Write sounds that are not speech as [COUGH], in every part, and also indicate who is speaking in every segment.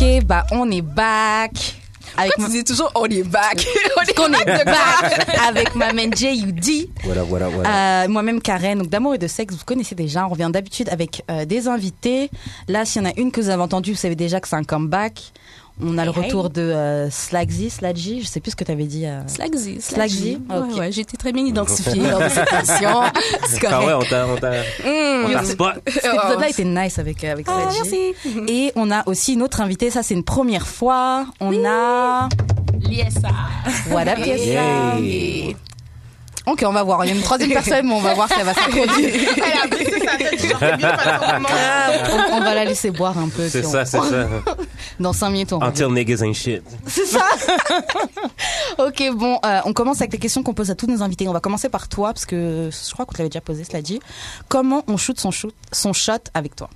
Speaker 1: Et bah, on est back. Avec
Speaker 2: Pourquoi tu dis toujours on est back? on est
Speaker 1: qu'on est back avec ma main J.U.D.
Speaker 3: Voilà, voilà, voilà.
Speaker 1: Euh, Moi-même Karen, donc d'amour et de sexe, vous connaissez déjà. On revient d'habitude avec euh, des invités. Là, s'il y en a une que vous avez entendue, vous savez déjà que c'est un comeback. On a le
Speaker 2: Hey, hey.
Speaker 1: retour de euh, Slagzy, Slagzy, je sais plus ce que tu avais dit. euh.
Speaker 2: Oh. Slagsy.
Speaker 1: Slagsy, ok.
Speaker 2: Ouais, ouais, j'ai été très bien
Speaker 3: [LAUGHS]
Speaker 2: identifiée dans cette émission. C'est
Speaker 3: ah ouais,
Speaker 2: correct. Mm.
Speaker 3: on t'a, on t'a, on t'a spot.
Speaker 2: Oh.
Speaker 1: Cet épisode-là était nice avec, euh, avec
Speaker 2: Ah,
Speaker 1: Slagzy.
Speaker 2: merci.
Speaker 1: Et on a aussi une autre invitée, ça c'est une première fois. On a...
Speaker 2: Liessa. [LAUGHS]
Speaker 1: Voilà, Piesa.
Speaker 3: Yay.
Speaker 1: Ok, on va voir. Il y a une troisième personne, mais on va voir si elle va s'introduire.
Speaker 3: [LAUGHS]
Speaker 1: Ah, on, on va la laisser boire un peu.
Speaker 3: C'est
Speaker 1: puis on-
Speaker 3: ça, c'est ça.
Speaker 1: Dans cinq minutes, on
Speaker 3: Until niggas ain't shit.
Speaker 1: C'est ça [LAUGHS] Ok, bon, euh, on commence avec les questions qu'on pose à tous nos invités. On va commencer par toi, parce que je crois qu'on te l'avait déjà posé, cela dit. Comment on shoot son, shoot, son shot avec toi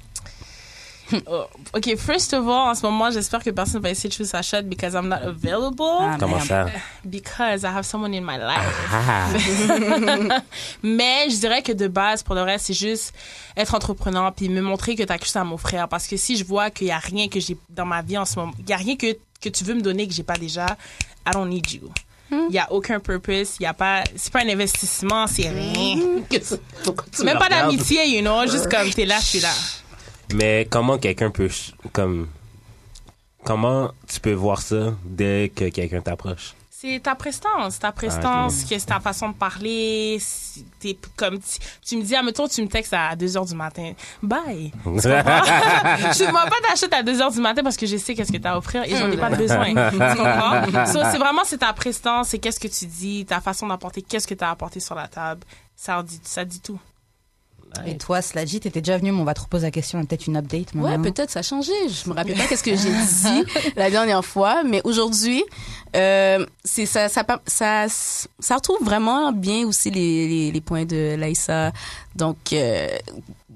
Speaker 4: Oh, OK, first of all, en ce moment, j'espère que personne va essayer de choisir sa shot because I'm not available
Speaker 1: Ah,
Speaker 3: Comment
Speaker 1: merde.
Speaker 3: ça?
Speaker 4: because I have someone in my life.
Speaker 3: Ah,
Speaker 4: Mais je dirais que de base, pour le reste, c'est juste être entrepreneur puis me montrer que t'as cru ça à mon frère parce que si je vois qu'il y a rien que j'ai dans ma vie en ce moment, il y a rien que, que tu veux me donner que j'ai pas déjà, I don't need you. Il n'y a aucun purpose, il y a pas c'est pas un investissement, c'est rien. [LAUGHS]
Speaker 3: me
Speaker 4: Même pas
Speaker 3: regardes?
Speaker 4: d'amitié, you know, juste comme t'es là, je suis là.
Speaker 3: mais comment quelqu'un peut, ch- comme, comment tu peux voir ça dès que quelqu'un t'approche?
Speaker 4: C'est ta prestance, ta prestance, que c'est ta façon de parler. si T'es p- comme tu, tu me dis, admettons, tu me textes à 2 heures du matin. Bye. [LAUGHS]
Speaker 3: Oh,
Speaker 4: je ne demande pas d'acheter à 2 heures du matin parce que je sais qu'est-ce que tu as à offrir et j'en ai pas besoin. tu comprends? So, c'est vraiment c'est ta prestance, c'est qu'est-ce que tu dis, ta façon d'apporter, qu'est-ce que tu as apporté sur la table. Ça, en dit, ça dit tout.
Speaker 1: Et toi, cela dit, t'étais déjà venu, mais on va te reposer la question, et peut-être une update.
Speaker 2: Ouais,
Speaker 1: maintenant.
Speaker 2: peut-être ça a changé. Je me rappelle pas qu'est-ce que j'ai dit la dernière fois, mais aujourd'hui, euh, c'est ça, ça, pa- ça, ça retrouve vraiment bien aussi les, les, les points de Laïssa. Donc, euh,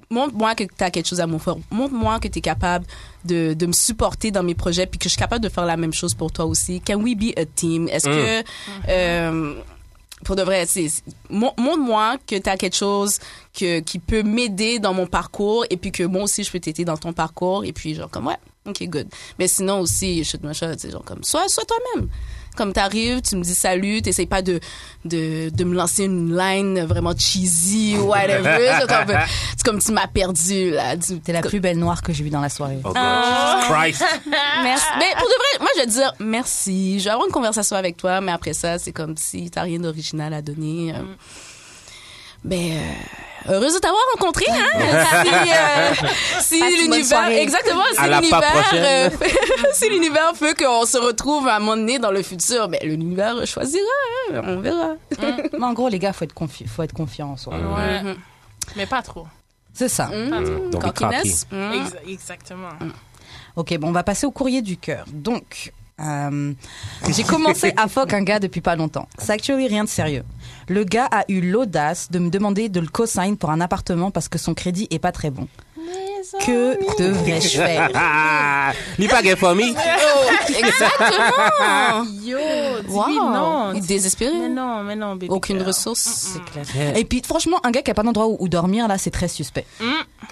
Speaker 2: montre-moi que tu as quelque chose à m'offrir. Montre-moi que tu es capable de, de me supporter dans mes projets, puis que je suis capable de faire la même chose pour toi aussi. Can we be a team? Est-ce que euh, pour de vrai, c'est c'est- mon- montre-moi que tu as quelque chose que, qui peut m'aider dans mon parcours et puis que moi aussi je peux t'aider dans ton parcours et puis genre comme ouais, OK good. Mais sinon aussi shoot my shot, c'est genre comme sois sois toi-même. Comme t'arrives, tu me dis salut, t'essayes pas de, de, de me lancer une line vraiment cheesy ou whatever. C'est comme, c'est comme tu m'as perdu, là. Tu-
Speaker 1: T'es la plus belle noire que j'ai vue dans la soirée.
Speaker 3: Oh, gosh. Christ.
Speaker 2: Merci. Mais pour de vrai, moi, je vais te dire merci. Je vais avoir une conversation avec toi, mais après ça, c'est comme si t'as rien d'original à donner. euh. Ben, euh, heureuse de t'avoir rencontré, hein? si euh, si
Speaker 1: Passe une bonne
Speaker 2: l'univers.
Speaker 1: soirée.
Speaker 2: Exactement, si
Speaker 3: À la pas
Speaker 2: l'univers.
Speaker 3: prochaine.
Speaker 2: euh, [LAUGHS] si l'univers veut qu'on se retrouve à un moment donné dans le futur, ben, l'univers choisira, hein, On verra.
Speaker 1: Mais en gros, les gars, faut être, confi- faut être confiant en soi.
Speaker 4: Ouais.
Speaker 2: Mm-hmm.
Speaker 4: Mais pas trop.
Speaker 1: C'est ça.
Speaker 3: Mm, Don't be cocky.
Speaker 2: Coquinesse. Mm.
Speaker 4: Ex- exactement.
Speaker 2: Mm-hmm.
Speaker 1: Ok, bon, on va passer au courrier du cœur. Donc, euh, j'ai commencé à fuck un gars depuis pas longtemps. C'est actually rien de sérieux. Le gars a eu l'audace de me demander de le co-sign pour un appartement parce que son crédit est pas très bon. Que
Speaker 4: oh,
Speaker 1: devrais-je
Speaker 4: [LAUGHS]
Speaker 1: faire
Speaker 3: Ah, [LAUGHS] lis pas gay for me.
Speaker 2: Oh, Exactement.
Speaker 4: Yo, dis
Speaker 2: Wow.
Speaker 4: non.
Speaker 2: Il est
Speaker 4: dis-
Speaker 2: désespéré.
Speaker 4: Mais non, mm. mais non, baby.
Speaker 2: Aucune
Speaker 4: girl.
Speaker 2: ressource.
Speaker 1: Et puis, franchement, un gars qui a pas d'endroit où, où dormir, là, c'est très suspect.
Speaker 4: Mm.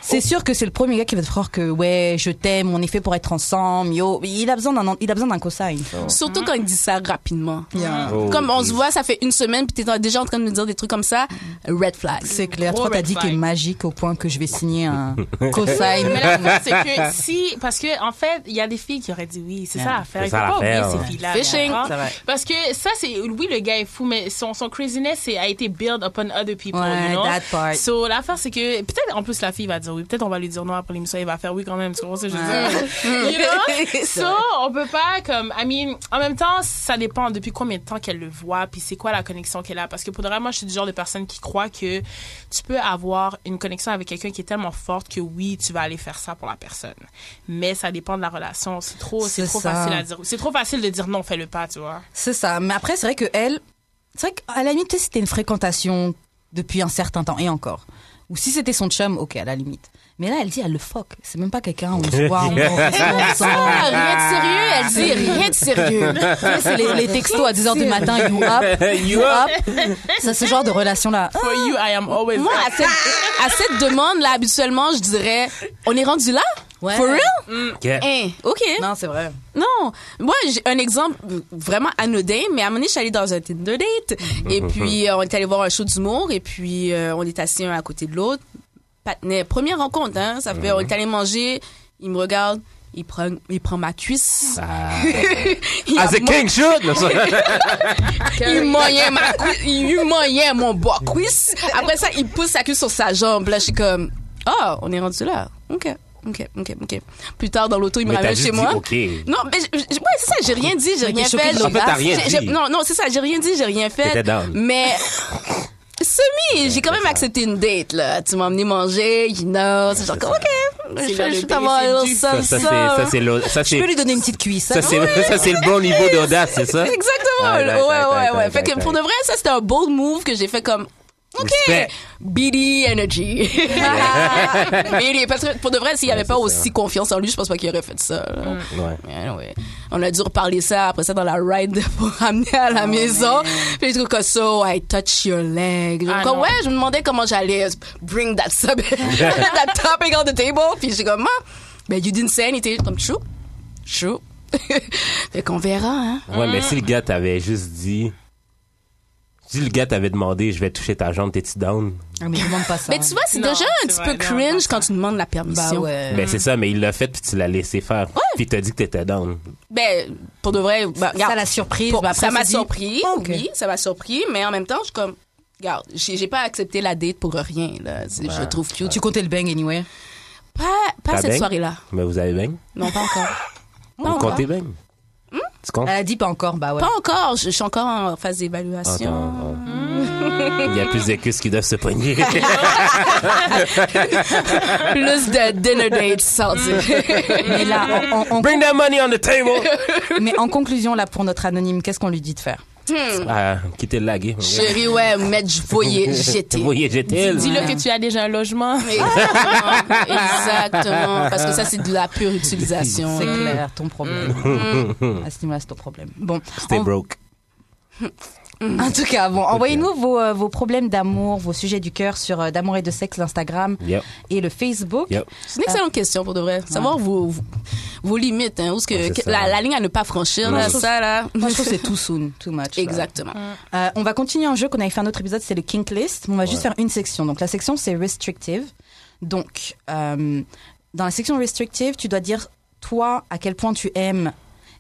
Speaker 1: C'est sûr que c'est le premier gars qui va te croire que, ouais, je t'aime, on est fait pour être ensemble, yo. Il a besoin d'un, en- il a besoin d'un co-sign.
Speaker 4: Oh.
Speaker 2: Surtout quand il dit ça rapidement.
Speaker 3: Oh,
Speaker 2: comme on se
Speaker 3: please.
Speaker 2: voit, ça fait une semaine, puis t'es déjà en train de nous dire des trucs comme ça. Red flag.
Speaker 1: C'est clair.
Speaker 4: Gros
Speaker 1: Toi, t'as
Speaker 4: red
Speaker 1: dit
Speaker 4: flag.
Speaker 1: qu'il est magique au point que je vais signer
Speaker 4: [LAUGHS]
Speaker 1: un co-sign.
Speaker 4: Mais
Speaker 1: [LAUGHS]
Speaker 4: la chose, c'est que si, parce que en fait, il y a des filles qui auraient dit oui, c'est
Speaker 1: Yeah.
Speaker 4: ça l'affaire.
Speaker 3: C'est
Speaker 4: Il faut
Speaker 3: ça
Speaker 4: pas oublier
Speaker 3: l'affaire,
Speaker 4: ces
Speaker 3: ouais.
Speaker 4: filles-là.
Speaker 2: Fishing.
Speaker 4: d'accord?
Speaker 1: C'est vrai.
Speaker 4: Parce que ça, c'est oui, le gars est fou, mais son, son craziness c'est- a été built upon other people.
Speaker 1: Ouais,
Speaker 4: you know?
Speaker 1: that part.
Speaker 4: So l'affaire, c'est que peut-être en plus la fille va dire oui, peut-être on va lui dire non après l'émission, il va faire oui quand même. Tu comprends ce que je veux dire? [LAUGHS] You know? So on peut pas comme, I mean, en même temps, ça dépend depuis combien de temps qu'elle le voit, puis c'est quoi la connexion qu'elle a. Parce que pour de vrai, moi, je suis du genre de personne qui croit que tu peux avoir une connexion avec quelqu'un qui est tellement forte que oui, tu vas aller faire ça pour la personne. Mais ça dépend de la relation. C'est trop, c'est
Speaker 1: C'est
Speaker 4: trop
Speaker 1: ça.
Speaker 4: facile à dire. C'est trop facile de dire non, fais-le pas, tu vois.
Speaker 1: C'est ça. Mais après, c'est vrai que elle, c'est vrai qu'à la limite, tu sais, c'était une fréquentation depuis un certain temps et encore. Ou si c'était son chum, ok, à la limite. Mais là, elle dit, elle le fuck. C'est même pas quelqu'un, on se voit, on est
Speaker 2: Ah,
Speaker 1: ensemble.
Speaker 2: rien de sérieux, elle dit rien de sérieux.
Speaker 1: Tu sais, C'est les, les textos à 10h du matin, you up, you up. C'est ce genre de relation-là.
Speaker 4: For you, I am always
Speaker 2: Moi, à cette, à cette demande-là, habituellement, je dirais, on est rendu là?
Speaker 1: Ouais.
Speaker 2: For real?
Speaker 3: Yeah.
Speaker 2: Hein, OK.
Speaker 1: Non, c'est vrai.
Speaker 2: Non. Moi, j'ai un exemple vraiment anodin, mais à un moment donné, je suis allée dans un Tinder date. Et puis, euh, on est allé voir un show d'humour. Et puis, euh, on est assis un à côté de l'autre. Patinet. Première rencontre, hein. Ça fait, on est allé manger. Il me regarde. Il prend, il prend ma cuisse. il, a
Speaker 3: As a
Speaker 2: mo-
Speaker 3: king should! Non, ça-
Speaker 2: il moyen ma cuisse. Il moyen mon bas cuisse. Après ça, il pousse sa cuisse sur sa jambe. Là, je suis comme, ah, on est rendu là. OK. OK, OK, OK. Plus tard dans l'auto, il me
Speaker 3: Mais t'as
Speaker 2: ramène
Speaker 3: juste
Speaker 2: chez
Speaker 3: dit
Speaker 2: moi.
Speaker 3: OK.
Speaker 2: Non, mais je- je- ouais, c'est ça, j'ai rien dit, j'ai
Speaker 1: Mais t'es
Speaker 2: rien
Speaker 1: choquée
Speaker 2: fait.
Speaker 1: de son
Speaker 2: j'ai-
Speaker 1: En fait,
Speaker 3: t'as rien
Speaker 2: j'ai-
Speaker 3: dit.
Speaker 2: Non, non, c'est ça, j'ai rien dit, j'ai rien fait.
Speaker 3: T'étais down.
Speaker 2: Mais semi, j'ai quand même accepté une date là. Tu m'as emmené manger, you know, c'est genre comme, OK. Je
Speaker 4: dans
Speaker 2: je
Speaker 4: le
Speaker 2: suis
Speaker 4: pays,
Speaker 2: avoir
Speaker 4: c'est dû.
Speaker 2: ça
Speaker 3: Ça, ça, c'est, ça, c'est, l'au- ça,
Speaker 1: Je peux lui
Speaker 3: c'est,
Speaker 1: donner une petite cuisse.
Speaker 3: ça, c'est, ça, c'est le bon niveau d'audace, c'est ça?
Speaker 2: Exactement.
Speaker 3: Ah, d'accord,
Speaker 2: ouais,
Speaker 3: d'accord,
Speaker 2: ouais, ouais.
Speaker 3: d'accord,
Speaker 2: Fait que
Speaker 3: d'accord.
Speaker 2: pour de vrai, ça c'était un bold move que j'ai fait comme OK.
Speaker 3: Respect.
Speaker 2: BD
Speaker 3: [LAUGHS]
Speaker 2: energy. BD parce que pour de vrai, s'il avait
Speaker 3: Ouais,
Speaker 2: pas
Speaker 3: c'est
Speaker 2: aussi confiance en lui, je pense pas qu'il aurait fait ça. là.
Speaker 4: Mm.
Speaker 3: Ouais.
Speaker 2: Mais anyway, on a dû reparler ça après ça dans la ride pour ramener à
Speaker 4: Oh,
Speaker 2: la maison. Puis les trucs comme ça, I touch your leg.
Speaker 4: Ah,
Speaker 2: Comme,
Speaker 4: non.
Speaker 2: ouais, je me demandais comment j'allais bring that
Speaker 3: [LAUGHS]
Speaker 2: sub, that topic on the table. Puis j'ai comme, ah, ben you didn't say anything. Comme, chou, chou. [LAUGHS] fait qu'on verra, hein.
Speaker 3: Ouais, mais si le gars t'avait juste dit. Si le gars t'avait demandé, je vais toucher ta jambe, t'es-tu down?
Speaker 1: Ah, mais je demande pas ça.
Speaker 2: Mais tu vois, c'est
Speaker 4: Non,
Speaker 2: déjà un
Speaker 4: c'est
Speaker 2: petit
Speaker 4: vrai,
Speaker 2: peu
Speaker 4: non, non,
Speaker 2: cringe
Speaker 4: ça.
Speaker 2: quand tu demandes la permission.
Speaker 1: bah ouais.
Speaker 3: Ben, c'est ça, mais il l'a fait, puis tu l'as laissé faire. Puis il t'a dit que t'étais down.
Speaker 2: Ben, pour de vrai, bah, regarde.
Speaker 1: ça la surprise.
Speaker 2: Pour-
Speaker 1: bah, après,
Speaker 2: ça m'a
Speaker 1: c'est dit- Ah,
Speaker 2: surpris,
Speaker 1: Ok.
Speaker 2: oui, ça m'a surpris, mais en même temps, je suis comme, regarde, j'ai j'ai pas accepté la date pour rien, là. C'est- je le trouve cute.
Speaker 1: Tu comptais le bang anyway.
Speaker 2: Pas, pas
Speaker 3: T'as
Speaker 2: cette
Speaker 3: bang?
Speaker 2: soirée-là.
Speaker 3: Mais vous avez bang?
Speaker 2: Non, pas encore.
Speaker 1: [LAUGHS]
Speaker 2: Pas
Speaker 3: Vous
Speaker 2: encore.
Speaker 3: comptez bang? Tu comptes?
Speaker 1: Elle a dit pas encore, bah ouais.
Speaker 2: Pas encore. Je, je suis encore en phase d'évaluation.
Speaker 3: Attends, attends. Ah, Il y a plus de cuisses qui doivent se pogner.
Speaker 2: Plus de dinner dates
Speaker 4: [LAUGHS]
Speaker 2: sorties.
Speaker 1: Mais là, en- en- en-
Speaker 3: Bring that money on the table!
Speaker 1: mais en conclusion, là, pour notre anonyme, qu'est-ce qu'on lui dit de faire
Speaker 3: ah, quittez le lagué.
Speaker 2: Chérie, ouais, mais je voyais,
Speaker 4: [LAUGHS]
Speaker 2: j'étais.
Speaker 3: Voyez, j'étais.
Speaker 4: Dis-le que tu as déjà un logement.
Speaker 2: Exactement, exactement. Parce que ça, c'est de la pure utilisation.
Speaker 1: C'est clair, ton problème. À ce niveau-là, c'est ton problème. Bon,
Speaker 3: Stay
Speaker 1: en-
Speaker 3: broke.
Speaker 1: en tout cas, bon, envoyez-nous vos, euh, vos problèmes d'amour, vos sujets du cœur sur euh, d'amour et de sexe, l'Instagram
Speaker 3: Yep,
Speaker 1: et le Facebook.
Speaker 3: yep.
Speaker 2: C'est une excellente question pour de vrai. Savoir vos, vos- vos limites, hein, où ce
Speaker 3: Ouais,
Speaker 2: que,
Speaker 3: c'est
Speaker 2: que-
Speaker 3: ça.
Speaker 2: la, la ligne à ne pas franchir, là, ça là.
Speaker 1: Moi,
Speaker 2: [LAUGHS]
Speaker 1: je trouve que c'est too soon, too much. là.
Speaker 2: Exactement.
Speaker 1: Euh, on va continuer un jeu qu'on avait fait un autre épisode, c'est le kink list. On va juste faire une section. Donc la section c'est restrictive. Donc euh, dans la section restrictive, tu dois dire toi à quel point tu aimes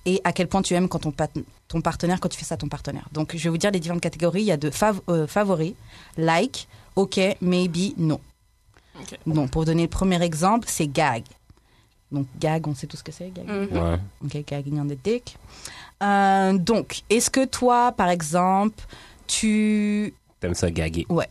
Speaker 1: et à quel point tu aimes quand ton, pat- ton partenaire quand tu fais ça à ton partenaire. Donc je vais vous dire les différentes catégories. Il y a de fav- euh, favoris, like, ok, maybe, no.
Speaker 4: Ok.
Speaker 1: Donc pour donner le premier exemple, c'est gag. Donc gag, on sait tout ce que c'est gag.
Speaker 3: Ouais.
Speaker 1: Ok, gagging on the dick. Euh, donc, est-ce que toi, par exemple, tu...
Speaker 3: T'aimes ça gaguer. [LAUGHS]
Speaker 1: Ouais.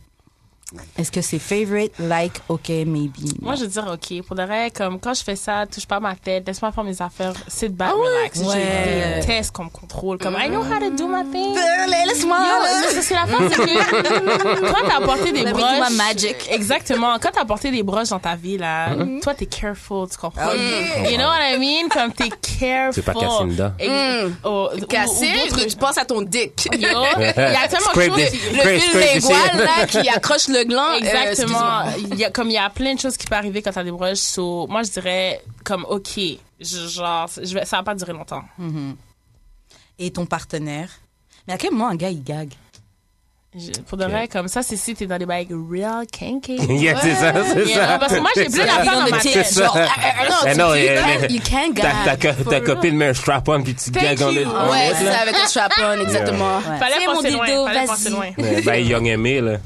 Speaker 1: Est-ce que c'est favorite, like, ok, maybe non.
Speaker 4: Moi, je veux dire, OK, pour de vrai, comme quand je fais ça, touche pas ma tête, laisse-moi faire mes affaires, sit back, relax.
Speaker 1: Ah Ouais.
Speaker 4: J'ai des tests qu'on me contrôle, comme I know how to do my thing.
Speaker 2: Euh,
Speaker 1: Allez, laisse-moi
Speaker 4: Yo, parce que la fin,
Speaker 1: [LAUGHS]
Speaker 4: c'est que quand t'as porté des
Speaker 2: Let me do
Speaker 4: broches.
Speaker 2: my magic.
Speaker 4: Exactement. Quand t'as porté des broches dans ta vie, là,
Speaker 1: Mm-hmm.
Speaker 4: toi, t'es careful, tu comprends?
Speaker 1: Ah
Speaker 4: You know what I mean? Comme t'es careful.
Speaker 3: Tu veux pas casser une dent.
Speaker 4: Ex-
Speaker 1: Mm.
Speaker 4: oh, ou- ou
Speaker 2: Cassé,
Speaker 4: d'autres-
Speaker 2: tu penses à ton dick.
Speaker 4: Yo, Il y a tellement de
Speaker 3: Scrape
Speaker 4: choses.
Speaker 3: this.
Speaker 4: qui-
Speaker 2: Le
Speaker 3: Crazy,
Speaker 2: fil
Speaker 3: crazy.
Speaker 2: lingual là qui accroche le gland. euh,
Speaker 4: Exactement.
Speaker 2: excuse-moi.
Speaker 4: il y a, comme il y a plein de choses qui peuvent arriver quand t'as des broches. So, moi, je dirais, comme, OK, je- genre, je vais, ça va pas durer longtemps.
Speaker 1: Et ton partenaire. Mais à quel moment un gars, il gag
Speaker 4: Je- pour de vrai, comme ça, c'est si t'es dans des bagues real kinky.
Speaker 3: [LAUGHS] Yeah, c'est ça, c'est
Speaker 4: You know,
Speaker 3: ça.
Speaker 4: parce que moi, j'ai
Speaker 3: C'est
Speaker 4: plein
Speaker 3: ça.
Speaker 2: Il
Speaker 4: d'affaires
Speaker 2: en
Speaker 4: dans ma
Speaker 2: était
Speaker 4: tête.
Speaker 2: genre, ah, ah, ah,
Speaker 3: Eh
Speaker 2: non,
Speaker 3: non,
Speaker 2: tu- you
Speaker 3: eh,
Speaker 2: can-
Speaker 3: mais-
Speaker 2: you can
Speaker 3: Ta, ta,
Speaker 2: gag.
Speaker 3: co- ta copine met un strap-on puis tu
Speaker 4: Thank
Speaker 3: gagues en
Speaker 4: you.
Speaker 3: en
Speaker 2: Ouais,
Speaker 3: lettre,
Speaker 2: c'est
Speaker 3: là.
Speaker 2: ça, avec le
Speaker 3: [LAUGHS]
Speaker 2: strap-on, exactement.
Speaker 4: Fallait
Speaker 2: Tiens, mon
Speaker 4: penser loin,
Speaker 2: dildo,
Speaker 4: fallait penser
Speaker 2: vas-y. [LAUGHS]
Speaker 4: loin.
Speaker 3: Ouais, Ben, Young aimé, là.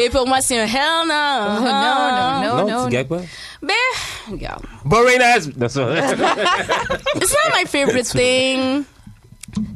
Speaker 2: Et pour moi, c'est un hell
Speaker 4: Oh,
Speaker 2: no. Ah.
Speaker 1: non, non,
Speaker 3: non, tu gagues pas?
Speaker 2: Ben, regarde.
Speaker 3: Boring ass! Non, c'est vrai.
Speaker 2: It's not my favorite thing.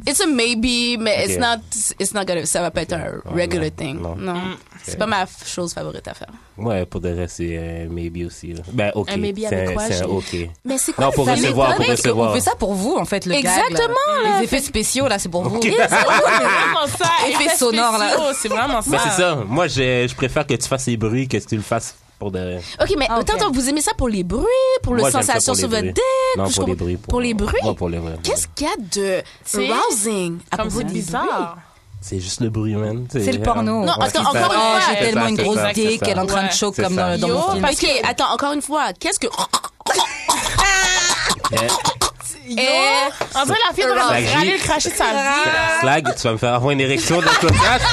Speaker 2: It's a maybe, mais it's
Speaker 3: Ok.
Speaker 2: not, it's not gonna, ça va pas être un
Speaker 3: Ouais,
Speaker 2: regular
Speaker 3: Oh, non,
Speaker 2: thing. Non.
Speaker 3: non.
Speaker 4: Mm.
Speaker 2: C'est pas ma f- chose favorite à faire.
Speaker 3: Ouais, pour le reste, c'est un maybe aussi. Là. Ben, ok.
Speaker 4: Un maybe
Speaker 3: c'est
Speaker 4: avec
Speaker 3: un,
Speaker 4: quoi,
Speaker 3: c'est un
Speaker 4: j'ai-
Speaker 3: ok.
Speaker 2: Mais c'est
Speaker 3: Non, pour recevoir, pour
Speaker 1: Parce qu'on
Speaker 3: recevoir.
Speaker 1: fait ça pour vous, en fait, le gag. là.
Speaker 2: Exactement, là.
Speaker 1: Les effets spéciaux, là, c'est pour vous.
Speaker 4: C'est vraiment ça.
Speaker 1: Effet
Speaker 4: effets
Speaker 1: sonore, là.
Speaker 4: spéciaux, C'est vraiment ça.
Speaker 3: Ben, c'est ça. Moi, je, je préfère que tu fasses les bruits que tu le fasses pour de.
Speaker 2: Ok, mais
Speaker 1: Ah, ok.
Speaker 2: attends, attends, vous aimez ça pour les bruits, pour
Speaker 3: Moi,
Speaker 2: le
Speaker 3: j'aime ça
Speaker 2: sensation
Speaker 3: pour les
Speaker 2: sur votre
Speaker 3: bruits.
Speaker 2: dick?
Speaker 3: Non,
Speaker 2: je
Speaker 3: pour les
Speaker 2: comprends-
Speaker 3: bruits. Pour,
Speaker 2: Pour les bruits?
Speaker 3: Moi, pour les bruits.
Speaker 2: Qu'est-ce qu'il y a de
Speaker 4: C'est-
Speaker 2: rousing à
Speaker 4: Comme
Speaker 2: propos
Speaker 4: c'est
Speaker 2: des
Speaker 4: bizarre.
Speaker 2: bruits?
Speaker 3: C'est juste le bruit, man.
Speaker 1: C'est le porno.
Speaker 2: Non, parce
Speaker 3: c'est
Speaker 2: qu'encore
Speaker 3: ça.
Speaker 2: une fois,
Speaker 1: Oh,
Speaker 2: c'est
Speaker 1: j'ai tellement
Speaker 3: ça,
Speaker 1: une
Speaker 3: c'est
Speaker 1: grosse
Speaker 3: ça,
Speaker 1: dick,
Speaker 3: c'est
Speaker 1: elle est en train de
Speaker 4: ça.
Speaker 1: choke
Speaker 3: Ouais,
Speaker 1: comme dans,
Speaker 3: c'est
Speaker 1: dans
Speaker 4: ça.
Speaker 1: mon
Speaker 4: Yo,
Speaker 1: film.
Speaker 4: parce
Speaker 2: Ok, attends, encore une fois, qu'est-ce [LAUGHS] que.
Speaker 3: Yeah.
Speaker 4: Yo,
Speaker 2: Eh,
Speaker 4: Eh, en vrai, la fille devrait
Speaker 3: Like,
Speaker 4: aller
Speaker 3: j'ai-
Speaker 4: le cracher de sa vie.
Speaker 3: euh, Slag, tu vas me faire avoir une érection dans le podcast.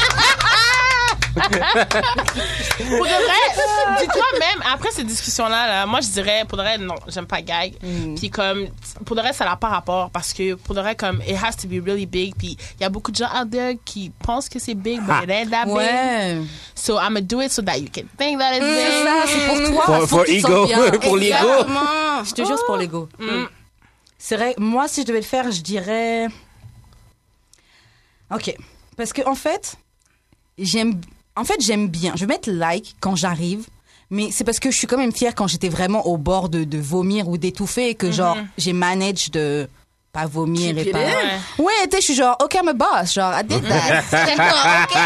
Speaker 4: Pour de
Speaker 1: [LAUGHS]
Speaker 4: vrai, dis-toi même, après ces discussions-là, là, moi, je dirais, pour de vrai, non, j'aime pas gag.
Speaker 1: Mm.
Speaker 4: Puis comme, pour de vrai, ça n'a pas rapport parce que, pour de vrai, comme, it has to be really big. Puis il y a beaucoup de gens out there qui pensent que c'est big, but it ain't that
Speaker 1: Ah,
Speaker 4: big.
Speaker 1: Ouais. Mm.
Speaker 4: So I'm gonna do it so that you can think that
Speaker 1: C'est
Speaker 4: it's big.
Speaker 1: ça, c'est pour toi.
Speaker 3: For- for ego. [LAUGHS] Pour l'ego.
Speaker 2: Exactement.
Speaker 1: Je te jure, c'est pour l'ego. Mm. C'est vrai, moi, si je devais le faire, je dirais. Ok. Parce que, en fait, j'aime. En fait, j'aime bien. Je vais mettre like quand j'arrive. Mais c'est parce que je suis quand même fière quand j'étais vraiment au bord de, de vomir ou d'étouffer et que, genre, j'ai manage de pas vomir et
Speaker 2: Keep it
Speaker 1: pas.
Speaker 4: in.
Speaker 1: Ouais, tu sais, je suis genre, OK, I'm a boss. Genre, I did that. OK,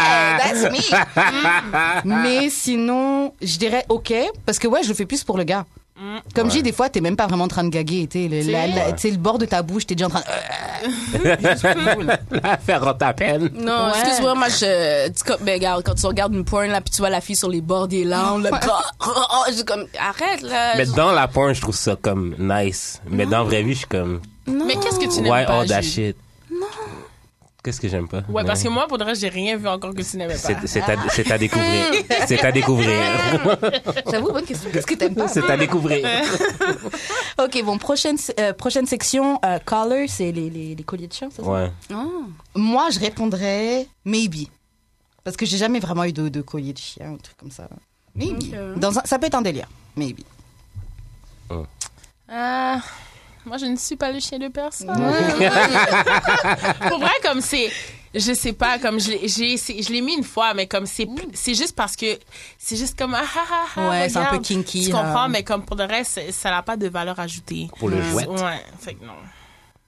Speaker 1: that's me. Mais sinon, je dirais OK, parce que ouais, je le fais plus pour le gars. Comme je dis, des fois, t'es même pas vraiment en train de gaguer. t'es le, la- la- t'sais, le bord de ta bouche, t'es déjà en train de.
Speaker 3: La faire en ta peine.
Speaker 2: Non,
Speaker 1: Ouais.
Speaker 2: excuse-moi, moi, je. dis comme, ben, regarde, quand tu regardes une porn, là, puis tu vois la fille sur les bords des langues, là, puis, oh, oh, oh, je suis comme, arrête, là.
Speaker 3: Mais dans la porn, je trouve ça comme nice. Mais dans la vraie vie, je suis comme,
Speaker 4: Mais qu'est-ce que tu n'aimes
Speaker 3: why
Speaker 4: pas?
Speaker 3: all oh, that
Speaker 4: Jules?
Speaker 3: shit? Qu'est-ce que j'aime pas?
Speaker 4: Ouais,
Speaker 3: Non.
Speaker 4: parce que moi, pour de vrai, j'ai rien vu encore que tu n'aimais pas.
Speaker 3: C'est- C'est à, c'est à découvrir. C'est à découvrir.
Speaker 1: J'avoue, bonne question. Qu'est-ce que t'aimes pas
Speaker 3: [LAUGHS] C'est à découvrir.
Speaker 1: Ok, bon, prochaine, euh, prochaine section, euh, collar, c'est les, les, les colliers de chien, ça, ça
Speaker 3: Ouais.
Speaker 2: Oh.
Speaker 1: Moi, je répondrais maybe. Parce que j'ai jamais vraiment eu de, de collier de chien ou truc comme ça. Maybe.
Speaker 2: Ok.
Speaker 1: Dans un- ça peut être un délire. Maybe.
Speaker 4: Euh, moi, je ne suis pas le chien de personne. [LAUGHS] Pour vrai, comme c'est. Je sais pas, comme je l'ai- j'ai essayé- je l'ai mis une fois, mais comme c'est pl- c'est juste parce que c'est juste comme ah ah ah, ah.
Speaker 1: Ouais, c'est un peu
Speaker 4: regarde.
Speaker 1: kinky,
Speaker 4: Tu comprends,
Speaker 1: hein.
Speaker 4: mais comme pour le reste, c'est- ça n'a pas de valeur ajoutée.
Speaker 3: Pour le jouet.
Speaker 4: Ouais, fait que non.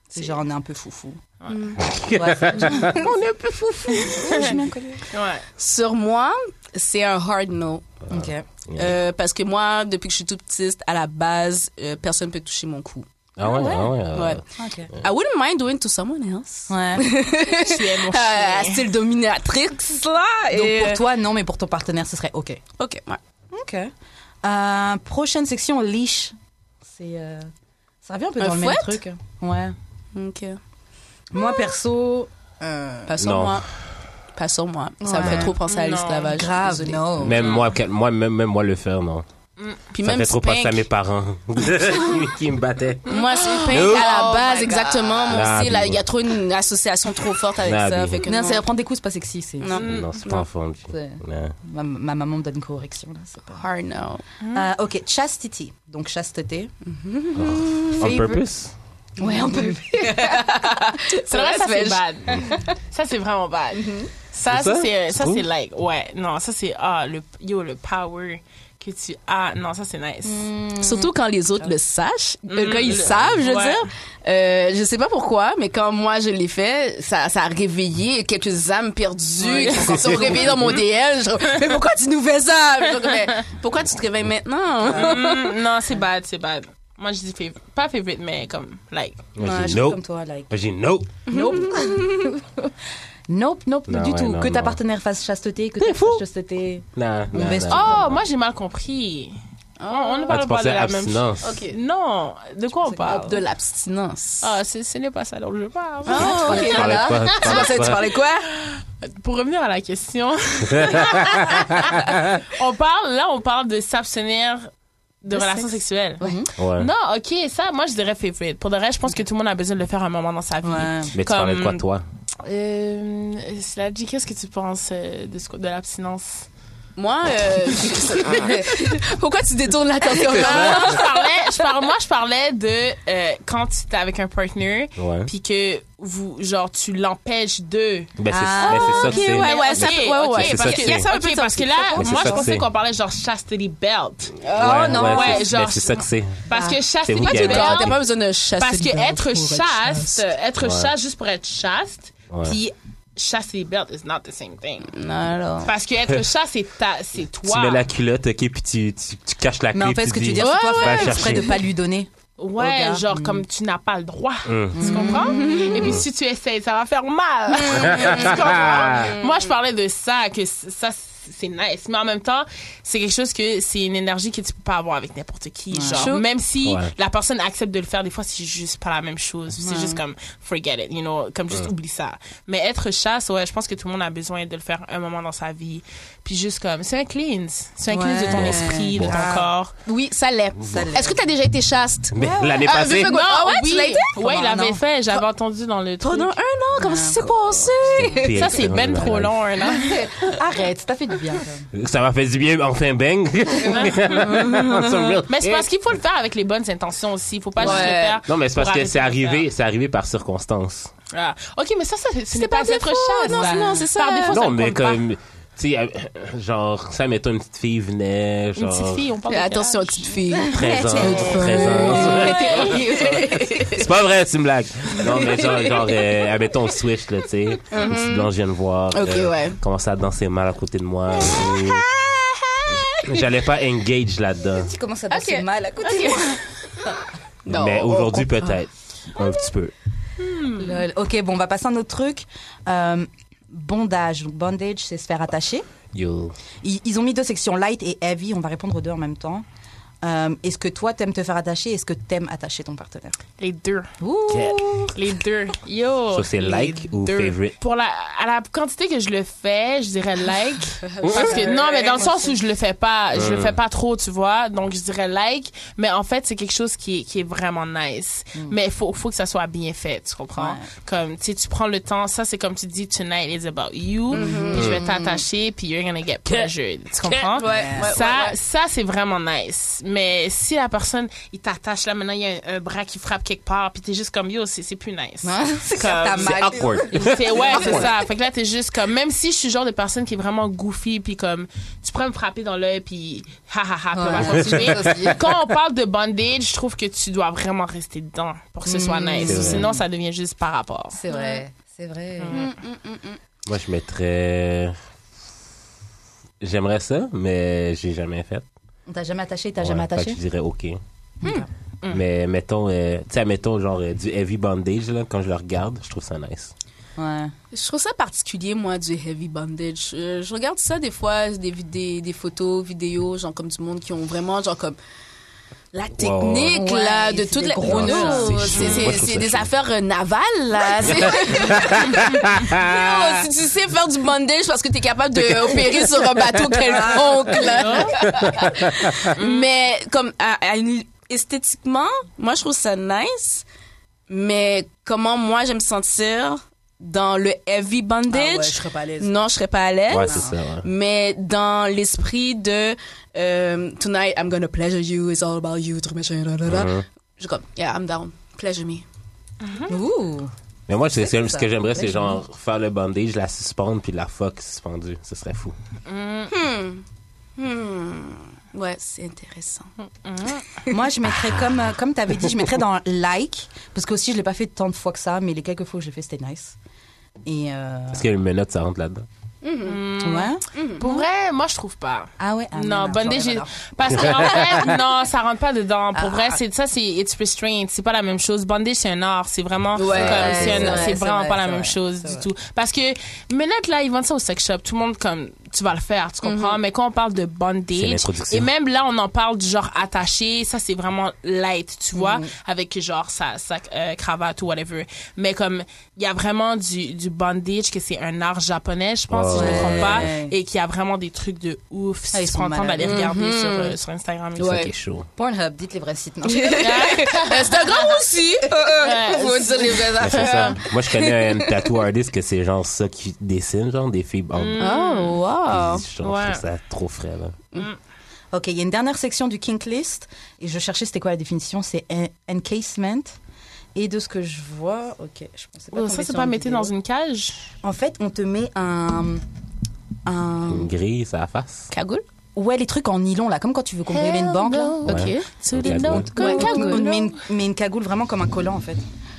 Speaker 1: C'est genre, on est un peu foufou.
Speaker 3: Mm.
Speaker 1: [LAUGHS]
Speaker 2: On est un peu foufou.
Speaker 4: Ouais.
Speaker 2: Sur moi, c'est un hard no.
Speaker 1: Ok.
Speaker 2: Euh, parce que moi, depuis que je suis toute petite, à la base, euh, personne peut toucher mon cou.
Speaker 3: Ah ouais, ah ouais. ah
Speaker 2: Ouais.
Speaker 3: ouais.
Speaker 1: Ok.
Speaker 2: I wouldn't mind doing to someone else.
Speaker 1: Ouais.
Speaker 4: Tu es Oh, mon
Speaker 2: Euh,
Speaker 4: chien.
Speaker 2: style dominatrix, là.
Speaker 1: Donc
Speaker 2: et-
Speaker 1: pour toi, non, mais pour ton partenaire, ce serait OK.
Speaker 2: Ok, ouais.
Speaker 1: OK. Euh, prochaine section, leash. C'est, euh, ça revient un peu
Speaker 2: Un
Speaker 1: dans le même
Speaker 2: fouet
Speaker 1: truc. Ouais.
Speaker 2: Ok.
Speaker 1: Moi, perso, euh,
Speaker 2: Pas sur
Speaker 3: Non.
Speaker 2: moi. Pas sur moi. Ça me
Speaker 1: Ouais.
Speaker 2: fait trop penser à
Speaker 4: Non.
Speaker 2: l'esclavage.
Speaker 1: grave,
Speaker 2: Désolée.
Speaker 1: non.
Speaker 3: Même moi, que- moi, même, même moi le faire, non.
Speaker 2: Puis
Speaker 3: Ça
Speaker 2: même
Speaker 3: fait trop
Speaker 2: spank.
Speaker 3: penser à mes parents [LAUGHS] qui me battaient.
Speaker 2: Moi, spank
Speaker 3: Oh
Speaker 2: à la base,
Speaker 1: my
Speaker 2: exactement. Moi aussi,
Speaker 3: Nah,
Speaker 2: là,
Speaker 3: bro.
Speaker 2: il y a trop une association trop forte avec
Speaker 3: Nah,
Speaker 2: ça.
Speaker 3: bro.
Speaker 2: fait que
Speaker 1: Non,
Speaker 2: non.
Speaker 1: c'est prendre des coups, c'est pas sexy. C'est,
Speaker 2: Non.
Speaker 4: Mm.
Speaker 3: Non, c'est pas enfant. puis-
Speaker 1: C'est-
Speaker 3: Non.
Speaker 1: Ma, ma maman me donne une correction. Là, c'est pas...
Speaker 2: Hard no.
Speaker 1: Euh, OK, chastity. Donc, chasteté.
Speaker 3: On
Speaker 1: Favorite-
Speaker 3: purpose?
Speaker 1: Ouais, un peu.
Speaker 4: C'est vrai,
Speaker 2: Ouais,
Speaker 4: ça
Speaker 2: mais
Speaker 4: c'est
Speaker 2: je-
Speaker 4: bad. ça c'est vraiment bad. Ça,
Speaker 3: C'est
Speaker 4: ça
Speaker 3: ça?
Speaker 4: c'est
Speaker 3: Tu
Speaker 4: ça
Speaker 3: trouves?
Speaker 4: c'est like ouais non ça c'est ah le yo le power que tu as non ça c'est nice.
Speaker 2: Surtout quand les autres le sachent, euh, quand ils
Speaker 4: Mm. Le-
Speaker 2: savent, je veux
Speaker 4: ouais.
Speaker 2: dire. Euh, je sais pas pourquoi, mais quand moi je l'ai fait, ça, ça a réveillé quelques âmes perdues qui se sont réveillées
Speaker 4: [LAUGHS]
Speaker 2: dans mon DL. Je- mais pourquoi tu nous fais ça? Je- mais pourquoi tu te réveilles maintenant?
Speaker 4: Mm, non c'est bad c'est bad. Moi je dis fav- pas favorite mais comme like
Speaker 3: Moi,
Speaker 1: Ouais,
Speaker 3: j'ai
Speaker 1: je
Speaker 3: dit
Speaker 1: suis
Speaker 3: no.
Speaker 1: comme toi, like.
Speaker 3: Moi, j'ai dit no.
Speaker 1: [LAUGHS] Nope. nope, nope,
Speaker 3: Non,
Speaker 1: du
Speaker 3: ouais,
Speaker 1: tout.
Speaker 3: non,
Speaker 1: que ta
Speaker 3: non.
Speaker 1: partenaire fasse chasteté, que tu fasses chasteté.
Speaker 3: Non, non,
Speaker 1: baisse-
Speaker 3: non.
Speaker 4: oh moi j'ai mal compris. On, on ne
Speaker 3: Ah,
Speaker 4: parle
Speaker 3: tu
Speaker 4: pas de
Speaker 3: Ah, pensais
Speaker 4: la même
Speaker 3: abstinence.
Speaker 2: Ok.
Speaker 4: chose. Non de quoi on parle.
Speaker 2: De l'abstinence.
Speaker 4: Ah c'est- ce n'est pas ça dont je parle.
Speaker 1: Hein?
Speaker 2: Ah, ok,
Speaker 3: Tu parlais
Speaker 2: voilà.
Speaker 3: pas,
Speaker 2: Tu pensais- tu parlais quoi?
Speaker 4: Pour revenir à
Speaker 3: [LAUGHS]
Speaker 4: la question, on parle là on parle de s'abstenir de relations sexuelles.
Speaker 3: Ouais.
Speaker 4: Non, ok, ça, moi, je dirais favorite. Pour de vrai, je pense que tout le monde a besoin de le faire un moment dans sa vie.
Speaker 1: Ouais.
Speaker 3: Mais tu parlais de quoi, toi?
Speaker 4: Euh, cela dit, qu'est-ce que tu penses euh, de, ce- de l'abstinence?
Speaker 2: Moi,
Speaker 4: [LAUGHS]
Speaker 2: euh, pourquoi tu détournes l'attention?
Speaker 4: Non, Ah, je parlais, je par- moi, je parlais de euh, quand tu es avec un partner,
Speaker 3: Ouais.
Speaker 4: puis que vous, genre, tu l'empêches de.
Speaker 3: Ben, c'est
Speaker 1: Ah,
Speaker 3: ben, c'est ça que
Speaker 2: ok,
Speaker 3: c'est.
Speaker 2: ouais, ouais. ça
Speaker 4: Ok,
Speaker 2: peut- ouais,
Speaker 4: ok,
Speaker 2: ouais.
Speaker 3: Mais c'est
Speaker 4: parce
Speaker 3: ça
Speaker 4: que,
Speaker 3: que c'est.
Speaker 4: ça un peu
Speaker 2: Ok,
Speaker 4: parce que
Speaker 2: ça
Speaker 4: là,
Speaker 3: Mais c'est
Speaker 4: moi,
Speaker 3: ça
Speaker 4: je
Speaker 3: que
Speaker 4: pensais
Speaker 3: c'est.
Speaker 4: qu'on parlait genre chastity belt.
Speaker 1: non,
Speaker 3: Ouais, ouais,
Speaker 4: Ah, ouais,
Speaker 3: c'est-
Speaker 4: genre-
Speaker 3: ben, c'est ça que c'est.
Speaker 4: Parce que
Speaker 3: vous
Speaker 4: chastity
Speaker 3: qui
Speaker 2: Tu
Speaker 3: avez
Speaker 4: belt,
Speaker 2: parles, T'as pas besoin de chasser.
Speaker 4: Parce
Speaker 2: le
Speaker 4: que
Speaker 2: ballon
Speaker 4: être
Speaker 2: pour
Speaker 4: chaste, être
Speaker 3: Ouais.
Speaker 4: chaste juste pour être chaste,
Speaker 3: Ouais.
Speaker 4: puis chasser les belts is not the same thing.
Speaker 2: Non, non.
Speaker 4: Parce que être
Speaker 3: [LAUGHS]
Speaker 4: chaste, c'est ta, c'est
Speaker 3: Tu mets
Speaker 4: toi.
Speaker 3: la culotte, ok, puis tu, tu, tu caches la clé.
Speaker 1: Mais en fait,
Speaker 3: puis
Speaker 1: ce que
Speaker 3: dis,
Speaker 1: tu veux dire, c'est quoi
Speaker 3: Va
Speaker 1: faire
Speaker 3: chercher.
Speaker 1: exprès de pas lui donner
Speaker 4: Ouais,
Speaker 1: gars.
Speaker 4: genre comme tu n'as pas le droit.
Speaker 3: Mm.
Speaker 4: Tu comprends? Et puis si tu essayes, ça va faire mal.
Speaker 1: Mm.
Speaker 4: [LAUGHS] tu comprends? Moi, je parlais de ça, que c- ça, c'est nice. Mais en même temps, c'est quelque chose que c'est une énergie que tu peux pas avoir avec n'importe qui. Genre,
Speaker 2: Sure.
Speaker 4: même si
Speaker 3: Ouais.
Speaker 4: la personne accepte de le faire, des fois, c'est juste pas la même chose. C'est juste comme, forget it, you know, comme juste oublie ça. Mais être chasse, ouais, je pense que tout le monde a besoin de le faire un moment dans sa vie. Puis juste comme, c'est un cleanse. C'est un cleanse de ton
Speaker 1: Ouais.
Speaker 4: esprit, de
Speaker 1: Ah.
Speaker 4: ton corps.
Speaker 2: Oui, ça l'est.
Speaker 1: Ça l'est.
Speaker 2: Est-ce que t'as déjà été chaste?
Speaker 3: [LAUGHS] Mais l'année
Speaker 2: Ah,
Speaker 3: passée,
Speaker 2: deux secondes. Ah ouais, tu l'as été?
Speaker 4: Ouais, il
Speaker 1: Comment,
Speaker 4: l'avait
Speaker 1: non?
Speaker 4: fait. J'avais entendu dans le truc.
Speaker 2: Pendant un an, comment ça s'est passé?
Speaker 3: Puis
Speaker 4: Ça, c'est ben
Speaker 3: extrêmement
Speaker 4: trop
Speaker 3: malade.
Speaker 4: long,
Speaker 2: [LAUGHS]
Speaker 4: un an.
Speaker 1: Arrête, ça fait du bien. quand même.
Speaker 3: Ça m'a fait du bien, enfin,
Speaker 4: [LAUGHS]
Speaker 3: bang. On s'en real.
Speaker 4: Mais c'est parce qu'il faut le faire avec les bonnes intentions aussi. Il faut pas juste
Speaker 2: Ouais.
Speaker 4: le faire.
Speaker 3: Non, mais c'est parce
Speaker 4: pour
Speaker 3: que
Speaker 4: arrêter
Speaker 3: c'est
Speaker 4: de le
Speaker 3: arrivé,
Speaker 4: faire.
Speaker 3: c'est arrivé par circonstance.
Speaker 4: Ah. OK, mais ça, ça ce n'est
Speaker 2: C'est par
Speaker 4: pas être
Speaker 2: défaut.
Speaker 4: chasse.
Speaker 2: Non,
Speaker 4: ça.
Speaker 2: non, c'est ça.
Speaker 4: Par défaut, ça
Speaker 3: Non,
Speaker 4: ne
Speaker 3: mais
Speaker 4: compte pas.
Speaker 3: comme, tu sais, euh, genre, ça, mettons, une petite fille venait,
Speaker 4: Une
Speaker 3: genre.
Speaker 4: petite fille, on parle de quel
Speaker 2: Attention,
Speaker 4: âge?
Speaker 2: petite fille.
Speaker 3: 13 ans, 13 ans. C'est pas vrai, c'est une blague. Non, mais
Speaker 2: [LAUGHS]
Speaker 3: genre, genre euh, admettons, on switch, là, tu sais. Une petite blanche vient de voir.
Speaker 2: Mm-hmm. Ok, ouais.
Speaker 3: Commencer à danser mal à côté de moi. Et J'allais pas engage là-dedans.
Speaker 1: Tu commences à danser
Speaker 2: Ok.
Speaker 1: mal à côté.
Speaker 2: Non,
Speaker 3: mais
Speaker 2: on-
Speaker 3: aujourd'hui, peut-être. Un petit peu.
Speaker 1: Lol. Ok, bon, on va passer à un autre truc. Euh, bondage. Bondage, c'est se faire attacher.
Speaker 3: Yo.
Speaker 1: Ils, ils ont mis deux sections, light et heavy. On va répondre aux deux en même temps. Euh, est-ce que toi, t'aimes te faire attacher Est-ce que t'aimes attacher ton partenaire
Speaker 4: Les deux.
Speaker 1: Ouh.
Speaker 4: Les deux. Yo.
Speaker 3: Ça, c'est
Speaker 4: les
Speaker 3: like ou
Speaker 4: deux.
Speaker 3: favorite?
Speaker 4: Pour la, à la quantité que je le fais, je dirais like. parce que, non, mais dans le sens où je le fais pas, je le fais pas trop, tu vois. Donc, je dirais like. Mais en fait, c'est quelque chose qui est, qui est vraiment nice. Mais il faut, faut que ça soit bien fait, tu comprends?
Speaker 1: Ouais.
Speaker 4: Comme, tu sais, tu prends le temps. Ça, c'est comme tu dis, tonight is about you. Puis je vais
Speaker 3: Mm.
Speaker 4: t'attacher, puis you're gonna get pleasure. Tu comprends?
Speaker 2: Ouais, ouais,
Speaker 4: ça,
Speaker 2: ouais, ouais.
Speaker 4: ça c'est vraiment nice. Mais si la personne, il t'attache là, maintenant, il y a un, un bras qui frappe quelque part, puis t'es juste comme, yo, c'est c'est plus nice.
Speaker 1: C'est
Speaker 4: Comme-
Speaker 1: quand t'as
Speaker 3: C'est
Speaker 1: mal.
Speaker 3: awkward.
Speaker 4: C'est ouais, c'est ça. Fait que là t'es juste comme même si je suis le genre de personne qui est vraiment goofy puis comme tu pourrais me frapper dans l'œil puis ha ha ha puis on va
Speaker 2: Ouais.
Speaker 4: continuer.
Speaker 2: Ça aussi.
Speaker 4: Quand on parle de bondage, je trouve que tu dois vraiment rester dedans pour que ce soit
Speaker 3: C'est
Speaker 4: nice.
Speaker 3: vrai.
Speaker 4: Sinon ça devient juste par rapport.
Speaker 5: C'est vrai, c'est vrai.
Speaker 3: Moi, je mettrais. J'aimerais ça, mais j'ai jamais fait.
Speaker 1: On t'a jamais attaché, t'as
Speaker 3: Ouais,
Speaker 1: jamais
Speaker 3: fait
Speaker 1: attaché
Speaker 3: que Je dirais OK. Hmm. Mais mettons, euh, tu sais, mettons genre euh, du heavy bandage, là, quand je le regarde, je trouve ça nice.
Speaker 5: Ah
Speaker 1: Ouais.
Speaker 2: Je trouve ça particulier, moi, du heavy bondage. Euh, je regarde ça des fois, des, vid- des, des photos, vidéos, genre comme du monde qui ont vraiment, genre comme la technique,
Speaker 5: Ouais,
Speaker 2: là, de
Speaker 5: c'est
Speaker 2: toutes
Speaker 5: des
Speaker 2: les...
Speaker 5: gros
Speaker 2: Oh,
Speaker 3: noms,
Speaker 2: non,
Speaker 3: ça.
Speaker 2: C'est
Speaker 3: C'est
Speaker 2: c'est-
Speaker 3: chaud. Moi, je trouve
Speaker 2: c'est
Speaker 3: ça
Speaker 2: des
Speaker 3: chaud.
Speaker 2: affaires euh, navales,
Speaker 3: [LAUGHS]
Speaker 2: là. C'est- Yo, si tu sais faire du bondage parce que t'es capable de opérer sur un bateau quelconque, là.
Speaker 5: Mm.
Speaker 2: Mais comme, à- à une- esthétiquement, moi, je trouve ça nice mais comment moi je vais me sentir dans le heavy bandage
Speaker 5: Ah ouais, je serais pas à l'aise.
Speaker 2: non je serais pas à l'aise
Speaker 3: Ouais, c'est ça, ouais.
Speaker 2: mais dans l'esprit de euh, tonight I'm gonna pleasure you it's all about you truc, machin, da, da, da.
Speaker 3: Mhm.
Speaker 2: je suis comme yeah I'm down pleasure me
Speaker 1: Mhm. Ouh.
Speaker 3: Mais moi, c'est,
Speaker 1: C'est
Speaker 3: ce
Speaker 1: ça.
Speaker 3: que j'aimerais, c'est
Speaker 1: Ouais,
Speaker 3: genre faire le bandage, la suspendre, puis la fuck suspendue. Ce serait fou.
Speaker 2: Hmm. ouais
Speaker 5: [LAUGHS]
Speaker 2: c'est intéressant
Speaker 1: Moi, je mettrais comme euh, comme t'avais dit, je mettrais dans like parce que aussi je l'ai pas fait tant de fois que ça, mais les quelques fois que je l'ai fait, c'était nice. Et euh,
Speaker 3: Est-ce qu'une menotte, ça rentre là-dedans?
Speaker 5: Mm.
Speaker 1: ouais.
Speaker 4: Pour vrai, moi je trouve pas.
Speaker 1: Ah ouais. ah
Speaker 4: non,
Speaker 1: j'aurais
Speaker 4: bondage, j'ai-
Speaker 1: valeur.
Speaker 4: parce que en fait, non, ça rentre pas dedans. Pour vrai, c'est ça, c'est it's restraint, c'est pas la même chose. Bondage, c'est un art, c'est vraiment comme c'est un-
Speaker 5: c'est vrai,
Speaker 4: c'est
Speaker 5: c'est
Speaker 4: vraiment
Speaker 5: vrai,
Speaker 4: pas la
Speaker 5: c'est
Speaker 4: même
Speaker 5: vrai,
Speaker 4: chose
Speaker 5: c'est
Speaker 4: du
Speaker 5: vrai.
Speaker 4: tout. Parce que Minute là, ils vendent ça au sex shop, tout le monde comme tu vas le faire, tu comprends. Mais quand on parle de
Speaker 3: C'est
Speaker 4: bondage,
Speaker 3: l'introduction.
Speaker 4: et même là, on en parle du genre attaché, ça c'est vraiment light, tu vois, avec genre sa, sa euh, cravate ou whatever. Mais comme il y a vraiment du du bondage que c'est un art japonais, je pense, si je me trompe pas,
Speaker 1: Ouais.
Speaker 4: et qu'il y a vraiment des trucs de ouf
Speaker 1: Ah, ils
Speaker 4: si tu
Speaker 1: sont
Speaker 4: prends le temps
Speaker 1: malades.
Speaker 4: d'aller regarder sur, euh, sur Instagram. et tout.
Speaker 3: Ça
Speaker 2: Ouais.
Speaker 3: qui est chaud.
Speaker 5: Pornhub, dites les vrais sites.
Speaker 1: [LAUGHS]
Speaker 5: Non. Euh,
Speaker 2: Instagram aussi euh, euh, faut dire les vraies
Speaker 3: Mais c'est
Speaker 2: affaires
Speaker 3: ça. Moi, je connais un tattoo artist que c'est genre ça qui dessine, genre des filles bandées.
Speaker 1: Hmm.
Speaker 2: oh
Speaker 1: Ah,
Speaker 2: wow
Speaker 3: Je trouve
Speaker 4: Ouais.
Speaker 3: ça trop frais, là.
Speaker 1: Ok, il y a une dernière section du kink list et je cherchais c'était quoi la définition, c'est en- encasement. Et de ce que je vois, ok, je pensais pas.
Speaker 4: Oh,
Speaker 1: tomber
Speaker 4: ça, c'est
Speaker 1: sur
Speaker 4: pas
Speaker 1: une
Speaker 4: mettre
Speaker 1: vidéo.
Speaker 4: dans une cage?
Speaker 1: En fait, on te met un un
Speaker 3: Une grille, ça face.
Speaker 2: Euh, cagoule
Speaker 1: ouais les trucs en nylon là, comme quand tu veux qu'on brûle une banque là.
Speaker 2: ok
Speaker 3: Ouais.
Speaker 4: To
Speaker 3: Cagoule.
Speaker 4: the note, comme
Speaker 1: Ouais,
Speaker 4: une cagoule.
Speaker 1: on te met une, met une cagoule vraiment comme un collant en fait.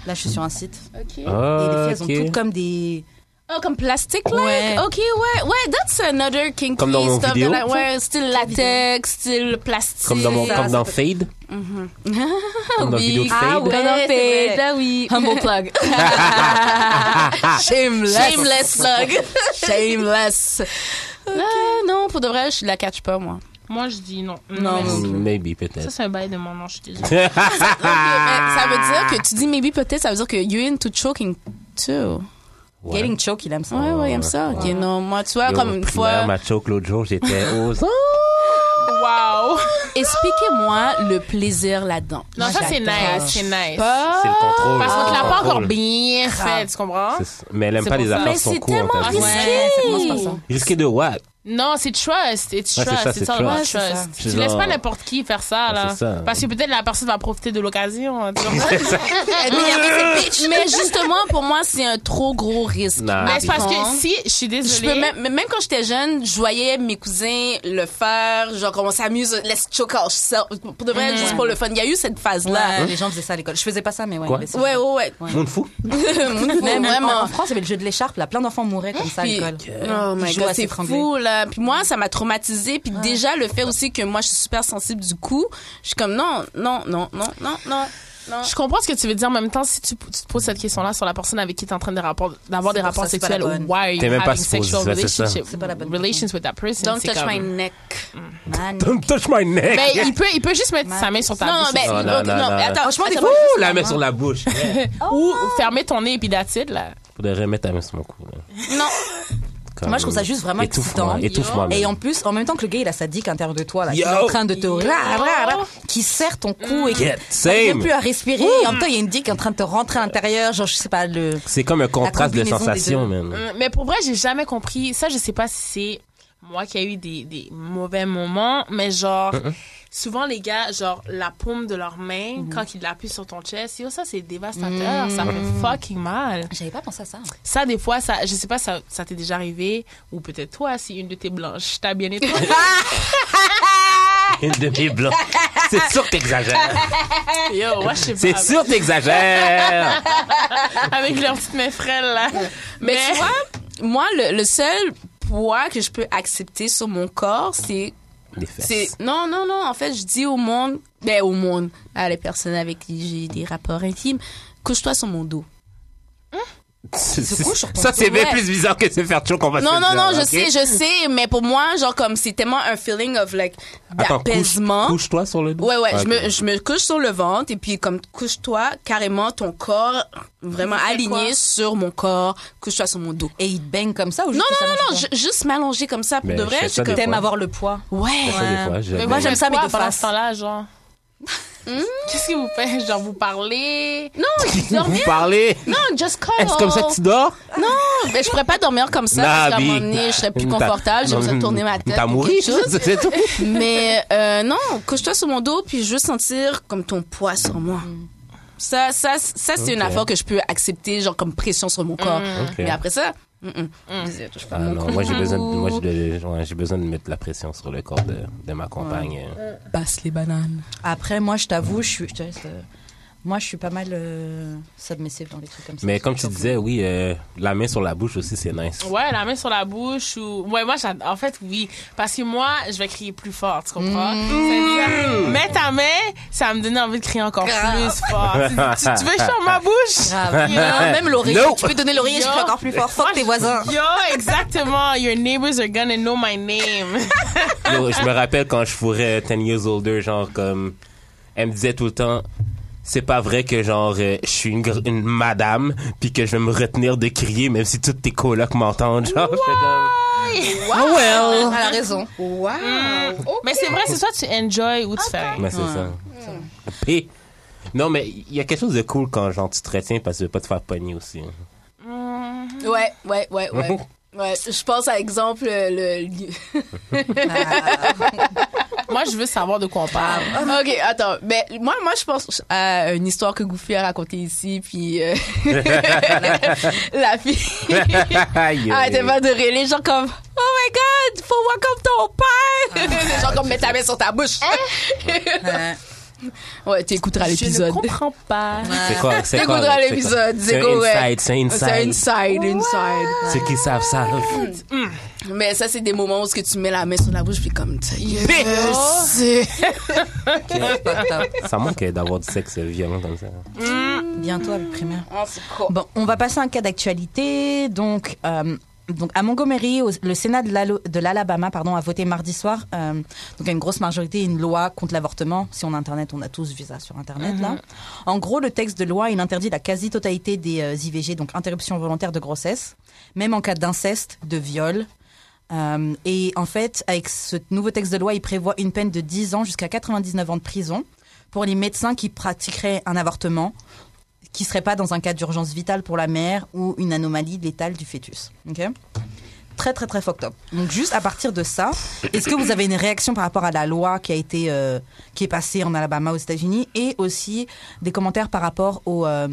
Speaker 1: Là, je suis sur un site.
Speaker 2: ok
Speaker 1: Et les filles,
Speaker 3: Ah,
Speaker 1: elles ont toutes comme des
Speaker 2: Oh, comme plastique, là?
Speaker 1: Ouais.
Speaker 2: Ok, ouais, ouais, that's another kinky
Speaker 3: Comme dans mon
Speaker 2: stuff.
Speaker 3: vidéo.
Speaker 2: that I- ouais, style latex, style plastique. Ah
Speaker 3: Comme dans, mon,
Speaker 5: ça,
Speaker 3: comme
Speaker 5: ça
Speaker 3: dans
Speaker 5: peut-
Speaker 3: Fade. Comme dans la vidéo de Fade.
Speaker 5: Ah ouais.
Speaker 2: Comme dans
Speaker 5: c'est
Speaker 2: Fade,
Speaker 5: vrai.
Speaker 2: ah oui.
Speaker 1: Humble
Speaker 3: [LAUGHS]
Speaker 1: plug.
Speaker 5: Shameless.
Speaker 2: Shameless plug. Shameless. Ah, non, pour de vrai, je la catch pas, moi.
Speaker 4: Moi, je dis non.
Speaker 2: Non,
Speaker 4: merci.
Speaker 3: Mm, Maybe,
Speaker 4: Ça,
Speaker 3: peut-être.
Speaker 4: c'est un bail de mon nom, je suis
Speaker 3: [LAUGHS]
Speaker 4: désolée.
Speaker 3: Ah.
Speaker 2: Mais ça veut dire que tu dis maybe peut-être, ça veut dire que you're into choking too.
Speaker 3: Ouais.
Speaker 1: Getting choke, il aime ça.
Speaker 2: Ouais, ouais, j'aime ça. Ok, non, moi, tu vois,
Speaker 3: Oh, Yo,
Speaker 2: comme une
Speaker 3: primaire,
Speaker 2: fois.
Speaker 3: ma choke l'autre jour, j'étais aux
Speaker 4: Wow.
Speaker 2: Expliquez-moi le plaisir là-dedans.
Speaker 4: Non, ça, c'est
Speaker 5: j'adore.
Speaker 4: nice. C'est nice.
Speaker 2: Pas.
Speaker 3: C'est le contrôle.
Speaker 4: Parce qu'on
Speaker 3: c'est
Speaker 4: te
Speaker 3: le
Speaker 4: l'a pas encore
Speaker 3: contrôle.
Speaker 4: bien fait, tu comprends?
Speaker 3: C'est ça. Mais elle aime
Speaker 4: C'est
Speaker 3: pas
Speaker 4: pour
Speaker 3: les
Speaker 4: ça.
Speaker 3: affaires
Speaker 4: Mais
Speaker 3: sont
Speaker 2: c'est
Speaker 3: courtes.
Speaker 2: tellement
Speaker 3: t'as vu.
Speaker 2: risqué.
Speaker 1: Ouais, ça commence par ça.
Speaker 3: Risqué de what?
Speaker 4: Non, c'est trust. It's
Speaker 3: Ouais, c'est
Speaker 4: trust.
Speaker 3: ça,
Speaker 4: It's
Speaker 3: c'est
Speaker 4: all about
Speaker 3: trust.
Speaker 1: Ouais, c'est ça.
Speaker 4: trust. Tu
Speaker 3: C'est
Speaker 4: laisses
Speaker 3: genre-
Speaker 4: pas n'importe qui faire ça,
Speaker 3: Ouais,
Speaker 4: là.
Speaker 3: c'est ça.
Speaker 4: Parce que peut-être la personne va profiter de l'occasion. hein, tu comprends?
Speaker 2: Mais justement, pour moi, c'est un trop gros risque.
Speaker 3: Nah.
Speaker 4: Mais c'est parce
Speaker 2: Comprends.
Speaker 4: que si, je suis désolée.
Speaker 2: Je peux même, même quand j'étais jeune, je voyais mes cousins le faire, genre comment on s'amuse, let's choke ourselves, pour de vrai, juste pour le fun. Il y a eu cette phase-là.
Speaker 1: Ouais, Les gens faisaient ça à l'école. Je faisais pas ça, mais ouais.
Speaker 3: Quoi?
Speaker 1: mais c'est-
Speaker 2: Ouais, ouais, ouais. [LAUGHS]
Speaker 3: Monde fou? [LAUGHS]
Speaker 1: Même en-
Speaker 2: Vraiment.
Speaker 1: En, France, il y avait le jeu de l'écharpe, là, plein d'enfants mouraient comme ça à
Speaker 2: Puis-
Speaker 1: l'école.
Speaker 2: Oh my
Speaker 1: Ils jouaient
Speaker 2: god,
Speaker 1: à
Speaker 2: c'est
Speaker 1: s'étrangler.
Speaker 2: fou là. Puis moi, ça m'a traumatisée. Puis déjà le fait aussi que moi, je suis super sensible du coup. Je suis comme non, non, non, non, non, non, non.
Speaker 1: Ah.
Speaker 4: Je comprends ce que tu veux dire. En même temps, si tu, tu te poses cette question-là sur la personne avec qui tu es en train de rapport- d'avoir
Speaker 1: C'est
Speaker 4: des
Speaker 1: pour
Speaker 4: rapports
Speaker 1: ça, c'est pas
Speaker 4: sexuels,
Speaker 1: la bonne.
Speaker 4: why are you
Speaker 3: T'es même pas
Speaker 4: having
Speaker 3: supposée,
Speaker 4: sexual
Speaker 3: c'est ça.
Speaker 4: relationship,
Speaker 1: C'est pas la bonne
Speaker 4: relations with that person?
Speaker 2: Don't
Speaker 4: c'est
Speaker 2: touch
Speaker 4: comme-
Speaker 2: my
Speaker 3: [LAUGHS]
Speaker 2: neck.
Speaker 1: Man.
Speaker 3: Don't touch my neck! [LAUGHS]
Speaker 4: Mais il peut, il peut juste mettre sa main sur ta
Speaker 2: Non,
Speaker 4: bouche.
Speaker 2: mais
Speaker 3: Non, non,
Speaker 2: ok,
Speaker 3: non, non.
Speaker 2: attends,
Speaker 1: Franchement, des
Speaker 2: attends,
Speaker 1: fois,
Speaker 3: Ouh, la main sur la bouche.
Speaker 1: oh
Speaker 4: Ou fermer ton nez et puis that's it, là.
Speaker 3: [LAUGHS] Faudrait remettre ta main sur mon cou. là.
Speaker 2: non.
Speaker 3: Comme-
Speaker 1: Moi, je trouve ça juste vraiment
Speaker 3: Étouffe-moi,
Speaker 1: excitant.
Speaker 3: étouffe-moi.
Speaker 1: Et
Speaker 3: man.
Speaker 1: en plus, en même temps que le gars, il a sa dick à l'intérieur de toi, là, qui
Speaker 3: Ah, Yo.
Speaker 1: est en train de te. ra- ra- ra-
Speaker 4: Yo.
Speaker 1: qui serre ton cou et qui.
Speaker 3: Get
Speaker 1: t'arrives
Speaker 3: same.
Speaker 1: plus à respirer. Et en même temps, il y a une dick en train de te rentrer à l'intérieur. Genre, je sais pas, le.
Speaker 3: C'est comme un contraste de
Speaker 1: combinaison des
Speaker 3: sensations, man.
Speaker 4: [LAUGHS] Hum, Mais pour vrai, j'ai jamais compris. Ça, je sais pas si c'est moi qui a eu des, des mauvais moments, mais genre, souvent les gars, genre, la paume de leur main,
Speaker 1: Mm-hmm.
Speaker 4: quand ils l'appuient sur ton chest, yo, ça, c'est
Speaker 1: Mm.
Speaker 4: dévastateur. Ça fait fucking mal.
Speaker 1: J'avais pas pensé à ça.
Speaker 4: Ça, des fois, ça, je sais pas, ça, ça t'est déjà arrivé, ou peut-être toi, si une de tes blanches t'a bien été. [LAUGHS]
Speaker 3: Une de mes blancs. C'est sûr que t'exagères.
Speaker 4: Yo, moi, je sais pas.
Speaker 3: C'est sûr que t'exagères.
Speaker 4: Avec leurs petites mains frêles, là.
Speaker 2: Mais, Ben, tu vois, moi, le, le seul poids que je peux accepter sur mon corps, c'est
Speaker 3: Les
Speaker 2: c'est
Speaker 3: fesses.
Speaker 2: non non non en fait je dis au monde ben au monde à les personnes avec qui j'ai des rapports intimes couche-toi sur mon dos
Speaker 1: se couche sur ton
Speaker 3: Ça, c'est bien
Speaker 2: Ouais.
Speaker 3: plus bizarre que se faire choc qu'on va se
Speaker 2: non non
Speaker 3: dire,
Speaker 2: non je
Speaker 3: ok?
Speaker 2: sais je sais mais pour moi genre comme c'est tellement un feeling of like
Speaker 3: Attends,
Speaker 2: d'apaisement
Speaker 3: couche- Couche-toi sur le dos.
Speaker 2: Ouais, ouais,
Speaker 3: Ah,
Speaker 2: je,
Speaker 3: ok.
Speaker 2: me, je me couche sur le ventre et puis comme couche-toi carrément ton corps vraiment aligné sur mon corps, couche-toi sur mon dos.
Speaker 1: Et il te baigne comme ça ou
Speaker 2: Non,
Speaker 1: juste que
Speaker 2: non,
Speaker 1: ça
Speaker 2: non,
Speaker 1: marche
Speaker 2: non,
Speaker 1: pas
Speaker 2: ju- juste m'allonger comme ça pour
Speaker 3: Mais
Speaker 2: de
Speaker 3: je
Speaker 2: vrai.
Speaker 3: fais
Speaker 2: Je suis
Speaker 3: ça des
Speaker 2: comme,
Speaker 1: T'aimes
Speaker 3: Ouais.
Speaker 1: avoir le poids.
Speaker 2: ouais.
Speaker 3: Ça, des fois, je-
Speaker 4: Mais
Speaker 1: moi,
Speaker 4: vous
Speaker 1: j'aime
Speaker 4: faites
Speaker 1: ça, mais
Speaker 4: quoi
Speaker 1: de
Speaker 4: pendant
Speaker 1: face.
Speaker 4: ce temps-là, genre. [LAUGHS] Qu'est-ce que vous faites? Genre, vous parlez?
Speaker 3: [LAUGHS] Vous parlez.
Speaker 2: Non, just call.
Speaker 3: Est-ce comme ça que tu dors?
Speaker 2: Non, mais je pourrais pas dormir comme ça. parce qu'à un
Speaker 3: Nabi.
Speaker 2: moment donné, je serais plus
Speaker 3: T'as-
Speaker 2: confortable. J'aimerais ça
Speaker 3: non,
Speaker 2: tourner ma tête.
Speaker 3: T'as
Speaker 2: ou
Speaker 3: mouru,
Speaker 2: quelque chose. [LAUGHS]
Speaker 3: c'est tout.
Speaker 2: Mais euh, non, couche-toi sur mon dos puis juste sentir comme ton poids sur moi. Ça, ça, ça c'est une
Speaker 3: Ok.
Speaker 2: affaire que je peux accepter, genre comme pression sur mon corps.
Speaker 3: Ok.
Speaker 2: Mais après ça, mm, mm. Vas-y, touche pas
Speaker 3: Ah
Speaker 2: mon
Speaker 3: non,
Speaker 2: cou.
Speaker 3: moi j'ai besoin, de, moi
Speaker 2: [LAUGHS]
Speaker 3: j'ai de- ouais, j'ai besoin de mettre la pression sur le corps de, de ma compagne. euh.
Speaker 2: Passe les bananes.
Speaker 1: Après, moi, je t'avoue, je suis. je te laisse, euh, Moi, je suis pas mal euh, submissive dans des trucs comme ça.
Speaker 3: Mais comme tu disais, oui, euh, la main sur la bouche aussi c'est nice.
Speaker 4: Ouais, la main sur la bouche ou. Ouais, moi, j'ad- en fait, oui. Parce que moi, je vais crier plus fort, tu comprends? C'est-à-dire, mets ta main, ça va me donner envie de crier encore plus fort. Tu, tu- tu veux que je ferme ma bouche?
Speaker 1: Grave.
Speaker 2: Ah,
Speaker 1: Même l'oreiller.
Speaker 3: Eh, No.
Speaker 1: Tu peux donner l'oreiller, je
Speaker 4: Yo.
Speaker 1: crie encore plus fort. Fuck tes voisins.
Speaker 4: Yo, exactement. Your neighbors are gonna know my name.
Speaker 3: Yo, je me rappelle quand je fourrais euh, 10 years older, genre comme elle me disait tout le temps, c'est pas vrai que genre euh, je suis une, gr- une madame puis que je vais me retenir de crier même si toutes tes colocs m'entendent. Genre, je fais comme,
Speaker 1: Ah well. Elle a raison.
Speaker 4: Mais c'est vrai, c'est soit tu enjoy ou tu fais rien.
Speaker 3: mais c'est ça. Puis, non mais il y a quelque chose de cool quand genre tu te retiens parce que tu veux pas te faire pogner aussi. hein.
Speaker 2: Ouais, ouais, ouais, ouais.
Speaker 3: Oh.
Speaker 2: Ouais, je pense à exemple euh, le.
Speaker 4: Moi, je veux savoir de quoi on parle.
Speaker 2: [LAUGHS] ok, attends. Mais moi, moi, je pense à une histoire que Goofy a racontée ici, puis euh, [LAUGHS] la fille
Speaker 3: Aïe.
Speaker 2: arrêtait Ah, pas de râler, genre comme Oh my
Speaker 4: Ah.
Speaker 2: [LAUGHS] God, faut voir comme ton père. genre comme mets ta main sur ta bouche. [LAUGHS] Ouais, tu écouteras
Speaker 4: Hein? Je ne
Speaker 2: l'épisode.
Speaker 4: comprends pas.
Speaker 3: C'est quoi? C'est
Speaker 2: T'écouteras
Speaker 3: quoi? c'est quoi?
Speaker 2: l'épisode, c'est
Speaker 3: C'est
Speaker 2: go, ouais.
Speaker 3: inside, c'est
Speaker 2: C'est
Speaker 3: inside.
Speaker 2: inside, Hmm. inside.
Speaker 3: Ceux qui savent ça.
Speaker 2: Mais ça, c'est des moments où ce que tu mets la main sur la bouche, puis comme, tu
Speaker 3: Ça manque d'avoir du sexe violent comme ça.
Speaker 1: Bientôt avec primaire.
Speaker 4: Ah,
Speaker 1: Bon, on va passer à un cas d'actualité. Donc, euh, donc à Montgomery, au- le Sénat de l'Alo- de l'Alabama pardon, a voté mardi soir, euh, donc à une grosse majorité, une loi contre l'avortement. Si on a Internet, on a tous vu ça sur Internet. là. En gros, le texte de loi, il interdit la quasi-totalité des euh, IVG, donc interruption volontaire de grossesse, même en cas d'inceste, de viol. Euh, et en fait, avec ce nouveau texte de loi, il prévoit une peine de 10 ans jusqu'à 99 ans de prison pour les médecins qui pratiqueraient un avortement qui serait pas dans un cas d'urgence vitale pour la mère ou une anomalie létale du fœtus. Ok très très très fucked up. Donc juste à partir de ça, est-ce que vous avez une réaction par rapport à la loi qui a été euh, qui est passée en Alabama aux États-Unis et aussi des commentaires par rapport au euh,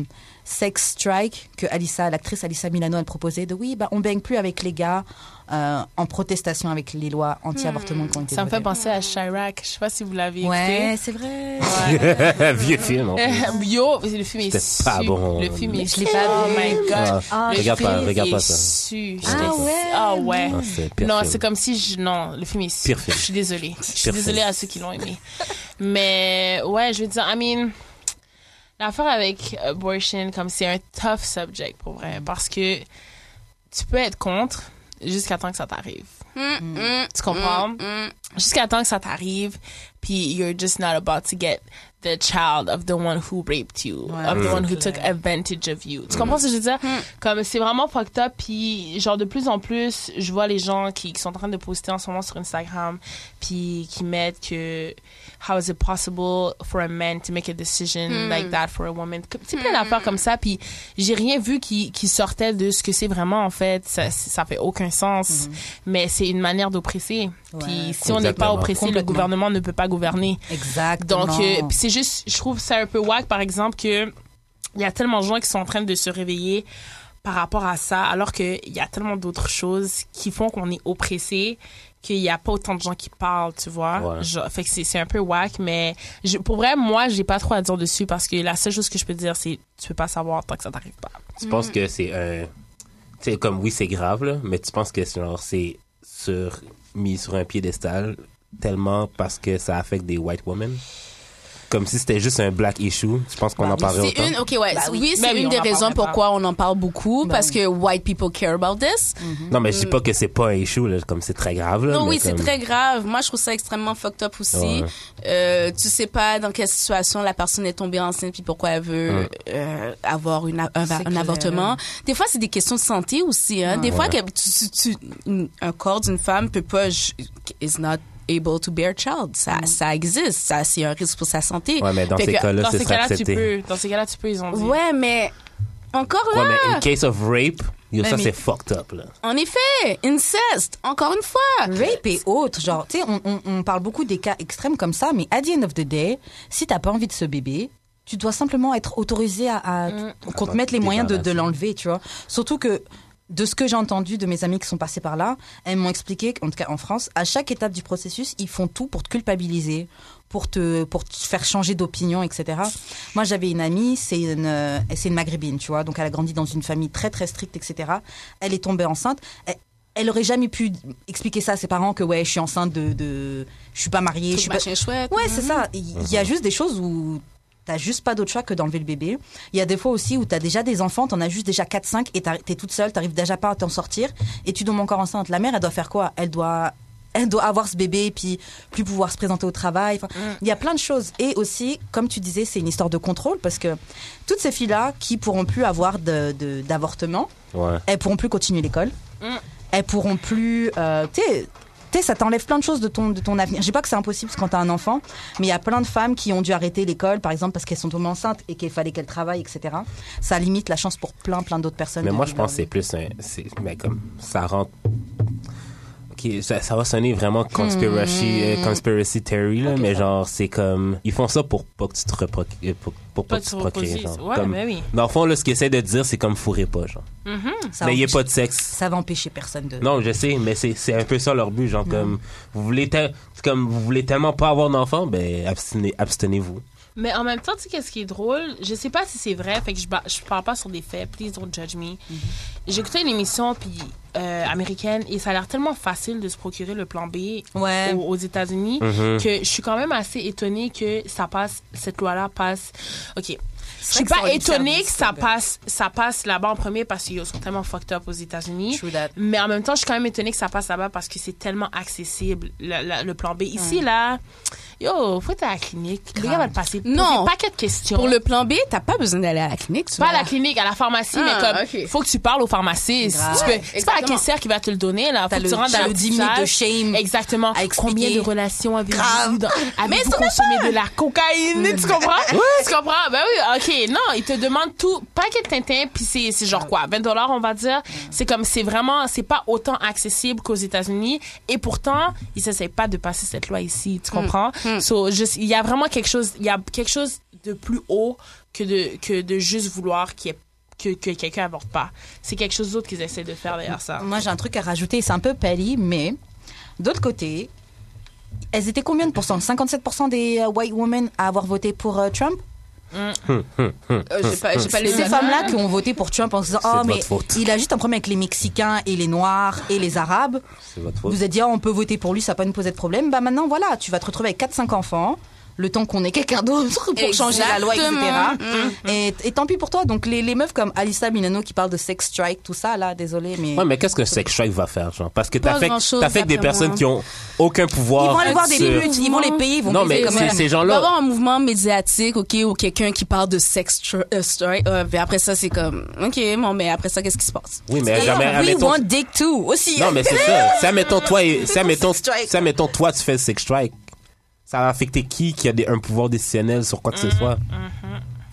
Speaker 1: sex strike que Alissa, l'actrice Alissa Milano, elle proposait de oui bah on baigne plus avec les gars euh, en protestation avec les lois anti-avortement qui ont été
Speaker 4: Ça me fait
Speaker 1: votées.
Speaker 4: penser à Chirac. Je sais pas si vous
Speaker 5: [LAUGHS]
Speaker 4: l'avez
Speaker 5: Ouais, c'est vrai.
Speaker 3: [LAUGHS] Vieux film. en plus.
Speaker 4: écouté. Yo, le film est
Speaker 3: C'était pas
Speaker 4: su-
Speaker 3: bon.
Speaker 4: Le film est
Speaker 5: Je l'ai
Speaker 4: su-
Speaker 5: pas
Speaker 4: Oh
Speaker 5: vu.
Speaker 4: my
Speaker 3: Ah,
Speaker 4: god. Le
Speaker 3: regarde pas,
Speaker 4: film
Speaker 3: regarde
Speaker 4: est
Speaker 3: pas ça.
Speaker 4: su.
Speaker 5: Ah ouais.
Speaker 4: Ah ouais.
Speaker 3: Ah, c'est pire
Speaker 4: Non,
Speaker 3: film.
Speaker 4: c'est comme si je... Non, le film est su.
Speaker 3: Pire film.
Speaker 4: Je suis désolée. Je suis
Speaker 3: Pire
Speaker 4: désolée
Speaker 3: film.
Speaker 4: à ceux qui l'ont aimé. Mais ouais, je veux dire, I mean... L'affaire avec abortion, comme c'est un tough subject pour vrai, parce que tu peux être contre jusqu'à temps que ça t'arrive.
Speaker 2: Mm.
Speaker 4: Tu comprends?
Speaker 3: Mm,
Speaker 4: Jusqu'à temps que ça t'arrive, puis you're just not about to get the child of the one who raped you, of the one who took advantage of you. Tu comprends ce que je veux dire? Comme c'est vraiment fucked up, puis genre de plus en plus, je vois les gens qui, qui sont en train de poster en ce moment sur Instagram, puis qui mettent que how is it possible for a man to make a decision like that for a woman? Comme- C'est plein d'affaires comme ça, puis j'ai rien vu qui, qui sortait de ce que c'est vraiment en fait. Ça, ça fait aucun sens, mais c'est une manière d'oppresser. Puis si on n'est pas
Speaker 3: Exactement.
Speaker 4: oppressé, le
Speaker 1: Complètement.
Speaker 4: gouvernement ne peut pas gouverner.
Speaker 1: Exactement.
Speaker 4: Donc, euh, puis c'est juste, je trouve ça un peu wack, par exemple, que il y a tellement de gens qui sont en train de se réveiller par rapport à ça, alors qu'il y a tellement d'autres choses qui font qu'on est oppressé, qu'il n'y a pas autant de gens qui parlent, tu vois.
Speaker 3: Ouais.
Speaker 4: Genre, fait que c'est c'est un peu wack, mais je- pour vrai, moi, j'ai pas trop à dire dessus parce que la seule chose que je peux dire, c'est tu peux pas savoir tant que ça t'arrive pas.
Speaker 3: Tu penses que c'est un. Tu sais, comme oui, c'est grave, là, mais tu penses que c'est genre, c'est sur, mis sur un piédestal tellement parce que ça affecte des white women? Comme si c'était juste un black issue. Tu penses qu'on en parlerait
Speaker 2: C'est
Speaker 3: autant?
Speaker 2: une, ok, ouais. oui,
Speaker 4: Ben
Speaker 2: c'est
Speaker 4: oui,
Speaker 2: une
Speaker 4: on
Speaker 2: des
Speaker 4: en
Speaker 2: raisons
Speaker 4: parlerait pas. Bah
Speaker 2: pourquoi on en parle beaucoup, parce que white people care about this.
Speaker 3: Non, mais je dis pas que c'est pas un issue, là, comme c'est très grave. Là,
Speaker 2: Non,
Speaker 3: mais
Speaker 2: oui, c'est
Speaker 3: comme-
Speaker 2: très grave. Moi, je trouve ça extrêmement fucked up aussi.
Speaker 3: Ouais.
Speaker 2: Euh, tu sais pas dans quelle situation la personne est tombée enceinte puis pourquoi elle veut euh, avoir une, a- un, va-
Speaker 5: C'est
Speaker 2: un
Speaker 5: clair.
Speaker 2: avortement. Des fois, c'est des questions de santé aussi. Hein. Des fois, que tu- tu- tu- une- un corps d'une femme peut pas j- is not able to bear child. Ça, ça existe. Ça, c'est un risque pour sa santé.
Speaker 3: Ouais, mais dans
Speaker 2: Fait
Speaker 3: ces
Speaker 2: que-
Speaker 3: cas-là,
Speaker 4: dans
Speaker 3: ce
Speaker 4: ces
Speaker 3: serait
Speaker 4: cas-là, tu
Speaker 3: Euh, accepté.
Speaker 4: peux. Dans ces cas-là, tu peux, ils ont dit.
Speaker 2: Ouais, mais encore là.
Speaker 3: Ouais, mais in case of rape, yo, ça,
Speaker 1: mais-
Speaker 3: c'est fucked up, là.
Speaker 2: En effet, inceste, encore une fois.
Speaker 1: Rape et autres, genre, tu sais, on, on- on parle beaucoup des cas extrêmes comme ça, mais at the end of the day, si t'as pas envie de ce bébé, tu dois simplement être autorisé à, à- qu'on te
Speaker 3: Avoir
Speaker 1: mette les
Speaker 3: des
Speaker 1: moyens de, de
Speaker 3: relations.
Speaker 1: l'enlever, tu vois. Surtout que, de ce que j'ai entendu de mes amis qui sont passés par là, elles m'ont expliqué qu'en tout cas en France, à chaque étape du processus, ils font tout pour te culpabiliser, pour te, pour te faire changer d'opinion, etc. Moi, j'avais une amie, c'est une, euh, c'est une maghrébine, tu vois, donc elle a grandi dans une famille très très stricte, etc. Elle est tombée enceinte. Elle, elle aurait jamais pu expliquer ça à ses parents que ouais, je suis enceinte de, de je suis pas mariée, je suis pas.
Speaker 2: machin chouette.
Speaker 1: Ouais, c'est ça. Il y a juste des choses où t'as juste pas d'autre choix que d'enlever le bébé. Il y a des fois aussi où t'as déjà des enfants, t'en as juste déjà 4-5 et t'as- t'es toute seule, t'arrives déjà pas à t'en sortir et tu tombes encore enceinte. La mère, elle doit faire quoi Elle doit. Elle doit avoir ce bébé puis plus pouvoir se présenter au travail. Enfin, il y a plein de choses. Et aussi, comme tu disais, c'est une histoire de contrôle parce que toutes ces filles-là qui pourront plus avoir de- de- d'avortement,
Speaker 3: Ouais.
Speaker 1: elles pourront plus continuer l'école. Elles pourront plus. Euh, tu sais, tu sais, ça t'enlève plein de choses de ton, de ton avenir. Je dis pas que c'est impossible parce que quand t'as un enfant, mais il y a plein de femmes qui ont dû arrêter l'école, par exemple, parce qu'elles sont tombées enceintes et qu'il fallait qu'elles travaillent, etc. Ça limite la chance pour plein, plein d'autres personnes.
Speaker 3: Mais
Speaker 1: de
Speaker 3: moi, je
Speaker 1: vivre
Speaker 3: pense que c'est
Speaker 1: leur
Speaker 3: plus un. c'est- Mais comme, ça rentre. Ok, ça, ça va sonner vraiment conspiracy, euh, conspiracy theory, là, mais genre, c'est comme. Ils font ça pour pas que tu te reproc- euh, pour, pour pas
Speaker 4: Pas
Speaker 3: que
Speaker 4: de
Speaker 3: tu te procrées,
Speaker 4: reproduire.
Speaker 3: genre.
Speaker 4: Ouais,
Speaker 3: Comme-
Speaker 4: mais oui.
Speaker 3: Dans le fond, là, ce qu'ils essaient de dire, c'est comme fourrez pas, genre.
Speaker 1: vie. Ça
Speaker 3: N'ayez
Speaker 1: empêche-
Speaker 3: pas de sexe.
Speaker 1: Ça va empêcher personne de.
Speaker 3: Non, je sais, mais c'est c'est un peu ça leur but, genre, comme. Vous voulez, te- comme vous voulez tellement pas avoir d'enfants, ben, abstenez- abstenez-vous.
Speaker 4: Mais en même temps, tu sais, qu'est-ce qui est drôle? Je sais pas si c'est vrai, fait que je, ba- je parle pas sur des faits. Please don't judge
Speaker 1: Mhm.
Speaker 4: me. J'écoutais une émission puis, euh, américaine et ça a l'air tellement facile de se procurer le plan B
Speaker 1: Ouais.
Speaker 4: aux, aux États-Unis
Speaker 3: Mhm.
Speaker 4: que je suis quand même assez étonnée que ça passe, cette loi-là passe. OK. Je
Speaker 1: vrai
Speaker 4: suis
Speaker 1: que ça
Speaker 4: pas
Speaker 1: aurait dû faire
Speaker 4: étonnée
Speaker 1: du
Speaker 4: que ça
Speaker 1: scoop.
Speaker 4: passe, ça passe là-bas en premier parce qu'ils sont tellement fucked up aux États-Unis.
Speaker 5: True that.
Speaker 4: Mais en même temps, je suis quand même étonnée que ça passe là-bas parce que c'est tellement accessible, la- la- le plan B. Ici, là, yo, faut être à la clinique. Le gars va te passer
Speaker 2: Non.
Speaker 4: non. paquet de questions.
Speaker 2: Pour le plan B, t'as pas besoin d'aller à la clinique. Tu
Speaker 4: pas à
Speaker 2: vas-
Speaker 4: la clinique, à la pharmacie,
Speaker 2: Ah,
Speaker 4: mais comme,
Speaker 2: ok.
Speaker 4: faut que tu parles au pharmaciste.
Speaker 5: Grave.
Speaker 4: Tu peux- C'est pas la
Speaker 2: exactement.
Speaker 4: caissière qui va te le donner, là. Faut
Speaker 1: T'as
Speaker 4: que
Speaker 1: le,
Speaker 4: tu rentres dans
Speaker 1: t'as
Speaker 4: la
Speaker 1: le 10
Speaker 4: petite
Speaker 1: minutes de
Speaker 4: salle.
Speaker 1: shame.
Speaker 4: Exactement.
Speaker 1: à expliquer.
Speaker 4: Combien de relations avez-vous dans- Avez-vous
Speaker 2: ça
Speaker 4: consommé de la cocaïne? tu comprends? Tu comprends? Ben oui, OK. Non, ils te demandent tout. Paquet de tintin, puis c'est c'est genre quoi? 20 dollars, on va dire. C'est comme, c'est vraiment, c'est pas autant accessible qu'aux États-Unis. Et pourtant, ils essayent pas de passer cette loi ici. Tu comprends? So, je- il y a vraiment quelque chose, il y a quelque chose de plus haut que de, que de juste vouloir qu'il y ait- que, que quelqu'un n'aborde pas. C'est quelque chose d'autre qu'ils essaient de faire derrière ça.
Speaker 1: Moi, j'ai un truc à rajouter. C'est un peu pali, mais d'autre côté, elles étaient combien de pourcents 57% des euh, white women à avoir voté pour euh, Trump
Speaker 2: Euh, j'ai pas, j'ai pas les
Speaker 1: Ces
Speaker 2: dates.
Speaker 1: femmes-là qui ont voté pour Trump en se disant
Speaker 3: de
Speaker 1: Oh,
Speaker 3: votre
Speaker 1: mais
Speaker 3: faute.
Speaker 1: il a juste un problème avec les Mexicains et les Noirs et les Arabes.
Speaker 3: C'est votre faute.
Speaker 1: Vous avez dit Ah, on peut voter pour lui, ça va pas nous poser de problème. Bah maintenant, voilà, tu vas te retrouver avec 4-5 enfants. Le temps qu'on ait quelqu'un d'autre pour changer la loi, etc. Et, et tant pis pour toi. Donc, les, les meufs comme Alissa Milano qui parle de sex strike, tout ça, là, désolé, mais.
Speaker 3: Ouais, mais qu'est-ce qu'un sex strike va faire, genre? Parce que
Speaker 2: Pas
Speaker 3: t'as fait,
Speaker 2: grand-chose,
Speaker 3: t'as fait que des
Speaker 2: d'après
Speaker 3: personnes
Speaker 2: moi.
Speaker 3: qui ont aucun pouvoir.
Speaker 1: Ils vont aller voir des
Speaker 3: sur-
Speaker 1: putes, ils vont les payer, ils vont
Speaker 3: Non,
Speaker 1: baiser
Speaker 3: mais
Speaker 1: comme
Speaker 3: c'est-
Speaker 1: ça.
Speaker 2: Il
Speaker 3: ces
Speaker 2: va y
Speaker 3: gens-là,
Speaker 2: avoir un mouvement médiatique, OK, ou quelqu'un qui parle de sex tr- euh, story. euh, puis après ça, c'est comme, OK, bon, mais après ça, qu'est-ce qui se passe?
Speaker 3: oui, mais
Speaker 1: D'ailleurs,
Speaker 3: jamais,
Speaker 1: We
Speaker 3: admettons,
Speaker 1: want dick too aussi. hein.
Speaker 3: non, mais c'est ça. Ça, mettons, toi, et- ça, mettons,
Speaker 1: Sex strike.
Speaker 3: ça, mettons, toi, tu fais le sex strike. Ça va affecter qui qui a des, un pouvoir décisionnel sur quoi que ce soit?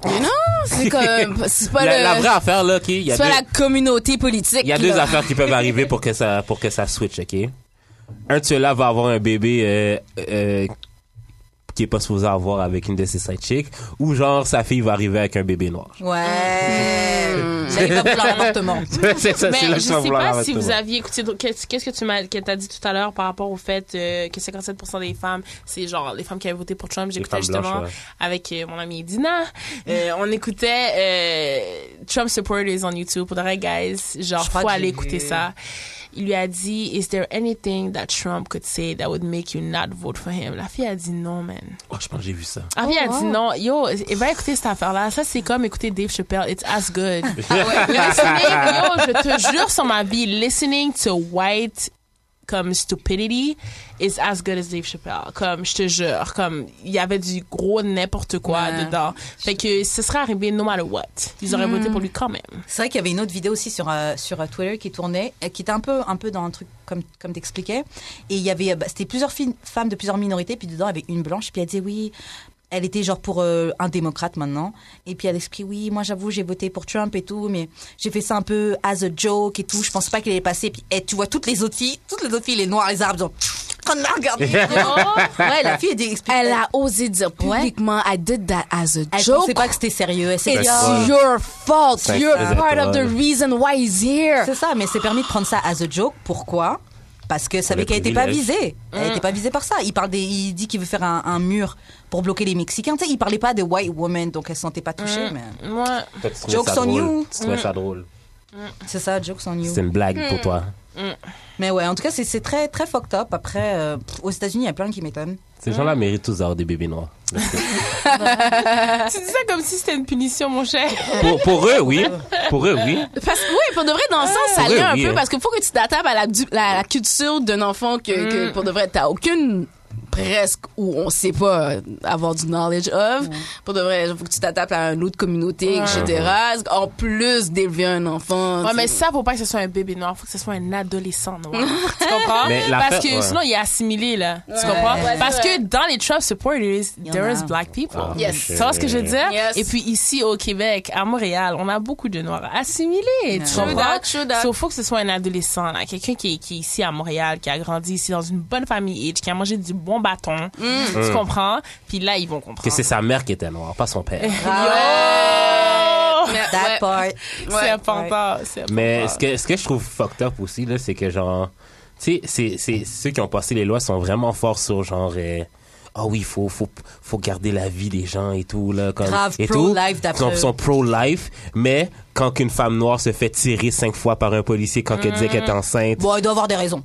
Speaker 2: Mais non, c'est
Speaker 3: [LAUGHS]
Speaker 2: comme, c'est pas
Speaker 3: la,
Speaker 2: le,
Speaker 3: la vraie affaire, là, OK? Il y a
Speaker 2: c'est pas
Speaker 3: deux-
Speaker 2: la communauté politique.
Speaker 3: Il y a deux
Speaker 2: là.
Speaker 3: affaires qui peuvent arriver pour que ça, pour que ça switch, OK? Un de ceux-là va avoir un bébé euh, euh, qui est pas supposé avoir avec une de ses side chicks, ou genre sa fille va arriver avec un bébé noir.
Speaker 1: Ouais. Là, il va vouloir un avortement.
Speaker 3: c'est ça,
Speaker 4: Mais
Speaker 3: c'est là
Speaker 4: Ben, je
Speaker 3: que
Speaker 4: sais
Speaker 3: tu vas vouloir
Speaker 4: pas
Speaker 3: la
Speaker 4: si
Speaker 3: mettre,
Speaker 4: vous
Speaker 3: ouais.
Speaker 4: aviez écouté qu'est-ce qu'est-ce que tu m'as que t'as dit tout à l'heure par rapport au fait euh, que 57% des femmes c'est genre les femmes qui avaient voté pour Trump j'écoutais
Speaker 3: femmes
Speaker 4: justement
Speaker 3: blanches, ouais.
Speaker 4: avec euh, mon amie Dina Euh, on écoutait euh, Trump supporters on YouTube pour de vrai guys genre
Speaker 1: Je crois
Speaker 4: faut
Speaker 1: que
Speaker 4: aller
Speaker 1: j'ai
Speaker 4: écouter
Speaker 1: vu.
Speaker 4: ça il lui a dit is there anything that Trump could say that would make you not vote for him la fille a dit non man
Speaker 3: Oh, je pense que j'ai vu ça.
Speaker 4: ah, a dit non. Yo, et va écouter cette affaire-là. Ça, c'est comme écouter Dave Chappelle. It's as good. [LAUGHS] Listening, yo, je te jure sur ma vie, listening to white comme stupidity is as good as Dave Chappelle. Comme, je te jure. Comme, il y avait du gros n'importe quoi
Speaker 1: Ouais.
Speaker 4: dedans. Fait que ce serait arrivé no matter what. Ils auraient voté pour lui quand même.
Speaker 1: C'est vrai qu'il y avait une autre vidéo aussi sur, euh, sur euh, Twitter qui tournait, euh, qui était un peu, un peu dans un truc comme, comme t'expliquais. Et il y avait, euh, bah, c'était plusieurs filles- femmes de plusieurs minorités, puis dedans, il y avait une blanche, puis elle disait oui. Elle était genre pour euh, un démocrate maintenant. Et puis elle explique, oui, moi j'avoue, j'ai voté pour Trump et tout, mais j'ai fait ça un peu as a joke et tout. Je pense pas qu'il allait passer. Puis eh, tu vois toutes les autres filles, toutes les autres filles, les noires, les arabes, genre, on a regardé.
Speaker 2: [LAUGHS]
Speaker 1: ouais, la fille, elle dit, explique.
Speaker 2: [LAUGHS] Elle a osé dire publiquement, I did that as a
Speaker 1: Elle
Speaker 2: joke.
Speaker 1: pensait pas que c'était sérieux. Elle s'est
Speaker 2: It's
Speaker 1: dit, Ah,
Speaker 3: drôle.
Speaker 2: your fault.
Speaker 3: C'est
Speaker 2: You're
Speaker 3: incroyable.
Speaker 2: part of the reason why he's here.
Speaker 1: C'est ça, mais c'est permis de prendre ça as a joke. Pourquoi Parce que savait
Speaker 3: Le
Speaker 1: qu'elle n'était pas
Speaker 3: privilège.
Speaker 1: visée. Elle
Speaker 2: Mmh.
Speaker 1: n'était pas visée par ça. Il, parle des, il dit qu'il veut faire un, un mur pour bloquer les Mexicains. Tu sais, il parlait pas des white women, donc elle se sentait pas
Speaker 2: Mmh.
Speaker 1: touchée. Mais...
Speaker 4: Moi,
Speaker 3: Toi, tu trouvais
Speaker 1: Jokes
Speaker 3: ça
Speaker 1: on
Speaker 3: drôle.
Speaker 1: you.
Speaker 3: Tu trouvais ça drôle.
Speaker 1: C'est ça, jokes on you.
Speaker 3: C'est une blague pour toi.
Speaker 1: Mais ouais, en tout cas, c'est- c'est très, très fucked up. Après, euh, pff, aux États-Unis, il y a plein qui m'étonnent.
Speaker 3: Ces gens-là méritent tous d'avoir des bébés noirs.
Speaker 4: tu dis ça comme si c'était une punition, mon cher.
Speaker 3: pour, pour eux, oui. Pour eux, oui.
Speaker 2: Parce que, oui, pour de vrai, dans le sens, ça
Speaker 3: Pour
Speaker 2: l'est
Speaker 3: vrai,
Speaker 2: un
Speaker 3: oui,
Speaker 2: peu,
Speaker 3: hein.
Speaker 2: parce qu'il faut que tu t'attapes à la, du- la, la culture d'un enfant que, que, pour de vrai, t'as aucune presque où on sait pas euh, avoir du knowledge of. Pour de vrai, il faut que tu t'attapes à une autre communauté, etc. En plus d'élever un enfant.
Speaker 4: Ouais,
Speaker 2: tu-
Speaker 4: mais ça, faut pas que ce soit un bébé noir, faut que ce soit un adolescent
Speaker 2: [LAUGHS]
Speaker 4: noir. tu comprends?
Speaker 3: Mais la
Speaker 4: Parce
Speaker 3: fa-
Speaker 4: que
Speaker 3: ouais.
Speaker 4: sinon, il est assimilé, là. Tu comprends? Parce que dans les Trump supporters,
Speaker 1: y en
Speaker 4: there
Speaker 1: a.
Speaker 4: is black people.
Speaker 3: Ah,
Speaker 2: Yes.
Speaker 4: Tu vois ce que je veux dire?
Speaker 2: Yes.
Speaker 4: Et puis ici, au Québec, à Montréal, on a beaucoup de noirs assimilés. Tu
Speaker 2: True
Speaker 4: comprends?
Speaker 2: that, true that.
Speaker 4: So, faut que ce soit un adolescent, là. Quelqu'un qui, est- qui est ici à Montréal, qui a grandi ici dans une bonne famille, qui a mangé du bon bâton.
Speaker 2: Mm.
Speaker 4: Tu comprends? Puis là, ils vont
Speaker 3: Que
Speaker 4: comprendre.
Speaker 3: Mm. c'est sa mère qui était noire, pas son
Speaker 4: [LAUGHS]
Speaker 3: père.
Speaker 4: Yo!
Speaker 2: Mais-
Speaker 1: That
Speaker 2: ouais.
Speaker 1: part.
Speaker 4: C'est important. c'est important.
Speaker 3: Mais ce que, ce que je trouve fucked up aussi, là, c'est que genre, tu sais, c'est- c'est- ceux qui ont passé les lois sont vraiment forts sur genre, euh, ah oui, faut, faut, faut garder la vie des gens et tout, là. Comme,
Speaker 1: Grave,
Speaker 3: et
Speaker 1: pro-life
Speaker 3: tout.
Speaker 1: d'après
Speaker 3: Ils sont-
Speaker 1: eux.
Speaker 3: sont pro-life, mais quand qu'une femme noire se fait tirer cinq fois par un policier quand elle dit qu'elle
Speaker 4: Hmm.
Speaker 3: est enceinte,
Speaker 1: Bon, il doit avoir des raisons.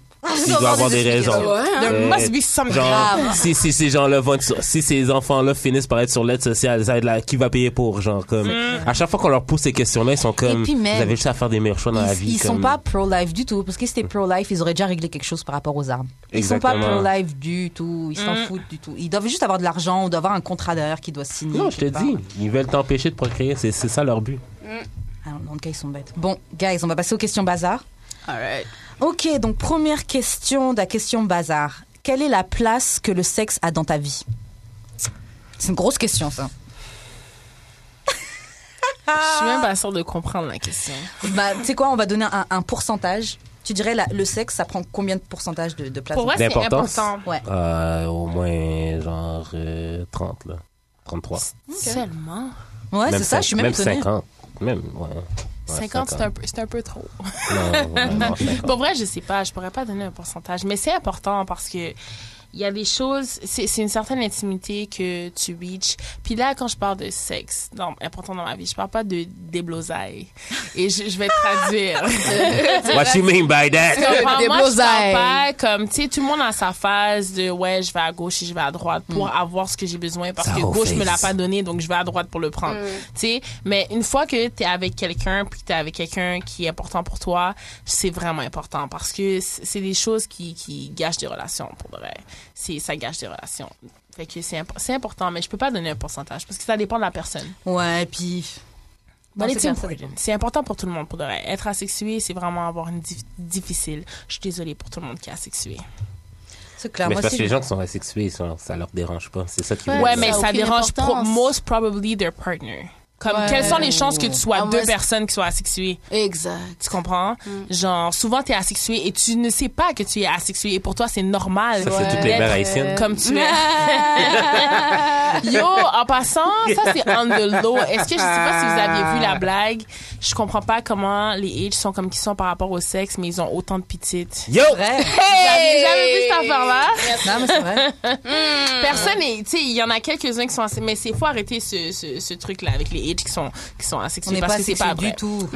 Speaker 3: il doit avoir des raisons.
Speaker 5: explications.
Speaker 4: There
Speaker 3: Euh,
Speaker 4: hein. must be some
Speaker 3: Genre,
Speaker 1: Grave.
Speaker 3: si, si ces gens-là vont être sur- si ces enfants-là finissent par être sur l'aide sociale, ça va être la- qui va payer pour, genre, comme, à chaque fois qu'on leur pose ces questions-là, ils sont comme,
Speaker 1: Mm. puis même,
Speaker 3: vous avez juste à faire des meilleurs choix dans la vie.
Speaker 1: Ils, ils sont
Speaker 3: comme-
Speaker 1: pas pro-life du tout, parce que si c'était pro-life, ils auraient déjà réglé quelque chose par rapport aux armes. Ils sont pas
Speaker 3: Exactement.
Speaker 1: pro-life du tout, ils
Speaker 2: Mmh.
Speaker 1: s'en foutent du tout. Ils doivent juste avoir de l'argent ou d'avoir un contrat derrière qui doit signer.
Speaker 3: Non, je te
Speaker 1: quelque part.
Speaker 3: dis, ils veulent t'empêcher de procréer, c'est c'est ça leur but.
Speaker 1: Ah non, le cas, ils sont bêtes. Bon, guys, on va passer aux questions bazar.
Speaker 2: Alright.
Speaker 1: Ok, donc première question de la question bazar. Quelle est la place que le sexe a dans ta vie C'est une grosse question, ça.
Speaker 4: Je suis même pas sûre de comprendre la question.
Speaker 1: Bah, tu sais quoi, on va donner un, un pourcentage. Tu dirais la- le sexe, ça prend combien de pourcentage de, de place
Speaker 4: Pour
Speaker 1: dans
Speaker 4: vrai, c'est
Speaker 3: D'importance.
Speaker 4: important.
Speaker 1: Ouais.
Speaker 3: Euh, au moins, genre, euh, 30, là. 33.
Speaker 4: Seulement.
Speaker 1: Ouais,
Speaker 3: Même
Speaker 1: c'est ça,
Speaker 3: cinq-
Speaker 1: je suis même,
Speaker 3: Même
Speaker 1: étonnée.
Speaker 3: 50. Même, ouais.
Speaker 4: 50, c'est un, peu- c'est un peu trop. [LAUGHS]
Speaker 3: Non,
Speaker 1: [LAUGHS]
Speaker 3: vraiment, 50.
Speaker 4: Pour vrai, je sais pas, je pourrais pas donner un pourcentage, mais c'est important parce que il y a des choses, c'est c'est une certaine intimité que tu reaches. Puis là, quand je parle de sexe, non, important dans ma vie, je parle pas de déblosaille. Et je, je vais traduire.
Speaker 3: What you mean by that?
Speaker 4: Comme, moi, je parle
Speaker 2: déblosaille.
Speaker 4: pas comme, tu sais, tout le monde a sa phase de, ouais, je vais à gauche et je vais à droite pour avoir ce que j'ai besoin parce
Speaker 3: Mm. Ça
Speaker 4: que
Speaker 3: au
Speaker 4: gauche me l'a
Speaker 3: face. Mm.
Speaker 4: pas donné, donc je vais à droite pour le prendre. Tu sais, mais une fois que t'es avec quelqu'un, puis que t'es avec quelqu'un qui est important pour toi, c'est vraiment important parce que c- c'est des choses qui, qui gâchent des relations, pour de vrai. C'est, ça gâche des relations. Fait que c'est, impo- c'est important, mais je peux pas donner un pourcentage parce que ça dépend de la personne.
Speaker 1: Ouais, et puis. Non,
Speaker 4: But it's
Speaker 1: c'est bien,
Speaker 4: important. C'est important pour tout le monde, pour de vrai. Être asexué, c'est vraiment avoir une dif- difficile. Je suis désolée pour tout le monde qui est asexué.
Speaker 1: C'est clair.
Speaker 3: mais
Speaker 1: Moi,
Speaker 3: c'est parce
Speaker 1: si
Speaker 3: que les
Speaker 1: je-
Speaker 3: gens qui sont asexués, ça, ça leur dérange pas. C'est ça qui
Speaker 2: Ouais,
Speaker 3: veut
Speaker 4: Ouais,
Speaker 3: dire.
Speaker 4: mais
Speaker 2: ça a
Speaker 4: ça
Speaker 2: aucune
Speaker 4: dérange pro-
Speaker 2: importance.
Speaker 4: most probably their partner. Comme,
Speaker 2: Ouais.
Speaker 4: quelles sont les chances que tu sois
Speaker 2: Ah, moi,
Speaker 4: deux
Speaker 2: c'est-
Speaker 4: personnes qui soient asexuées?
Speaker 2: Exact.
Speaker 4: Tu comprends? Genre, souvent, t'es asexué et tu ne sais pas que tu es asexué. Et pour toi, c'est normal.
Speaker 3: Ça, c'est toutes les
Speaker 4: d'être
Speaker 3: mères
Speaker 1: euh,
Speaker 3: haïtiennes.
Speaker 4: Comme [LAUGHS] tu es. Yo, en passant, ça c'est on the low. Est-ce que je sais pas si vous aviez vu la blague? Je comprends pas comment les H sont comme qu'ils sont par rapport au sexe, mais ils ont autant de petites.
Speaker 3: Yo!
Speaker 1: Vrai.
Speaker 4: Vous aviez jamais vu cette affaire-là?
Speaker 1: Non, mais c'est vrai.
Speaker 4: Mm. Personne est, tu sais, il y en a quelques-uns qui sont assez, mais c'est faut arrêter ce, ce, ce truc-là avec les H qui sont, qui sont
Speaker 1: On
Speaker 4: asexués
Speaker 1: n'est
Speaker 4: parce
Speaker 1: pas
Speaker 4: que c'est
Speaker 1: sexy
Speaker 4: pas vrai.
Speaker 1: du tout.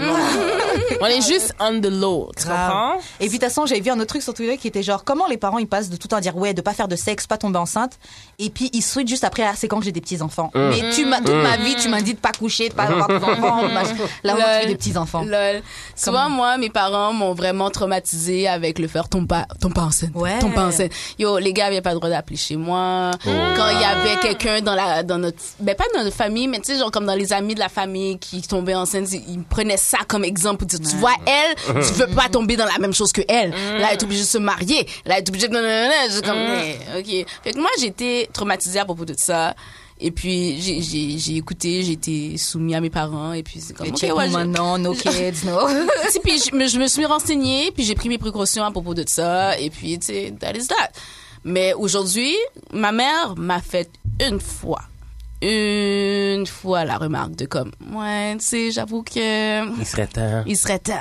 Speaker 4: On est juste on the low, tu
Speaker 1: Grave.
Speaker 4: comprends?
Speaker 1: Et puis, de toute façon, j'avais vu un autre truc sur Twitter qui était genre comment les parents ils passent de tout le temps dire ouais, de pas faire de sexe, pas tomber enceinte. Et puis, ils switchent juste après, ah, c'est quand j'ai des petits-enfants.
Speaker 2: Euh.
Speaker 1: Mais tu m'as, toute ma vie, tu m'as dit de pas coucher, de pas avoir d'enfants. machin. Là, on a
Speaker 2: Lol.
Speaker 1: des petits-enfants.
Speaker 2: Lol. Souvent, moi, mes parents m'ont vraiment traumatisée avec le faire tombe pas, tombe pas enceinte.
Speaker 1: Ouais.
Speaker 2: Tombe pas enceinte. Yo, les gars avaient pas le droit d'appeler chez moi. Quand il y avait quelqu'un dans la, dans notre, ben, pas dans notre famille, mais tu sais, genre, comme dans les amis de la famille qui tombaient enceinte, ils ils prenaient ça comme exemple pour dire, tu vois, elle, tu veux pas tomber dans la même chose que elle. Là, elle est obligée de se marier. Là, elle est obligée de, Je suis comme,
Speaker 1: Mm.
Speaker 2: Eh, ok. Fait que moi, j'étais traumatisée à propos de ça. Et puis, j'ai- j'ai j'ai écouté, j'ai été soumis à mes parents, et puis c'est comme,
Speaker 1: Les
Speaker 2: ok,
Speaker 1: check
Speaker 2: ouais, je-
Speaker 1: women, non, no kids, no.
Speaker 2: [LAUGHS] Tu sais, puis je, me- je me suis renseignée, puis j'ai pris mes précautions à propos de ça, et puis, tu sais, that is that. Mais aujourd'hui, ma mère m'a fait une fois, une fois la remarque de comme, ouais, tu sais, j'avoue que [LAUGHS]
Speaker 3: Il serait temps.
Speaker 2: il serait temps,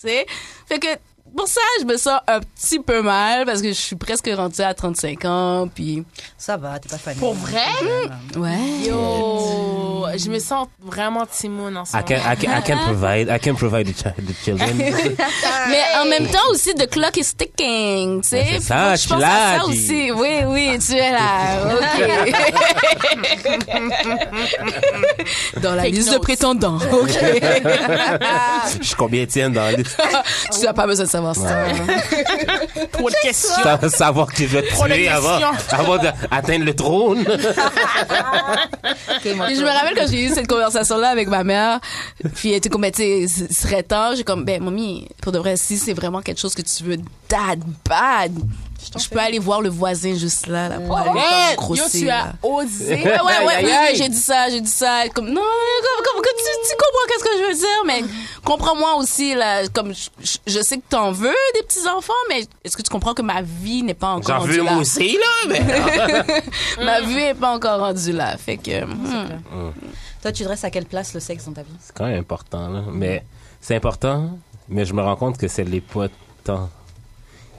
Speaker 2: tu sais. Fait que pour ça, je me sens un petit peu mal parce que je suis presque rendue à 35 ans, puis
Speaker 1: Ça va, t'es pas fan.
Speaker 4: Pour vrai?
Speaker 2: ouais.
Speaker 4: Yo, je me sens vraiment Timoun en ce
Speaker 3: I
Speaker 4: moment.
Speaker 3: can, I can, I can provide, I can provide the, chi- the children.
Speaker 2: Mais en même temps aussi, the clock is ticking, tu sais.
Speaker 3: Ben, c'est ça,
Speaker 2: Puis
Speaker 3: je suis
Speaker 2: pense
Speaker 3: là,
Speaker 2: à ça
Speaker 3: puis-
Speaker 2: aussi. Oui, oui, tu
Speaker 3: [LAUGHS]
Speaker 2: es là. OK. Dans la
Speaker 4: Take
Speaker 2: liste de
Speaker 4: notes.
Speaker 2: prétendants. OK.
Speaker 3: Je suis combien tienne dans le
Speaker 2: [LAUGHS] tu n'as pas besoin de savoir ça.
Speaker 4: Trop de questions.
Speaker 3: Sa- savoir qui je vais
Speaker 4: Trop de
Speaker 3: tuer avant,
Speaker 4: questions.
Speaker 3: avant d'atteindre le trône.
Speaker 2: Puis [LAUGHS] je me rappelle quand j'ai eu cette conversation-là avec ma mère, puis elle était comme, ben, tu sais, ce serait temps. J'ai comme, ben, mamie, pour de vrai, si c'est vraiment quelque chose que tu veux, dad, bad, je peux aller voir le voisin juste là, là, pour aller
Speaker 4: Ouais.
Speaker 2: comme
Speaker 4: Oh, Yo,
Speaker 2: grosser,
Speaker 4: tu
Speaker 2: là.
Speaker 4: as osé.
Speaker 2: Ouais, ouais, ouais,
Speaker 4: Aïe,
Speaker 2: oui,
Speaker 4: aïe,
Speaker 2: oui, j'ai dit ça, j'ai dit ça. Comme, non, non, comme, comme, comme, tu, tu comprends qu'est-ce que je veux dire, mais comprends-moi aussi, là, comme, je, je- je sais que t'en veux des petits-enfants, mais est-ce que tu comprends que ma vie n'est pas encore
Speaker 3: J'en
Speaker 2: rendue
Speaker 3: veux
Speaker 2: là?
Speaker 3: moi aussi, là, mais.
Speaker 2: Ma vie n'est pas encore rendue là, fait que... hmm.
Speaker 1: Toi, tu dresses à quelle place le sexe dans ta vie
Speaker 3: C'est quand même important, là. Mais c'est important, mais je me rends compte que c'est les pas tant.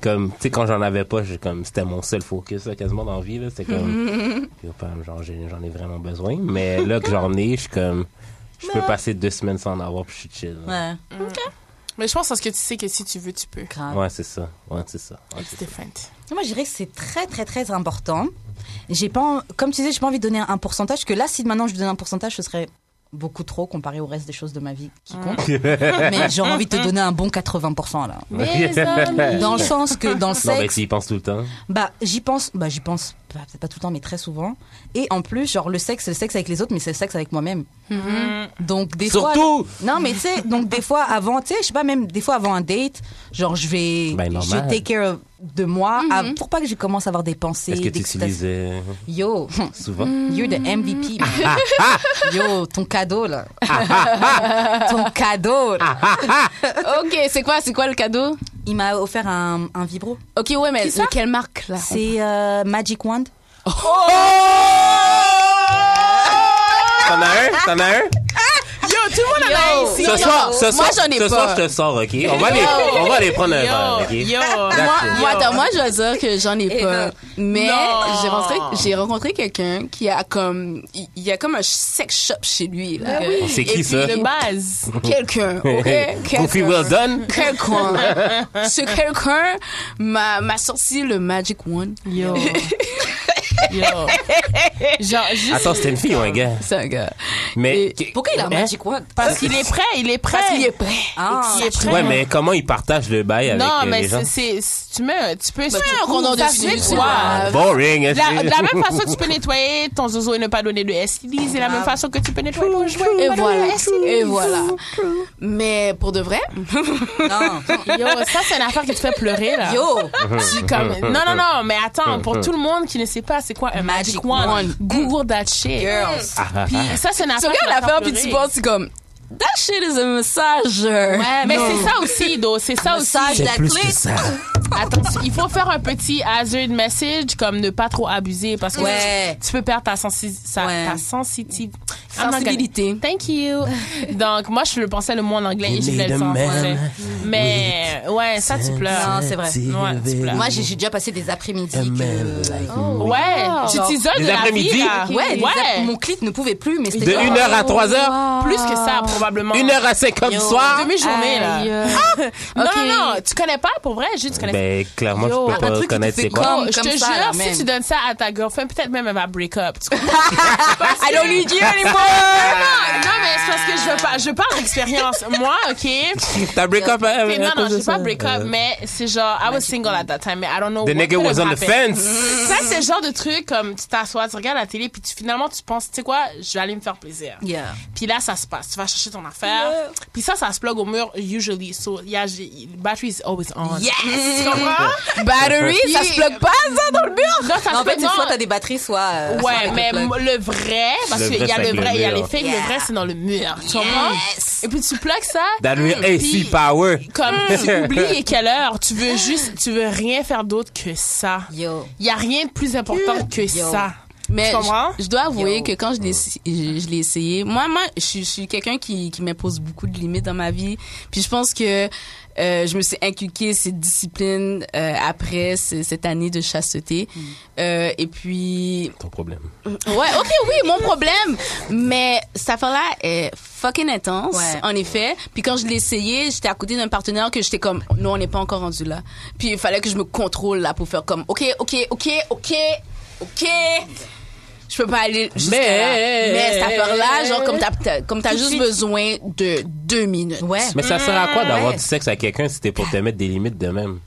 Speaker 3: comme tu sais quand j'en avais pas j'ai comme c'était mon seul focus là, quasiment dans la vie là c'était comme yo, pam, genre j'ai- j'en ai, vraiment besoin mais là que j'en ai je suis comme je peux passer deux semaines sans en avoir puis je suis chill là.
Speaker 1: Ouais.
Speaker 4: Mais je pense parce que tu sais que si tu veux, tu peux.
Speaker 1: Grave.
Speaker 3: ouais, c'est ça ouais c'est ça Ouais,
Speaker 4: It's
Speaker 3: c'est ça.
Speaker 4: different.
Speaker 1: Moi, je dirais que c'est très, très, très important. J'ai pas, en- comme tu disais, j'ai pas envie de donner un pourcentage. Que là, si maintenant je donne un pourcentage, ce serait beaucoup trop comparé au reste des choses de ma vie qui comptent. [LAUGHS] Mais j'aurais envie de te donner un bon 80% là.
Speaker 4: Mes amis.
Speaker 1: Dans le sens que dans le
Speaker 3: non mais
Speaker 1: sexe,
Speaker 3: tu y penses tout le temps
Speaker 1: bah j'y pense, bah j'y pense, bah, peut-être pas tout le temps, mais très souvent. Et en plus, genre le sexe, c'est le sexe avec les autres, mais c'est le sexe avec moi-même. Donc des fois,
Speaker 3: surtout
Speaker 1: non, mais tu sais, donc des fois avant, tu sais, je sais pas, même des fois avant un date, genre je vais,
Speaker 3: Ben,
Speaker 1: je
Speaker 3: normal.
Speaker 1: take care of- de moi av- pour pas que je commence à avoir des pensées.
Speaker 3: est-ce que tu
Speaker 1: d'excitation. Hmm.
Speaker 3: utilises euh,
Speaker 1: Yo, [LAUGHS]
Speaker 3: souvent
Speaker 1: you're the MVP.
Speaker 3: Ah,
Speaker 1: man. Yo, ton cadeau là.
Speaker 3: ah.
Speaker 1: [LAUGHS] ton cadeau. là.
Speaker 2: OK, c'est quoi, c'est quoi le cadeau?
Speaker 1: Il m'a offert un, un vibro.
Speaker 2: OK, ouais, mais
Speaker 4: ça?
Speaker 2: de quelle marque, là?
Speaker 1: C'est euh, Magic Wand.
Speaker 3: t'en as un t'en as un
Speaker 4: Yo, tout le monde en a ici.
Speaker 3: ce soir ce
Speaker 2: Moi,
Speaker 3: soir
Speaker 2: j'en ai
Speaker 3: ce
Speaker 2: pas.
Speaker 3: soir je te sors ok on va les on va les prendre un verre
Speaker 4: Yo,
Speaker 3: ok
Speaker 4: yo.
Speaker 2: Moi,
Speaker 3: That's it.
Speaker 2: moi, attends, moi, je vais dire que j'en ai pas. Mais
Speaker 4: Non.
Speaker 2: j'ai rencontré, j'ai rencontré quelqu'un qui a comme, il il y a comme un sex shop chez lui. là.
Speaker 3: c'est qui
Speaker 2: Et
Speaker 3: ça
Speaker 2: puis,
Speaker 4: De base.
Speaker 3: [LAUGHS]
Speaker 2: Quelqu'un, ok? Hmm.
Speaker 3: Goofy
Speaker 2: Quelqu'un.
Speaker 3: well done
Speaker 2: Quelqu'un. [LAUGHS] Ce quelqu'un m'a m'a sorti le Magic Wand.
Speaker 4: [LAUGHS] Yo. Yo. Genre, juste.
Speaker 3: attends c'était une fille ou un gars
Speaker 2: C'est un gars.
Speaker 3: mais
Speaker 1: Pourquoi il a un
Speaker 3: Hein?
Speaker 1: Magic Wand Euh,
Speaker 4: Parce qu'il est prêt, il est prêt.
Speaker 2: Parce qu'il est prêt.
Speaker 1: Ah,
Speaker 4: Il est prêt.
Speaker 3: Ouais, mais comment ils partagent le bail avec
Speaker 4: non,
Speaker 3: euh,
Speaker 4: mais
Speaker 3: les gens?
Speaker 4: c'est, c'est, c'est- tu mets, tu peux, Bah, tu
Speaker 2: tu
Speaker 4: mets un
Speaker 2: cours
Speaker 4: condom
Speaker 2: dessus, tu
Speaker 4: dessus, tu
Speaker 2: laves.
Speaker 4: vois.
Speaker 3: Ah, Boring. est-ce
Speaker 4: La,
Speaker 3: que- [LAUGHS]
Speaker 4: la même façon que tu peux nettoyer ton zozo et ne pas donner de STD, c'est la même façon que tu peux nettoyer ton jouet.
Speaker 2: Et
Speaker 4: pas
Speaker 2: voilà.
Speaker 4: donner de STD.
Speaker 2: Et voilà. Mais pour de vrai,
Speaker 1: non.
Speaker 4: Yo, ça, c'est une affaire qui te fait pleurer, là.
Speaker 1: Yo,
Speaker 4: Tu comme- Non, non, non, mais attends, pour tout le monde qui ne sait pas c'est quoi un Magic,
Speaker 1: Magic
Speaker 4: Wand,
Speaker 1: wand.
Speaker 4: Google that shit.
Speaker 1: girls.
Speaker 4: Puis ça, c'est une
Speaker 2: tu regardes
Speaker 4: affaire. qui va te
Speaker 2: l'affaire
Speaker 4: faire
Speaker 2: puis tu
Speaker 4: pleurer.
Speaker 2: penses c'est comme, that shit is a massage. Ouais,
Speaker 4: Mais c'est ça aussi, Do, c'est ça aussi.
Speaker 1: Massage de la
Speaker 3: plus que
Speaker 1: clit.
Speaker 3: ça.
Speaker 4: Attention, il faut faire un petit hazard message, comme ne pas trop abuser, parce que
Speaker 1: Ouais.
Speaker 4: tu, tu peux perdre ta, sensi- sa-
Speaker 1: Ouais.
Speaker 4: ta sensitive. I'm not gonna-
Speaker 2: sensibilité.
Speaker 4: Thank you. Donc, moi, je le pensais le mot en anglais et
Speaker 3: You
Speaker 4: je voulais
Speaker 3: need
Speaker 4: le dire en
Speaker 3: a man
Speaker 4: français. Mais, ouais, ça, tu pleures. hein,
Speaker 1: Non, c'est vrai.
Speaker 4: Ouais, tu
Speaker 3: Ah.
Speaker 4: pleures.
Speaker 1: Moi, j'ai j'ai déjà passé des après-midi
Speaker 3: A
Speaker 1: que.
Speaker 3: man like
Speaker 4: Ouais, tu
Speaker 1: Genre-
Speaker 4: t'isoles
Speaker 3: Les
Speaker 4: de la vie,
Speaker 3: après-midi?
Speaker 4: là.
Speaker 1: Ouais, des ap- mon clip ne pouvait plus, mais
Speaker 3: De
Speaker 1: c'était.
Speaker 3: 1h à 3h,
Speaker 4: Plus que
Speaker 1: Ah.
Speaker 4: ça, probablement.
Speaker 3: 1h à 5h du soir.
Speaker 4: Demi-journée,
Speaker 2: Aïe,
Speaker 4: là.
Speaker 2: euh,
Speaker 1: [LAUGHS]
Speaker 4: Non,
Speaker 2: Ok.
Speaker 4: non, non, tu connais pas, pour vrai, juste tu connais
Speaker 3: Ben, clairement,
Speaker 4: Yo,
Speaker 3: je
Speaker 1: un
Speaker 3: peux pas
Speaker 1: truc qui
Speaker 3: connaître
Speaker 1: te
Speaker 3: c'est
Speaker 1: fait
Speaker 3: quoi.
Speaker 1: comme-
Speaker 4: Oh, je te
Speaker 1: ça,
Speaker 4: jure,
Speaker 1: là,
Speaker 4: si
Speaker 1: même.
Speaker 4: tu donnes ça à ta girlfriend, peut-être même elle va break up.
Speaker 1: [LAUGHS]
Speaker 4: Tu comprends?
Speaker 2: I don't need you anymore.
Speaker 4: Ah, non, mais c'est parce que je veux pas, je parle d'expérience. Moi, ok.
Speaker 3: [LAUGHS] T'as break up
Speaker 4: Ok,
Speaker 3: avec
Speaker 4: non, non, j'ai pas break up, mais c'est genre, I was single at that time, mais I don't know.
Speaker 3: Euh. The
Speaker 4: what
Speaker 3: nigga
Speaker 4: could
Speaker 3: was
Speaker 4: have
Speaker 3: on the
Speaker 4: happened.
Speaker 3: fence.
Speaker 4: Ça, c'est le genre de truc comme tu t'assois, tu regardes la télé, puis tu, finalement, tu penses, tu sais quoi, je vais aller me faire plaisir.
Speaker 1: Yeah.
Speaker 4: Puis là, ça se passe. Tu vas chercher ton affaire. Puis ça, ça se plug au mur, usually. So, yeah, j'ai- battery is always on.
Speaker 1: Yes!
Speaker 4: Tu comprends?
Speaker 2: Battery, ça se plug pas, ça, dans le mur.
Speaker 4: Non, ça
Speaker 1: En
Speaker 4: se
Speaker 1: fait,
Speaker 4: plug- non.
Speaker 1: soit t'as des batteries, soit. euh, soit
Speaker 4: Ouais,
Speaker 1: avec
Speaker 4: mais
Speaker 1: le plug.
Speaker 4: m- le vrai, parce
Speaker 3: Le vrai,
Speaker 4: qu'il y a
Speaker 3: c'est
Speaker 4: le
Speaker 3: avec
Speaker 4: vrai,
Speaker 3: le
Speaker 4: il y a les
Speaker 3: mur.
Speaker 4: fakes,
Speaker 1: Yeah.
Speaker 4: le vrai, c'est dans le mur. Tu comprends?
Speaker 1: Yes.
Speaker 4: Et puis tu plugues ça.
Speaker 3: That real
Speaker 4: Puis-
Speaker 3: AC power.
Speaker 4: Comme tu oublies et quelle heure, tu veux juste, tu veux rien faire d'autre que ça.
Speaker 1: Yo.
Speaker 4: Il y a rien de plus important que
Speaker 1: Yo.
Speaker 4: ça.
Speaker 2: Mais
Speaker 4: Tu comprends?
Speaker 2: je, je dois avouer
Speaker 1: Yo.
Speaker 2: que quand je l'ai je, je l'ai essayé, moi moi je, suis- je suis quelqu'un qui qui m'impose beaucoup de limites dans ma vie. Puis je pense que euh, je me suis inculqué cette discipline euh, après ce- cette année de chasteté.
Speaker 4: Mm.
Speaker 2: Euh, et puis
Speaker 3: Ton problème.
Speaker 2: Ouais, ok, oui, mon problème. Mais cette affaire-là est fucking intense,
Speaker 1: Ouais.
Speaker 2: en effet. Puis quand je l'ai essayé, j'étais à côté d'un partenaire que j'étais comme, non, on n'est pas encore rendu là. Puis il fallait que je me contrôle là pour faire comme, ok, ok, ok, ok, ok. Je peux pas aller jusqu'à
Speaker 3: Mais-
Speaker 2: là. Mais cette affaire-là, genre, comme t'as, t'as- comme t'as juste besoin de deux minutes.
Speaker 1: Ouais.
Speaker 3: Mais ça sert à quoi d'avoir
Speaker 1: Ouais.
Speaker 3: du sexe à quelqu'un si t'es pour te mettre des limites de même?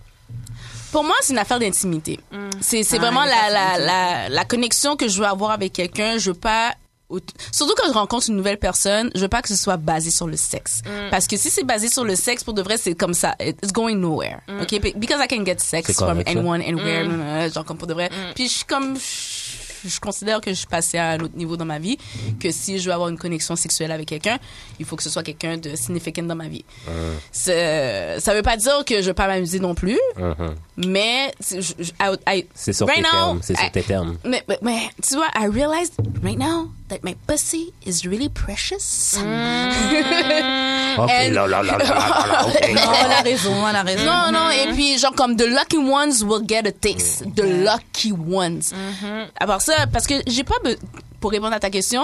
Speaker 2: Pour moi, c'est une affaire d'intimité. C'est c'est vraiment
Speaker 1: il y a
Speaker 2: la, la, la, la connexion que je veux avoir avec quelqu'un. Je veux pas... aut- Surtout quand je rencontre une nouvelle personne, je veux pas que ce soit basé sur le sexe. Parce que si c'est basé sur le sexe, pour de vrai, c'est comme ça. It's going nowhere. OK? Be- Because I can get sex
Speaker 3: C'est quoi
Speaker 2: from
Speaker 3: avec ça?
Speaker 2: anyone, anywhere. blablabla, Genre comme pour de vrai. Puis je suis comme... Je je considère que je suis passée à un autre niveau dans ma vie, que si je veux avoir une connexion sexuelle avec quelqu'un, il faut que ce soit quelqu'un de significant dans ma vie. C'est- Ça veut pas dire que je veux pas m'amuser non plus,
Speaker 3: Mhm.
Speaker 2: mais c'est- je- je- I- I-
Speaker 3: C'est sur
Speaker 2: right
Speaker 3: tes
Speaker 2: now, eh,
Speaker 3: termes. C'est sur
Speaker 2: I-
Speaker 3: tes termes.
Speaker 2: Mais, mais, mais, tu vois, I realized right now, that my pussy is really precious.
Speaker 3: Ok,
Speaker 2: And-
Speaker 3: Oh, là, là, là, là, là, là, ok.
Speaker 1: Non, elle a raison, elle a raison.
Speaker 2: [LAUGHS] Non, non, et puis genre comme The Lucky Ones will get a taste.
Speaker 3: Mm.
Speaker 2: The Lucky Ones. À part ça, parce que j'ai pas... be- Pour répondre à ta question,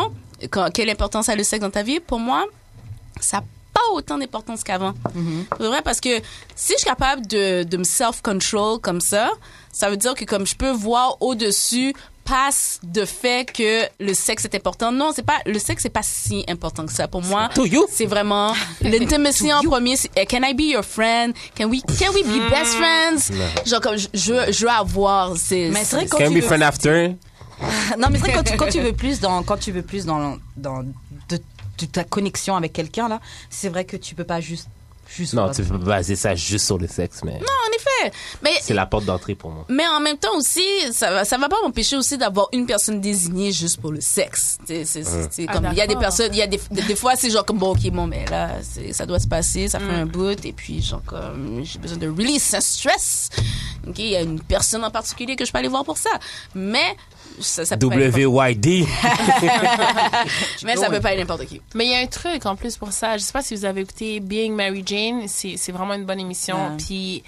Speaker 2: quand- quelle importance a le sexe dans ta vie, pour moi, ça n'a pas autant d'importance qu'avant. Pour de vrai, parce que si je suis capable de, de me self-control comme ça, ça veut dire que comme je peux voir au-dessus passe de fait que le sexe est important. Non, c'est pas le sexe c'est pas si important que ça pour moi. C'est vraiment l'intimacy en premier. c'est, eh, Can I be your friend? Can we can we be best friends? Genre comme je je, veux- je veux avoir c'est
Speaker 1: Mais c'est vrai que quand
Speaker 3: Can
Speaker 1: tu
Speaker 3: we be
Speaker 1: veux-
Speaker 3: friend after?
Speaker 1: Non, mais c'est vrai que quand tu, quand tu veux plus dans quand tu veux plus dans dans de, de ta connexion avec quelqu'un là, c'est vrai que tu peux pas juste juste
Speaker 3: Non, tu peux pas baser ça juste sur le sexe, mais
Speaker 2: en effet. Mais
Speaker 3: c'est la porte d'entrée pour moi.
Speaker 2: Mais en même temps aussi, ça va, ça va pas m'empêcher aussi d'avoir une personne désignée juste pour le sexe. C'est, c'est, c'est- c'est
Speaker 4: Ah,
Speaker 2: comme il y a des
Speaker 4: d'accord.
Speaker 2: personnes, il y a des, des, des fois c'est genre comme bon ok bon mais là c'est, ça doit se passer, ça fait un bout et puis genre comme j'ai besoin de release un stress. Ok, il y a une personne en particulier que je peux aller voir pour ça. Mais ça, ça peut pas être
Speaker 3: WYD.
Speaker 2: n'importe- mais ça peut pas être n'importe qui.
Speaker 4: Mais il y a un truc en plus pour ça. Je sais pas si vous avez écouté Being Mary Jane. C'est c'est vraiment une bonne émission.
Speaker 1: Ouais.
Speaker 4: Puis,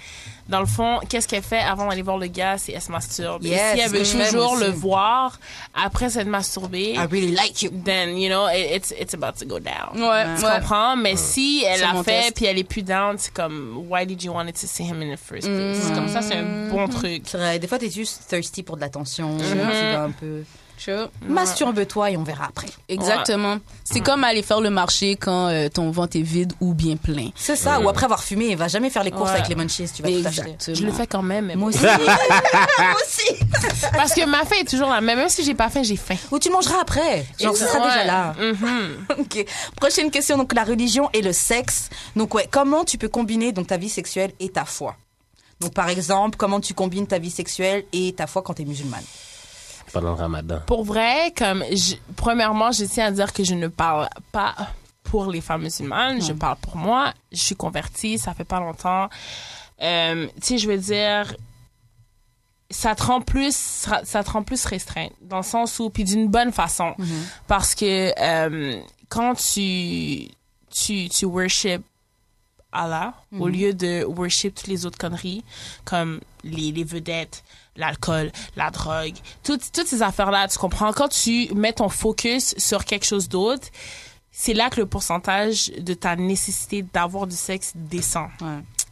Speaker 4: dans le fond, qu'est-ce qu'elle fait avant d'aller voir le gars? C'est elle se masturbe.
Speaker 1: Yes,
Speaker 4: et si elle
Speaker 1: c'est
Speaker 4: veut
Speaker 1: ce que j'aime
Speaker 4: toujours
Speaker 1: aussi. Ah.
Speaker 4: le voir après s'être masturbée,
Speaker 1: I really like you.
Speaker 4: then, you know, it- it's, it's about to go down.
Speaker 2: Ouais,
Speaker 4: Tu
Speaker 2: ouais.
Speaker 4: comprends? Mais si elle
Speaker 2: C'est
Speaker 4: l'a
Speaker 2: mon
Speaker 4: fait
Speaker 2: test.
Speaker 4: puis elle est plus down, c'est comme, why did you want to see him in the first
Speaker 1: Mm.
Speaker 4: place? Comme ça, c'est un bon truc.
Speaker 1: C'est vrai, Des fois, t'es juste thirsty pour de l'attention. Tu vas un peu.
Speaker 2: Sure.
Speaker 1: Masturbe-toi et on verra après.
Speaker 2: Exactement. C'est comme aller faire le marché quand euh, ton ventre est vide ou bien plein.
Speaker 1: C'est ça. Ou après avoir fumé, va jamais faire les courses
Speaker 4: Ouais.
Speaker 1: avec les munchies. Tu vas tout acheter.
Speaker 2: Exactement.
Speaker 4: Je le fais quand même. mais
Speaker 1: Moi
Speaker 4: bon. [LAUGHS]
Speaker 1: aussi. Moi aussi.
Speaker 4: Parce que ma faim est toujours la même. Même si j'ai pas faim, j'ai faim.
Speaker 1: Ou tu le mangeras après. Genre, ce sera
Speaker 4: Ouais.
Speaker 1: déjà là. [LAUGHS] Ok. Prochaine question. Donc, la religion et le sexe. Donc, ouais, comment tu peux combiner donc ta vie sexuelle et ta foi Donc, par exemple, comment tu combines ta vie sexuelle et ta foi quand t'es musulmane
Speaker 3: Pendant le ramadan.
Speaker 4: Pour vrai, comme je- premièrement, je tiens à dire que je ne parle pas pour les femmes musulmanes, je parle pour moi. Je suis convertie, ça fait pas longtemps. Euh, tu sais, je veux dire, ça te rend plus, ça ça te rend plus restreinte, dans le sens où, puis d'une bonne façon, parce que euh, quand tu tu tu worship Allah au lieu de worship toutes les autres conneries comme les, les vedettes, l'alcool, la drogue, toutes, toutes ces affaires-là, tu comprends? Quand tu mets ton focus sur quelque chose d'autre, c'est là que le pourcentage de ta nécessité d'avoir du sexe descend.
Speaker 1: Ouais.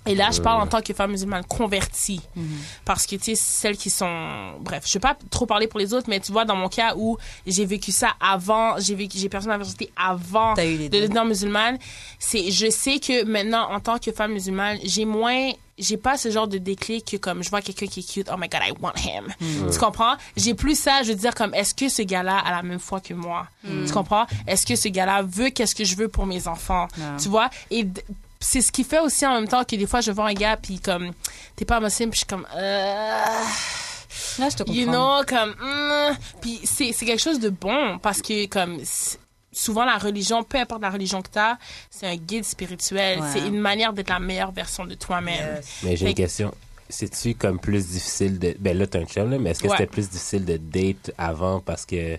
Speaker 4: Et là, je parle
Speaker 1: Euh.
Speaker 4: en tant que femme musulmane convertie.
Speaker 1: Mhm.
Speaker 4: Parce que, tu sais, celles qui sont... Bref, je ne vais pas trop parler pour les autres, mais tu vois, dans mon cas où j'ai vécu ça avant, j'ai vécu, j'ai perdu ma virginité avant
Speaker 1: T'as eu les
Speaker 4: de
Speaker 1: deux.
Speaker 4: devenir musulmane, c'est, je sais que maintenant, en tant que femme musulmane, j'ai moins... J'ai pas ce genre de déclic que comme je vois quelqu'un qui est cute, oh my god, I want him.
Speaker 1: Mhm.
Speaker 4: Tu comprends? J'ai plus ça, je veux dire comme, est-ce que ce gars-là a la même foi que moi?
Speaker 1: Mhm.
Speaker 4: Tu comprends? Est-ce que ce gars-là veut qu'est-ce que je veux pour mes enfants? Tu vois? Et d- c'est ce qui fait aussi en même temps que des fois je vois un gars puis comme t'es pas muslim puis je suis comme euh,
Speaker 1: Là, je te comprends.
Speaker 4: you know comme hmm. puis c'est c'est quelque chose de bon parce que comme c'est- souvent la religion peu importe la religion que t'as c'est un guide spirituel
Speaker 1: Ouais.
Speaker 4: c'est une manière d'être la meilleure version de toi-même
Speaker 3: Mais j'ai
Speaker 4: Fait
Speaker 3: une
Speaker 4: que-
Speaker 3: question. C'est-tu comme plus difficile de. Ben là, t'es un chum, là, mais est-ce que
Speaker 4: Ouais.
Speaker 3: c'était plus difficile de date avant parce que.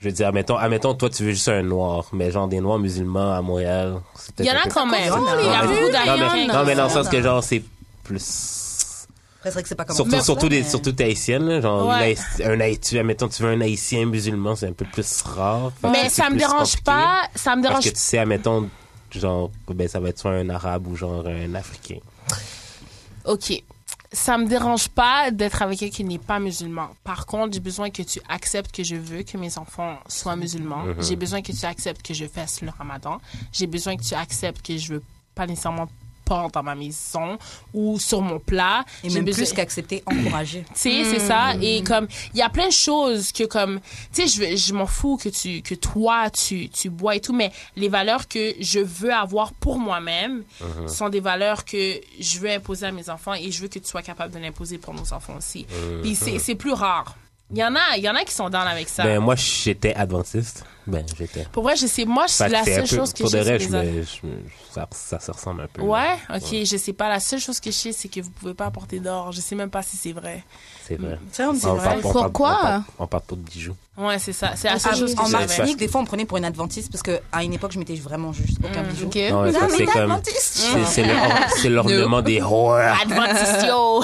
Speaker 3: Je veux dire, admettons, admettons, toi, tu veux juste un noir, mais genre des noirs musulmans à Montréal. c'est peut-être
Speaker 4: il y en
Speaker 3: un
Speaker 4: a
Speaker 3: peu-
Speaker 4: quand même
Speaker 1: Oh,
Speaker 4: il y a
Speaker 3: Non, mais-
Speaker 4: beaucoup
Speaker 3: non, mais,
Speaker 4: d'Ariens.
Speaker 3: non, mais dans le
Speaker 1: ça.
Speaker 3: sens que genre, c'est plus.
Speaker 1: Après, c'est vrai que c'est pas comme
Speaker 3: Surtout, surtout, des, surtout t'es haïtienne, là, genre,
Speaker 4: Ouais.
Speaker 3: une Haï- un haïtien, admettons, tu veux un haïtien musulman, c'est un peu plus rare. Fait que
Speaker 4: mais
Speaker 3: c'est
Speaker 4: ça me
Speaker 3: plus
Speaker 4: dérange
Speaker 3: compliqué.
Speaker 4: pas ça me
Speaker 3: Parce
Speaker 4: dérange
Speaker 3: que tu sais, admettons, genre, ben, ça va être soit un arabe ou genre un africain.
Speaker 4: OK. Ça me dérange pas d'être avec quelqu'un qui n'est pas musulman. Par contre, j'ai besoin que tu acceptes que je veux que mes enfants soient musulmans. J'ai besoin que tu acceptes que je fasse le ramadan. J'ai besoin que tu acceptes que je veux pas nécessairement porter dans ma maison ou sur mon plat.
Speaker 1: Et
Speaker 4: J'ai
Speaker 1: même
Speaker 4: besoin-
Speaker 1: plus qu'accepter, encourager.
Speaker 4: tu sais, c'est ça.
Speaker 3: Hmm.
Speaker 4: Et comme, il y a plein de choses que comme, tu sais, je, veux- je m'en fous que tu, que toi, tu, tu bois et tout, mais les valeurs que je veux avoir pour moi-même
Speaker 3: Uh-huh.
Speaker 4: sont des valeurs que je veux imposer à mes enfants et je veux que tu sois capable de l'imposer pour nos enfants aussi.
Speaker 3: Uh-huh.
Speaker 4: Puis c'est, c'est plus rare. Il y en a, il y en a qui sont dans avec ça.
Speaker 3: Ben, moi, j'étais adventiste. Ben, j'étais.
Speaker 4: pour vrai, je sais, moi, c'est
Speaker 3: Fait que
Speaker 4: la
Speaker 3: c'est un
Speaker 4: seule
Speaker 3: peu-
Speaker 4: chose que
Speaker 3: Pour de
Speaker 4: j'ai.
Speaker 3: vrai,
Speaker 4: c'est
Speaker 3: je
Speaker 4: les
Speaker 3: me- je me- ça, ça se ressemble un peu. là.
Speaker 4: Ouais, ok, je sais pas. La seule chose que je sais, c'est que vous pouvez pas porter d'or. Je sais même pas si c'est vrai.
Speaker 3: C'est vrai.
Speaker 4: C'est
Speaker 3: On
Speaker 4: vrai.
Speaker 3: parle- on parle-
Speaker 2: Pourquoi?
Speaker 4: [LAUGHS]
Speaker 3: on parle- On parle pas de bijoux.
Speaker 4: Ouais, c'est ça. C'est
Speaker 1: Ah,
Speaker 4: la seule chose que
Speaker 1: en
Speaker 4: je savais.
Speaker 1: Martinique, des fois, on prenait pour une adventiste parce que à une époque, je mettais vraiment juste
Speaker 4: Mmh,
Speaker 1: aucun bijou.
Speaker 2: Ok.
Speaker 3: Non, ouais, ça, c'est comme. c'est- c'est le-
Speaker 4: Ah.
Speaker 3: C'est l'ornement des rois.
Speaker 4: Adventistio.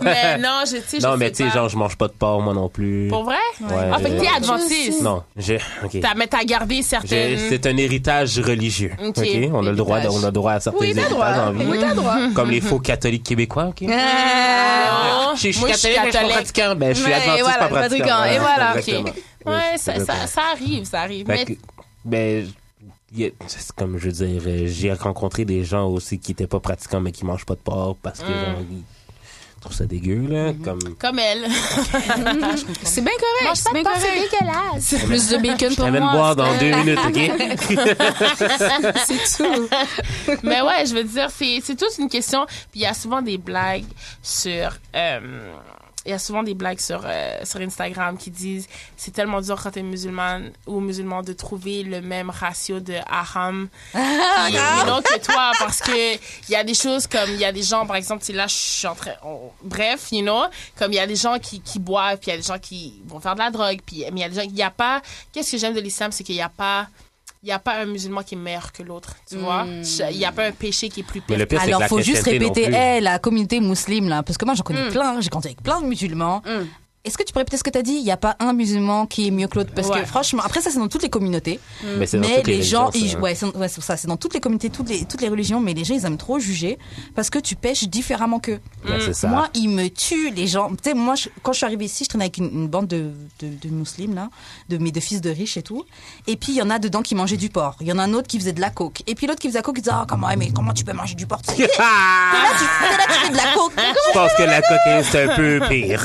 Speaker 4: mais non, je, tu sais, Ah, je
Speaker 3: Non, mais
Speaker 4: sais
Speaker 3: tu sais,
Speaker 4: pas.
Speaker 3: genre, je mange pas de porc, moi non plus.
Speaker 4: Pour vrai?
Speaker 3: Ouais,
Speaker 4: En fait,
Speaker 3: euh,
Speaker 4: t'es adventiste.
Speaker 3: Non, j'ai. ok.
Speaker 4: T'as, mais t'as gardé
Speaker 3: J'ai-
Speaker 4: certaines.
Speaker 3: C'est un héritage religieux.
Speaker 4: Ok.
Speaker 3: Ok, on a le droit, de- on a droit à certains
Speaker 5: Oui, t'as
Speaker 3: héritages
Speaker 5: droit.
Speaker 3: en vie,
Speaker 5: Oui, t'as droit.
Speaker 3: comme les faux catholiques québécois. Ok.
Speaker 4: Ah,
Speaker 3: Je suis- je suis
Speaker 4: moi,
Speaker 3: catholique, mais je suis pas pratiquant. Ben, je suis
Speaker 2: Ouais, et
Speaker 3: adventiste,
Speaker 2: voilà,
Speaker 3: pas
Speaker 2: le pratiquant,
Speaker 3: pratiquant.
Speaker 2: et
Speaker 3: Ouais,
Speaker 2: voilà,
Speaker 3: exactement.
Speaker 4: Ouais, ça,
Speaker 3: exactement.
Speaker 4: ça, ça arrive, ça arrive.
Speaker 3: Fait
Speaker 4: Mais
Speaker 3: que- ben, y a- c'est comme je veux dire, euh, j'ai rencontré des gens aussi qui étaient pas pratiquants mais qui mangent pas de porc parce que genre, ils trouvent ça dégueu là. Comme
Speaker 4: comme elle. [LAUGHS]
Speaker 1: Ah,
Speaker 2: C'est bien correct.
Speaker 4: Mange pas
Speaker 2: C'est bien
Speaker 4: de porc,
Speaker 2: correct. C'est plus de bacon pour
Speaker 3: je vais
Speaker 2: moi.
Speaker 3: boire dans deux minutes, ok
Speaker 2: C'est tout.
Speaker 4: mais ouais, je veux dire, c'est, c'est toute une question. Puis il y a souvent des blagues sur. euh, il y a souvent des blagues sur, euh, sur Instagram qui disent c'est tellement dur quand t'es musulmane ou musulman de trouver le même ratio de haram qui est non que toi parce que il y a des choses comme il y a des gens par exemple tu sais, là je suis en train on- bref you know comme il y a des gens qui, qui boivent puis il y a des gens qui vont faire de la drogue puis mais il y a des gens il y a pas qu'est-ce que j'aime de l'islam c'est qu'il y a pas il y a pas un musulman qui est meilleur que l'autre tu vois Je- il y a pas un péché qui est plus
Speaker 3: Mais
Speaker 4: pire
Speaker 3: le pire, c'est que
Speaker 1: Alors,
Speaker 3: la
Speaker 1: faut juste
Speaker 3: chrétienté non
Speaker 1: répéter,
Speaker 3: plus.
Speaker 1: hey, la communauté musulmane, là, parce que moi, j'en
Speaker 4: Mmh.
Speaker 1: connais plein, j'ai compté avec plein de musulmans. Est-ce que tu pourrais répéter ce que tu as dit Il n'y a pas un musulman qui est mieux que l'autre Parce
Speaker 4: Ouais.
Speaker 1: que franchement, après ça, c'est dans toutes les communautés.
Speaker 3: Mais c'est dans
Speaker 1: Mais
Speaker 3: toutes hein.
Speaker 1: les gens,
Speaker 3: religions, ça,
Speaker 1: ils- ouais, c'est ouais, c'est ça, c'est dans toutes les communautés, toutes les, toutes les religions, mais les gens, ils aiment trop juger parce que tu pêches différemment qu'eux.
Speaker 3: hein. Ouais, c'est ça.
Speaker 1: Moi, ils me tuent, les gens. Tu sais, moi, je- quand je suis arrivée ici, je traînais avec une, une bande de, de, de musulmans, là, de mes deux fils de riches et tout. Et puis, il y en a dedans qui mangeaient du porc. Il y en a un autre qui faisait de la coke. Et puis, l'autre qui faisait de la coke, il disait, ah, comment, mais comment tu peux manger du porc?
Speaker 3: [LAUGHS]
Speaker 1: T'es là,
Speaker 3: Ah!
Speaker 1: tu, t'es là, tu fais de la coke.
Speaker 3: je pense que la cocaïne c'est un peu pire.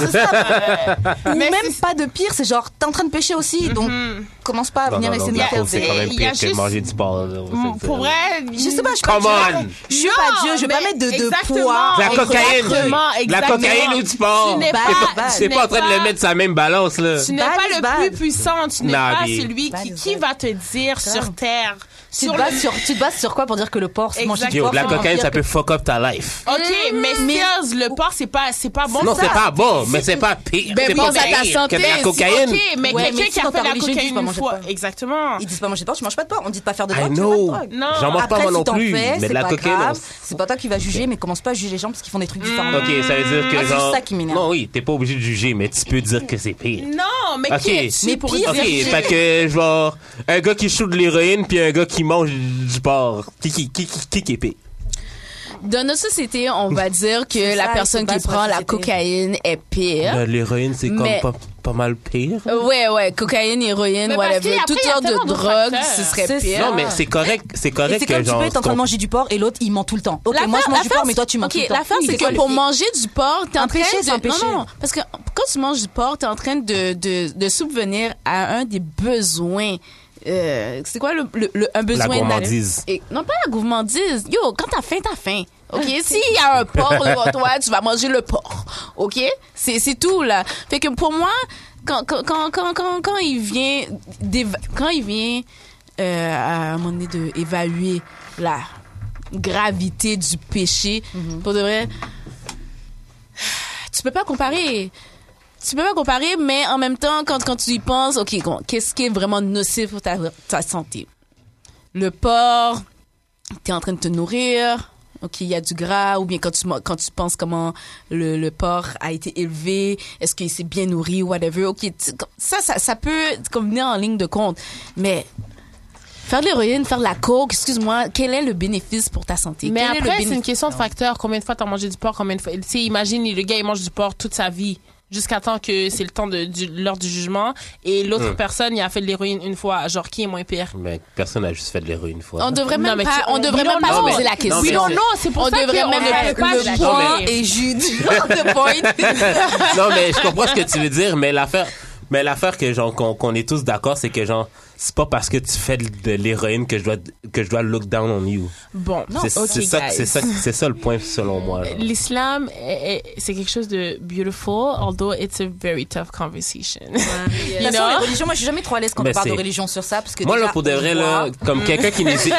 Speaker 1: Ou
Speaker 4: Mais Mhm.
Speaker 1: même pas de pire, c'est genre, t'es en train de pêcher aussi, donc,
Speaker 4: Hmm.
Speaker 1: commence pas à
Speaker 3: Non,
Speaker 1: venir
Speaker 3: non, non,
Speaker 1: essayer de
Speaker 3: la
Speaker 1: me faire
Speaker 3: coke, c'est
Speaker 1: dire-
Speaker 3: quand même
Speaker 4: Il y a
Speaker 3: pire que
Speaker 4: juste- Mm,
Speaker 3: manger du porc. là, on va se le
Speaker 4: pour
Speaker 3: dire.
Speaker 4: vrai
Speaker 1: Je sais pas, je suis pas
Speaker 3: Come
Speaker 1: Dieu.
Speaker 3: on!
Speaker 1: Je suis pas Dieu, je vais pas
Speaker 4: mais
Speaker 1: mettre de, de
Speaker 4: exactement.
Speaker 1: poids.
Speaker 3: La
Speaker 4: Ah,
Speaker 3: cocaïne!
Speaker 4: exactement,
Speaker 3: La
Speaker 4: exactement.
Speaker 3: cocaïne ou du porc!
Speaker 4: Tu n'es
Speaker 3: T'es
Speaker 4: pas-
Speaker 3: pas-
Speaker 1: tu
Speaker 3: T'es
Speaker 4: n'es
Speaker 3: pas en train de
Speaker 4: pas-
Speaker 3: le mettre sur la même balance, là.
Speaker 4: Tu n'es
Speaker 1: Bad
Speaker 4: pas
Speaker 1: is
Speaker 4: le
Speaker 1: bad.
Speaker 4: plus puissant, tu n'es
Speaker 3: Nah,
Speaker 4: pas
Speaker 3: mais-
Speaker 4: celui
Speaker 1: Bad
Speaker 4: qui,
Speaker 1: is
Speaker 4: qui
Speaker 1: bad.
Speaker 4: va te dire sur terre,
Speaker 1: Tu
Speaker 4: sur
Speaker 1: te,
Speaker 4: le...
Speaker 1: bases sur, tu te bases sur quoi pour dire que le porc se mange du
Speaker 4: Exact.
Speaker 3: Yo,
Speaker 1: porc
Speaker 3: de la
Speaker 1: faut en
Speaker 3: cocaïne,
Speaker 1: dire
Speaker 3: ça
Speaker 1: que-
Speaker 3: peut fuck up ta life.
Speaker 4: OK, mais stills, le porc, c'est pas, c'est pas bon.
Speaker 3: non,
Speaker 4: ça.
Speaker 3: c'est pas bon, mais c'est pas pire.
Speaker 2: Ben,
Speaker 3: c'est
Speaker 2: pense
Speaker 3: pas
Speaker 2: à ta
Speaker 3: pire
Speaker 2: santé.
Speaker 3: que de la
Speaker 2: Si,
Speaker 3: cocaïne.
Speaker 4: OK, mais
Speaker 1: Ouais,
Speaker 4: quelqu'un
Speaker 1: mais
Speaker 4: qui
Speaker 1: si
Speaker 4: a
Speaker 1: dans
Speaker 4: fait
Speaker 1: ta
Speaker 4: la
Speaker 1: religion, ils disent
Speaker 4: cocaïne
Speaker 1: pas
Speaker 4: une
Speaker 1: manger de
Speaker 4: fois.
Speaker 1: porc.
Speaker 4: Exactement.
Speaker 1: Ils disent pas manger de porc, je mange pas de porc. On dit de pas faire de
Speaker 3: I
Speaker 1: porc, tu fais
Speaker 3: know.
Speaker 1: pas de drogue.
Speaker 4: Non.
Speaker 3: J'en mange pas
Speaker 1: Après,
Speaker 3: moi non
Speaker 1: si t'en
Speaker 3: plus.
Speaker 1: fais,
Speaker 3: mais
Speaker 1: c'est
Speaker 3: de la
Speaker 1: pas
Speaker 3: cocaïne.
Speaker 1: grave.
Speaker 3: on-
Speaker 1: C'est pas toi qui vas juger, mais commence pas à juger les gens parce qu'ils font des trucs différents.
Speaker 3: Ok, ça veut dire que
Speaker 1: Ah, c'est
Speaker 3: genre.
Speaker 1: ça qui m'énerve.
Speaker 3: Non, oui, t'es pas obligé de juger, mais tu peux dire que c'est pire.
Speaker 4: Non, mais
Speaker 3: Ok.
Speaker 4: qui est-tu
Speaker 1: Mais
Speaker 4: pour
Speaker 1: pire,
Speaker 4: dire
Speaker 3: Ok,
Speaker 1: c'est-
Speaker 4: que-
Speaker 3: fait que genre un gars qui shoot de l'héroïne puis un gars qui mange du porc. Qui qui qui qui, qui, qui est pire?
Speaker 2: Dans notre société, on va
Speaker 4: [LAUGHS]
Speaker 2: dire que
Speaker 1: C'est
Speaker 2: la
Speaker 1: ça,
Speaker 2: personne
Speaker 1: il faut
Speaker 2: qui
Speaker 1: pas se
Speaker 2: prend la
Speaker 1: société.
Speaker 2: cocaïne est pire.
Speaker 3: Là, Ben, L'héroïne c'est
Speaker 2: Mais-
Speaker 3: comme pas, pas mal pire.
Speaker 2: Euh, Ouais, ouais, cocaïne, héroïne,
Speaker 4: Mais parce qu'il
Speaker 2: whatever,
Speaker 4: y a- après,
Speaker 2: toute
Speaker 4: il y a
Speaker 2: sorte
Speaker 4: tellement
Speaker 2: de
Speaker 4: d'autres
Speaker 2: drogue,
Speaker 4: facteurs.
Speaker 2: ce serait
Speaker 1: C'est
Speaker 2: pire.
Speaker 1: ça.
Speaker 3: Non mais c'est correct, c'est correct
Speaker 1: Et c'est
Speaker 3: que
Speaker 1: comme tu
Speaker 3: genre
Speaker 1: peux être en train de
Speaker 3: qu'on-
Speaker 1: manger du porc et l'autre il ment tout le temps. Ok,
Speaker 2: L'affaire-
Speaker 1: moi je mange du
Speaker 2: l'affaire,
Speaker 1: porc mais toi tu mens
Speaker 2: ok,
Speaker 1: tout le temps.
Speaker 2: L'affaire,
Speaker 1: Oui,
Speaker 2: c'est
Speaker 1: quoi
Speaker 2: que
Speaker 1: le
Speaker 2: pour
Speaker 1: fait
Speaker 2: manger du porc, t'es en
Speaker 1: Un
Speaker 2: train
Speaker 1: péché,
Speaker 2: de...
Speaker 1: c'est un péché.
Speaker 2: Non, non, parce que quand tu manges du porc, t'es en train de, de, de subvenir à un des besoins. Euh, c'est quoi le, le- le- un besoin nat-
Speaker 3: gourmandise.
Speaker 2: Et- non, pas la gourmandise. Yo, quand t'as faim, t'as faim. OK? S'il y a un porc devant toi, tu vas manger le porc. OK? C'est, c'est tout, là. Fait que pour moi, quand, quand, quand, quand, quand, quand il vient, d'éva- quand il vient euh, à un moment donné de évaluer la gravité du péché, pour de vrai, tu peux pas comparer. Tu peux pas comparer, mais en même temps, quand, quand tu y penses, OK, bon, qu'est-ce qui est vraiment nocif pour ta, ta santé? le porc, t'es en train de te nourrir, ok, il y a du gras, ou bien quand tu, man- quand tu penses comment le, le porc a été élevé, est-ce qu'il s'est bien nourri, whatever, ok, tu- ça, ça, ça peut comme venir en ligne de compte, mais faire de l'héroïne, faire de la coke, excuse-moi, quel est le bénéfice pour ta santé?
Speaker 4: Mais
Speaker 2: Quel est le
Speaker 4: après, c'est
Speaker 2: bénéfice?
Speaker 4: une question de facteur. Combien de fois t'as mangé du porc? Combien de fois? Tu sais, imagine, le gars, il mange du porc toute sa vie. Jusqu'à temps que c'est le temps de, du, l'heure du jugement. Et
Speaker 3: Hum.
Speaker 4: l'autre personne, il a fait de l'héroïne une fois. Genre, qui est moins pire?
Speaker 3: Mais personne n'a juste fait de l'héroïne une fois.
Speaker 2: On
Speaker 3: [LAUGHS]
Speaker 2: devrait
Speaker 4: Non,
Speaker 2: même
Speaker 4: mais
Speaker 2: pas,
Speaker 4: tu-
Speaker 2: on devrait
Speaker 4: we don't
Speaker 2: même pas
Speaker 4: know.
Speaker 2: se poser la
Speaker 3: Non,
Speaker 2: question.
Speaker 3: mais
Speaker 4: Oui, non,
Speaker 3: c'est-
Speaker 4: non, c'est pour
Speaker 2: On
Speaker 4: ça
Speaker 2: devrait
Speaker 4: qu'on
Speaker 2: même
Speaker 4: devrait
Speaker 2: pas
Speaker 4: pas
Speaker 2: le
Speaker 4: juger.
Speaker 2: point
Speaker 4: Mais-
Speaker 2: et jus
Speaker 4: [LAUGHS]
Speaker 2: the point.
Speaker 3: non mais je comprends ce que tu veux dire mais l'affaire mais l'affaire que genre qu'on qu'on est tous d'accord c'est que genre c'est pas parce que tu fais de l'héroïne que je dois que je dois look down on you.
Speaker 4: Bon, non,
Speaker 3: c'est
Speaker 4: ok,
Speaker 3: c'est ça,
Speaker 4: guys.
Speaker 3: c'est ça, c'est ça le point selon moi. genre.
Speaker 4: L'islam, est- est- c'est quelque chose de beautiful, although it's a very tough conversation.
Speaker 1: De toute
Speaker 4: [LAUGHS] You know?
Speaker 1: façon, les religions, moi, je suis jamais trop à l'aise quand
Speaker 3: Ben,
Speaker 1: on parle de
Speaker 3: c'est-
Speaker 1: religion sur ça, parce que
Speaker 3: Moi là
Speaker 1: déjà,
Speaker 3: pour de
Speaker 1: on
Speaker 3: vrai
Speaker 1: voit-
Speaker 3: là, comme quelqu'un qui nous é-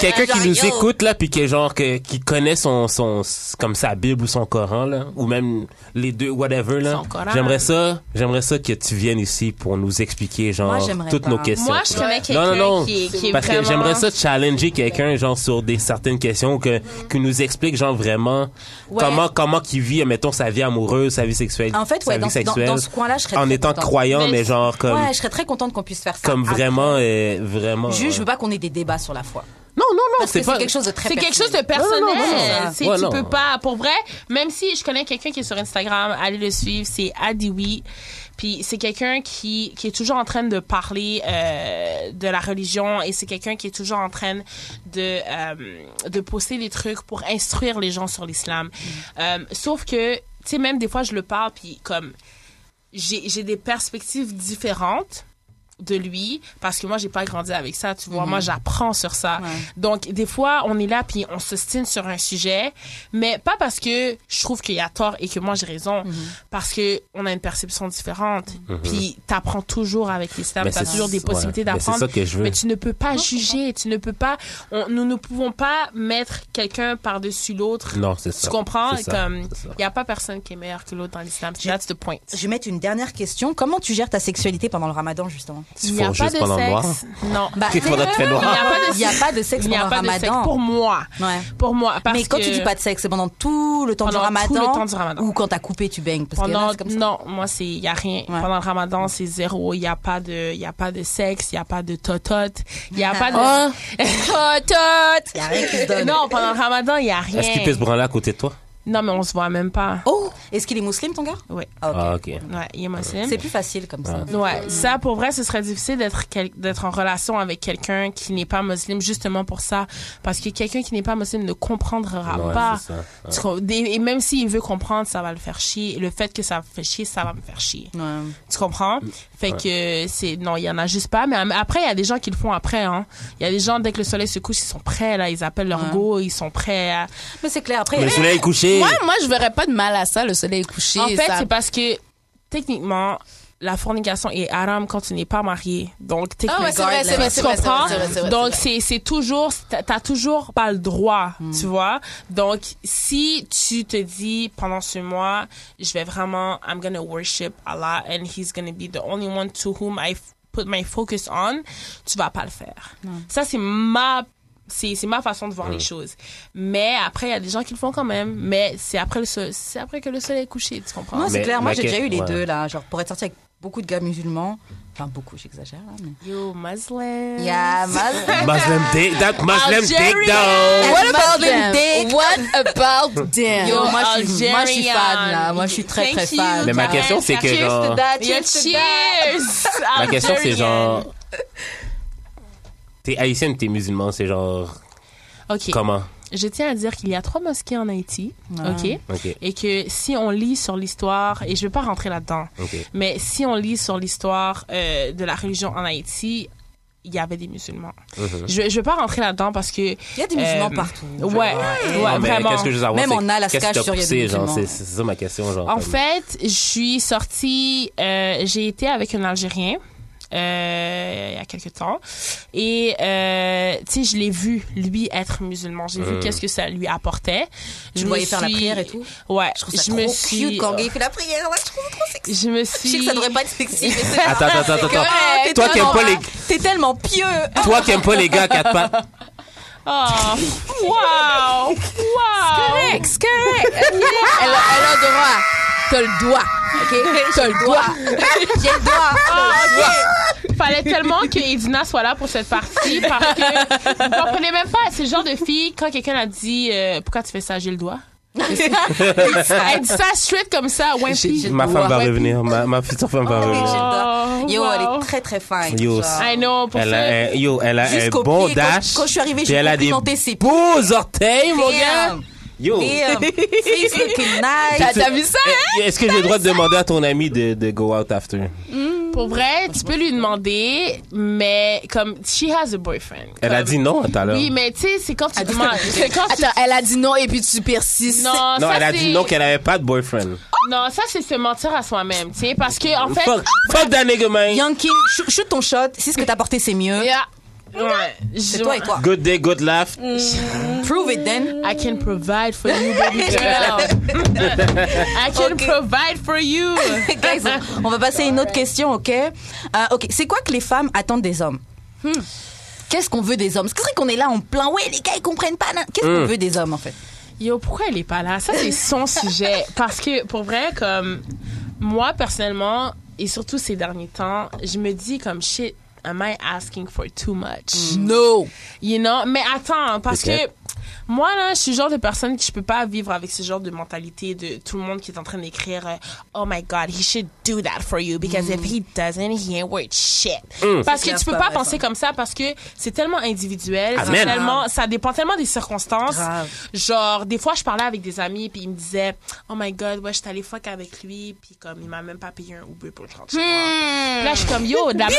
Speaker 3: quelqu'un qui nous écoute là puis qui est genre que- qui connaît son son comme sa Bible ou son Coran là ou même les deux whatever là.
Speaker 4: Son Coran.
Speaker 3: J'aimerais ça, j'aimerais ça que tu viennes ici pour nous expliquer genre
Speaker 1: Moi, j'aimerais
Speaker 3: toutes
Speaker 1: pas.
Speaker 3: nos questions.
Speaker 4: Moi, je connais
Speaker 3: Non,
Speaker 4: quelqu'un
Speaker 3: non, non.
Speaker 4: qui, est- qui est
Speaker 3: Parce que
Speaker 4: vraiment-
Speaker 3: j'aimerais ça challenger quelqu'un genre sur des certaines questions que qui nous explique genre vraiment
Speaker 1: Ouais.
Speaker 3: comment comment qu'il vit mettons sa vie amoureuse, sa vie sexuelle,
Speaker 1: En fait,
Speaker 3: sa
Speaker 1: ouais,
Speaker 3: vie
Speaker 1: dans, dans-
Speaker 3: sexuelle
Speaker 1: dans ce coin-là, je serais
Speaker 3: en
Speaker 1: très
Speaker 3: étant
Speaker 1: contente.
Speaker 3: croyant
Speaker 4: Mais-
Speaker 3: mais, genre comme
Speaker 1: Ouais, je serais très contente qu'on puisse faire ça.
Speaker 3: comme
Speaker 1: Après,
Speaker 3: vraiment euh, vraiment
Speaker 1: Juste, je
Speaker 3: euh,
Speaker 1: veux pas qu'on ait des débats sur la foi.
Speaker 3: non, non, non,
Speaker 1: Parce que
Speaker 3: c'est
Speaker 1: c'est
Speaker 3: pas.
Speaker 1: quelque chose de très
Speaker 4: C'est quelque chose de
Speaker 1: personnel.
Speaker 3: Non, non,
Speaker 4: personnel.
Speaker 3: non, non, non.
Speaker 4: C'est-
Speaker 3: Ouais,
Speaker 4: tu
Speaker 3: non.
Speaker 4: peux pas, pour vrai. Même si je connais quelqu'un qui est sur Instagram, allez le suivre, c'est Adiwi. Puis c'est quelqu'un qui, qui est toujours en train de parler euh, de la religion et c'est quelqu'un qui est toujours en train de, euh, de poster des trucs pour instruire les gens sur l'islam. Euh, sauf que, tu sais, même des fois, je le parle, puis comme, j'ai j'ai des perspectives différentes de lui parce que moi j'ai pas grandi avec ça tu vois moi
Speaker 3: Mhm.
Speaker 4: j'apprends sur ça donc des fois on est là puis on s'ostine sur un sujet mais pas parce que je trouve qu'il y a tort et que moi j'ai raison
Speaker 3: Mhm.
Speaker 4: parce que on a une perception différente puis t'apprends toujours avec l'islam
Speaker 3: Mais
Speaker 4: t'as
Speaker 3: c'est-
Speaker 4: toujours des
Speaker 3: ouais.
Speaker 4: possibilités
Speaker 3: Mais
Speaker 4: d'apprendre
Speaker 3: C'est ça que je veux.
Speaker 4: mais tu ne peux pas juger, tu ne peux pas. on- nous ne pouvons pas mettre quelqu'un par-dessus l'autre.
Speaker 3: Non, c'est ça.
Speaker 4: Tu comprends?
Speaker 3: C'est ça,
Speaker 4: Comme,
Speaker 3: c'est ça.
Speaker 4: il n'y a pas personne qui est meilleur que l'autre dans l'islam. That's the point.
Speaker 1: Je vais mettre une dernière question. Comment tu gères ta sexualité pendant le ramadan, justement
Speaker 3: Tu
Speaker 4: Il n'y a
Speaker 3: fourres
Speaker 4: pas
Speaker 3: juste
Speaker 4: de
Speaker 3: pendant le noir.
Speaker 4: sexe. Non.
Speaker 1: bah,
Speaker 3: Tu fourres notre fait
Speaker 4: Il n'y
Speaker 3: noir.
Speaker 4: a pas de
Speaker 1: Il n'y a
Speaker 4: sexe.
Speaker 1: pas de sexe
Speaker 4: Il n'y
Speaker 1: pendant
Speaker 4: a
Speaker 1: le
Speaker 4: pas de sexe
Speaker 1: ramadan.
Speaker 4: pour moi.
Speaker 1: Ouais.
Speaker 4: Pour moi. Parce
Speaker 1: Mais quand
Speaker 4: que
Speaker 1: tu dis pas de sexe, c'est pendant tout le temps du
Speaker 4: Pendant tout
Speaker 1: ramadan.
Speaker 4: le temps du ramadan.
Speaker 1: Ou quand t'as coupé, tu baignes. Parce qu'il y en a,
Speaker 4: pendant
Speaker 1: c'est comme ça.
Speaker 4: non moi c'est il y a rien pendant le ramadan c'est zéro il y a pas de il y a pas de sexe il y a pas de totote il y a pas de
Speaker 1: Ah. Il
Speaker 4: [LAUGHS]
Speaker 1: y a rien qui se donne.
Speaker 4: non pendant le ramadan il y a rien
Speaker 3: Est-ce qu'il peut se branler à côté de toi?
Speaker 4: non mais on se voit même pas
Speaker 1: Oh Est-ce qu'il est musulman, ton gars
Speaker 4: ouais
Speaker 1: Ah, ok.
Speaker 3: Ah, ok.
Speaker 4: ouais il est musulman
Speaker 1: C'est plus facile comme ça.
Speaker 4: Ouais, ça pour vrai, ce serait difficile d'être quel- d'être en relation avec quelqu'un qui n'est pas musulman justement pour ça, parce que quelqu'un qui n'est pas musulman ne comprendra
Speaker 3: Ouais,
Speaker 4: pas.
Speaker 3: c'est ça. Ouais.
Speaker 4: Tu com- Et et même s'il veut comprendre, ça va le faire chier. Et le fait que ça me fait chier, ça va me faire chier.
Speaker 1: Ouais.
Speaker 4: Tu comprends? Fait que c'est. Non, il y en a juste pas. Mais am- après, il y a des gens qui le font après. hein. Il y a des gens, dès que le soleil se couche, ils sont prêts, là. Ils appellent leur go, ils sont prêts à.
Speaker 1: Mais c'est clair. Après, eh,
Speaker 3: Mais le soleil est couché.
Speaker 2: Moi, moi, je verrais pas de mal à ça, le soleil est couché.
Speaker 4: En fait,
Speaker 2: ça-
Speaker 4: c'est parce que techniquement, la fornication est haram quand tu n'es pas marié. Donc,
Speaker 2: Ah
Speaker 4: techniquement,
Speaker 2: ouais, c'est vrai, c'est vrai,
Speaker 4: tu
Speaker 2: c'est vrai, c'est vrai,
Speaker 4: comprends?
Speaker 2: c'est vrai, c'est vrai,
Speaker 4: Donc,
Speaker 2: c'est
Speaker 4: c'est c'est toujours, t'as t'as toujours pas le droit,
Speaker 1: Hmm.
Speaker 4: tu vois? Donc, si tu te dis pendant ce mois, je vais vraiment, I'm gonna worship Allah and he's gonna be the only one to whom I f- put my focus on, tu vas pas le faire.
Speaker 1: Hmm.
Speaker 4: Ça, c'est ma c'est c'est ma façon de voir
Speaker 3: Hmm.
Speaker 4: les choses mais après il y a des gens qui le font quand même mais c'est après le so- c'est après que le soleil est couché tu comprends
Speaker 1: Non, c'est
Speaker 3: Mais
Speaker 1: clair. Moi,
Speaker 3: ma
Speaker 1: j'ai
Speaker 3: que-
Speaker 1: déjà eu les
Speaker 3: ouais.
Speaker 1: deux, là. Genre, pour être sortie avec beaucoup de gars musulmans. Enfin, beaucoup, j'exagère, là.
Speaker 4: [LAUGHS]
Speaker 1: Mais...
Speaker 4: Yo, Muslim.
Speaker 1: Yeah,
Speaker 3: Muslim dick, that Muslim dick down.
Speaker 2: What about
Speaker 1: Muslim
Speaker 2: them?
Speaker 1: dick?
Speaker 2: What
Speaker 1: [LAUGHS]
Speaker 2: about them?
Speaker 1: Yo, moi, je suis- moi, je suis fan, là. Moi, je suis très, très fan.
Speaker 3: Mais ma question, c'est que genre.
Speaker 4: Yeah, cheers!
Speaker 3: Ma question, c'est
Speaker 4: Algerian.
Speaker 3: genre. T'es haïtienne, t'es musulman, c'est genre.
Speaker 4: OK.
Speaker 3: Comment?
Speaker 4: Je tiens à dire qu'il y a trois mosquées en Haïti. OK?
Speaker 3: Ok,
Speaker 4: Et que si on lit sur l'histoire, et je ne vais pas rentrer là-dedans,
Speaker 3: ok.
Speaker 4: mais si on lit sur l'histoire euh, de la religion en Haïti, il y avait des musulmans.
Speaker 3: Mhm.
Speaker 4: Je ne vais pas rentrer là-dedans parce que.
Speaker 1: Il y a des musulmans
Speaker 4: Euh,
Speaker 1: partout.
Speaker 4: Ouais, ouais,
Speaker 3: Non, mais
Speaker 4: vraiment.
Speaker 3: Qu'est-ce que je veux savoir?
Speaker 1: Même
Speaker 3: c'est
Speaker 1: en Alaska,
Speaker 3: qu'est-ce que
Speaker 1: je
Speaker 3: t'as
Speaker 1: suis sûre, il y a des
Speaker 3: poussé, genre,
Speaker 1: musulmans.
Speaker 3: C'est c'est ça ma question, genre.
Speaker 4: En
Speaker 3: comme-
Speaker 4: fait, je suis sortie, euh, j'ai été avec un Algérien euh, il y a quelque temps et euh, tu sais je l'ai vu lui être musulman j'ai vu
Speaker 3: Mm.
Speaker 4: qu'est-ce que ça lui apportait
Speaker 1: Tu
Speaker 4: Je
Speaker 1: le
Speaker 4: me
Speaker 1: voyais faire la
Speaker 4: suis-
Speaker 1: prière et tout.
Speaker 4: ouais
Speaker 1: Je Oh. trouve ça
Speaker 4: je
Speaker 1: trop
Speaker 4: me
Speaker 1: cute
Speaker 4: suis
Speaker 1: quand le gars, il fait la prière. là. Je trouve trop sexy.
Speaker 4: je
Speaker 1: Je
Speaker 4: me suis
Speaker 1: sais que ça devrait pas être sexy, mais c'est [LAUGHS]
Speaker 3: Attends, attends, attends, attends.
Speaker 2: Ah,
Speaker 1: correct.
Speaker 3: Toi qui aimes pas les-
Speaker 1: T'es tellement pieux.
Speaker 3: Toi qui aimes pas les gars à quatre pattes.
Speaker 4: oh wow wow
Speaker 2: Correct, correct. [LAUGHS] Elle a, elle a le droit. T'as le doigt.
Speaker 4: [LAUGHS]
Speaker 2: OK? T'as le doigt.
Speaker 1: J'ai le doigt.
Speaker 4: fallait tellement que Edina soit là pour cette partie parce que vous comprenez même pas c'est le genre de fille quand quelqu'un a dit euh, pourquoi tu fais ça j'ai le [LAUGHS] doigt elle dit ça straight comme ça ouais
Speaker 3: J'ai-
Speaker 4: puis
Speaker 3: Ma femme va
Speaker 2: Ouais.
Speaker 3: revenir, ma ma future femme va
Speaker 1: Oh,
Speaker 3: revenir.
Speaker 1: j'ai le doigt.
Speaker 4: Oh,
Speaker 1: Yo, elle
Speaker 4: wow.
Speaker 1: est très très fine.
Speaker 3: Yo,
Speaker 1: genre.
Speaker 4: I know, pour
Speaker 3: Elle
Speaker 4: ça.
Speaker 3: a un, yo, elle a un
Speaker 1: Jusqu'au
Speaker 3: bon
Speaker 1: pied. Quand-
Speaker 3: dash.
Speaker 1: quand je suis arrivée,
Speaker 3: Puis
Speaker 1: j'ai
Speaker 3: elle a des
Speaker 1: complimenté ses
Speaker 3: beaux orteils, mon gars.
Speaker 1: Damn.
Speaker 3: Yo.
Speaker 1: Damn. Face looking nice.
Speaker 2: T'as vu ça?
Speaker 3: Est-ce que j'ai le droit de demander à ton ami de, de go out after?
Speaker 4: Pour vrai, tu peux lui demander, mais comme she has a boyfriend.
Speaker 3: Elle a
Speaker 4: Comme-
Speaker 3: dit non tout à l'heure.
Speaker 4: Oui, mais tu sais, c'est quand tu demandes. C'est quand tu
Speaker 2: Attends, elle a dit non et puis tu persistes. [LAUGHS]
Speaker 4: Non,
Speaker 3: non,
Speaker 4: Ah, ça,
Speaker 3: elle a
Speaker 4: c'est-
Speaker 3: dit non qu'elle avait pas de boyfriend.
Speaker 4: Non, ça, c'est se mentir à soi-même, tu sais, parce que, en fait.
Speaker 3: Fuck, fuck that nigga, man.
Speaker 1: Young King, shoot- shoot ton shot. Si ce que t'as porté, c'est mieux.
Speaker 4: Yeah. Ouais.
Speaker 1: C'est
Speaker 4: Je-
Speaker 1: toi et toi.
Speaker 3: Good day, good laugh.
Speaker 4: Mm.
Speaker 1: Prove it then.
Speaker 4: I can provide for you, baby girl. I can
Speaker 1: Ok.
Speaker 4: provide for you.
Speaker 1: [LAUGHS] Guys, on va passer à une autre question, ok? Euh, ok, c'est quoi que les femmes attendent des hommes? Hmm. Qu'est-ce qu'on veut des hommes? C'est vrai qu'on est là en plein, ouais, les gars, ils comprennent pas. nan- Qu'est-ce qu'on veut des hommes, en fait?
Speaker 4: Yo, pourquoi elle est pas là? Ça,
Speaker 1: [LAUGHS]
Speaker 4: c'est son sujet. Parce que, pour vrai, comme, moi, personnellement, et surtout ces derniers temps, je me dis comme, shit, am I asking for too much?
Speaker 2: No.
Speaker 4: You know? Mais attends, parce que,
Speaker 3: Peut-être.
Speaker 4: moi, là, je suis le genre de personne que je peux pas vivre avec ce genre de mentalité de tout le monde qui est en train d'écrire, euh, oh my god, he should do that for you, because if he doesn't, he ain't worth shit. Parce
Speaker 1: Mm. C'est
Speaker 4: que tu
Speaker 1: clair,
Speaker 4: peux
Speaker 1: pas
Speaker 4: pas
Speaker 1: vrai,
Speaker 4: penser comme ça, parce que c'est tellement individuel, c'est
Speaker 3: Amen.
Speaker 4: tellement, Ah, ça dépend tellement des circonstances.
Speaker 1: Grave.
Speaker 4: Genre, des fois, je parlais avec des amis, puis ils me disaient, oh my god, ouais, j'étais allée fuck avec lui, puis comme, il m'a même pas payé un Uber pour le rendre chez moi. Puis Là, je suis comme, yo, de la même-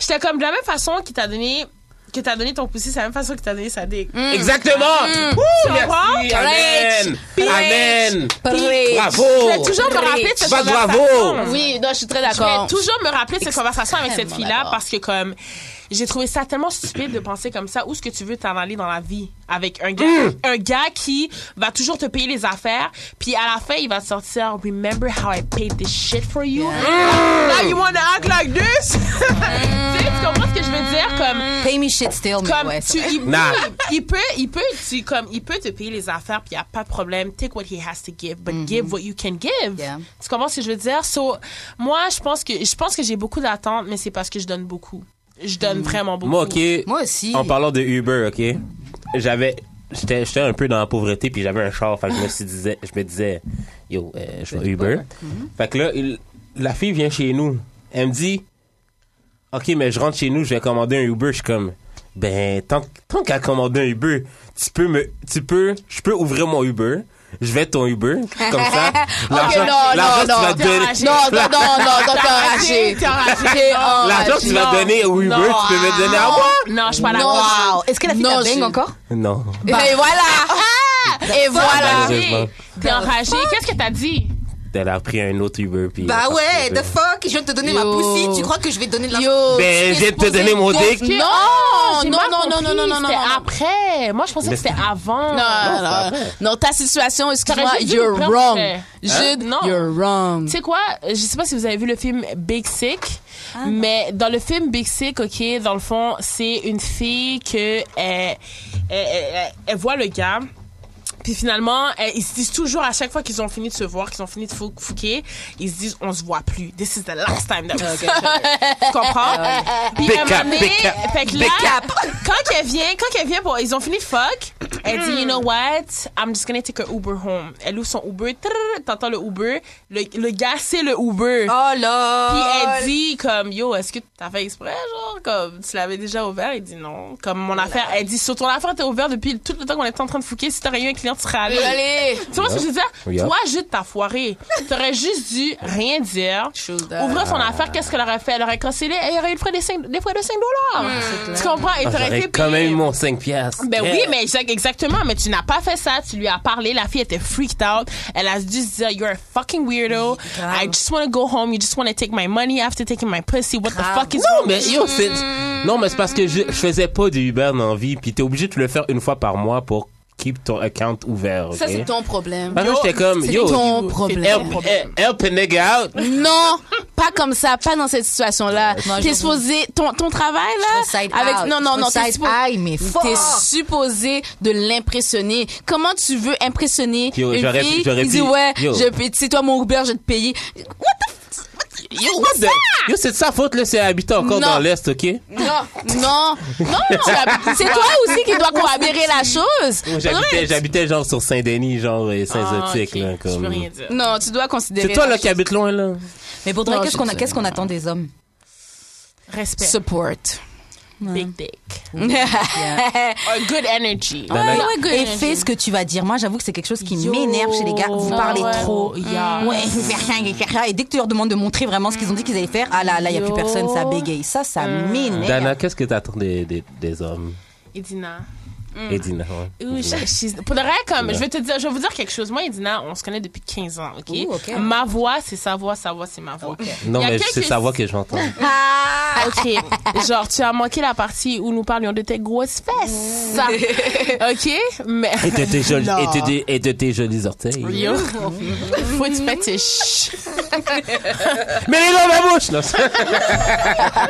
Speaker 4: j'étais comme, de la même façon qu'il t'a donné, que t'as donné ton poussé, c'est la même façon que t'a donné sa dick.
Speaker 3: Hmm. Exactement.
Speaker 4: Mm.
Speaker 3: Wouh,
Speaker 4: comprends?
Speaker 3: merci. Amen. Amen.
Speaker 2: Preach.
Speaker 3: Bravo.
Speaker 4: Je vais toujours me rappeler de cette
Speaker 3: Pas
Speaker 4: conversation.
Speaker 3: bravo.
Speaker 2: Oui, non, je suis très
Speaker 4: Je vais
Speaker 2: d'accord.
Speaker 4: toujours me rappeler de cette conversation avec cette fille-là
Speaker 2: d'accord.
Speaker 4: parce que comme j'ai trouvé ça tellement stupide de penser comme ça. Où est-ce que tu veux t'en aller dans la vie avec un gars,
Speaker 2: Mm.
Speaker 4: un gars qui va toujours te payer les affaires, puis à la fin il va te sortir Remember how I paid this shit for you? Now you wanna act like this? [LAUGHS] tu sais, tu comprends ce que je veux dire comme
Speaker 1: Pay me shit still, mais
Speaker 4: comme
Speaker 1: ouais,
Speaker 4: tu,
Speaker 1: c'est vrai.
Speaker 4: il,
Speaker 3: Nah.
Speaker 4: il- il peut, il peut, tu, comme il peut te payer les affaires puis y a pas de problème. Take what he has to give, but
Speaker 2: Mm-hmm.
Speaker 4: give what you can give.
Speaker 1: Yeah.
Speaker 4: Tu comprends ce que je veux dire? So, moi, je pense que, je pense que j'ai beaucoup d'attentes, mais c'est parce que je donne beaucoup. Je donne
Speaker 2: Mm-hmm.
Speaker 4: vraiment beaucoup.
Speaker 3: Moi, OK.
Speaker 1: Moi aussi.
Speaker 3: En parlant de Uber, OK. J'avais j'étais j'étais un peu dans la pauvreté puis j'avais un char, fait que je me suis disais je me disais yo, euh, je vais Uber. Mm-hmm. Fait que là il- la fille vient chez nous. Elle me dit OK, mais je rentre chez nous, je vais commander un Uber, je suis comme ben tant, tant qu'à commander un Uber, tu peux me tu peux je peux ouvrir mon Uber. Je vais ton Uber, comme ça.
Speaker 2: non, non,
Speaker 3: l'argent,
Speaker 2: non.
Speaker 3: tu vas donner-
Speaker 2: Non, non, non, non, donc t'es enragé.
Speaker 4: T'es enragé.
Speaker 2: T'es
Speaker 4: Non.
Speaker 3: L'argent que tu vas
Speaker 4: Non.
Speaker 3: donner au Uber,
Speaker 4: Non.
Speaker 3: tu peux me donner à moi?
Speaker 4: Non, je suis pas la
Speaker 2: Non.
Speaker 1: Est-ce que la fille
Speaker 2: Non,
Speaker 1: t'a bang
Speaker 2: je-
Speaker 1: encore?
Speaker 3: Non.
Speaker 2: Et voilà. Et voilà.
Speaker 3: Malheureusement.
Speaker 4: T'es enragé. Qu'est-ce que t'as dit?
Speaker 3: Elle a pris un autre Uber. Puis euh,
Speaker 1: Bah ouais, the fuck, je viens de te donner ma
Speaker 2: Yo.
Speaker 1: poussie, tu crois que je vais te donner de l'argent?
Speaker 2: Yo.
Speaker 3: Ben,
Speaker 2: tu
Speaker 3: j'ai
Speaker 2: es
Speaker 3: de te
Speaker 2: supposé
Speaker 3: donner mon dick.
Speaker 2: gonfler. Non,
Speaker 4: Oh, J'ai
Speaker 2: non,
Speaker 4: mal
Speaker 2: non, non, non, non,
Speaker 4: compris.
Speaker 2: non, non,
Speaker 4: C'était
Speaker 2: non.
Speaker 4: après. Moi, je pensais que
Speaker 3: Mais
Speaker 4: c'était
Speaker 3: c'était-
Speaker 4: avant.
Speaker 2: Non, non, non. Non, ta situation, excuse-moi,
Speaker 4: T'aurais juste dû
Speaker 2: you're
Speaker 4: me prendre,
Speaker 2: wrong.
Speaker 4: frère.
Speaker 2: Jude,
Speaker 4: Hein? Non.
Speaker 2: you're wrong.
Speaker 4: Tu sais quoi? euh, Je sais pas si vous avez vu le film Big Sick, mais dans le film Big Sick, ok, dans le fond, c'est une fille que euh, elle, elle, elle- elle- elle voit le gars. Puis finalement, elle- ils se disent toujours à chaque fois qu'ils ont fini de se voir, qu'ils ont fini de fou- fouquer, ils se disent on se voit plus. This is the last time that we see each other. [LAUGHS] Tu comprends? Puis
Speaker 3: Big
Speaker 4: à un
Speaker 3: cap,
Speaker 4: moment donné,
Speaker 3: big cap,
Speaker 4: fait que
Speaker 3: big
Speaker 4: là,
Speaker 3: cap.
Speaker 4: quand elle vient, quand elle vient pour, ils ont fini de fuck, elle dit you know what, I'm just gonna take a Uber home. Elle ouvre son Uber, trrr, t'entends le Uber, le, le gars c'est le Uber.
Speaker 1: Oh là!
Speaker 4: Puis elle dit comme yo, est-ce que t'as fait exprès genre comme tu l'avais déjà ouvert Il dit non. Comme mon affaire, elle dit sur ton affaire t'es ouvert depuis tout le temps qu'on était en train de fouquer. Si t'aurais eu un client, tu serais allé.
Speaker 2: Allez.
Speaker 4: Tu vois ce que je veux dire
Speaker 3: Yeah.
Speaker 4: Toi, juste t'as foiré. T'aurais juste dû rien dire.
Speaker 2: Shoulder.
Speaker 4: Ouvrir son affaire, qu'est-ce qu'elle aurait fait? Elle aurait cancellé et il y aurait eu le frais des 5, des frais de 5 dollars. Tu comprends? Et t'aurais
Speaker 3: Ah, J'aurais
Speaker 4: été
Speaker 3: quand
Speaker 4: payé.
Speaker 3: même mon 5 piastres.
Speaker 4: Ben
Speaker 3: Yeah.
Speaker 4: oui, mais exact- exactement. Mais tu n'as pas fait ça. Tu lui as parlé. La fille était freaked out. Elle a dû se dire, you're a fucking weirdo. I just want to go home. You just want to take my money after taking my pussy. What the fuck is
Speaker 3: Non,
Speaker 4: wrong
Speaker 3: mais
Speaker 4: with you?
Speaker 3: yo, c'est... Non, mais c'est parce que je, je faisais pas du Uber dans la vie. Puis t'es obligé de le faire une fois par mois pour keep ton account ouvert.
Speaker 2: Ça,
Speaker 3: ok?
Speaker 2: c'est ton problème.
Speaker 3: Parce que j'étais comme,
Speaker 2: C'est
Speaker 3: yo,
Speaker 2: ton
Speaker 3: help,
Speaker 2: problème.
Speaker 3: help, eh, help a nigga out.
Speaker 2: Non, pas comme ça, pas dans cette situation-là.
Speaker 1: non,
Speaker 2: T'es
Speaker 1: je-
Speaker 2: supposé ton ton travail là
Speaker 1: Je veux side
Speaker 2: avec
Speaker 1: out.
Speaker 2: non
Speaker 1: Je
Speaker 2: non
Speaker 1: veux
Speaker 2: non t'es
Speaker 1: side eye, mais fuck.
Speaker 2: t'es supposé de l'impressionner. Comment tu veux impressionner
Speaker 3: Yo,
Speaker 2: une
Speaker 3: j'aurais-
Speaker 2: fille
Speaker 3: j'aurais
Speaker 2: qui dit
Speaker 3: pu-
Speaker 2: ouais
Speaker 3: yo.
Speaker 2: je paye- c'est toi mon Uber je vais te payer. What the f- what- Yo,
Speaker 3: What the- Yo, c'est de sa faute, là, c'est habitant encore
Speaker 2: Non.
Speaker 3: dans l'Est, OK?
Speaker 2: Non, non, non,
Speaker 3: [LAUGHS]
Speaker 2: non, c'est toi aussi qui dois coopérer la chose.
Speaker 3: Moi, J'habitais, j'habitais genre sur Saint-Denis, genre euh,
Speaker 4: Ah,
Speaker 3: Saint-Zotique,
Speaker 4: ok.
Speaker 3: là,
Speaker 4: Je peux rien
Speaker 3: comme...
Speaker 4: dire.
Speaker 2: Non, tu dois considérer.
Speaker 3: C'est toi,
Speaker 2: la
Speaker 3: là, qui
Speaker 2: chose.
Speaker 3: habite loin, là.
Speaker 1: Mais pour de vrai,
Speaker 2: Non,
Speaker 1: qu'est-ce
Speaker 2: je
Speaker 1: qu'on a-
Speaker 2: sais.
Speaker 1: qu'est-ce qu'on attend des hommes?
Speaker 4: Respect.
Speaker 2: support.
Speaker 4: Big dick. [LAUGHS]
Speaker 1: Yeah.
Speaker 4: Or good energy.
Speaker 3: Dans la-
Speaker 1: Et fais ce que tu vas dire. Moi, j'avoue que c'est quelque chose qui m'énerve chez les gars. Vous
Speaker 4: Ah
Speaker 1: parlez
Speaker 4: ouais.
Speaker 1: trop.
Speaker 4: Yeah.
Speaker 1: Ouais, vous faites rien, vous faites rien. Et dès que tu leur demandes de montrer vraiment ce qu'ils ont dit qu'ils allaient faire, ah là, là, il n'y a plus
Speaker 4: Yo.
Speaker 1: personne, ça bégaye. Ça, ça m'énerve.
Speaker 3: Dana, qu'est-ce que t'attends des, des, des hommes
Speaker 4: Edina.
Speaker 3: Et Dina, ouais.
Speaker 4: Ouh,
Speaker 3: Dina.
Speaker 4: je- je- pour de vrai, comme,
Speaker 3: Ouais.
Speaker 4: je vais te dire, je vais vous dire quelque chose. Moi et Dina, on se connaît depuis 15 ans, OK?
Speaker 5: Ouh, ok.
Speaker 4: Ma voix, c'est sa voix, sa voix, c'est ma voix.
Speaker 3: Non,
Speaker 4: Il y a
Speaker 3: mais
Speaker 4: quelques-
Speaker 3: c'est sa voix que j'entends.
Speaker 1: [LAUGHS]
Speaker 4: Ah, OK. Genre, tu as manqué la partie où nous parlions de tes grosses fesses.
Speaker 1: Mm.
Speaker 4: [LAUGHS] OK? Mais...
Speaker 3: Et de tes jolis, et de tes- et de tes jolis orteils.
Speaker 1: [LAUGHS]
Speaker 4: [LAUGHS] Yo. Foot fetish.
Speaker 3: Mais les dans ma bouche! Non, c'est-
Speaker 1: [LAUGHS]
Speaker 4: Wow!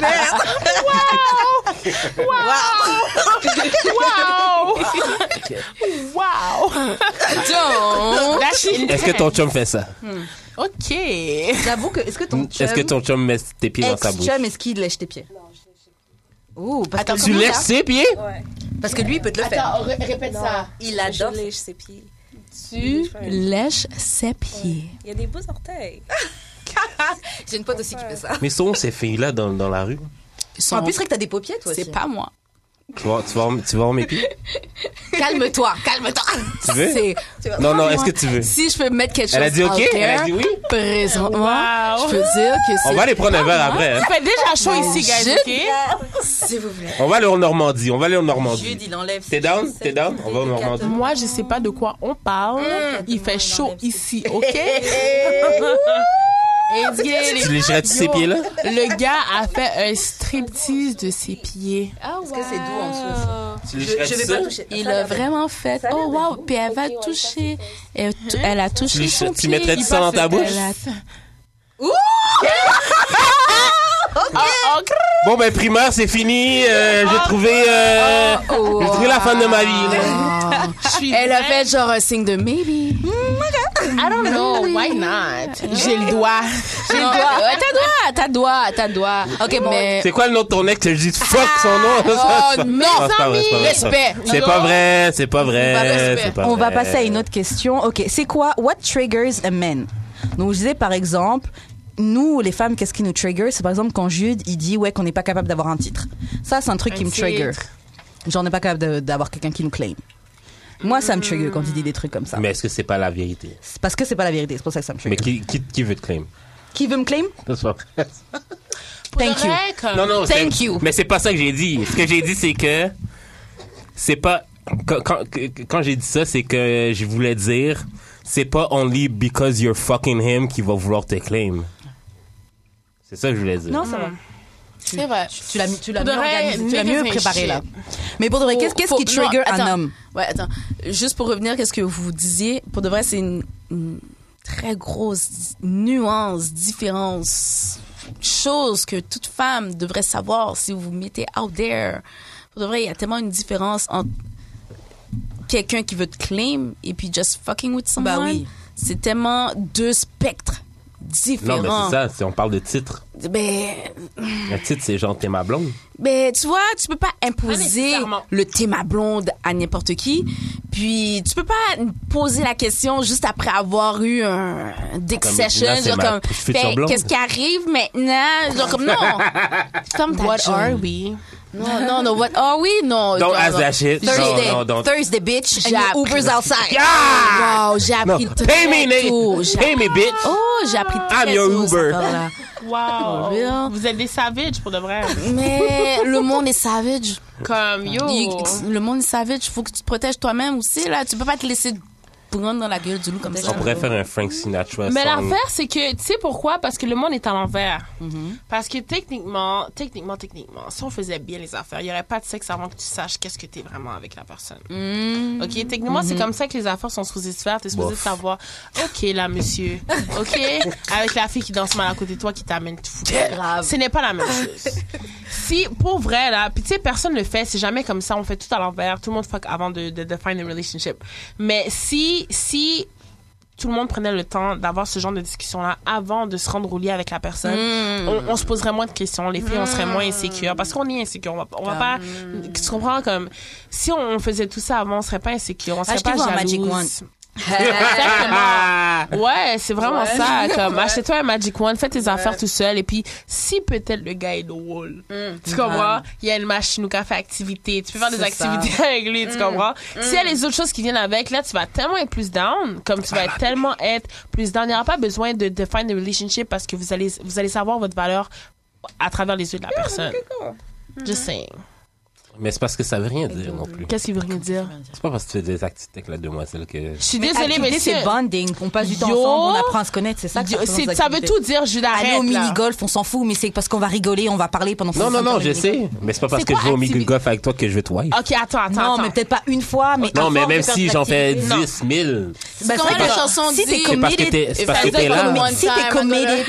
Speaker 4: wow! That's
Speaker 3: Est-ce que ton chum fait ça?
Speaker 4: OK.
Speaker 1: J'avoue que, est-ce que ton chum,
Speaker 3: Mm, Est-ce que ton chum met tes pieds dans sa bouche?
Speaker 1: ex-chum, est-ce qu'il lèche tes pieds? Ouh, parce, que
Speaker 3: Tu
Speaker 1: lui,
Speaker 3: lèches ses pieds?
Speaker 1: là- parce que lui, il peut te le faire.
Speaker 4: répète ça.
Speaker 1: Il adore.
Speaker 6: Je lèche ses pieds.
Speaker 4: Tu
Speaker 2: Lèche ses pieds.
Speaker 6: Il y a des beaux orteils.
Speaker 5: J'ai une pote aussi qui fait ça.
Speaker 3: Mais sont ces filles-là dans, dans la rue?
Speaker 5: En plus, c'est que t'as des paupières, toi aussi.
Speaker 2: c'est pas moi.
Speaker 3: Tu vas, tu vas, en- tu vas en mes pieds?
Speaker 2: [LAUGHS]
Speaker 5: Calme-toi, calme-toi.
Speaker 3: Tu veux?
Speaker 2: C'est-
Speaker 3: Non, non, est-ce que tu veux?
Speaker 2: Si je peux mettre quelque chose
Speaker 3: Elle a dit
Speaker 2: out
Speaker 3: OK?
Speaker 2: there,
Speaker 3: Elle a dit oui?
Speaker 2: présentement, je
Speaker 4: Wow.
Speaker 2: peux dire que c'est
Speaker 3: On va aller prendre un verre après. hein.
Speaker 4: fais déjà
Speaker 1: Bah,
Speaker 4: chaud ici, guys,
Speaker 2: Je-
Speaker 4: OK?
Speaker 3: On va aller en Normandie. On va aller en Normandie.
Speaker 1: Jude, il enlève.
Speaker 3: T'es down? T'es down? On va en Normandie.
Speaker 4: Moi, je sais pas de quoi on parle. Il fait chaud ici, [LAUGHS] OK? Let's get it.
Speaker 3: Tu lécherais-tu ses
Speaker 4: Yo.
Speaker 3: pieds-là?
Speaker 4: Le gars a fait un striptease de ses pieds.
Speaker 5: Est-ce que c'est doux en dessous
Speaker 3: Tu lécherais-tu ça?
Speaker 2: il a vraiment fait. Oh wow, puis elle va toucher. Elle, tou- elle a touché
Speaker 3: Tu-
Speaker 2: son
Speaker 3: tu
Speaker 2: pied.
Speaker 3: mettrais du sang dans ta bouche?
Speaker 2: Elle a-
Speaker 4: Oh, oh,
Speaker 3: Bon, ben, primaire, c'est fini. Euh, j'ai trouvé, euh, j'ai trouvé la fin de ma vie. là.
Speaker 4: je suis
Speaker 2: Elle a
Speaker 4: vraie.
Speaker 2: fait genre un signe de maybe.
Speaker 4: I don't know, why not? [LAUGHS] J'ai le doigt.
Speaker 2: J'ai le doigt. Ouais, t'as le Euh, doigt, t'as le doigt, t'as le doigt. Ok, bon. Mais...
Speaker 3: C'est quoi le nom de ton ex? Je dis fuck son [LAUGHS] nom.
Speaker 2: Oh, non,
Speaker 3: c'est pas vrai, c'est pas vrai, c'est pas vrai.
Speaker 2: respect.
Speaker 3: C'est pas vrai, c'est pas vrai.
Speaker 2: respect.
Speaker 3: c'est pas
Speaker 1: On va
Speaker 3: vrai.
Speaker 1: passer à une autre question. Ok, c'est quoi What triggers a man Donc je disais par exemple, nous les femmes, qu'est-ce qui nous trigger C'est par exemple quand Jude il dit ouais qu'on n'est pas capable d'avoir un titre. Ça c'est un truc
Speaker 4: Un
Speaker 1: qui me trigger.
Speaker 4: titre.
Speaker 1: Genre on n'est pas capable de- d'avoir quelqu'un qui nous claim. Moi ça me trigger quand il dit des trucs comme ça.
Speaker 3: Mais est-ce que c'est pas la vérité?
Speaker 1: C'est Parce que c'est pas la vérité, c'est pour ça que ça me
Speaker 3: Mais
Speaker 1: trigger.
Speaker 3: qui, qui, qui veut te claim?
Speaker 1: Qui veut me claim
Speaker 3: C'est pas vrai.
Speaker 1: Thank you.
Speaker 3: Non, non, c'est-
Speaker 1: Thank you.
Speaker 3: Mais c'est pas ça que j'ai dit. Ce que j'ai dit, c'est que c'est pas. Quand, quand, quand j'ai dit ça, c'est que je voulais dire c'est pas only because you're fucking him qui va vouloir te claim. C'est ça que je voulais dire.
Speaker 1: Non ça va.
Speaker 4: C'est vrai.
Speaker 1: Tu l'as mis- tu l'as
Speaker 4: Pour de
Speaker 1: mieux
Speaker 4: vrai,
Speaker 1: organisé, tu l'as
Speaker 4: niggas
Speaker 1: mieux
Speaker 4: ain't
Speaker 1: préparé
Speaker 4: shit. Oh,
Speaker 1: là. Mais pour de vrai, qu'est-ce qu'est-ce
Speaker 2: Faut-
Speaker 1: qui
Speaker 2: non,
Speaker 1: trigger
Speaker 2: attends.
Speaker 1: un homme
Speaker 2: Ouais, attends. Juste pour revenir à ce que vous disiez, pour de vrai, c'est une, une très grosse di- nuance, différence, chose que toute femme devrait savoir si vous vous mettez out there. Pour de vrai, il y a tellement une différence entre quelqu'un qui veut te claim et puis just fucking with someone.
Speaker 1: Bah oui.
Speaker 2: C'est tellement deux spectres
Speaker 3: Non,
Speaker 2: différents.
Speaker 3: mais c'est ça. c'est- On parle de titre.
Speaker 2: Ben,
Speaker 3: Le titre, c'est genre t'es ma blonde.
Speaker 2: ben, tu vois, tu peux pas imposer
Speaker 4: nécessairement.
Speaker 2: le thème à blonde à n'importe qui. Puis, tu peux pas poser la question juste après avoir eu un dick
Speaker 3: Comme,
Speaker 2: session.
Speaker 3: là, c'est
Speaker 2: Genre
Speaker 3: ma
Speaker 2: comme,
Speaker 3: future
Speaker 2: fait,
Speaker 3: blonde.
Speaker 2: qu'est-ce qui arrive maintenant? Genre comme, non. Comme ta
Speaker 4: What
Speaker 2: job.
Speaker 4: are we?
Speaker 2: Non, non, non, what are we? Non.
Speaker 3: Don't
Speaker 2: non,
Speaker 3: ask
Speaker 2: non.
Speaker 3: that shit.
Speaker 2: Thursday.
Speaker 3: Non, non, don't.
Speaker 5: Thursday, bitch, and
Speaker 2: J'ai
Speaker 5: your Uber's outside.
Speaker 3: Ah!
Speaker 2: Wow, j'ai
Speaker 3: Non.
Speaker 2: appris très
Speaker 3: Pay me,
Speaker 2: tôt.
Speaker 3: Nate.
Speaker 2: J'ai-
Speaker 3: Pay me, bitch.
Speaker 2: Oh, j'ai appris très
Speaker 3: I'm your
Speaker 2: tôt, cette
Speaker 3: Uber.
Speaker 2: affaire-là.
Speaker 4: Wow.
Speaker 2: real.
Speaker 4: Vous êtes des savages pour de [LAUGHS] vrai.
Speaker 2: Mais le monde est savage.
Speaker 4: Comme, yo.
Speaker 2: Il- le monde est savage, faut que tu te protèges toi-même aussi là, tu peux pas te laisser prendre dans la gueule du loup comme ça.
Speaker 3: On pourrait faire un Frank Sinatra. song.
Speaker 4: Mais l'affaire, c'est que, tu sais pourquoi? Parce que le monde est à l'envers. Parce que techniquement, techniquement, techniquement, si on faisait bien les affaires, il n'y aurait pas de sexe avant que tu saches qu'est-ce que tu es vraiment avec la personne. OK? Techniquement, c'est comme ça que les affaires sont supposées se faire. Tu es supposé
Speaker 3: Bof.
Speaker 4: savoir, OK, là, monsieur, OK, avec la fille qui danse mal à côté de toi, qui t'amène tout foutre.
Speaker 5: Grave.
Speaker 4: Ce n'est pas la même chose. si, pour vrai, là, puis tu sais, personne ne le fait, c'est jamais comme ça, on fait tout à l'envers, tout le monde fuck avant de, de, de find a relationship. Mais si, si tout le monde prenait le temps d'avoir ce genre de discussion-là avant de se rendre au lit avec la personne, on, on se poserait moins de questions, les filles, on serait moins insécures, parce qu'on est insécure, on va, on va pas, tu comprends, comme, si on, on faisait tout ça avant, on serait pas insécure, on serait pas
Speaker 1: Achetez-vous un
Speaker 4: jalouse.
Speaker 1: Magic Wand.
Speaker 3: [LAUGHS]
Speaker 4: Exactement. Ouais, c'est vraiment
Speaker 2: Ouais.
Speaker 4: ça. Comme, achète-toi un Magic Wand, fais tes affaires tout seul, et puis, si peut-être le gars est drôle, tu comprends? Il y a une machine ou qu'à fait activité, tu peux faire des
Speaker 1: C'est ça.
Speaker 4: activités avec lui, tu comprends? S'il y a les autres choses qui viennent avec, là, tu vas tellement être plus down, comme tu vas être tellement être plus down. Il n'y aura pas besoin de define the relationship parce que vous allez, vous allez savoir votre valeur à travers les yeux de la personne. Just saying.
Speaker 3: Mais c'est parce que ça veut rien dire non plus.
Speaker 4: Qu'est-ce qu'il veut rien dire?
Speaker 3: C'est pas parce que tu fais des activités avec la demoiselle que.
Speaker 4: Je suis désolée, mais
Speaker 1: c'est
Speaker 4: c'est...
Speaker 1: bonding, on passe du temps
Speaker 4: Yo.
Speaker 1: ensemble, on apprend à se connaître, c'est ça que
Speaker 4: Dieu,
Speaker 1: ça représente
Speaker 4: c'est-
Speaker 1: les
Speaker 4: Ça veut
Speaker 1: activités.
Speaker 4: tout dire, je l'arrête.
Speaker 1: Aller au
Speaker 4: là.
Speaker 1: mini-golf, on s'en fout, mais c'est parce qu'on va rigoler, on va parler pendant
Speaker 3: Non,
Speaker 1: 60
Speaker 3: non, non,
Speaker 1: heures de
Speaker 3: je sais. Mais c'est pas parce
Speaker 4: C'est
Speaker 3: que je
Speaker 4: quoi
Speaker 3: vais au mini
Speaker 4: activité? Ah,
Speaker 3: golf avec toi que je vais te wife.
Speaker 4: Ok, attends, attends.
Speaker 1: Non,
Speaker 4: attends.
Speaker 1: mais peut-être pas une fois, mais
Speaker 3: Non,
Speaker 1: à
Speaker 3: mais
Speaker 1: force
Speaker 3: même
Speaker 1: de faire
Speaker 3: si
Speaker 1: des
Speaker 3: j'en fais
Speaker 1: activités-
Speaker 3: 10 000.
Speaker 1: Ben,
Speaker 2: Comment
Speaker 1: c'est
Speaker 2: la
Speaker 1: pas-
Speaker 2: chanson
Speaker 1: si
Speaker 2: dit?
Speaker 1: t'es
Speaker 3: C'est parce que
Speaker 1: committed-
Speaker 3: t'es, c'est parce
Speaker 4: ça
Speaker 3: que
Speaker 4: veut
Speaker 3: t'es
Speaker 4: dire
Speaker 3: là.
Speaker 4: qu'on
Speaker 1: Si t'es [LAUGHS] committed,
Speaker 5: If I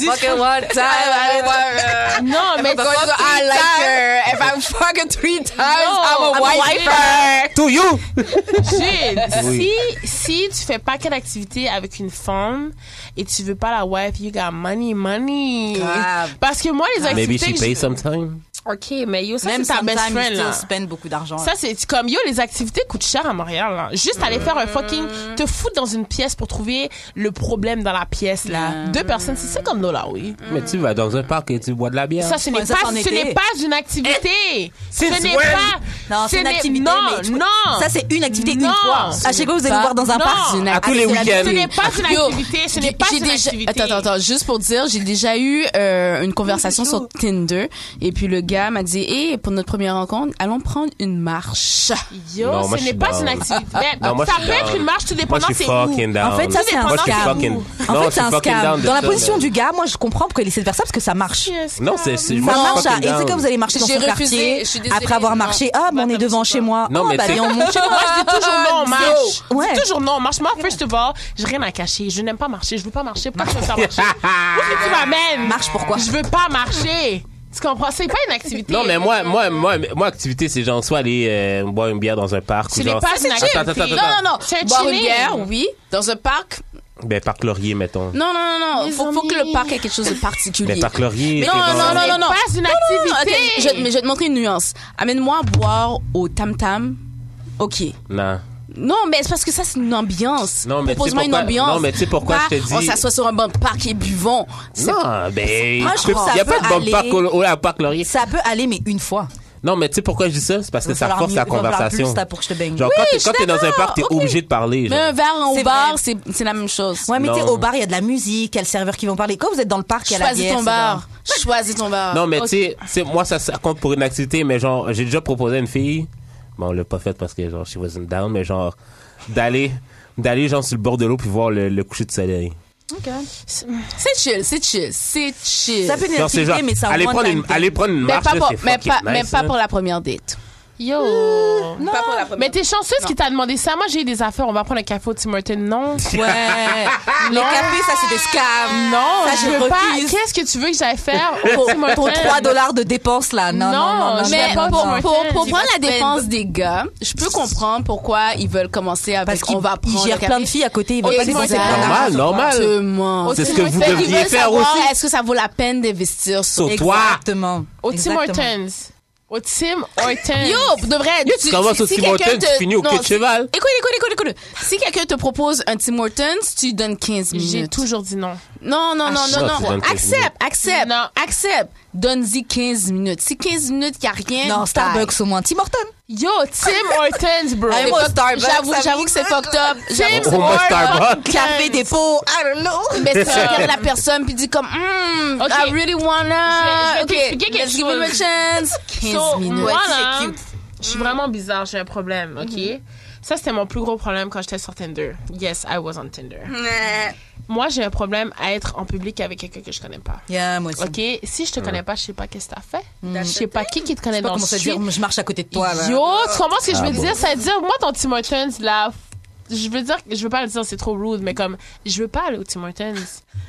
Speaker 5: fuck her one time, I love her.
Speaker 4: Non, mais
Speaker 5: If I fuck her, I like her. If I fuck her three times,
Speaker 4: No,
Speaker 5: I'm
Speaker 4: I'm
Speaker 5: a
Speaker 4: a
Speaker 5: wiper.
Speaker 3: To you!
Speaker 4: Jude,
Speaker 3: [LAUGHS] Oui.
Speaker 4: si, si tu fais pas quelle activité avec une femme et tu veux pas la wife, you got money, money.
Speaker 1: Grave.
Speaker 4: Parce que moi, les
Speaker 3: Ah, Maybe
Speaker 4: activités.
Speaker 3: she
Speaker 4: que
Speaker 3: pays
Speaker 4: je-
Speaker 3: sometime.
Speaker 4: Ok, mais yo, ça,
Speaker 1: même
Speaker 4: c'est ta best
Speaker 1: sometimes,
Speaker 4: friend,
Speaker 1: you
Speaker 4: là.
Speaker 1: still spend beaucoup d'argent.
Speaker 4: Ça, c'est comme yo, les activités coûtent cher à Montréal, là. Juste aller faire un fucking.
Speaker 1: Mm.
Speaker 4: te foutre dans une pièce pour trouver le problème dans la pièce,
Speaker 1: Mm.
Speaker 4: là. Deux personnes, c'est 50 dollars, oui.
Speaker 3: Mais tu vas dans un parc et tu bois de la bière.
Speaker 4: Ça, ce n'est
Speaker 1: Ouais, ça,
Speaker 4: pas,
Speaker 1: c'est en
Speaker 4: ce
Speaker 1: été. Eh,
Speaker 4: n'est pas une activité. Ce
Speaker 3: Since
Speaker 4: n'est
Speaker 3: when?
Speaker 4: pas.
Speaker 1: Non,
Speaker 4: ce
Speaker 1: c'est une
Speaker 4: n'est-
Speaker 1: activité.
Speaker 4: Non,
Speaker 1: mais-
Speaker 4: non.
Speaker 1: Ça, c'est une activité
Speaker 4: Non.
Speaker 1: une fois. À chaque fois, vous allez
Speaker 2: Pas-
Speaker 1: me voir dans un
Speaker 4: Non.
Speaker 1: parc.
Speaker 2: une
Speaker 3: Ah, À tous les
Speaker 2: activité.
Speaker 3: week-ends.
Speaker 4: Ah, Ce n'est pas une
Speaker 2: Ah, Yo,
Speaker 4: activité. Ce n'est pas
Speaker 2: j'ai
Speaker 4: une
Speaker 2: déjà-
Speaker 4: activité.
Speaker 2: Attends, attends, attends, juste pour dire, j'ai déjà eu euh, une conversation sur Tinder et puis le gars m'a dit "Hé, pour notre première rencontre, allons prendre une marche."
Speaker 4: Yo,
Speaker 3: Non, moi,
Speaker 4: ce
Speaker 3: je
Speaker 4: n'est
Speaker 3: suis
Speaker 4: pas
Speaker 3: down.
Speaker 4: une activité. Ben,
Speaker 3: Non, moi,
Speaker 4: ça
Speaker 3: je suis
Speaker 4: peut être
Speaker 3: down.
Speaker 4: une marche, tout
Speaker 3: Moi,
Speaker 4: dépendant
Speaker 3: je suis
Speaker 4: c'est où.
Speaker 3: fucking down.
Speaker 1: En fait, ça, c'est un
Speaker 3: Moi, je suis
Speaker 1: scam.
Speaker 3: fucking-
Speaker 1: En
Speaker 3: Non, je
Speaker 1: fait,
Speaker 3: suis
Speaker 1: c'est un
Speaker 3: fucking down
Speaker 1: scam.
Speaker 3: de
Speaker 1: Dans la
Speaker 3: ça,
Speaker 1: position
Speaker 3: là.
Speaker 1: du gars, moi, je comprends pourquoi il essaie de faire ça parce que ça marche.
Speaker 3: Non,
Speaker 1: [LAUGHS]
Speaker 3: c'est. c'est- moi,
Speaker 1: Ça
Speaker 3: je suis
Speaker 1: marche. à-
Speaker 3: fucking
Speaker 1: Et c'est
Speaker 3: down.
Speaker 1: comme vous allez marcher dans
Speaker 2: J'ai
Speaker 1: son
Speaker 2: refusé,
Speaker 1: quartier.
Speaker 2: je suis désolée.
Speaker 1: Après avoir marché, ah, mais on est devant chez moi.
Speaker 3: Non,
Speaker 1: Oh,
Speaker 3: mais
Speaker 1: bah,
Speaker 3: tu sais-
Speaker 1: viens, on
Speaker 3: [LAUGHS]
Speaker 1: monte chez moi.
Speaker 4: Moi, je dis toujours non, on marche.
Speaker 1: Ouais.
Speaker 4: Je dis toujours non, on marche. Moi, first of all, j'ai rien à cacher. Je n'aime pas marcher. Je veux pas marcher. Pourquoi tu veux faire marcher? Où est-ce que tu m'amènes?
Speaker 1: Marche pourquoi?
Speaker 4: Je veux pas marcher. Tu comprends? C'est pas une activité.
Speaker 3: Non, mais moi, moi, moi, moi, activité, c'est genre soit aller euh, boire une bière dans un parc
Speaker 4: Ce
Speaker 3: ou
Speaker 4: n'est
Speaker 3: genre.
Speaker 4: pas une activité.
Speaker 3: Attends, attends,
Speaker 4: Non,
Speaker 3: attends.
Speaker 2: Non non non,
Speaker 4: C'est
Speaker 2: boire une
Speaker 4: chilling.
Speaker 2: bière, oui, dans un parc.
Speaker 3: Ben, parc Laurier, mettons.
Speaker 2: Non non non non,
Speaker 4: Mes
Speaker 2: faut, faut que
Speaker 4: amis.
Speaker 2: le parc ait quelque chose de particulier.
Speaker 3: Ben, parc Laurier.
Speaker 2: Mais
Speaker 3: c'est
Speaker 2: non,
Speaker 3: genre-
Speaker 2: non, non,
Speaker 4: Ce
Speaker 2: non,
Speaker 4: n'est
Speaker 2: non.
Speaker 4: pas une
Speaker 2: Non, non,
Speaker 4: activité.
Speaker 2: ok, je, vais- mais je vais te montrer une nuance. Amène-moi à boire au Tam Tam. Ok.
Speaker 3: Non.
Speaker 2: Non, mais c'est parce que ça, c'est une ambiance.
Speaker 3: Non, mais tu sais
Speaker 2: Propose-moi une
Speaker 3: pourquoi-
Speaker 2: ambiance.
Speaker 3: non, mais tu sais pourquoi
Speaker 2: Pas,
Speaker 3: je te dis-
Speaker 2: On s'assoit sur un banc de parc et buvons. C'est-
Speaker 3: Non, ben.
Speaker 1: Moi, je
Speaker 3: tu peux-
Speaker 1: trouve ça
Speaker 3: y a
Speaker 1: peut
Speaker 3: pas de bon
Speaker 1: aller.
Speaker 3: parc au, au- à parc Laurier.
Speaker 1: Ça peut aller, mais une fois.
Speaker 3: Non, mais tu sais pourquoi je dis ça? C'est parce que
Speaker 1: Va
Speaker 3: ça
Speaker 1: falloir
Speaker 3: force
Speaker 1: mieux-
Speaker 3: la
Speaker 1: va falloir
Speaker 3: conversation.
Speaker 1: plus, ça, pour que je te baigne.
Speaker 3: Genre,
Speaker 1: Oui,
Speaker 3: quand t'es-
Speaker 2: je
Speaker 3: quand t'es dans un
Speaker 2: d'accord,
Speaker 3: parc, t'es
Speaker 2: ok.
Speaker 3: obligé de parler.
Speaker 2: Mais
Speaker 3: genre.
Speaker 2: un verre en
Speaker 1: C'est
Speaker 2: bar,
Speaker 1: vrai.
Speaker 2: c'est c'est la même chose.
Speaker 1: Ouais, mais tu sais,
Speaker 3: Non.
Speaker 1: au bar, il y a de la musique, il y a le serveur qui vont parler. Quand vous êtes dans le parc, il y a la
Speaker 2: Choisis
Speaker 1: bière.
Speaker 2: ton
Speaker 1: c'est
Speaker 2: bar. [LAUGHS] Choisis ton bar.
Speaker 3: Non, mais
Speaker 2: Ok.
Speaker 3: tu sais- tu sais, moi, ça, ça compte pour une activité, mais genre, j'ai déjà proposé à une fille. Bon, on l'a pas faite parce que, genre, she wasn't down, mais genre, d'aller, d'aller, genre, sur le bord de l'eau puis voir le, le coucher de soleil.
Speaker 2: C'est chill, c'est chill, c'est chill.
Speaker 1: bon. Ça peut être une
Speaker 3: Genre, c'est
Speaker 1: activité,
Speaker 3: genre,
Speaker 1: mais ça
Speaker 3: aller prendre, une, aller prendre une
Speaker 2: mais
Speaker 3: marche,
Speaker 2: pas,
Speaker 3: là,
Speaker 2: pour,
Speaker 3: c'est
Speaker 2: mais,
Speaker 3: fucking
Speaker 2: pas, mais
Speaker 3: nice, hein.
Speaker 2: pas
Speaker 3: là.
Speaker 2: pour la première date.
Speaker 4: Yo.
Speaker 5: Pas pour la
Speaker 4: Mais
Speaker 5: première.
Speaker 4: t'es chanceuse qui t'a demandé ça. Moi, j'ai eu des affaires. On va prendre un café au Tim Hortons. Non.
Speaker 1: Ouais. [LAUGHS] Les cafés, ça, c'est des scams.
Speaker 4: Non,
Speaker 1: Ça,
Speaker 4: je
Speaker 1: je
Speaker 4: veux pas.
Speaker 1: refuse.
Speaker 4: Qu'est-ce que tu veux que j'aille faire au
Speaker 1: Pour,
Speaker 4: Tim Hortons?
Speaker 1: pour 3 dollars de dépenses, là. Non, non, non. non,
Speaker 4: Non,
Speaker 2: Mais
Speaker 1: non,
Speaker 2: pour,
Speaker 4: pas
Speaker 1: non.
Speaker 2: pour,
Speaker 4: Tim
Speaker 2: pour,
Speaker 4: Hortons. Tu
Speaker 2: prendre
Speaker 4: vas
Speaker 2: la défense des gars, je peux comprendre pourquoi ils veulent commencer avec
Speaker 1: Parce qu'ils
Speaker 2: on va prendre
Speaker 1: gèrent
Speaker 2: un café.
Speaker 1: plein de filles à côté, ils veulent pas dépenser
Speaker 2: Exactement.
Speaker 1: plein d'argent.
Speaker 3: Normal, normal.
Speaker 2: Exactement.
Speaker 3: C'est ce que vous
Speaker 2: Fait qu'ils
Speaker 3: devriez
Speaker 2: veulent
Speaker 3: faire
Speaker 2: savoir,
Speaker 3: aussi.
Speaker 2: Est-ce que ça vaut la peine d'investir sur
Speaker 3: Sur toi.
Speaker 1: Exactement.
Speaker 4: Au Tim
Speaker 1: Exactement.
Speaker 4: Hortons. Au Tim Hortons.
Speaker 2: Yo, pour de vrai.
Speaker 3: tu commences au Tim
Speaker 2: quelqu'un
Speaker 3: Hortons, tu finis au
Speaker 2: non,
Speaker 3: quai de
Speaker 2: si-
Speaker 3: cheval.
Speaker 2: Écoute, écoute, écoute, écoute. Si quelqu'un te propose un Tim Hortons, tu lui donnes 15 minutes.
Speaker 4: J'ai toujours dit non.
Speaker 2: Non, non, non,
Speaker 3: chaque
Speaker 2: non,
Speaker 3: fois, tu
Speaker 2: non.
Speaker 3: donnes 15 minutes.
Speaker 2: Accepte, accepte,
Speaker 4: Non.
Speaker 2: accepte. Donne-y 15 minutes. Si 15 minutes, il n'y a rien.
Speaker 1: Non,
Speaker 2: bye.
Speaker 1: Starbucks au moins. Tim Hortons.
Speaker 4: Yo, Tim Hortons, bro.
Speaker 1: Allez,
Speaker 2: C'est
Speaker 1: moi,
Speaker 2: fuck-
Speaker 1: Starbucks,
Speaker 2: J'avoue,
Speaker 1: ça
Speaker 2: j'avoue
Speaker 1: me-
Speaker 2: que c'est fucked up. J'avoue que
Speaker 3: Au moins
Speaker 2: c'est fucked up.
Speaker 3: Starbucks.
Speaker 1: Café dépôt. I don't know.
Speaker 2: Mais
Speaker 3: [LAUGHS]
Speaker 2: si tu regardes la personne puis dis comme, Hmm,
Speaker 4: Ok.
Speaker 2: I really wanna.
Speaker 4: Je vais- je vais
Speaker 2: Ok,
Speaker 4: t'expliquer quelque
Speaker 2: let's give him a
Speaker 4: chose. [LAUGHS]
Speaker 2: chance. 15
Speaker 4: So,
Speaker 2: minutes.
Speaker 4: moi,
Speaker 2: Ouais,
Speaker 4: là, hein,
Speaker 2: c'est cute.
Speaker 4: Je suis vraiment bizarre, j'ai un problème, OK?
Speaker 1: Mm-hmm.
Speaker 4: Ça, c'était mon plus gros problème quand j'étais sur Tinder. Yes, I was on Tinder. Moi, j'ai un problème à être en public avec quelqu'un que je connais pas.
Speaker 1: Yeah, moi aussi.
Speaker 4: OK? Si je te connais pas, je sais pas qu'est-ce que t'as fait. Je sais pas qui qui te connaît
Speaker 1: Je sais pas
Speaker 4: dans
Speaker 1: comment ça
Speaker 4: le
Speaker 1: dire, je marche à côté de toi, là.
Speaker 4: Yo, tu comprends ce que je
Speaker 3: Ah
Speaker 4: veux
Speaker 3: bon.
Speaker 4: dire? Ça veut dire, moi, ton Tim Hortons, là, je veux dire, je veux pas le dire, c'est trop rude, mais comme, je veux pas aller au Tim Hortons.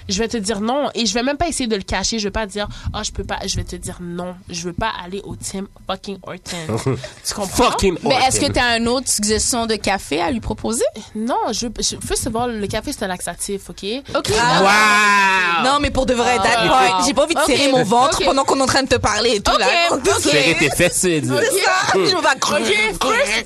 Speaker 4: Je vais te dire non et je vais même pas essayer de le cacher. Je vais pas dire, oh, je peux pas, je vais te dire non. Je veux pas aller au Tim fucking Hortons.
Speaker 3: [LAUGHS]
Speaker 4: tu comprends?
Speaker 3: Fucking
Speaker 2: Mais est-ce que
Speaker 3: Hortons.
Speaker 2: tu as une autre suggestion de café à lui proposer?
Speaker 4: Non, je, je first of all, le café, c'est un laxatif, OK?
Speaker 2: OK.
Speaker 1: Ah,
Speaker 3: Wow!
Speaker 1: Non, mais pour de vrai, that
Speaker 4: Ah.
Speaker 1: part, j'ai pas envie de
Speaker 2: Ok.
Speaker 1: serrer mon ventre
Speaker 2: Ok.
Speaker 1: pendant qu'on est en train de te parler et tout, là.
Speaker 2: Ok.
Speaker 3: Serrer tes fesses, tu dis.
Speaker 1: C'est ça, je vais accrocher.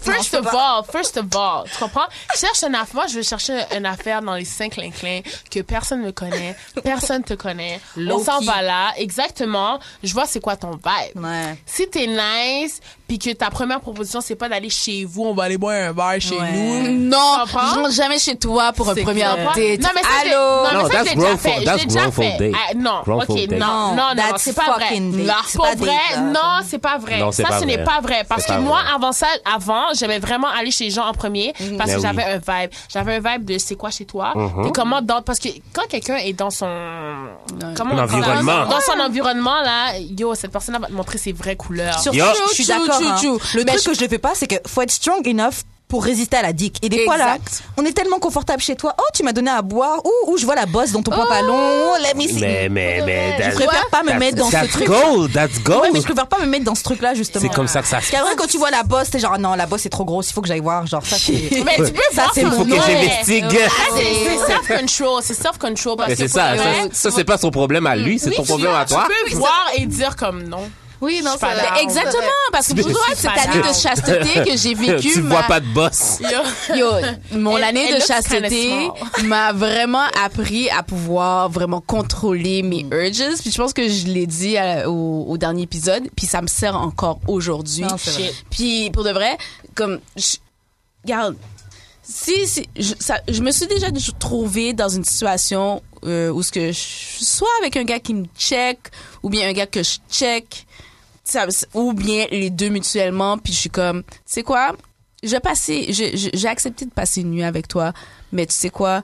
Speaker 4: First, first of all, first of all, tu comprends? Cherche une affaire. Moi, je veux chercher une affaire dans les cinq clinclins que personne me connaît, personne te connaît. On
Speaker 1: Low-key.
Speaker 4: s'en va là. Exactement. Je vois c'est quoi ton vibe.
Speaker 1: Ouais.
Speaker 4: Si t'es nice, puis que ta première proposition, c'est pas d'aller chez vous, on va aller boire un verre chez
Speaker 1: Ouais.
Speaker 4: nous.
Speaker 2: Non, je
Speaker 4: Tu comprends?
Speaker 2: rentre jamais chez toi pour un
Speaker 1: C'est
Speaker 2: premier
Speaker 1: clair.
Speaker 2: date.
Speaker 4: Non, mais ça, je l'ai-
Speaker 2: Allô?
Speaker 4: Non,
Speaker 3: No,
Speaker 4: mais ça,
Speaker 3: that's
Speaker 4: je l'ai déjà
Speaker 3: wrongful-
Speaker 4: fait. Je
Speaker 3: that's
Speaker 4: l'ai déjà
Speaker 3: wrongful
Speaker 4: fait.
Speaker 3: date.
Speaker 4: Ah, non,
Speaker 3: Wrongful
Speaker 4: OK,
Speaker 3: date.
Speaker 4: non, non, non, non,
Speaker 1: That's
Speaker 4: c'est pas vrai.
Speaker 1: fucking date.
Speaker 4: Non,
Speaker 1: C'est
Speaker 4: pour
Speaker 1: pas date,
Speaker 4: vrai,
Speaker 1: ça.
Speaker 4: non, c'est pas vrai.
Speaker 3: Non, c'est
Speaker 4: ça,
Speaker 3: pas
Speaker 4: ce n'est
Speaker 3: vrai.
Speaker 4: pas vrai. Parce
Speaker 3: C'est
Speaker 4: que
Speaker 3: pas
Speaker 4: moi,
Speaker 3: vrai.
Speaker 4: avant ça, avant, j'aimais vraiment aller chez les gens en premier parce
Speaker 3: Ben
Speaker 4: que
Speaker 3: oui. Mhm.
Speaker 4: j'avais un vibe. J'avais un vibe de c'est quoi chez toi, puis comment dans... Parce que quand quelqu'un est dans son... Comment
Speaker 3: Un
Speaker 4: on dit ça?
Speaker 3: environnement.
Speaker 4: Dans son environnement, là, yo, cette personne-là va te montrer ses vraies couleurs.
Speaker 1: Sur
Speaker 3: Yo.
Speaker 1: ça, je suis
Speaker 2: Chou, chou,
Speaker 1: d'accord.
Speaker 2: chou,
Speaker 1: hein.
Speaker 2: chou.
Speaker 1: Le
Speaker 2: Mais
Speaker 1: truc
Speaker 2: je-
Speaker 1: que je ne fais pas, c'est que faut être strong enough pour résister à la dick. Et des fois, là,
Speaker 2: Exact.
Speaker 1: on est tellement confortable chez toi. Oh, tu m'as donné à boire. Ou, ou je vois la bosse dans ton pantalon. Oh, let me see.
Speaker 3: Mais, mais, mais,
Speaker 1: je
Speaker 3: that's-
Speaker 1: préfère pas me
Speaker 3: that's-
Speaker 1: mettre dans ce
Speaker 3: that's
Speaker 1: truc.
Speaker 3: gold, that's gold.
Speaker 1: Ouais, mais je préfère pas me mettre dans ce truc-là, justement.
Speaker 3: C'est comme ça que ça
Speaker 1: Parce
Speaker 3: se
Speaker 1: qu'après, quand tu vois la bosse, t'es genre, ah non, la bosse est trop grosse, il faut que j'aille voir. Genre, ça, c'est.
Speaker 4: Mais tu peux
Speaker 1: Ça,
Speaker 4: voir
Speaker 1: c'est
Speaker 4: son-
Speaker 1: mon
Speaker 3: Faut que
Speaker 4: Ouais.
Speaker 3: j'investigue.
Speaker 4: Ah, c'est c'est self-control, c'est self-control. parce
Speaker 3: Mais
Speaker 4: que
Speaker 3: c'est
Speaker 4: pour
Speaker 3: ça,
Speaker 4: de
Speaker 3: ça,
Speaker 4: vrai,
Speaker 3: ça, c'est pas son problème à lui, c'est
Speaker 4: Oui,
Speaker 3: son
Speaker 4: tu-
Speaker 3: problème à toi.
Speaker 4: Tu peux voir et dire comme non.
Speaker 2: Oui, non,
Speaker 4: suis pas
Speaker 2: c'est-
Speaker 4: là,
Speaker 2: mais
Speaker 4: on
Speaker 2: Ben, Exactement, parce que pour
Speaker 3: Je
Speaker 2: toi,
Speaker 4: suis
Speaker 2: cette
Speaker 4: pas
Speaker 2: année
Speaker 4: là.
Speaker 2: de chasteté que
Speaker 3: [LAUGHS]
Speaker 2: j'ai vécue.
Speaker 3: tu
Speaker 2: m'a-
Speaker 3: vois pas de boss.
Speaker 2: Yo, mon
Speaker 4: Elle-
Speaker 2: année
Speaker 4: elle
Speaker 2: de
Speaker 4: looks kinda
Speaker 2: chasteté m'a vraiment appris à pouvoir vraiment contrôler mes urges. Puis je pense que je l'ai dit euh, au, au dernier épisode, puis ça me sert encore aujourd'hui.
Speaker 1: Non, c'est vrai.
Speaker 4: Shit.
Speaker 2: Puis pour de vrai, comme je- regarde, si, si je, ça- je me suis déjà trouvée dans une situation euh, où ce que je, soit avec un gars qui me check ou bien un gars que je check ça- ou bien les deux mutuellement puis je suis comme tu sais quoi je vais passer- je- je- j'ai accepté de passer une nuit avec toi mais tu sais quoi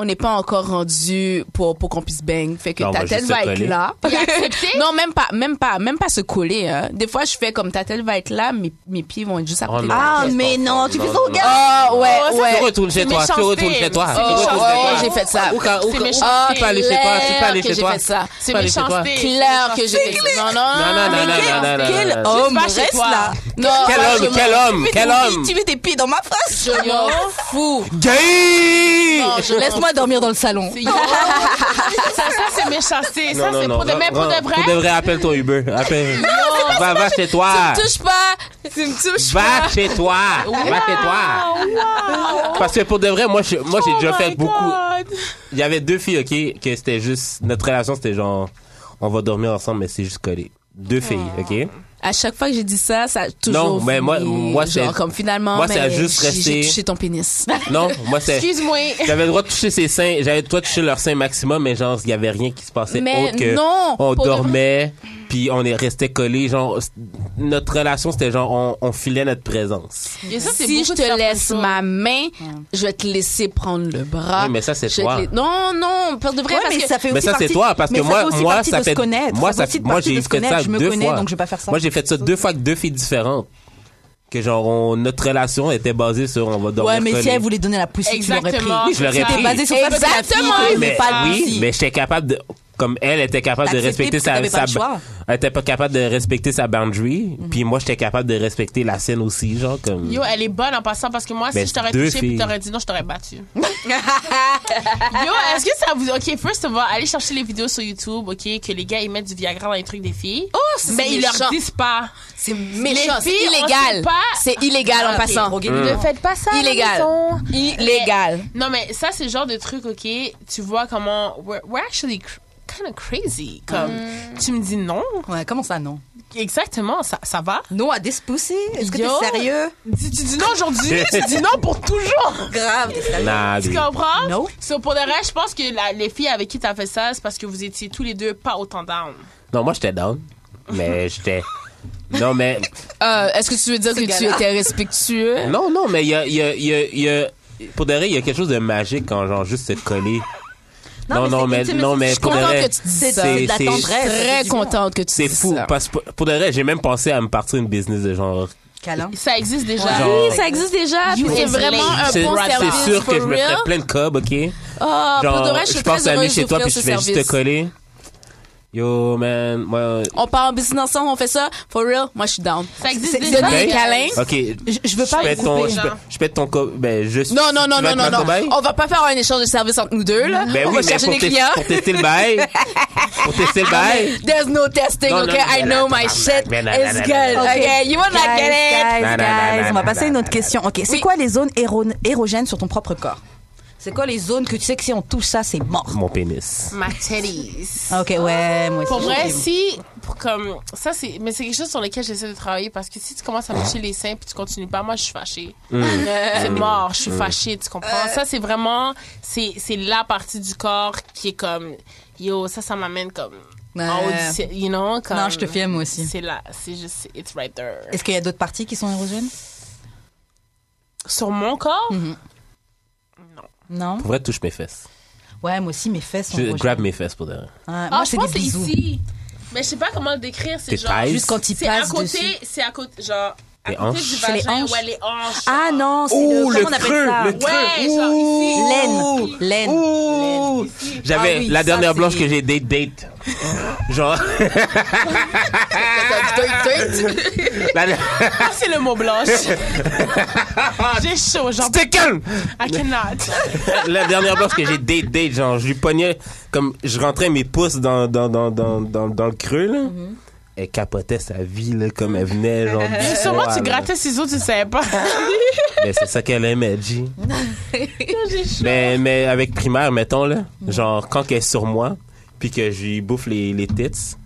Speaker 2: on n'est pas encore rendu pour, pour qu'on puisse bang fait que
Speaker 3: Non, on
Speaker 2: ta
Speaker 3: va
Speaker 2: tête
Speaker 3: juste se
Speaker 2: va être
Speaker 3: coller.
Speaker 2: là
Speaker 4: accepté?
Speaker 2: [LAUGHS] non même pas même pas même pas se coller hein. des fois je fais comme ta tête va être là mes, mes pieds vont être juste à
Speaker 3: Oh
Speaker 2: côté de ta
Speaker 1: Ah,
Speaker 2: tête.
Speaker 1: mais non, tu fais ça au gars.
Speaker 2: Ah ouais,
Speaker 4: Oh, ça,
Speaker 2: ouais.
Speaker 4: c'est
Speaker 3: Tu retournes
Speaker 4: C'est
Speaker 3: chez toi, tu
Speaker 4: méchanceté.
Speaker 3: retournes chez toi.
Speaker 4: C'est
Speaker 3: tu retournes
Speaker 4: méchanceté.
Speaker 3: chez toi.
Speaker 2: Oh, j'ai fait ça.
Speaker 3: Ou quand, ou
Speaker 4: C'est
Speaker 3: quand,
Speaker 4: méchanceté.
Speaker 2: Ah,
Speaker 4: Tu
Speaker 3: peux aller chez toi, tu peux aller
Speaker 2: clair que
Speaker 3: chez toi.
Speaker 2: J'ai fait ça.
Speaker 4: C'est
Speaker 3: Tu peux aller chez toi.
Speaker 4: méchanceté.
Speaker 2: Clair que j'ai fait ça. Non, non, Oh,
Speaker 3: Non, non, non,
Speaker 2: mais
Speaker 3: non,
Speaker 2: quel-
Speaker 3: non, non, non,
Speaker 1: Quel
Speaker 3: non.
Speaker 1: homme
Speaker 4: pas chez
Speaker 1: reste
Speaker 4: toi.
Speaker 1: là
Speaker 2: Non,
Speaker 3: Quel
Speaker 2: parce
Speaker 3: homme,
Speaker 2: que
Speaker 3: quel homme, quel homme.
Speaker 1: Tu mets tes pieds dans ma face
Speaker 2: Je m'en fous.
Speaker 3: Gay!
Speaker 2: Non, je laisse
Speaker 1: Laisse-moi dormir dans le salon.
Speaker 4: Yo. ça, ça c'est méchanceté. Ça, c'est pour de, mais pour de vrai.
Speaker 3: Pour de vrai, appelle-toi Uber. Appelle. Va, va chez toi.
Speaker 2: me touche pas. Tu me touches pas.
Speaker 3: Ah. Va chez toi. Va chez toi.
Speaker 4: Wow.
Speaker 3: Parce que pour de vrai, moi, je- moi j'ai
Speaker 4: Oh
Speaker 3: déjà
Speaker 4: my
Speaker 3: fait beaucoup.
Speaker 4: God.
Speaker 3: Il y avait deux filles, ok, que c'était juste. Notre relation, c'était genre. On va dormir ensemble, mais c'est juste collé. Deux filles,
Speaker 1: Ah.
Speaker 3: ok?
Speaker 2: À chaque fois que j'ai dit ça, ça a toujours.
Speaker 3: Non, mais moi-
Speaker 2: fini.
Speaker 3: moi,
Speaker 2: Genre
Speaker 3: c'est-
Speaker 2: comme finalement.
Speaker 3: moi, ça a
Speaker 2: mais
Speaker 3: juste
Speaker 2: j'ai-
Speaker 3: resté-
Speaker 2: J'ai touché ton
Speaker 4: [LAUGHS]
Speaker 2: pénis.
Speaker 3: Non, moi, c'est.
Speaker 4: Excuse-moi.
Speaker 3: J'avais le droit de toucher ses seins, j'avais le droit de toucher leurs seins maximum, mais genre, il y avait rien qui se passait
Speaker 2: Mais
Speaker 3: autre que
Speaker 2: non,
Speaker 3: on
Speaker 2: pour de
Speaker 3: dormait, puis on est resté collés, genre, c- notre relation, c'était genre, on, on filait notre présence.
Speaker 4: Et ça, c'est
Speaker 2: si
Speaker 4: beaucoup
Speaker 2: je
Speaker 4: de faire
Speaker 2: te laisse
Speaker 4: contrôle.
Speaker 2: ma main, je vais te laisser prendre le bras.
Speaker 3: Oui, mais ça, c'est
Speaker 2: Je vais
Speaker 3: toi.
Speaker 2: te la- Non, non, pour de vrai,
Speaker 1: Ouais,
Speaker 2: parce
Speaker 1: mais
Speaker 2: que
Speaker 1: ça fait
Speaker 3: Mais
Speaker 1: aussi
Speaker 3: ça, c'est
Speaker 1: partie-
Speaker 3: toi, parce
Speaker 1: mais
Speaker 3: que moi-
Speaker 1: fait aussi
Speaker 3: moi,
Speaker 1: partie
Speaker 3: ça
Speaker 1: de se
Speaker 3: fait-
Speaker 1: connaître.
Speaker 3: moi, ça
Speaker 1: fait aussi
Speaker 3: fait- moi,
Speaker 1: partie
Speaker 3: j'ai
Speaker 1: de se
Speaker 3: fait ça
Speaker 1: connaître. Je me
Speaker 3: deux
Speaker 1: connais,
Speaker 3: fois.
Speaker 1: donc je vais pas faire ça.
Speaker 3: Moi, j'ai fait ça deux fois avec deux filles différentes. Que genre, on- notre relation était basée sur on va dormir
Speaker 1: Ouais, mais si
Speaker 3: collés.
Speaker 1: elle voulait donner la poussée, tu l'aurais
Speaker 4: Exactement.
Speaker 1: pris.
Speaker 3: Je l'aurais
Speaker 1: C'était
Speaker 3: pris.
Speaker 1: basé sur ça, parce que la fille
Speaker 2: Exactement.
Speaker 1: te
Speaker 3: mais,
Speaker 1: faisait Ah, pas de
Speaker 3: oui,
Speaker 1: poussée.
Speaker 3: mais j'étais capable de comme elle était capable de
Speaker 1: D'accepter
Speaker 3: respecter
Speaker 1: parce que
Speaker 3: sa,
Speaker 1: t'avais pas
Speaker 3: sa
Speaker 1: le choix.
Speaker 3: elle était pas capable de respecter sa boundary puis moi j'étais capable de respecter la scène aussi genre comme
Speaker 4: Yo, elle est bonne en passant parce que moi,
Speaker 3: Ben,
Speaker 4: si je t'aurais
Speaker 3: deux
Speaker 4: touché puis
Speaker 3: filles.
Speaker 4: t'aurais dit non, je
Speaker 3: [LAUGHS]
Speaker 4: t'aurais battu. Yo, est-ce que ça vous. Ok, first of all, allez chercher les vidéos sur YouTube, ok, que les gars ils mettent du Viagra dans les trucs des filles. Oh,
Speaker 2: c'est
Speaker 4: Mais ils
Speaker 2: méchant.
Speaker 4: leur disent pas.
Speaker 2: c'est méchant,
Speaker 4: filles,
Speaker 2: c'est
Speaker 4: on
Speaker 2: illégal.
Speaker 4: sait pas-
Speaker 2: C'est illégal en
Speaker 4: Ok,
Speaker 2: passant.
Speaker 4: Ne faites pas ça. à la
Speaker 2: Mm. Illégal.
Speaker 4: maison.
Speaker 2: Illégal.
Speaker 4: Non, mais ça, c'est le genre de truc, OK, tu vois comment... We're, we're actually kind of crazy. Comme, tu me dis non.
Speaker 1: Ouais, comment ça, non
Speaker 4: Exactement, ça, ça va.
Speaker 1: Non à des poussées Est-ce que t'es
Speaker 4: Yo.
Speaker 1: sérieux
Speaker 4: Tu, tu dis non aujourd'hui, [LAUGHS] tu dis non pour toujours.
Speaker 1: Grave, t'es sérieux
Speaker 3: nah,
Speaker 4: Tu
Speaker 3: lui.
Speaker 4: comprends?
Speaker 1: No.
Speaker 4: So, pour le reste, je pense que la- les filles avec qui t'as fait ça, c'est parce que vous étiez tous les deux pas autant down.
Speaker 3: non moi j'étais down mais j'étais non mais
Speaker 2: Euh, Est-ce que tu veux dire que tu
Speaker 1: gars-là.
Speaker 2: étais respectueux?
Speaker 3: [LAUGHS] non non mais il y a, il y a- il y a- il y a- pour de vrai il y a quelque chose de magique quand genre juste se coller non non mais,
Speaker 1: c'est
Speaker 3: non
Speaker 1: intime,
Speaker 3: mais
Speaker 2: Je suis
Speaker 3: pour de
Speaker 2: contente
Speaker 3: vrai
Speaker 2: que tu dis
Speaker 1: C'est
Speaker 2: ça.
Speaker 1: de la
Speaker 3: c'est-
Speaker 1: tendresse.
Speaker 2: Très
Speaker 1: c'est-
Speaker 2: contente que tu
Speaker 3: c'est
Speaker 2: dises
Speaker 3: fou
Speaker 2: ça.
Speaker 3: parce que pour de vrai j'ai même pensé à me partir une business de genre
Speaker 1: Câlin.
Speaker 4: Ça existe déjà.
Speaker 3: Genre- Oui,
Speaker 2: Ça existe déjà. puis
Speaker 4: You
Speaker 2: C'est
Speaker 4: is
Speaker 2: vraiment
Speaker 4: late.
Speaker 2: un
Speaker 3: c'est
Speaker 2: bon service.
Speaker 3: c'est sûr que je me
Speaker 2: ferais
Speaker 3: ferais plein de cob ok
Speaker 2: Oh, pour de
Speaker 3: genre
Speaker 2: vrai, je
Speaker 3: je
Speaker 2: suis
Speaker 3: pense
Speaker 2: très
Speaker 3: à aller
Speaker 2: heureuse
Speaker 3: chez toi
Speaker 2: d'offrir
Speaker 3: puis je
Speaker 2: ce
Speaker 3: vais juste
Speaker 2: service.
Speaker 3: te coller Yo, man, moi.
Speaker 2: On part en business ensemble, on fait ça. For real, moi, je suis down.
Speaker 4: Ça existe
Speaker 2: C'est-
Speaker 4: déjà.
Speaker 2: donner des
Speaker 4: guys.
Speaker 2: câlins.
Speaker 3: Ok.
Speaker 1: Je, je veux
Speaker 3: Je
Speaker 1: pas
Speaker 3: pète
Speaker 1: vous
Speaker 3: ton,
Speaker 1: couper.
Speaker 3: je pète- je pète ton co- ben, je
Speaker 2: Non, non, non,
Speaker 3: tu
Speaker 2: non,
Speaker 3: vas
Speaker 2: non,
Speaker 3: être ma
Speaker 2: non. Oh,
Speaker 3: cobaye?
Speaker 2: On va pas faire un échange de services entre nous deux, là.
Speaker 3: Ben
Speaker 2: on
Speaker 3: oui,
Speaker 2: va
Speaker 3: mais
Speaker 2: chercher
Speaker 3: pour,
Speaker 2: des
Speaker 3: tes-
Speaker 2: clients.
Speaker 3: pour tester le bail. pour tester le bail.
Speaker 2: There's no testing,
Speaker 3: Non, non,
Speaker 2: okay?
Speaker 3: non,
Speaker 2: I
Speaker 3: non,
Speaker 2: know
Speaker 3: non,
Speaker 2: my
Speaker 3: non,
Speaker 2: shit
Speaker 3: non, non,
Speaker 2: is
Speaker 3: non,
Speaker 2: good,
Speaker 3: non,
Speaker 2: okay? You won't not get it.
Speaker 1: Guys,
Speaker 3: Na, na, na,
Speaker 1: guys,
Speaker 3: na,
Speaker 1: on va
Speaker 3: na,
Speaker 1: passer à
Speaker 3: na,
Speaker 1: une
Speaker 3: na,
Speaker 1: autre
Speaker 3: na.
Speaker 1: question. Ok, c'est
Speaker 2: Oui.
Speaker 1: quoi les zones éro- érogènes sur ton propre corps C'est quoi les zones que tu sais que si on touche ça, c'est mort
Speaker 3: Mon pénis.
Speaker 4: Ma titties.
Speaker 1: Ok, ouais, moi aussi.
Speaker 4: Pour vrai,
Speaker 1: j'ai-
Speaker 4: si, pour comme, ça, c'est, mais c'est quelque chose sur lequel j'essaie de travailler parce que si tu commences à me toucher les seins puis tu continues pas, moi, je suis fâchée. Euh, C'est mort, je suis fâchée, tu comprends?
Speaker 1: Euh.
Speaker 4: Ça, c'est vraiment, c'est, c'est la partie du corps qui est comme, yo, ça, ça m'amène comme, en haut
Speaker 1: Ouais.
Speaker 4: du ciel, you know? Comme,
Speaker 1: Non, je te filme moi aussi.
Speaker 4: C'est là, c'est juste, it's right there.
Speaker 1: Est-ce qu'il y a d'autres parties qui sont érogènes
Speaker 4: Sur mon corps?
Speaker 1: Mhm. Non
Speaker 3: Pour vrai, touche mes fesses.
Speaker 1: Ouais, moi aussi, mes fesses sont
Speaker 3: Je,
Speaker 1: érogènes.
Speaker 3: grab mes fesses pour de vrai.
Speaker 1: Ouais,
Speaker 4: Ah,
Speaker 1: moi,
Speaker 4: je
Speaker 1: c'est
Speaker 4: pense
Speaker 1: des
Speaker 4: que c'est
Speaker 1: bisous.
Speaker 4: ici. Mais je sais pas comment le décrire, c'est
Speaker 3: Tes
Speaker 4: genre.
Speaker 3: tailles?
Speaker 1: Juste quand ils
Speaker 4: C'est à
Speaker 1: passent
Speaker 4: côté,
Speaker 1: dessus.
Speaker 4: c'est à côté, genre, à
Speaker 3: Les
Speaker 4: côté
Speaker 3: hanches?
Speaker 4: du
Speaker 1: C'est les
Speaker 4: vagin,
Speaker 1: hanches.
Speaker 4: ouais, les hanches.
Speaker 1: Ah
Speaker 4: genre.
Speaker 1: non, c'est le,
Speaker 3: Ouh,
Speaker 1: comment
Speaker 3: le
Speaker 1: on appelle
Speaker 3: creux,
Speaker 1: ça
Speaker 3: le creux.
Speaker 4: Ouais, genre ici.
Speaker 3: Ouh.
Speaker 1: Laine, laine.
Speaker 3: Ouh. J'avais
Speaker 1: Ah oui,
Speaker 3: la
Speaker 1: ça,
Speaker 3: dernière
Speaker 1: c'est-
Speaker 3: blanche que j'ai date date. Genre [LAUGHS]
Speaker 1: Ah,
Speaker 3: la dernière-
Speaker 4: Ah, c'est le mot blanche. J'ai chaud, genre,
Speaker 3: C'était calme.
Speaker 4: I cannot.
Speaker 3: [LAUGHS] La dernière blanche que j'ai date date genre je lui pognais comme je rentrais mes pouces dans dans dans dans dans, dans le creux là.
Speaker 4: Mm-hmm.
Speaker 3: Elle capotait sa vie là comme elle venait
Speaker 4: [LAUGHS]
Speaker 3: genre. du
Speaker 2: Euh,
Speaker 4: Mais Sûrement,
Speaker 3: froid,
Speaker 4: tu
Speaker 3: là.
Speaker 4: grattais ciseaux, tu savais pas.
Speaker 3: Mais c'est ça qu'elle aimait,
Speaker 4: [LAUGHS]
Speaker 3: G. mais, mais avec primaire, mettons, là, genre, quand elle est sur moi, puis que je lui bouffe les, les tits,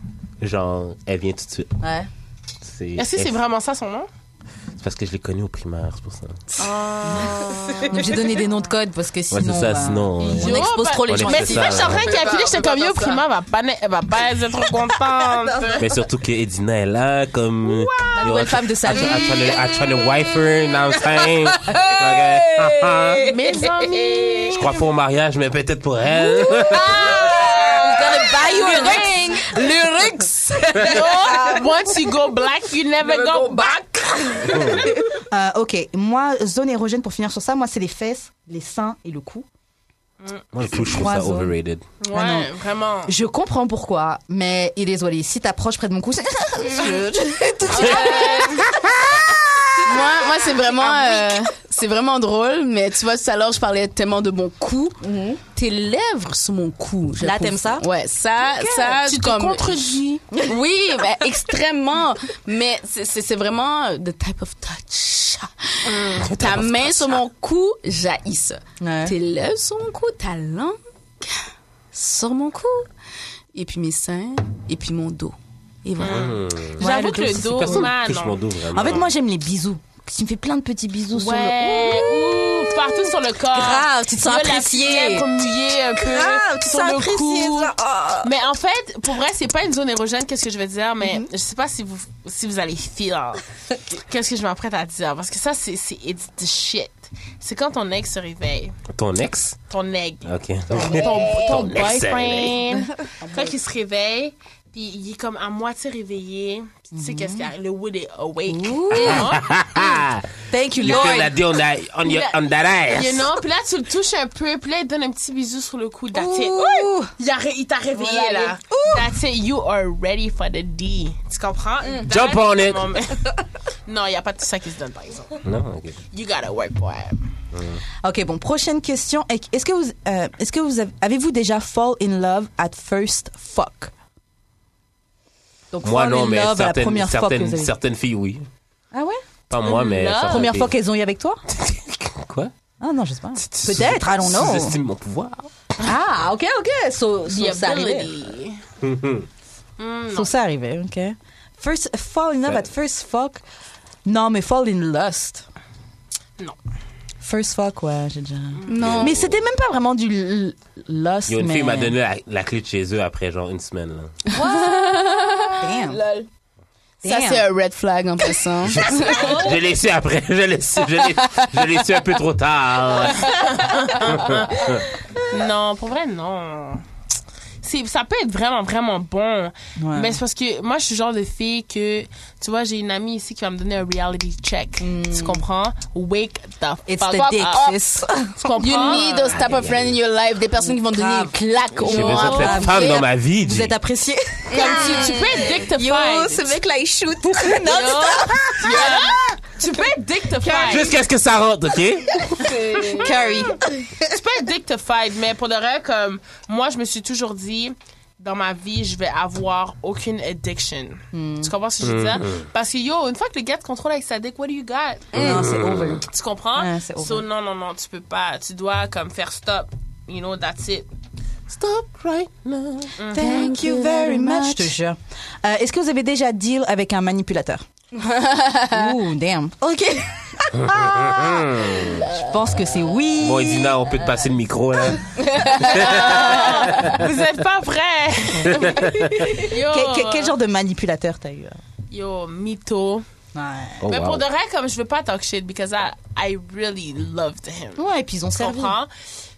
Speaker 3: genre, elle vient tout de suite.
Speaker 1: Ouais.
Speaker 3: C'est,
Speaker 4: Est-ce que c'est
Speaker 3: elle-
Speaker 4: vraiment ça son nom?
Speaker 3: c'est parce que je l'ai connue au primaire, c'est pour ça.
Speaker 1: Donc j'ai donné des noms de code parce que
Speaker 3: Ouais,
Speaker 1: sinon.
Speaker 3: c'est ça,
Speaker 4: ben,
Speaker 1: bah,
Speaker 3: sinon. euh,
Speaker 2: On expose trop les
Speaker 3: On
Speaker 2: gens.
Speaker 3: expose
Speaker 4: Oh, Mais si
Speaker 3: ça,
Speaker 4: ça, je suis en
Speaker 3: ouais.
Speaker 4: train
Speaker 2: hein.
Speaker 4: de calculer, j'étais comme yo, Prima va pas, na- elle va pas être trop
Speaker 2: [LAUGHS]
Speaker 4: contente.
Speaker 3: Mais surtout que Edina est là, comme. euh, yo,
Speaker 1: nouvelle
Speaker 3: I-
Speaker 1: femme de sa
Speaker 3: I-
Speaker 1: vie.
Speaker 3: I try to- I try to wife her, you know what I'm
Speaker 1: [LAUGHS]
Speaker 3: saying? Like, uh, uh-huh.
Speaker 4: Mes amis.
Speaker 2: [LAUGHS]
Speaker 3: Je crois pas au mariage, mais peut-être pour elle.
Speaker 2: I'm gonna buy you a ring. Lyrics.
Speaker 4: Yo, Oh, Once you go black, you never go back.
Speaker 1: Euh, ok, moi, zone érogène pour finir sur ça, moi, c'est les fesses, les seins et le cou.
Speaker 3: [LAUGHS] Moi, le coup, je trouve ça
Speaker 1: Trois hommes.
Speaker 3: overrated.
Speaker 2: Ah
Speaker 4: Ouais, vraiment.
Speaker 1: Je comprends pourquoi, mais il est allé. Si t'approches près de mon cou, c'est- Euh,
Speaker 2: Moi, moi c'est vraiment,
Speaker 1: Ah,
Speaker 2: euh, c'est vraiment drôle, mais tu vois, tout à l'heure, je parlais tellement de mon cou. Tes lèvres sur mon cou. je
Speaker 1: Mhm. Là,
Speaker 2: trouve-
Speaker 1: t'aimes ça?
Speaker 2: Ouais, ça, ça,
Speaker 4: tu te
Speaker 2: comme-
Speaker 4: contredis.
Speaker 2: Oui, ben, extrêmement. Mais c'est- c'est c'est vraiment the type of touch.
Speaker 1: Mm.
Speaker 2: Ta main sur mon cou, j'haïs ça.
Speaker 1: [LAUGHS] Ouais.
Speaker 2: Tes lèvres sur mon cou, ta langue sur mon cou. Et puis mes seins, et puis mon dos. Et voilà.
Speaker 1: Ouais,
Speaker 4: J'avoue
Speaker 1: le
Speaker 4: que
Speaker 1: dos,
Speaker 4: le
Speaker 1: c'est-
Speaker 4: dos,
Speaker 3: Hmm. Personne
Speaker 4: man,
Speaker 3: touche mon
Speaker 4: non.
Speaker 3: dos, vraiment.
Speaker 1: En fait, moi, j'aime les bisous. Tu me fais plein de petits bisous sur le.
Speaker 4: Ouais, ouh, partout sur le corps.
Speaker 2: Grave, tu te sens
Speaker 4: Yo, la
Speaker 2: apprécié.
Speaker 4: fièvre comme mouillée un peu.
Speaker 2: Ah,
Speaker 4: sur le cou. Mais en fait, pour vrai, c'est pas une zone érogène, qu'est-ce que je vais dire, mais je sais pas si vous, si vous allez feel. Qu'est-ce que je m'apprête à dire? Parce que ça, c'est, c'est, it's the shit. C'est quand ton ex se réveille.
Speaker 3: Ton ex?
Speaker 4: Ton egg.
Speaker 3: Ok.
Speaker 4: Ton,
Speaker 3: [LAUGHS]
Speaker 4: ton
Speaker 3: Ton ex,
Speaker 4: boyfriend. [LAUGHS] quand il se réveille, puis il est comme à moitié réveillé. Puis tu sais qu'est-ce qu'il y a? Le wood est awake.
Speaker 3: Ah!
Speaker 1: Thank you,
Speaker 3: You
Speaker 1: Lord.
Speaker 3: feel that on that, on your, on that ass.
Speaker 4: You know? Puis là, tu le touches un peu, puis là, il te donne un petit bisou sur le cou. That's it.
Speaker 1: Ouh.
Speaker 4: Il, a ré- il t'a réveillé, là. That's it. You are ready for the D. Tu comprends?
Speaker 1: Mm.
Speaker 4: That
Speaker 3: Jump on it.
Speaker 4: moment. [LAUGHS] non, il n'y a pas tout ça qui se donne, par exemple.
Speaker 3: Non, ok.
Speaker 4: You gotta work for it.
Speaker 1: Ok, bon, prochaine question. Est-ce que vous, euh, est-ce que vous avez, avez-vous déjà fall in love at first fuck Donc,
Speaker 3: Moi
Speaker 1: fall
Speaker 3: non,
Speaker 1: in
Speaker 3: mais
Speaker 1: love à la
Speaker 3: certaines,
Speaker 1: première fois que
Speaker 3: certaines,
Speaker 1: vous avez.
Speaker 3: certaines filles, oui.
Speaker 1: Ah ouais
Speaker 3: Pas moi, mais.
Speaker 4: Love.
Speaker 3: certaines
Speaker 1: Première
Speaker 3: filles.
Speaker 1: fois qu'elles ont eu avec toi
Speaker 3: [LAUGHS] Quoi?
Speaker 1: Ah non, je sais pas.
Speaker 3: Tu-
Speaker 1: Peut-être, I don't
Speaker 3: tu
Speaker 1: know.
Speaker 3: sous-estimes mon pouvoir.
Speaker 1: Ah, ok, ok. So, so
Speaker 4: The
Speaker 1: ça arrivait.
Speaker 4: ability.
Speaker 1: So, ça arrivait, ok. First, fall in love
Speaker 3: Ça-
Speaker 1: at first fuck. Non, mais fall in lust.
Speaker 4: Non.
Speaker 1: First fuck, ouais, j'ai déjà.
Speaker 4: Oh.
Speaker 2: Non.
Speaker 1: Mais c'était même pas vraiment du l- lust.
Speaker 3: Yo, une
Speaker 1: mais...
Speaker 3: fille m'a donné la, la clé de chez eux après genre une semaine.
Speaker 1: [LAUGHS]
Speaker 3: Là.
Speaker 1: Damn.
Speaker 2: Ça, c'est un red flag en passant.
Speaker 3: [LAUGHS] Je l'ai su après. Je l'ai su, je l'ai- je l'ai su un peu trop tard.
Speaker 4: Non, pour vrai, non. c'est ça peut être vraiment vraiment bon
Speaker 1: Ouais.
Speaker 4: mais c'est parce que moi je suis le genre de fille que tu vois j'ai une amie ici qui va me donner un reality check tu comprends wake the
Speaker 1: Mm. It's
Speaker 4: fuck
Speaker 1: the
Speaker 4: up Ah,
Speaker 1: dick,
Speaker 3: [LAUGHS]
Speaker 4: tu
Speaker 1: sis.
Speaker 4: comprends
Speaker 2: You need those type of friends in your life, des personnes qui vont te donner
Speaker 1: Grave.
Speaker 2: une claque au
Speaker 3: J'ai besoin
Speaker 2: moins.
Speaker 3: de cette femme dans ma vie.
Speaker 1: Vous
Speaker 3: G.
Speaker 1: êtes apprécié.
Speaker 4: comme tu, tu peux être dictified
Speaker 5: Yo, ce mec-là, il shoot. non,
Speaker 4: Yo. [LAUGHS] tu peux être dictified
Speaker 3: Jusqu'à ce que ça rentre, OK?
Speaker 5: Carrie.
Speaker 4: tu peux être dictified, mais pour de vrai, comme moi, je me suis toujours dit, dans ma vie, je vais avoir aucune addiction.
Speaker 1: Hmm.
Speaker 4: Tu comprends ce que je veux dire? Parce que yo, une fois que le gars te contrôle avec sa dick, what do you got?
Speaker 1: Non, c'est over.
Speaker 4: Tu comprends?
Speaker 1: Ouais, Ah, c'est
Speaker 4: so,
Speaker 1: horrible.
Speaker 4: non, non, non, tu peux pas. Tu dois comme faire stop. You know, that's it. Stop right now.
Speaker 1: Thank you very much. Je te jure. Euh, Est-ce que vous avez déjà deal avec un
Speaker 4: [LAUGHS]
Speaker 1: manipulateur? Ooh, damn.
Speaker 3: [LAUGHS]
Speaker 5: OK.
Speaker 1: Je pense que c'est oui.
Speaker 3: Bon, Edina, on peut te passer le micro, là.
Speaker 4: Vous êtes pas
Speaker 1: [LAUGHS]
Speaker 4: vrai! yo,
Speaker 1: Que- que- quel genre de manipulateur t'as eu?
Speaker 4: yo, mytho.
Speaker 1: Ouais.
Speaker 3: Oh,
Speaker 4: mais
Speaker 3: wow.
Speaker 4: pour de vrai, comme je veux pas talk shit because I, I really loved him.
Speaker 1: Ouais, et puis ils ont
Speaker 4: Tu
Speaker 1: servi.
Speaker 4: comprends?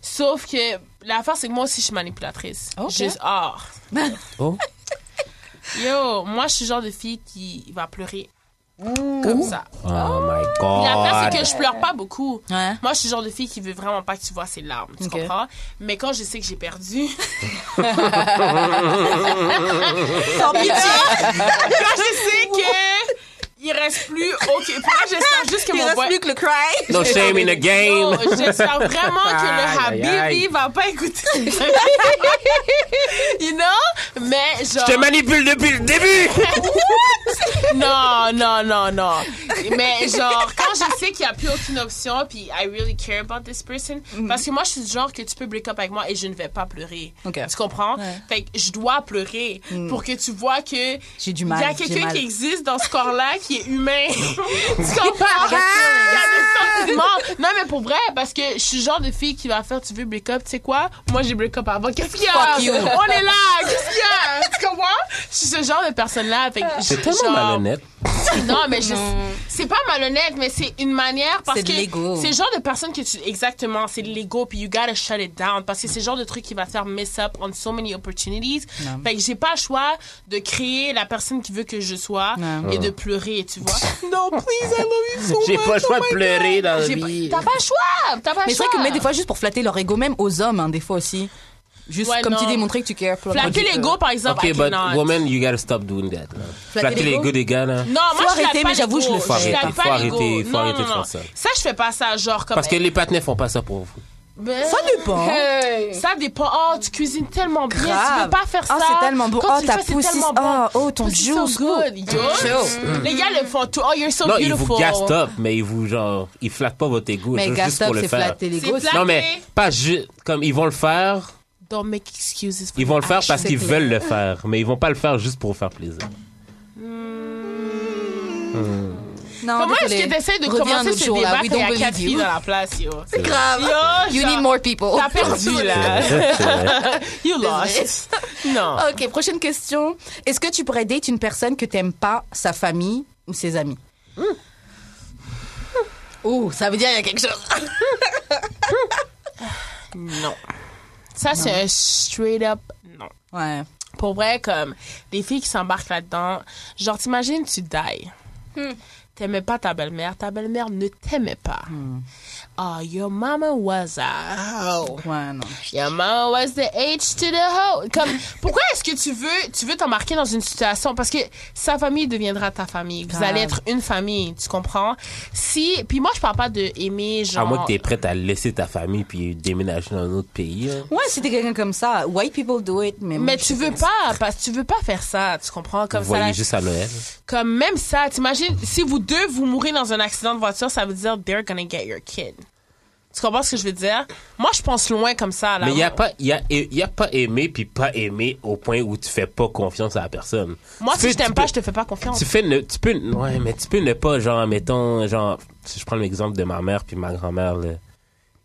Speaker 4: Sauf que l'affaire, c'est que moi aussi, je suis manipulatrice.
Speaker 1: Ok.
Speaker 4: Juste hors.
Speaker 3: Oh.
Speaker 4: Yo, moi, je suis le genre de fille qui va pleurer. Comme ça.
Speaker 3: Oh my
Speaker 4: Puis l'affaire,
Speaker 3: God.
Speaker 4: c'est que je pleure pas beaucoup.
Speaker 1: Ouais.
Speaker 4: Moi, je suis le genre de fille qui veut vraiment pas que tu vois ses larmes. Tu
Speaker 1: Ok.
Speaker 4: comprends? Mais quand je sais que j'ai perdu, [LAUGHS]
Speaker 1: Sans pitié.
Speaker 4: quand je sais que. Il reste plus. Ok, puis là, j'espère juste que
Speaker 5: Il
Speaker 4: mon
Speaker 5: reste
Speaker 4: boy-
Speaker 5: plus que le cry.
Speaker 3: No shame in the
Speaker 4: Yo,
Speaker 3: game.
Speaker 4: J'espère
Speaker 3: [LAUGHS]
Speaker 4: vraiment que
Speaker 3: Aïe,
Speaker 4: le
Speaker 3: aïe,
Speaker 4: Habibi
Speaker 3: aïe.
Speaker 4: va pas écouter. [LAUGHS] you know? Mais genre.
Speaker 3: Je te manipule depuis le début.
Speaker 4: Non, non, non, non. Mais genre, quand je sais qu'il n'y a plus aucune option, puis I really care about this person,
Speaker 1: Mhm.
Speaker 4: parce que moi, je suis du genre que tu peux break up avec moi et je ne vais pas pleurer.
Speaker 1: Ok. Mhm.
Speaker 4: Tu comprends? Fait que je dois pleurer pour que tu vois que
Speaker 1: J'ai du
Speaker 4: il y
Speaker 1: mal.
Speaker 4: a
Speaker 1: j'ai
Speaker 4: quelqu'un
Speaker 1: mal.
Speaker 4: qui existe dans ce corps-là qui est
Speaker 1: [LAUGHS]
Speaker 4: humain. tu
Speaker 1: Ah!
Speaker 4: comprends? Il y a des sentiments. Non, mais pour vrai, parce que je suis le genre de fille qui va faire tu veux break up, tu sais quoi? Moi, j'ai break up avant. Qu'est-ce qu'il y a? On est là! Qu'est-ce qu'il y a? Tu comprends? Je suis ce genre de personne-là. Fait que
Speaker 1: Ah.
Speaker 3: C'est
Speaker 4: je-
Speaker 3: tellement
Speaker 4: genre-
Speaker 3: malhonnête.
Speaker 4: non, mais je- c'est pas malhonnête, mais c'est une manière parce
Speaker 1: C'est de
Speaker 4: que
Speaker 1: l'ego.
Speaker 4: c'est le genre de personne que tu exactement, c'est de l'ego puis you gotta shut it down parce que c'est le genre de truc qui va te faire mess up on so many opportunities.
Speaker 1: Non.
Speaker 4: Fait que j'ai pas le choix de créer la personne qui veut que je sois
Speaker 1: Non.
Speaker 4: et de pleurer, tu vois. non, please, I love you so
Speaker 3: J'ai
Speaker 4: much,
Speaker 3: pas le choix
Speaker 4: oh
Speaker 3: de
Speaker 4: my
Speaker 3: pleurer dans la
Speaker 4: J'ai pas-
Speaker 3: vie.
Speaker 4: T'as pas le choix, t'as pas
Speaker 1: Mais c'est
Speaker 4: le
Speaker 1: vrai
Speaker 4: choix.
Speaker 1: que mais des fois juste pour flatter leur ego même aux hommes hein, des fois aussi. Juste
Speaker 4: Ouais,
Speaker 1: comme
Speaker 4: non.
Speaker 1: tu dis montrer que tu cares. pour leur-
Speaker 4: Flatter l'ego par exemple, I
Speaker 3: OK, but
Speaker 4: cannot.
Speaker 3: woman, you gotta stop doing that. là. Flatter les
Speaker 1: l'ego?
Speaker 3: goûts des gars, là.
Speaker 4: Non, moi
Speaker 1: Faut
Speaker 4: je flatte
Speaker 1: arrêter,
Speaker 4: pas
Speaker 1: mais j'avoue, je
Speaker 4: l'ego.
Speaker 1: le fais.
Speaker 4: flatte
Speaker 3: Faut
Speaker 4: pas
Speaker 3: arrêter,
Speaker 4: l'ego.
Speaker 3: faut
Speaker 4: Non,
Speaker 3: arrêter de
Speaker 4: non,
Speaker 3: faire
Speaker 4: non.
Speaker 3: ça.
Speaker 4: Ça je fais pas ça genre comme
Speaker 3: Parce que les patinets font pas ça pour vous.
Speaker 4: Ben-
Speaker 1: Ça
Speaker 4: [LAUGHS]
Speaker 1: dépend.
Speaker 4: Ça dépend. Oh, tu cuisines tellement bien. Tu
Speaker 1: Grave.
Speaker 4: peux pas faire ça.
Speaker 1: Oh, c'est tellement bon.
Speaker 4: Quand
Speaker 1: Oh,
Speaker 4: tu le
Speaker 1: ta
Speaker 4: fais, c'est
Speaker 1: pussy-
Speaker 4: tellement bon.
Speaker 1: oh, oh, ton
Speaker 4: Pussy
Speaker 1: juice,
Speaker 4: So good. Yo. Mm. Les gars le font tout. Oh, you're so
Speaker 3: Non, ils
Speaker 4: beautiful.
Speaker 3: vous gassent up, mais ils vous, genre, ils flattent pas votre ego.
Speaker 1: Mais
Speaker 3: juste-
Speaker 1: gars
Speaker 3: juste pour
Speaker 1: stop
Speaker 3: le
Speaker 1: c'est
Speaker 3: faire.
Speaker 1: flatter
Speaker 4: C'est
Speaker 1: l'ego.
Speaker 4: flatter.
Speaker 3: Non, mais pas juste. Comme ils vont le faire,
Speaker 4: Don't make excuses. for
Speaker 3: ils vont le faire
Speaker 4: action.
Speaker 3: parce
Speaker 1: c'est
Speaker 3: qu'ils
Speaker 1: clair.
Speaker 3: veulent le faire, mais ils vont pas le faire juste pour faire plaisir.
Speaker 1: Non,
Speaker 4: Comment est-ce
Speaker 1: désolé.
Speaker 4: que t'essayes de
Speaker 1: Reviens un
Speaker 4: commencer
Speaker 1: autre
Speaker 4: ce
Speaker 1: jour, là.
Speaker 4: débat
Speaker 1: We
Speaker 4: quand il
Speaker 1: don't
Speaker 4: y a quatre
Speaker 1: believe you.
Speaker 4: filles dans la
Speaker 1: [LAUGHS]
Speaker 4: place, yo?
Speaker 5: Grave.
Speaker 4: Yo,
Speaker 5: You
Speaker 4: genre,
Speaker 5: need more people.
Speaker 4: T'as perdu, là. [LAUGHS] you lost. Non.
Speaker 1: Ok, prochaine question. Est-ce que tu pourrais date une personne que t'aimes pas, sa famille ou ses amis
Speaker 5: Ouh, ça veut dire qu'il y a quelque chose.
Speaker 4: Non. Ça, c'est un straight up non.
Speaker 1: Ouais.
Speaker 4: pour vrai, comme des filles qui s'embarquent là-dedans, genre, t'imagines, tu die. T'aimais pas ta belle-mère, ta belle-mère ne t'aimait pas. Oh, your mama was a hoe.
Speaker 1: Ouais, non.
Speaker 4: Your mama was the H to the hoe. Comme, pourquoi est-ce que tu veux, tu veux t'embarquer dans une situation? Parce que sa famille deviendra ta famille. Vous
Speaker 1: Grave.
Speaker 4: allez être une famille, tu comprends? Si, puis moi, je parle pas de aimer,
Speaker 3: À
Speaker 4: genre.
Speaker 3: moins que t'es prête à laisser ta famille puis déménager dans un autre pays. hein. là.
Speaker 1: Ouais, si t'es quelqu'un comme ça, white people do it, mais moi,
Speaker 4: mais
Speaker 1: je
Speaker 4: tu
Speaker 1: sais
Speaker 4: veux
Speaker 1: pas.
Speaker 4: pas, parce que tu veux pas faire ça, tu comprends? Comme
Speaker 3: Vous
Speaker 4: ça, la-
Speaker 3: voyez juste à Noël.
Speaker 4: Comme même ça, t'imagines, si vous deux, vous mourrez dans un accident de voiture, ça veut dire they're gonna get your kid. Tu comprends ce que je veux dire? Moi, je pense loin comme ça. Là.
Speaker 3: Mais il n'y a, pas- y a, y a pas aimé puis pas aimé au point où tu fais pas confiance à la personne.
Speaker 4: Moi,
Speaker 3: Tu
Speaker 4: si
Speaker 3: peux-
Speaker 4: je t'aime
Speaker 3: tu
Speaker 4: pas,
Speaker 3: peux-
Speaker 4: je te fais pas confiance.
Speaker 3: tu fais ne- tu peux ouais mais tu peux ne pas genre mettons genre si je prends l'exemple de ma mère puis ma grand-mère là,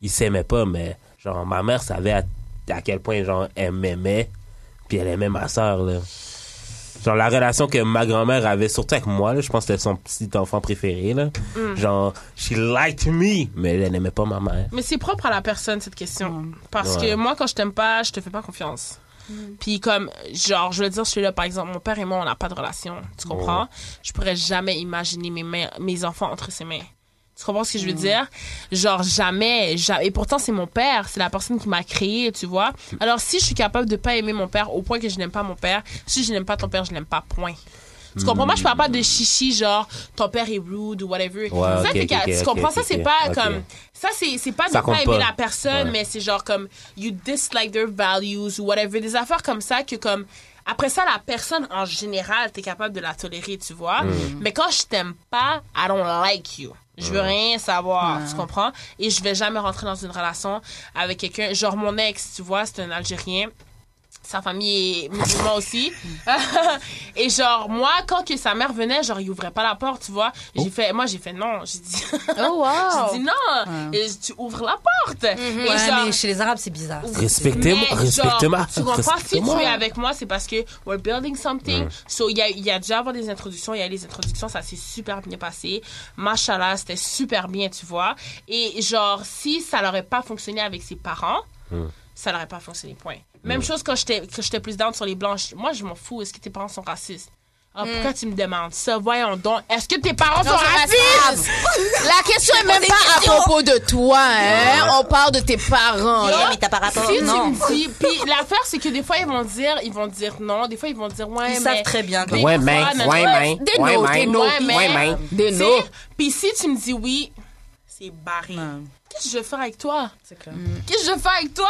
Speaker 3: ils s'aimaient pas mais genre ma mère savait à, à quel point genre elle m'aimait puis elle aimait ma sœur là. Genre la relation que ma grand-mère avait surtout avec moi là, je pense que c'était son petit enfant préféré là.
Speaker 4: Mm.
Speaker 3: Genre she liked me mais elle n'aimait pas ma mère.
Speaker 4: Mais c'est propre à la personne, cette question. Parce
Speaker 3: Ouais.
Speaker 4: que moi, quand je t'aime pas, je te fais pas confiance. Puis comme, genre, je veux dire, je suis là, par exemple, mon père et moi, on n'a pas de relation, tu comprends? Je pourrais jamais imaginer mes, mains, mes enfants entre ses mains. Tu comprends ce que je veux dire? Genre, jamais, ja- Et pourtant, c'est mon père. C'est la personne qui m'a créé, tu vois. Alors, si je suis capable de pas aimer mon père au point que je n'aime pas mon père, si je n'aime pas ton père, je n'aime pas, point. Tu comprends? Moi, je parle pas de chichi, genre, ton père est rude ou whatever.
Speaker 3: Hmm. Ouais,
Speaker 4: ça,
Speaker 3: ok,
Speaker 4: t'es
Speaker 3: ok,
Speaker 4: ca-
Speaker 3: ok,
Speaker 4: tu
Speaker 3: ok,
Speaker 4: comprends? ça,
Speaker 3: ok,
Speaker 4: c'est
Speaker 3: ok,
Speaker 4: pas
Speaker 3: ok.
Speaker 4: comme. Ça, c'est c'est pas de
Speaker 3: Ça
Speaker 4: pas
Speaker 3: compte
Speaker 4: aimer
Speaker 3: pas.
Speaker 4: la personne,
Speaker 3: Ouais.
Speaker 4: mais c'est genre comme, you dislike their values ou whatever. Des affaires comme ça que, comme. Après ça, la personne en général, t'es capable de la tolérer, tu vois.
Speaker 3: Mm.
Speaker 4: Mais quand je t'aime pas, I don't like you. Je veux rien savoir, tu comprends? Et je vais jamais rentrer dans une relation avec quelqu'un. Genre, mon ex, tu vois, c'est un Algérien sa famille
Speaker 3: [LAUGHS]
Speaker 4: est musulmane aussi. [LAUGHS] et genre, moi, quand que sa mère venait, genre, il ouvrait pas la porte, tu vois.
Speaker 3: Oh.
Speaker 4: J'ai fait, moi, j'ai fait non. J'ai dit, [LAUGHS]
Speaker 2: Oh, wow!
Speaker 4: j'ai dit non, et tu ouvres la porte. Et
Speaker 1: Mm-hmm. Ouais,
Speaker 4: genre,
Speaker 1: mais chez les Arabes, c'est bizarre.
Speaker 3: Respectez-moi,
Speaker 4: mais
Speaker 3: respectez-moi.
Speaker 4: genre, Tu comprends? Si tu
Speaker 3: respectez-moi.
Speaker 4: es avec moi, c'est parce que we're building something. So, il y a, il y a dû avoir des introductions. Il y a eu les introductions, ça s'est super bien passé. Machallah, c'était super bien, tu vois. Et genre, si ça n'aurait pas fonctionné avec ses parents, ça n'aurait pas fonctionné, point. Même chose quand j'étais quand j'étais plus down sur les blanches. Moi, je m'en fous. Est-ce que tes parents sont racistes? Ah, pourquoi tu me demandes ça? Voyons donc. Est-ce que tes parents sont racistes?
Speaker 2: La question est même pas à propos de toi, hein. On parle de tes parents.
Speaker 4: Yo,
Speaker 2: là.
Speaker 5: mais t'as par rapport.
Speaker 4: Si tu
Speaker 5: non.
Speaker 4: me dis, puis l'affaire c'est que des fois ils vont dire, ils vont dire non, des fois ils vont dire ouais
Speaker 1: Ils
Speaker 4: mais
Speaker 1: savent très bien. que-
Speaker 4: Des
Speaker 3: Ouais,
Speaker 4: fois,
Speaker 3: mais,
Speaker 4: nanana.
Speaker 3: ouais, mais,
Speaker 2: Des
Speaker 3: ouais,
Speaker 2: noms,
Speaker 3: mais,
Speaker 2: des noms,
Speaker 4: ouais, mais.
Speaker 3: ouais, mais.
Speaker 2: Des
Speaker 4: Tu sais,
Speaker 2: noms.
Speaker 4: Puis si tu me dis oui, c'est barré. Qu'est-ce que je vais faire avec toi Mm.
Speaker 1: C'est clair.
Speaker 4: Qu'est-ce que je vais faire avec toi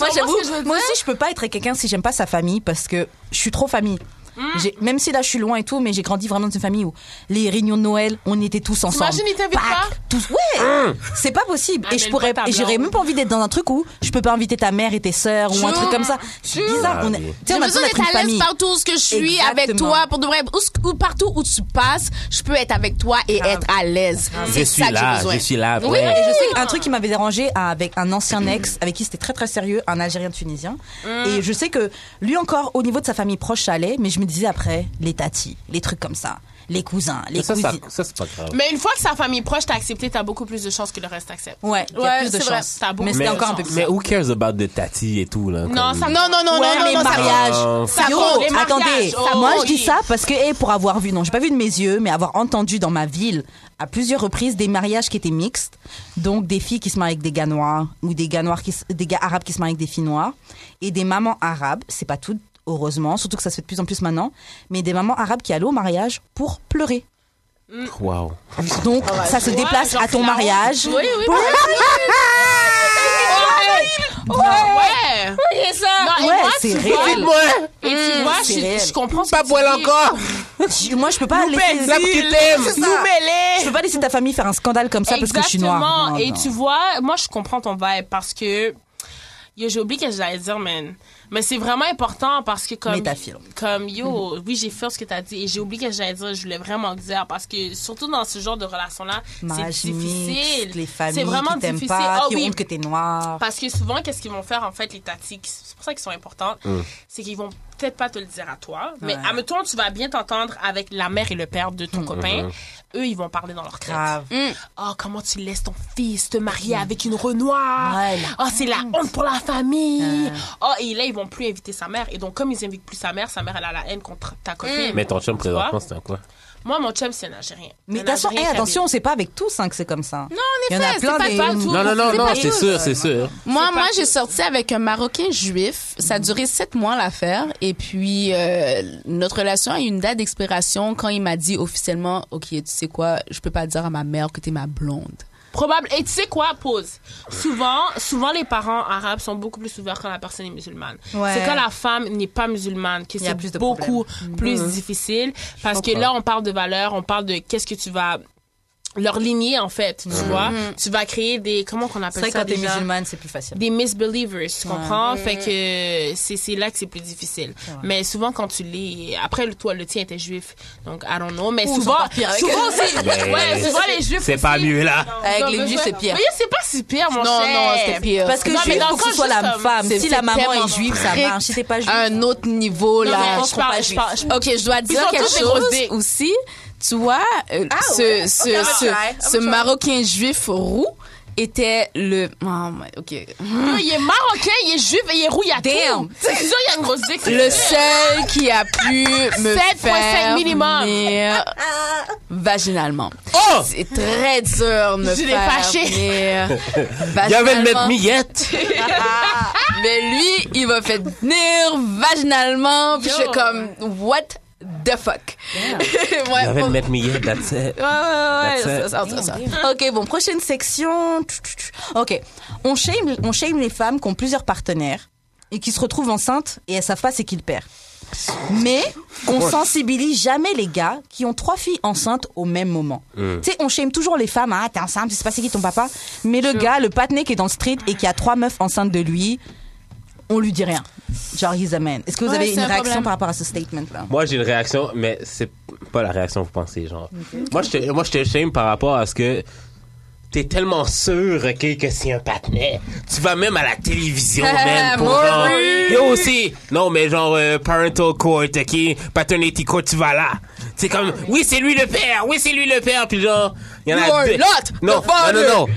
Speaker 1: Moi,
Speaker 4: comprends
Speaker 1: j'avoue,
Speaker 4: ce que je veux
Speaker 1: moi aussi, je peux pas être avec quelqu'un si j'aime pas sa famille parce que je suis trop famille.
Speaker 4: Hmm.
Speaker 1: J'ai- Même si là je suis loin et tout, mais j'ai grandi vraiment dans une famille où les réunions de Noël, on était tous ensemble.
Speaker 4: T'imagines, ils t'invitent
Speaker 1: Pâques,
Speaker 4: pas
Speaker 1: tous. Ouais, c'est pas possible.
Speaker 4: Ah,
Speaker 1: et je
Speaker 4: mais
Speaker 1: pourrais,
Speaker 4: le pote à
Speaker 1: et j'aurais
Speaker 4: blanc.
Speaker 1: même pas envie d'être dans un truc où je peux pas inviter ta mère et tes sœurs ou un truc comme ça. C'est bizarre. On est, tu sais,
Speaker 2: J'ai
Speaker 1: on a
Speaker 2: besoin
Speaker 1: besoin d'être
Speaker 2: d'être
Speaker 1: une
Speaker 2: à l'aise
Speaker 1: famille.
Speaker 2: partout où ce que je suis avec
Speaker 1: Exactement.
Speaker 2: toi pour de vrai. Où ce- où- partout où tu passes, je peux être avec toi et être à l'aise.
Speaker 3: Je
Speaker 2: C'est
Speaker 3: suis
Speaker 2: ça que j'ai
Speaker 3: là,
Speaker 2: besoin.
Speaker 3: je suis là.
Speaker 2: Oui,
Speaker 3: ouais.
Speaker 1: Et je sais qu'un truc qui m'avait dérangé avec un ancien ex avec qui c'était très très sérieux, un Algérien tunisien. Et je sais que lui encore au niveau de sa famille proche ça allait, mais je me disais après les tatis, les trucs comme ça, les cousins, les
Speaker 3: Mais ça, ça,
Speaker 1: cousines.
Speaker 3: ça, c'est pas grave.
Speaker 4: Mais une fois que sa famille proche t'a accepté, t'as beaucoup plus de chances que le reste t'accepte.
Speaker 1: Ouais, il y a
Speaker 2: Ouais,
Speaker 1: plus de
Speaker 2: c'est vrai.
Speaker 1: chance.
Speaker 4: T'as beaucoup
Speaker 1: Mais
Speaker 4: plus
Speaker 1: c'était
Speaker 4: de
Speaker 1: encore un
Speaker 4: chance.
Speaker 1: peu
Speaker 3: Mais
Speaker 1: bizarre.
Speaker 3: who cares about the tati et tout, là?
Speaker 4: Non,
Speaker 3: comme-
Speaker 4: ça
Speaker 2: Non, non, non,
Speaker 1: Ouais,
Speaker 2: non,
Speaker 1: les
Speaker 2: non, non, ça-
Speaker 1: mariages.
Speaker 3: non.
Speaker 2: Ça
Speaker 4: Yo,
Speaker 2: compte.
Speaker 4: les mariages.
Speaker 1: Attendez,
Speaker 4: Oh,
Speaker 1: moi
Speaker 4: oui.
Speaker 1: je dis ça parce que et pour avoir vu, non, j'ai pas vu de mes yeux, mais avoir entendu dans ma ville à plusieurs reprises des mariages qui étaient mixtes, donc des filles qui se marient avec des gars noirs ou des gars noirs qui se- des gars arabes qui se marient avec des filles noires et des mamans arabes, c'est pas tout heureusement, surtout que ça se fait de plus en plus maintenant, mais des mamans arabes qui allaient au mariage pour pleurer.
Speaker 3: Wow.
Speaker 1: Donc ça se
Speaker 4: Ah Ouais,
Speaker 1: déplace
Speaker 4: genre,
Speaker 1: à ton
Speaker 4: c'est la honte.
Speaker 1: mariage.
Speaker 4: Oui, oui,
Speaker 1: [LAUGHS] Pour-
Speaker 4: Ouais. Ouais. Non, et
Speaker 1: Ouais, Mm.
Speaker 4: moi,
Speaker 1: c'est
Speaker 4: tu
Speaker 1: réel.
Speaker 4: vois-
Speaker 3: Moi,
Speaker 4: Et tu vois,
Speaker 1: c'est réel.
Speaker 4: je, je comprends ce
Speaker 3: pas
Speaker 4: que tu
Speaker 3: poil
Speaker 4: dis.
Speaker 3: encore!
Speaker 1: Je- Moi je peux pas laisser
Speaker 3: Là que tu t'aimes!
Speaker 1: ça.
Speaker 4: mêler.
Speaker 1: je peux pas laisser ta famille faire un scandale comme ça parce que je suis noire.
Speaker 4: Exactement.
Speaker 1: Non,
Speaker 4: Et
Speaker 1: non.
Speaker 4: tu vois, moi, je comprends ton vibe parce que. Yo, j'ai oublié que j'allais dire, man. Mais c'est vraiment important parce que comme.
Speaker 1: Mais t'as filé.
Speaker 4: Comme, yo,
Speaker 1: Mhm.
Speaker 4: oui, j'ai fait ce que t'as dit et j'ai oublié que j'allais dire, je voulais vraiment le dire parce que surtout dans ce genre de relation-là,
Speaker 1: mariage
Speaker 4: c'est difficile.
Speaker 1: mixte, les
Speaker 4: c'est
Speaker 1: familles
Speaker 4: vraiment
Speaker 1: qui t'aiment
Speaker 4: difficile.
Speaker 1: pas,
Speaker 4: Ah
Speaker 1: qui
Speaker 4: oui.
Speaker 1: honte que t'es noire.
Speaker 4: Parce que souvent, qu'est-ce qu'ils vont faire, en fait, les tactiques, c'est pour ça qu'ils sont importantes, c'est qu'ils vont peut-être pas te le dire à toi, mais
Speaker 1: Ouais. Mm.
Speaker 4: à admettons, tu vas bien t'entendre avec la mère et le père de ton copain, eux, ils vont parler dans leur tête.
Speaker 1: Grave.
Speaker 4: Oh, comment tu laisses ton fils te marier
Speaker 3: Mm.
Speaker 4: avec une Renoir.
Speaker 1: Ouais,
Speaker 4: Oh, c'est la honte pour la famille.
Speaker 3: Ah.
Speaker 4: Oh, et là, ils vont plus inviter sa mère. Et donc, comme ils invitent plus sa mère, sa mère, elle a la haine contre ta copine.
Speaker 3: Mm. Mais ton chum
Speaker 4: Tu vois?
Speaker 3: présentement, c'est un quoi?
Speaker 4: Moi, mon chum, c'est un Algérien.
Speaker 1: Mais
Speaker 4: Un
Speaker 1: attention,
Speaker 4: Algérien
Speaker 3: eh,
Speaker 1: hey,
Speaker 4: qui
Speaker 1: attention, c'est pas avec tous hein, que c'est comme ça. Non,
Speaker 2: en
Speaker 1: Il y en a
Speaker 2: effet,
Speaker 1: plein
Speaker 2: c'est pas
Speaker 1: des-
Speaker 2: tout.
Speaker 3: Non, non, non,
Speaker 2: C'est
Speaker 3: non,
Speaker 2: pas
Speaker 3: c'est
Speaker 2: tout.
Speaker 3: sûr, c'est sûr.
Speaker 2: Moi,
Speaker 4: C'est
Speaker 2: moi,
Speaker 4: pas
Speaker 2: j'ai
Speaker 4: tout.
Speaker 2: sorti avec un Marocain juif. Ça a duré sept mois l'affaire. Et puis, euh, notre relation a eu une date d'expiration quand il m'a dit officiellement, OK, tu sais quoi, je peux pas dire à ma mère que t'es ma blonde.
Speaker 4: Probable. Et tu sais quoi, pause. Souvent, souvent les parents arabes sont beaucoup plus ouverts quand la personne est musulmane.
Speaker 1: Ouais.
Speaker 4: C'est quand la femme n'est pas musulmane que
Speaker 1: Il y a
Speaker 4: c'est
Speaker 1: plus de Mm-hmm.
Speaker 4: beaucoup plus difficile parce que là on parle de valeurs, on parle de qu'est-ce que tu vas leur lignée en fait, tu vois. Tu vas créer des comment qu'on
Speaker 1: Mm-hmm. C'est
Speaker 4: appelle
Speaker 1: vrai que
Speaker 4: ça
Speaker 1: quand t'es
Speaker 4: déjà?
Speaker 1: musulmane, c'est plus facile.
Speaker 4: des misbelievers, tu comprends? Fait que c'est c'est là que c'est plus difficile. Mais souvent, quand tu l'es, après, le, toi, le tien était juif. Donc, I don't know. Mais
Speaker 1: Ouh,
Speaker 4: souvent,
Speaker 1: ils sont pas pires avec- [LAUGHS]
Speaker 4: souvent, aussi,
Speaker 3: Ben,
Speaker 4: ouais, souvent, les juifs.
Speaker 3: C'est pas
Speaker 4: aussi,
Speaker 3: mieux, là.
Speaker 4: ils ont
Speaker 2: Avec les
Speaker 4: besoin-
Speaker 2: juifs, c'est pire.
Speaker 4: Mais c'est pas si pire, mon
Speaker 2: non,
Speaker 4: cher.
Speaker 2: non, c'était pire.
Speaker 1: Parce que
Speaker 4: Non, mais
Speaker 1: juif,
Speaker 4: dans
Speaker 1: faut
Speaker 4: le
Speaker 1: que ce
Speaker 4: cas,
Speaker 1: soit
Speaker 4: juste euh,
Speaker 1: la
Speaker 4: comme-
Speaker 1: femme.
Speaker 2: c'est-
Speaker 1: Si la
Speaker 2: c'est
Speaker 1: maman
Speaker 2: tellement
Speaker 1: est juive, ça
Speaker 2: strict.
Speaker 1: marche. Si t'es pas juif.
Speaker 2: un autre niveau
Speaker 4: Non,
Speaker 2: là.
Speaker 4: mais
Speaker 1: je
Speaker 4: je
Speaker 1: comprends
Speaker 4: parle,
Speaker 1: pas
Speaker 4: je
Speaker 1: juif.
Speaker 4: parle, je parle.
Speaker 2: Ok, je dois dire
Speaker 4: ont
Speaker 2: quelque
Speaker 4: tous des Ah grosses
Speaker 2: chose
Speaker 4: dicks.
Speaker 2: aussi. Tu vois, euh, ce, ce,
Speaker 5: I'm
Speaker 2: ce,
Speaker 5: gonna try.
Speaker 2: ce Marocain juif roux était le. Oh, my- ok.
Speaker 4: [LAUGHS] Il est marocain, il est juif et il est roux, il y a
Speaker 2: Damn.
Speaker 4: tout. C'est sûr, il y a une grosse dick.
Speaker 2: Le seul qui a pu me
Speaker 4: 7,5
Speaker 2: faire
Speaker 4: minimum.
Speaker 2: venir vaginalement.
Speaker 3: Oh!
Speaker 2: C'est très dur de me
Speaker 4: Je l'ai
Speaker 2: faire
Speaker 4: fâché.
Speaker 2: venir
Speaker 3: [LAUGHS] Oh! Il y avait le mettre
Speaker 2: vaginalement.
Speaker 3: Millette.
Speaker 2: Mais lui, il m'a fait venir vaginalement. Puis
Speaker 4: Yo.
Speaker 2: je suis comme, what the fuck?
Speaker 3: Il y
Speaker 2: [LAUGHS] ouais,
Speaker 3: avait
Speaker 2: pour-
Speaker 3: le mettre Millette, that's it.
Speaker 2: Ouais, ouais, ouais,
Speaker 3: That's
Speaker 2: ça,
Speaker 3: it.
Speaker 2: ça, ça, ça.
Speaker 1: Ok, bon, prochaine section. Ok. On shame, on shame les femmes qui ont plusieurs partenaires et qui se retrouvent enceintes et elles savent pas c'est qui le père. Mais on sensibilise jamais les gars qui ont trois filles enceintes au même moment. Tu sais, on shame toujours les femmes. Ah, t'es enceinte, tu sais pas c'est qui ton papa. Mais le gars, le patiné qui est dans le street et qui a trois meufs enceintes de lui, on lui dit rien. Genre, he's a man. Est-ce que vous
Speaker 4: Ouais,
Speaker 1: avez
Speaker 4: c'est
Speaker 1: une
Speaker 4: un
Speaker 1: réaction
Speaker 4: problème.
Speaker 1: par rapport à ce statement-là
Speaker 3: Moi, j'ai une réaction, mais c'est pas la réaction que vous pensez, genre. Moi, je te, moi, je te shame par rapport à ce que t'es tellement sûr, OK, que c'est un patinet. Tu vas même à la
Speaker 2: [LAUGHS]
Speaker 3: télévision, man, pour
Speaker 2: Moi,
Speaker 3: genre...
Speaker 2: oui.
Speaker 3: Yo, aussi! Non, mais genre, euh, parental court, OK? Paternity court, tu vas là. C'est comme, oui, c'est lui le père! Oui, c'est lui le père! Puis genre, il y en
Speaker 2: You
Speaker 3: a
Speaker 2: are not
Speaker 3: deux...
Speaker 2: the
Speaker 3: Non, non,
Speaker 2: father.
Speaker 3: non, non.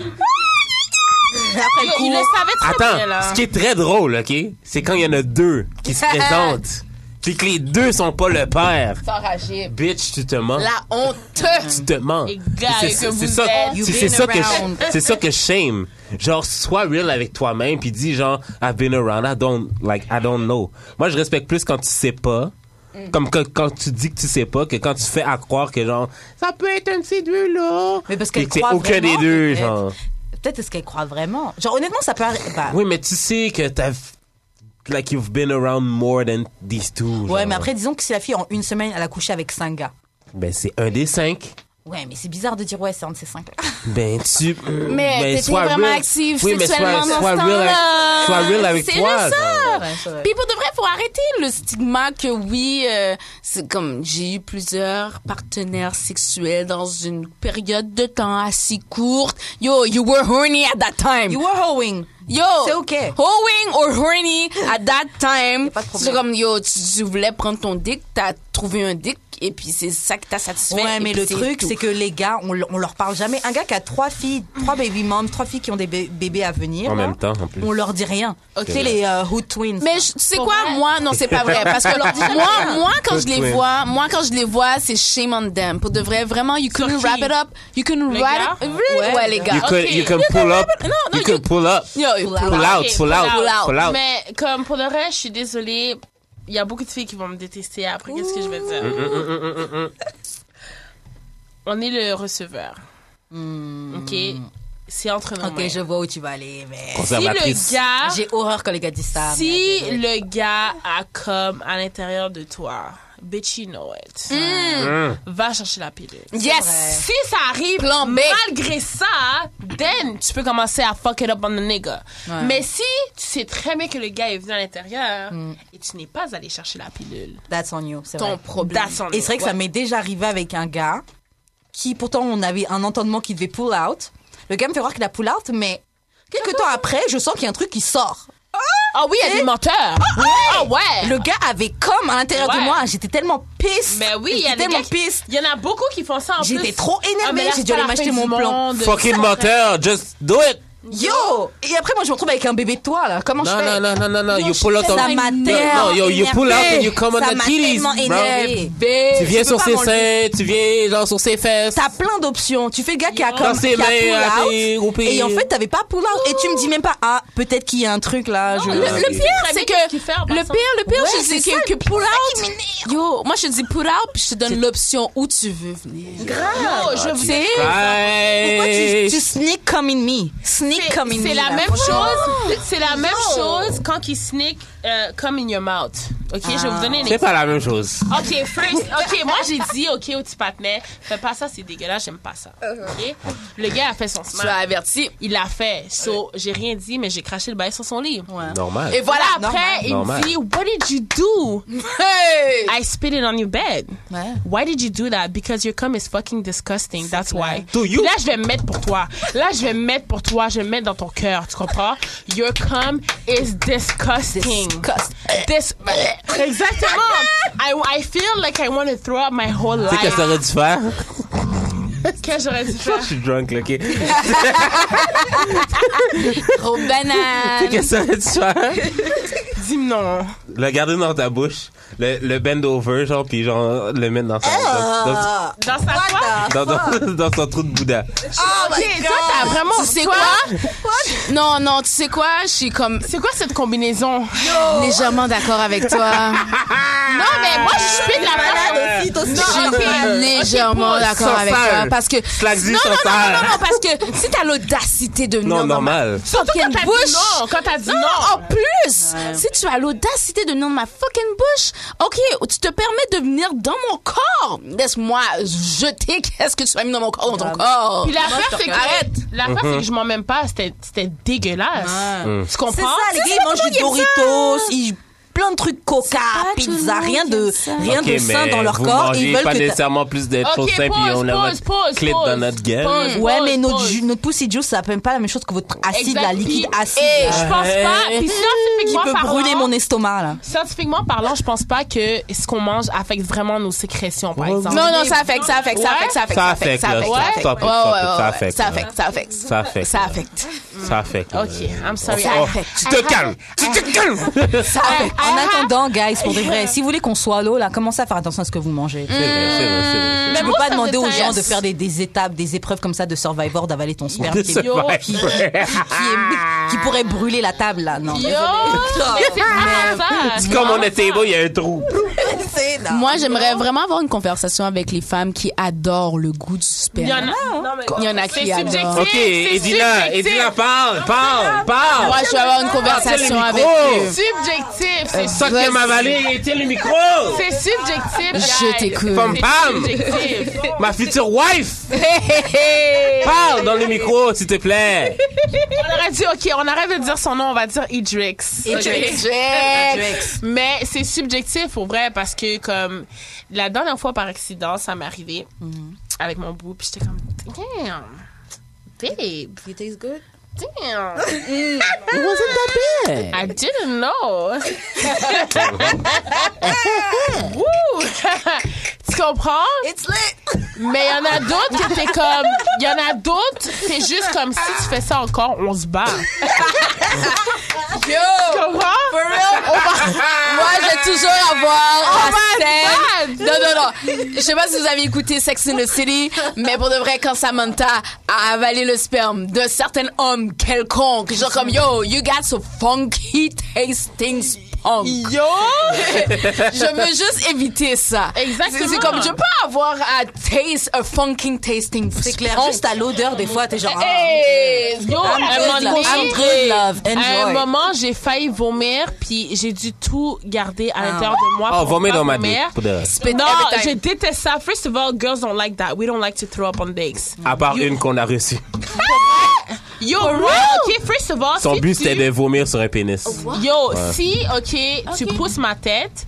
Speaker 4: Il, il le savait très bien,
Speaker 3: Attends,
Speaker 4: là.
Speaker 3: ce qui est très drôle, OK? C'est quand il y en a deux
Speaker 2: [LAUGHS]
Speaker 3: qui se présentent. Puis que les deux sont pas le père.
Speaker 2: Enragé.
Speaker 3: Bitch, tu te mens.
Speaker 2: La honte.
Speaker 3: tu te mens.
Speaker 4: Les gars
Speaker 3: C'est-
Speaker 4: que
Speaker 3: c'est-
Speaker 4: vous
Speaker 3: c'est ça-
Speaker 4: êtes.
Speaker 3: c'est-
Speaker 1: You've
Speaker 3: C'est
Speaker 1: been
Speaker 3: ça que
Speaker 1: around.
Speaker 3: je- c'est ça que je shame. Genre sois real avec toi-même puis dis genre I've been around, I don't like I don't know. Moi je respecte plus quand tu sais pas.
Speaker 1: Mm.
Speaker 3: Comme que- quand tu dis que tu sais pas que quand tu fais à croire que genre ça peut être un de ces deux là.
Speaker 1: Mais parce
Speaker 3: Puis
Speaker 1: qu'elle
Speaker 3: que t'es
Speaker 1: croit
Speaker 3: aucun des
Speaker 1: vraiment,
Speaker 3: deux
Speaker 1: peut-être.
Speaker 3: genre.
Speaker 1: Peut-être est-ce qu'elle croit vraiment Genre, honnêtement, ça peut arri- bah,
Speaker 3: Oui, mais tu sais que t'as like you've been around more than these two.
Speaker 1: Ouais,
Speaker 3: genre.
Speaker 1: mais après, disons que si la fille, en une semaine, elle a couché avec cinq gars.
Speaker 3: ben c'est un des cinq.
Speaker 1: Ouais, mais c'est bizarre de dire, ouais, c'est un de ces cinq-là.
Speaker 3: Ben tu
Speaker 2: Mais
Speaker 3: ben,
Speaker 2: t'étais
Speaker 3: sois
Speaker 2: vraiment
Speaker 3: real.
Speaker 2: active
Speaker 3: oui, mais sois,
Speaker 2: sexuellement dans
Speaker 3: sois
Speaker 2: ce
Speaker 3: real avec-
Speaker 2: temps-là.
Speaker 3: sois real avec
Speaker 2: C'est
Speaker 3: toi.
Speaker 2: juste ça.
Speaker 3: genre.
Speaker 1: [LAUGHS]
Speaker 2: Puis pour de vrai, faut arrêter le stigma que oui, euh, c'est comme j'ai eu plusieurs partenaires sexuels dans une période de temps assez courte. Yo, you were horny at that time.
Speaker 1: You were hoeing.
Speaker 2: Yo,
Speaker 1: C'est ok.
Speaker 2: Hoeing or horny at that time.
Speaker 1: pas de problème.
Speaker 2: C'est comme yo, tu, tu voulais prendre ton dick, t'as trouvé un dick et puis c'est ça qui t'a satisfait.
Speaker 1: Ouais,
Speaker 2: et
Speaker 1: mais
Speaker 2: puis
Speaker 1: le truc,
Speaker 2: tout.
Speaker 1: c'est que les gars, on, l- on leur parle jamais. Un gars qui a trois filles, trois baby moms, trois filles qui ont des bé- bébés à venir.
Speaker 3: En
Speaker 1: là,
Speaker 3: même temps, en plus.
Speaker 1: On leur dit rien.
Speaker 2: Ok.
Speaker 1: Tu sais, les euh, Hood Twins.
Speaker 2: Mais je- tu sais
Speaker 4: Pour
Speaker 2: quoi,
Speaker 4: vrai?
Speaker 2: moi, non, c'est pas vrai. Parce que moi, moi, quand je les
Speaker 3: Twin.
Speaker 2: vois, moi, quand je les vois, c'est shame on them. Pour de vrai, vraiment, you couldn't
Speaker 4: qui?
Speaker 2: wrap it up. You couldn't
Speaker 4: Les
Speaker 2: wrap it
Speaker 4: gars?
Speaker 2: up. Really?
Speaker 1: Ouais,
Speaker 2: Ouais,
Speaker 1: les
Speaker 2: les gars.
Speaker 3: You could,
Speaker 4: Ok.
Speaker 3: you can pull up. you can pull up.
Speaker 2: Yo, yo,
Speaker 3: Pull
Speaker 2: pull out.
Speaker 3: out,
Speaker 4: Ok,
Speaker 3: pull out,
Speaker 2: pull out.
Speaker 3: pull out.
Speaker 4: Mais comme pour le reste, je suis désolée. Il y a beaucoup de filles qui vont me détester après. Qu'est-ce que je vais dire?
Speaker 3: Mm-hmm. Mm,
Speaker 4: On est le receveur. OK? C'est entre nous.
Speaker 1: ok, je vois où tu vas aller, mais.
Speaker 4: Si
Speaker 3: Conservatrice.
Speaker 4: le gars...
Speaker 1: J'ai horreur quand les gars disent ça.
Speaker 4: Si le gars a comme à l'intérieur de toi, bitch, you know it.
Speaker 3: Mm.
Speaker 4: Va chercher la pilule.
Speaker 2: Yes.
Speaker 4: Si ça arrive,
Speaker 2: Plan B.
Speaker 4: malgré ça, then tu peux commencer à fuck it up on the nigga. Mais si tu sais très bien que le gars est venu à l'intérieur
Speaker 1: Mm.
Speaker 4: et tu n'es pas allé chercher la pilule,
Speaker 1: mais That's on you, c'est
Speaker 2: Ton
Speaker 1: vrai.
Speaker 2: problème.
Speaker 4: that's on
Speaker 1: Et c'est vrai que
Speaker 4: you.
Speaker 1: ça m'est déjà arrivé avec un gars qui, pourtant, on avait un entendement qui devait pull out. Le gars me fait croire qu'il a pull out, mais quelques temps après, je sens qu'il y a un truc qui sort.
Speaker 4: Ah oui, elle est menteur. Ah ouais.
Speaker 1: Le gars avait comme à l'intérieur de
Speaker 4: Ouais.
Speaker 1: moi, j'étais tellement pisse.
Speaker 4: Mais oui, il y
Speaker 1: j'étais
Speaker 4: a des
Speaker 1: tellement
Speaker 4: gars qui-
Speaker 1: piste.
Speaker 4: Il y en a beaucoup qui font ça en plus. Ah,
Speaker 1: J'étais trop énervée,
Speaker 4: mais là,
Speaker 1: j'ai
Speaker 4: c'est
Speaker 1: dû
Speaker 4: pas
Speaker 1: aller
Speaker 4: la
Speaker 1: m'acheter
Speaker 4: fin
Speaker 1: mon
Speaker 4: du
Speaker 1: plan.
Speaker 4: monde.
Speaker 3: Fucking menteur. Just do it.
Speaker 1: Yo Et après, moi, je me retrouve avec un bébé de toi, là. Comment je
Speaker 3: Non,
Speaker 1: fais
Speaker 3: non, non, non, non, non.
Speaker 4: Yo,
Speaker 3: You
Speaker 4: je
Speaker 3: pull
Speaker 4: suis
Speaker 3: out on.
Speaker 1: Ça m'a
Speaker 3: Non,
Speaker 1: tellement
Speaker 3: yo, you pull out
Speaker 1: énervée.
Speaker 3: and you come on
Speaker 1: Ça
Speaker 3: the
Speaker 1: m'a
Speaker 3: titties,
Speaker 1: tellement
Speaker 3: bro.
Speaker 1: énervée.
Speaker 3: Tu viens
Speaker 1: peux
Speaker 3: sur
Speaker 1: pas
Speaker 3: ses
Speaker 1: m'enlever.
Speaker 3: seins, tu viens genre sur ses fesses.
Speaker 1: T'as plein d'options. Tu fais le gars qui a
Speaker 4: Dans
Speaker 1: comme qui
Speaker 3: ses
Speaker 1: a
Speaker 3: mains, à tes
Speaker 1: pull out.
Speaker 3: groupés.
Speaker 1: Et en fait, t'avais pas pull out. Et tu me dis même pas, ah, peut-être qu'il y a un truc, là. je...
Speaker 2: Le, le
Speaker 3: Ok.
Speaker 2: pire,
Speaker 4: Vous
Speaker 2: c'est
Speaker 4: savez
Speaker 2: que
Speaker 4: qu'est-ce qu'il fait en
Speaker 2: le
Speaker 4: passant?
Speaker 2: pire, le pire,
Speaker 1: Ouais,
Speaker 2: je dis
Speaker 1: c'est
Speaker 2: que,
Speaker 1: ça,
Speaker 2: que pull out. Yo, moi je dis pull out puis je te donne l'option où tu veux venir. Grave. je veux dire.
Speaker 1: Pourquoi tu,
Speaker 3: Right.
Speaker 1: tu sneak come in me? Sneak
Speaker 4: C'est
Speaker 1: come in me.
Speaker 4: c'est la
Speaker 1: là,
Speaker 4: même
Speaker 1: franchement.
Speaker 4: chose. C'est la même chose quand il sneak euh, come in your mouth. Ok, je vais vous donner une
Speaker 3: C'est pas la même chose.
Speaker 4: Ok, first, ok, moi j'ai dit, ok, au petit patinet, fais pas ça, c'est dégueulasse, j'aime pas ça. Ok? Le gars a fait son
Speaker 2: Tu as
Speaker 4: smile.
Speaker 2: averti.
Speaker 4: Il l'a fait. So, j'ai rien dit, mais j'ai craché le bail sur son lit.
Speaker 3: Normal.
Speaker 2: Et voilà.
Speaker 4: Voilà, après,
Speaker 3: Normal.
Speaker 4: il me dit, What did you do? [LAUGHS]
Speaker 2: Hey!
Speaker 4: I spit it on your bed.
Speaker 1: Ouais.
Speaker 4: Why did you do that? Because your cum is fucking disgusting. That's why.
Speaker 3: Do you?
Speaker 4: Puis Là, je vais me mettre pour toi. Là, je vais me mettre pour toi. Je vais me mettre dans ton cœur. Tu comprends? Your cum is disgusting.
Speaker 1: Disgust-
Speaker 4: Dis- Exactement. I, I feel like I want to throw up my whole
Speaker 3: Tu sais que
Speaker 4: life.
Speaker 3: ça aurait dû faire?
Speaker 4: Qu'est-ce que j'aurais dû faire?
Speaker 3: [LAUGHS] Je suis drunk, là, ok?
Speaker 2: Gros banane.
Speaker 5: Euh.
Speaker 3: Qu'est-ce que ça va être
Speaker 4: Dis-moi non.
Speaker 3: Le garder dans ta bouche, le, le bend over, genre, puis genre, le mettre dans, sa,
Speaker 5: Ah.
Speaker 4: Dans sa quoi?
Speaker 3: dans, dans, dans, [LAUGHS] dans son trou de
Speaker 5: [LAUGHS]
Speaker 3: Bouddha.
Speaker 5: Oh my
Speaker 4: Ok,
Speaker 5: God.
Speaker 4: toi, t'as vraiment.
Speaker 2: Tu sais quoi? Non, non, tu sais quoi? Je suis comme
Speaker 4: C'est quoi cette combinaison?
Speaker 2: légèrement d'accord avec toi. non, mais moi, je suis de la
Speaker 5: Malade aussi, toi aussi.
Speaker 2: Je suis
Speaker 5: Non, ok.
Speaker 2: légèrement d'accord
Speaker 3: Sans
Speaker 2: avec
Speaker 3: faire.
Speaker 2: toi parce que
Speaker 3: Slack dit
Speaker 2: non,
Speaker 3: sans
Speaker 2: non, non, non,
Speaker 3: faire.
Speaker 2: non, non, parce que si t'as l'audacité de venir
Speaker 3: Non,
Speaker 2: dans ma-
Speaker 3: normal.
Speaker 2: Fucking
Speaker 4: Surtout quand t'as dit
Speaker 2: bush.
Speaker 4: non, quand t'as dit
Speaker 2: Non,
Speaker 4: non.
Speaker 2: en plus, si tu as l'audacité de venir dans ma fucking bouche, ok, tu te permets de venir dans mon corps. Laisse-moi jeter qu'est-ce que tu as mis dans mon corps, dans ton corps.
Speaker 4: Puis l'affaire, c'est que.
Speaker 2: Arrête.
Speaker 4: L'affaire, c'est que je m'en même pas. C'était c'était dégueulasse. Tu
Speaker 5: C'est
Speaker 4: comprends?
Speaker 5: ça, les gars, ils mangent du Doritos, ils plein de trucs coca,
Speaker 2: tout le
Speaker 5: pizza,
Speaker 2: monde
Speaker 5: rien
Speaker 2: qui
Speaker 5: de
Speaker 2: aime ça.
Speaker 5: rien
Speaker 3: Ok,
Speaker 5: de sain
Speaker 3: mais
Speaker 5: dans leur
Speaker 3: vous
Speaker 5: corps, et
Speaker 3: mangez
Speaker 5: ils veulent
Speaker 3: pas
Speaker 5: que t'a-
Speaker 3: nécessairement plus de choses
Speaker 4: Ok,
Speaker 3: simples, puis
Speaker 4: pause,
Speaker 3: on a
Speaker 4: pause,
Speaker 3: votre
Speaker 4: pause,
Speaker 3: clit
Speaker 4: pause.
Speaker 3: dans notre gueule.
Speaker 4: Pause.
Speaker 5: Ouais, mais
Speaker 4: Pause,
Speaker 5: notre,
Speaker 4: pause.
Speaker 5: ju- notre pussy juice, ça fait pas la même chose que votre acide,
Speaker 4: Exact.
Speaker 5: la liquide
Speaker 4: Puis-
Speaker 5: acide.
Speaker 4: Et
Speaker 5: là,
Speaker 4: je pense pas. Puis
Speaker 5: qui
Speaker 4: scientifiquement
Speaker 5: peut
Speaker 4: parlant,
Speaker 5: brûler mon estomac, là.
Speaker 4: scientifiquement parlant, je pense pas que ce qu'on mange affecte vraiment nos sécrétions, par exemple.
Speaker 2: Non, non, ça affecte, ça affecte, ça
Speaker 4: Ouais.
Speaker 2: affecte, ça affecte,
Speaker 3: Ça affecte,
Speaker 2: ça
Speaker 3: là.
Speaker 2: affecte,
Speaker 3: Stop,
Speaker 2: ça
Speaker 3: stop,
Speaker 2: affecte. Ouais, ouais,
Speaker 3: stop, ça
Speaker 2: ouais,
Speaker 3: affecte,
Speaker 2: ça
Speaker 3: là.
Speaker 2: affecte, ça affecte,
Speaker 3: Ça affecte,
Speaker 2: ça
Speaker 3: là.
Speaker 2: affecte,
Speaker 3: Ça fait que...
Speaker 4: Ok, I'm sorry.
Speaker 2: ça
Speaker 3: Oh,
Speaker 2: affecte.
Speaker 3: tu te calmes! Tu te calmes!
Speaker 2: Ça affecte.
Speaker 1: En attendant, guys, pour de vrai, si vous voulez qu'on soit l'eau, là, commencez à faire attention à ce que vous mangez.
Speaker 3: C'est vrai, c'est vrai, c'est vrai.
Speaker 1: Tu
Speaker 4: Mais
Speaker 1: peux
Speaker 4: moi,
Speaker 1: pas
Speaker 4: ça
Speaker 1: demander aux gens
Speaker 4: m'intéresse.
Speaker 1: de faire des, des étapes, des épreuves comme ça de Survivor, d'avaler ton
Speaker 3: [LAUGHS]
Speaker 1: sperme
Speaker 3: De
Speaker 1: qui, qui,
Speaker 3: Survivor.
Speaker 1: est- qui pourrait brûler la table, là. Non,
Speaker 4: Yo,
Speaker 1: désolé.
Speaker 4: mais Oh, c'est vraiment ça.
Speaker 3: [LAUGHS] C'est comme on est table, il y a un trou.
Speaker 5: C'est là.
Speaker 2: Moi, j'aimerais vraiment avoir une conversation avec les femmes qui adorent le goût du sperme.
Speaker 4: Il y en a. Non, mais-
Speaker 2: Il y en a
Speaker 4: C'est
Speaker 2: qui adorent.
Speaker 4: subjectif,
Speaker 3: Ok,
Speaker 4: c'est
Speaker 3: Edina,
Speaker 4: subjectif.
Speaker 3: Edina, parle, parle, parle!
Speaker 2: Moi, je veux avoir une conversation
Speaker 4: Ah,
Speaker 2: avec eux.
Speaker 4: Subjectif, c'est
Speaker 3: Saute
Speaker 2: Vas-y.
Speaker 3: que ma valise, tiens le micro!
Speaker 4: c'est subjectif.
Speaker 2: Je
Speaker 4: guys.
Speaker 2: t'écoute.
Speaker 3: Femme, pam!
Speaker 4: C'est subjectif.
Speaker 3: Ma
Speaker 2: [LAUGHS]
Speaker 3: future wife! Parle dans le micro, s'il te plaît!
Speaker 4: On aurait dit, OK, on arrête de dire son nom, on va dire Idrix.
Speaker 5: Idrix.
Speaker 4: Mais c'est subjectif, au vrai, parce que, comme, la dernière fois, par accident, ça m'est arrivé
Speaker 5: Mm-hmm.
Speaker 4: avec mon bout, puis j'étais comme, damn, babe,
Speaker 5: You taste good? Mm-hmm.
Speaker 4: damn. I didn't know. Woo. tu comprends?
Speaker 5: It's lit!
Speaker 4: Mais il y en a d'autres que t'es comme. Il y en a d'autres, t'es juste comme si tu fais ça encore, on se bat. Yo! Tu
Speaker 2: [LAUGHS]
Speaker 4: comprends? [LAUGHS]
Speaker 2: Moi, je vais toujours avoir la
Speaker 4: Oh my
Speaker 2: scène. Non, non, non. Je sais pas si vous avez écouté Sex in the City, mais pour de vrai, quand Samantha a avalé le sperme d'un certain homme quelconque, genre comme yo, you got so funky tasting spunk.
Speaker 4: Yo!
Speaker 2: Je veux juste éviter ça.
Speaker 4: Exactement.
Speaker 2: C'est- C'est comme je peux avoir à taste a funky tasting.
Speaker 5: C'est clair,
Speaker 2: spunk.
Speaker 5: juste à l'odeur, des fois, t'es
Speaker 1: Ah,
Speaker 5: genre.
Speaker 4: Hey! Yo!
Speaker 5: ah,
Speaker 4: à
Speaker 5: I'm
Speaker 4: un
Speaker 5: good,
Speaker 4: moment
Speaker 5: love.
Speaker 4: donné-
Speaker 5: I'm good, love.
Speaker 4: À un
Speaker 5: Enjoy.
Speaker 4: moment, j'ai failli vomir, puis j'ai dû tout garder à l'intérieur de moi.
Speaker 3: Oh,
Speaker 4: pour
Speaker 3: vomir
Speaker 4: pas
Speaker 3: dans ma dick.
Speaker 4: vomir.
Speaker 3: pour de vrai.
Speaker 2: Spit
Speaker 4: Non,
Speaker 2: every time.
Speaker 4: je déteste ça. First of all, girls don't like that. We don't like to throw up on dicks.
Speaker 3: À part une qu'on a reçue.
Speaker 4: Yo, bro, OK, first of all,
Speaker 3: Son
Speaker 4: si
Speaker 3: but,
Speaker 4: tu-
Speaker 3: c'était de vomir sur un pénis.
Speaker 4: Yo, si, ok, tu pousses ma tête,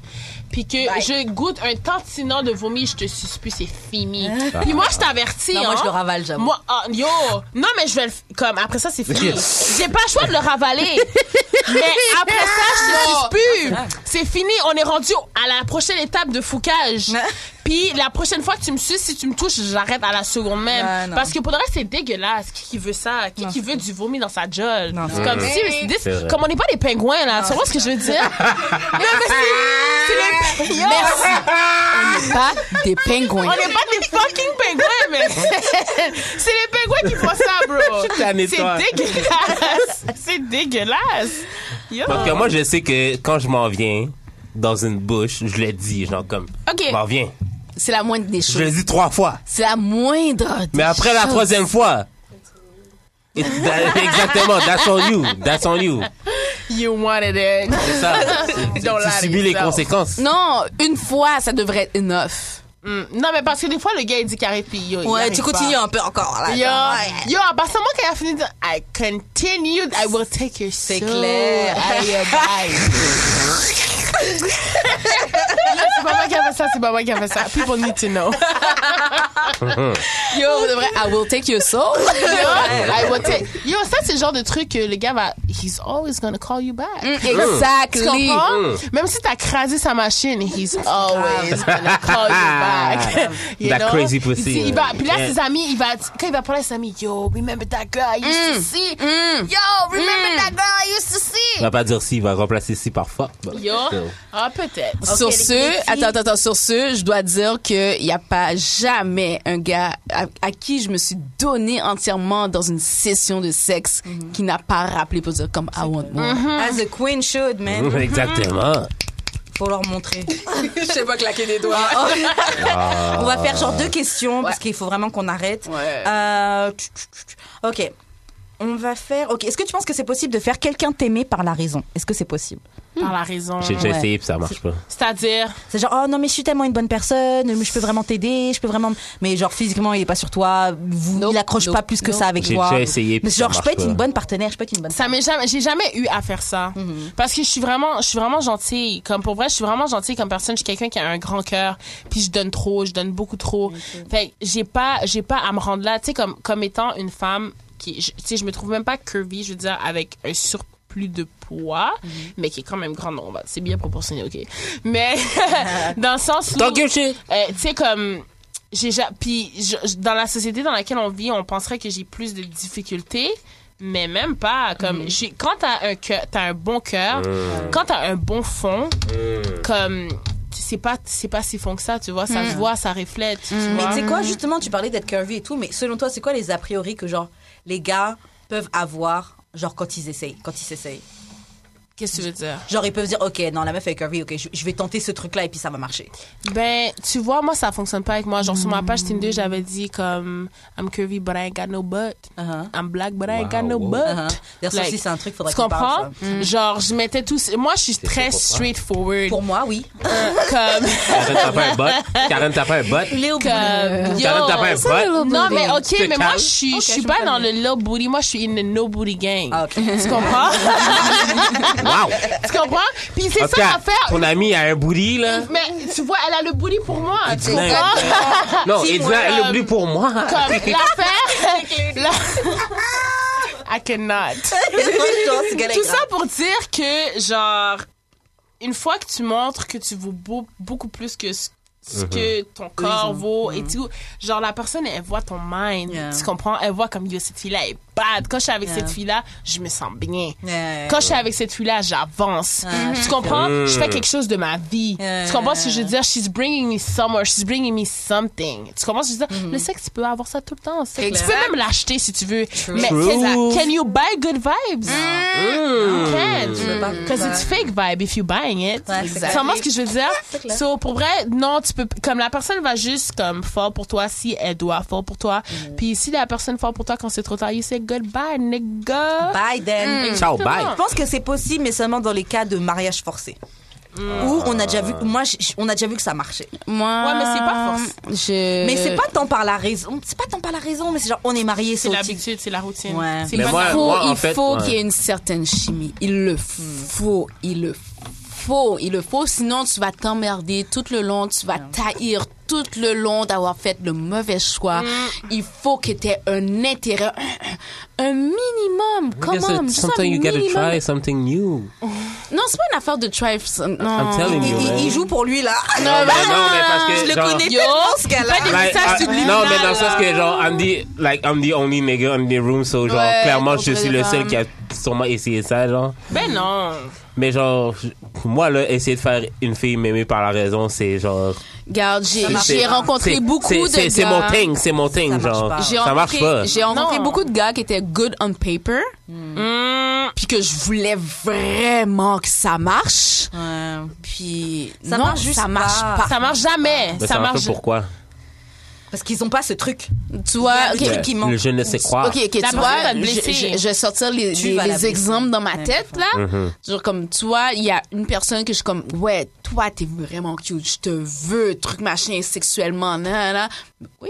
Speaker 4: puis que je goûte un tantinant de vomi, je te suspue, c'est fini. Puis moi, je
Speaker 1: Ah.
Speaker 4: t'avertis.
Speaker 1: Non, moi,
Speaker 4: hein.
Speaker 1: je le ravale, j'avoue.
Speaker 4: Moi, ah, yo, non, mais je vais le. f- Comme, après ça, c'est fini. J'ai pas le choix de
Speaker 1: [LAUGHS]
Speaker 4: le ravaler. mais après
Speaker 1: Ah.
Speaker 4: ça, je te suspue. C'est fini, on est rendu à la prochaine étape de foucage.
Speaker 1: Ah.
Speaker 4: Puis la prochaine fois que tu me suces, si tu me touches, j'arrête à la seconde même.
Speaker 1: Ouais, Ah, non.
Speaker 4: Parce que pour le reste, c'est dégueulasse. Qui, qui veut ça? Qui, qui veut du vomi dans sa gueule?
Speaker 1: Non,
Speaker 4: C'est comme si. this-
Speaker 3: C'est vrai.
Speaker 4: Eh Comme on n'est pas des pingouins, là. Tu vois ce que je veux dire?
Speaker 5: Ah.
Speaker 4: non, mais c'est- c'est les- Yo,
Speaker 2: pas des pingouins.
Speaker 4: On n'est pas des fucking pingouins, mais c'est les pingouins qui font ça, bro.
Speaker 3: tannée de toi.
Speaker 4: C'est dégueulasse. C'est dégueulasse. Yo.
Speaker 3: Parce que euh, moi, je sais que quand je m'en viens dans une bouche, je le dis, genre comme.
Speaker 4: Ok.
Speaker 3: Je m'en viens.
Speaker 2: C'est la moindre des
Speaker 3: Je le
Speaker 2: choses.
Speaker 3: dis trois fois.
Speaker 2: C'est la moindre. des
Speaker 3: Mais après la
Speaker 2: choses.
Speaker 3: troisième fois. it- that- exactement, that's on you. That's on you.
Speaker 4: You wanted it.
Speaker 3: C'est ça. Tu,
Speaker 4: Don't
Speaker 3: tu
Speaker 4: lie to
Speaker 3: subis les
Speaker 4: yourself.
Speaker 3: conséquences.
Speaker 2: Non, une fois, ça devrait être enough.
Speaker 4: Mm. Non, mais parce que des fois, le gars, il dit carré, puis yo. il
Speaker 5: Ouais,
Speaker 4: arrive
Speaker 5: tu
Speaker 4: pas.
Speaker 5: continues un peu encore, là.
Speaker 4: Yo,
Speaker 5: Ouais.
Speaker 4: yo, parce que moi, quand il a fini de dire, I continued, I will take your soul.
Speaker 1: C'est clair. Aïe, aïe,
Speaker 3: [LAUGHS]
Speaker 1: aïe.
Speaker 3: [LAUGHS]
Speaker 4: C'est pas moi qui a fait ça, c'est pas moi qui a fait ça. People need to know.
Speaker 2: Yo, pour de vrai, I will take your
Speaker 3: [LAUGHS]
Speaker 2: soul.
Speaker 4: I will take- Yo, ça, c'est le genre de truc que le gars va. He's always gonna call you back.
Speaker 3: Mm,
Speaker 4: Tu
Speaker 2: Mm, Exactly.
Speaker 4: comprends? Même si t'as crasé sa machine, he's always gonna call you back. [LAUGHS]
Speaker 3: [LAUGHS]
Speaker 4: You
Speaker 3: That
Speaker 4: know?
Speaker 3: crazy pussy.
Speaker 4: Il dit- il va- puis là,
Speaker 3: Yeah.
Speaker 4: ses amis, il va, quand il va parler à ses amis, yo, remember that girl I used
Speaker 3: Mm.
Speaker 4: to see? Yo, remember that girl I used to see?
Speaker 3: On va pas dire si, il va remplacer si par fuck. but
Speaker 4: Yo,
Speaker 3: still.
Speaker 4: ah, peut-être.
Speaker 2: Sur ce, attends, attends, attends, sur ce, je dois dire qu'il n'y a pas jamais un gars à, à qui je me suis donné entièrement dans une session de sexe
Speaker 4: Mhm.
Speaker 2: qui n'a pas rappelé pour dire comme I want more.
Speaker 1: As a Ah, queen should, man.
Speaker 3: Mm, Exactement.
Speaker 1: Faut leur montrer.
Speaker 2: [LAUGHS] Je sais pas claquer
Speaker 1: [LAUGHS]
Speaker 2: des doigts.
Speaker 3: Ah.
Speaker 1: On va faire genre deux questions parce qu'il faut vraiment qu'on arrête.
Speaker 2: Ouais.
Speaker 1: Euh, tch, tch, tch, tch. ok. On va faire. Ok. Est-ce que tu penses que c'est possible de faire quelqu'un t'aimer par la raison Est-ce que c'est possible
Speaker 4: Par la raison.
Speaker 3: J'ai déjà
Speaker 1: Ouais.
Speaker 3: essayé puis ça marche pas.
Speaker 4: C'est-à-dire,
Speaker 1: C'est genre oh non mais je suis tellement une bonne personne, mais je peux vraiment t'aider, je peux vraiment. Mais genre physiquement il est pas sur toi, vous,
Speaker 2: Nope,
Speaker 1: il accroche
Speaker 2: nope,
Speaker 1: pas plus que
Speaker 2: nope.
Speaker 1: ça avec
Speaker 3: J'ai
Speaker 1: toi.
Speaker 3: déjà essayé
Speaker 1: Mais
Speaker 3: puis ça
Speaker 1: genre je peux
Speaker 3: marche
Speaker 1: être une
Speaker 3: pas.
Speaker 1: bonne partenaire, je peux être une bonne.
Speaker 4: ça m'est jamais, j'ai jamais eu à faire ça.
Speaker 2: Mm-hmm.
Speaker 4: Parce que je suis vraiment, je suis vraiment gentille. Comme pour vrai, je suis vraiment gentille comme personne. Je suis quelqu'un qui a un grand cœur. Puis je donne trop, je donne beaucoup trop. Fait que j'ai pas, j'ai pas à me rendre là. Tu sais, comme, comme étant une femme qui, je- tu sais, je me trouve même pas curvy, je veux dire, avec un surplus de poids,
Speaker 2: Mm-hmm.
Speaker 4: mais qui est quand même grande. Bon, bah, c'est bien proportionné, ok.
Speaker 2: [LAUGHS]
Speaker 4: Mais, [LAUGHS] dans le sens où.
Speaker 3: Talk your shit.
Speaker 4: Euh, tu sais comme j'ai ja- puis je- je- dans la société dans laquelle on vit on penserait que j'ai plus de difficultés mais même pas comme
Speaker 1: Mm-hmm.
Speaker 4: j'ai quand t'as un cœur t'as un bon cœur
Speaker 1: Mm.
Speaker 4: quand t'as un bon fond comme c'est pas c'est pas si fond que ça tu vois ça se voit ça reflète tu
Speaker 1: Mm. Mais
Speaker 4: vois.
Speaker 1: tu sais quoi, justement, tu parlais d'être curvy et tout, mais selon toi, c'est quoi les a priori que genre les gars peuvent avoir, genre quand ils essayent, quand ils s'essayent
Speaker 4: qu'est-ce que tu veux dire
Speaker 1: Genre ils peuvent dire, ok, non, la meuf est curvy, ok, je, je vais tenter ce truc-là et puis ça va marcher.
Speaker 4: Ben, tu vois, moi, ça fonctionne pas avec moi. Genre, sur ma page Tinder, j'avais dit comme I'm curvy, but I ain't got no butt.
Speaker 1: Uh-huh.
Speaker 4: I'm black, but I ain't got
Speaker 3: Wow,
Speaker 4: no
Speaker 3: wow.
Speaker 4: butt.
Speaker 1: Uh-huh. D'ailleurs, ça
Speaker 4: Like,
Speaker 1: aussi, c'est un truc, faudrait
Speaker 4: Tu
Speaker 1: qu'on parle, Mm.
Speaker 4: comprends? Genre, je mettais tout. Moi, je suis très straightforward. Euh,
Speaker 1: Pour moi, oui. [LAUGHS]
Speaker 4: comme.
Speaker 3: Karen, t'as pas un bot. Karen, t'as pas un bot.
Speaker 4: comme yo.
Speaker 3: Karen, t'as pas un bot.
Speaker 4: Non, mais ok,
Speaker 3: Te
Speaker 4: mais moi,
Speaker 3: calme.
Speaker 4: je suis,
Speaker 1: Ok,
Speaker 4: je
Speaker 1: je
Speaker 4: suis
Speaker 1: me
Speaker 4: pas
Speaker 1: calme.
Speaker 4: dans le low booty. Moi, je suis in the no booty gang. [LAUGHS]
Speaker 1: Ah, ok. [LAUGHS]
Speaker 3: Wow.
Speaker 4: Tu comprends? tu comprends? Puis c'est
Speaker 3: En tout
Speaker 4: ça
Speaker 3: cas,
Speaker 4: l'affaire.
Speaker 3: ton ami a un booty, là.
Speaker 4: Mais tu vois, elle a le booty pour moi. Tu
Speaker 3: Ouais.
Speaker 4: comprends?
Speaker 3: Non, il dit,
Speaker 4: moi,
Speaker 3: elle
Speaker 4: euh,
Speaker 3: oublie pour
Speaker 1: [LAUGHS]
Speaker 3: moi.
Speaker 4: comme l'affaire. la- I cannot. Tout ça pour dire que, genre, une fois que tu montres que tu vaux beau- beaucoup plus que ce ce que ton corps vaut et tout. Genre, la personne, elle voit ton mind.
Speaker 1: Mm-hmm. Yeah.
Speaker 4: Tu comprends? Elle voit comme, yo, cette fille-là est bad. Quand je suis avec
Speaker 1: Yeah.
Speaker 4: cette fille-là, je me sens bien. Quand je suis avec cette fille-là, j'avance.
Speaker 1: Ouais.
Speaker 4: Tu comprends?
Speaker 3: Mhm.
Speaker 4: Je fais quelque chose de ma vie.
Speaker 1: Ouais.
Speaker 4: Tu comprends ce que je veux dire? She's bringing me somewhere. She's bringing me something. Tu comprends ce que je veux
Speaker 1: Mm-hmm.
Speaker 4: dire? Le sexe, tu peux avoir ça tout le temps. C'est- Tu
Speaker 2: Exact.
Speaker 4: peux même l'acheter si tu veux. Mais
Speaker 3: True.
Speaker 4: can- can you buy good vibes? You can.
Speaker 1: pas.
Speaker 4: Because it's fake vibe if you're buying it.
Speaker 1: Ouais, c'est clair.
Speaker 4: Tu comprends ce que je veux dire?
Speaker 1: clair.
Speaker 4: So, pour vrai, non, tu peux, comme la personne va juste comme fort pour toi si elle doit fort pour toi.
Speaker 1: Mm.
Speaker 4: Puis si la personne fort pour toi quand c'est trop tard, you say goodbye, nigga.
Speaker 1: Biden.
Speaker 4: Hmm.
Speaker 3: Ciao, bye.
Speaker 1: Je pense que c'est possible, mais seulement dans les cas de mariage forcé. Où
Speaker 4: Ah.
Speaker 1: on a déjà vu, moi, je- je- on a déjà vu que ça marchait.
Speaker 2: Moi.
Speaker 4: Ouais, mais c'est pas force.
Speaker 2: Je...
Speaker 1: Mais c'est pas tant par la raison, c'est pas tant par la raison, mais c'est genre on est marié,
Speaker 4: C'est
Speaker 1: c'est au
Speaker 4: l'habitude, c'est la routine.
Speaker 1: Ouais.
Speaker 4: C'est
Speaker 3: Mais
Speaker 4: pas-
Speaker 3: moi-
Speaker 2: faut,
Speaker 3: en
Speaker 2: il
Speaker 3: fait,
Speaker 2: faut
Speaker 3: ouais.
Speaker 2: qu'il y ait une certaine chimie. Il le faut, il le faut, il le faut. Sinon, tu vas t'emmerder tout le long, tu vas taillir tout le long d'avoir fait le mauvais choix. Il faut que tu aies un intérêt, un, un minimum. Comment
Speaker 3: Something you gotta try, something new.
Speaker 2: Non, c'est pas une affaire de try. Non.
Speaker 3: I'm telling
Speaker 1: Il,
Speaker 3: you,
Speaker 1: il-
Speaker 3: man.
Speaker 1: il joue pour lui là. [LAUGHS]
Speaker 3: Non, mais non, mais parce que,
Speaker 1: je le
Speaker 3: genre,
Speaker 1: connais
Speaker 4: Yo,
Speaker 1: tellement ce gars-là.
Speaker 4: fais des
Speaker 3: Like,
Speaker 4: messages
Speaker 3: ah,
Speaker 4: subliminaux,
Speaker 3: non, mais dans le
Speaker 4: là.
Speaker 3: sens que, genre, I'm the, like, I'm the only nigga in the room, so, genre,
Speaker 2: Ouais,
Speaker 3: clairement, je
Speaker 2: contre
Speaker 3: suis
Speaker 2: les
Speaker 3: le seul
Speaker 2: femmes.
Speaker 3: qui a sûrement essayé ça, genre.
Speaker 4: Ben non.
Speaker 3: Mais, genre, je- moi, là, essayer de faire une fille m'aimer par la raison, c'est genre.
Speaker 2: Regarde, j'ai-
Speaker 3: c'est-
Speaker 2: j'ai rencontré
Speaker 3: c'est-
Speaker 2: beaucoup
Speaker 3: c'est-
Speaker 2: de
Speaker 3: c'est-
Speaker 2: gars.
Speaker 3: C'est mon thing, c'est mon thing,
Speaker 1: marche
Speaker 3: genre.
Speaker 1: pas.
Speaker 2: J'ai
Speaker 3: Ça marche
Speaker 2: rencontré,
Speaker 3: pas.
Speaker 2: j'ai rencontré
Speaker 4: Non.
Speaker 2: beaucoup de gars qui étaient good on paper,
Speaker 1: Hmm.
Speaker 4: Mm.
Speaker 2: puis que je voulais vraiment que ça marche. Puis
Speaker 1: Ça
Speaker 2: non,
Speaker 1: marche juste
Speaker 2: ça marche
Speaker 1: pas.
Speaker 2: pas.
Speaker 4: Ça marche jamais.
Speaker 3: Mais ça marche pas pourquoi?
Speaker 1: Parce qu'ils ont pas ce truc.
Speaker 2: Tu vois, ok,
Speaker 1: Il y a
Speaker 3: Ouais,
Speaker 1: des trucs qui manquent.
Speaker 3: Je ne sais quoi.
Speaker 2: ok, ok, tu
Speaker 4: La personne
Speaker 2: vois,
Speaker 4: va te
Speaker 2: je,
Speaker 4: blesser.
Speaker 2: je- je vais sortir les,
Speaker 1: Tu
Speaker 2: les-
Speaker 1: vas la
Speaker 2: les
Speaker 1: blesser.
Speaker 2: exemples dans ma
Speaker 1: Ouais,
Speaker 2: tête là. Genre comme toi, il y a une personne que je suis comme ouais, toi t'es vraiment cute, je te veux, truc machin sexuellement, nan, nan, nan.
Speaker 1: [LAUGHS]
Speaker 2: oui,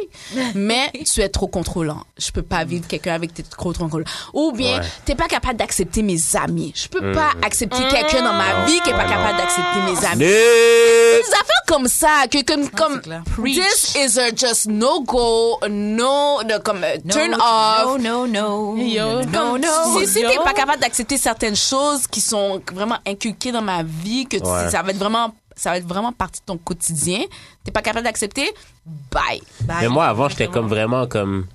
Speaker 2: mais tu es trop contrôlant. Je peux pas vivre quelqu'un avec tes trop contrôlant. Ou bien
Speaker 3: Ouais.
Speaker 2: t'es pas capable d'accepter mes
Speaker 1: Ah.
Speaker 2: amis. Je peux pas accepter quelqu'un dans ma vie qui est pas capable d'accepter mes amis.
Speaker 3: Mais-
Speaker 2: Ces affaires comme ça, que comme comme
Speaker 1: Ah, c'est clair.
Speaker 2: this is a just no go, no, no comme euh, turn off.
Speaker 1: No, no, no.
Speaker 4: Yo.
Speaker 2: Comme, si si
Speaker 4: Yo.
Speaker 2: t'es pas capable
Speaker 7: capable d'accepter certaines choses qui sont vraiment inculquées dans ma vie, que tu-
Speaker 3: Ouais.
Speaker 7: ça va être vraiment ça va être vraiment partie de ton quotidien. T'es pas capable d'accepter, bye.
Speaker 3: Mais moi, avant, j'étais comme vraiment comme.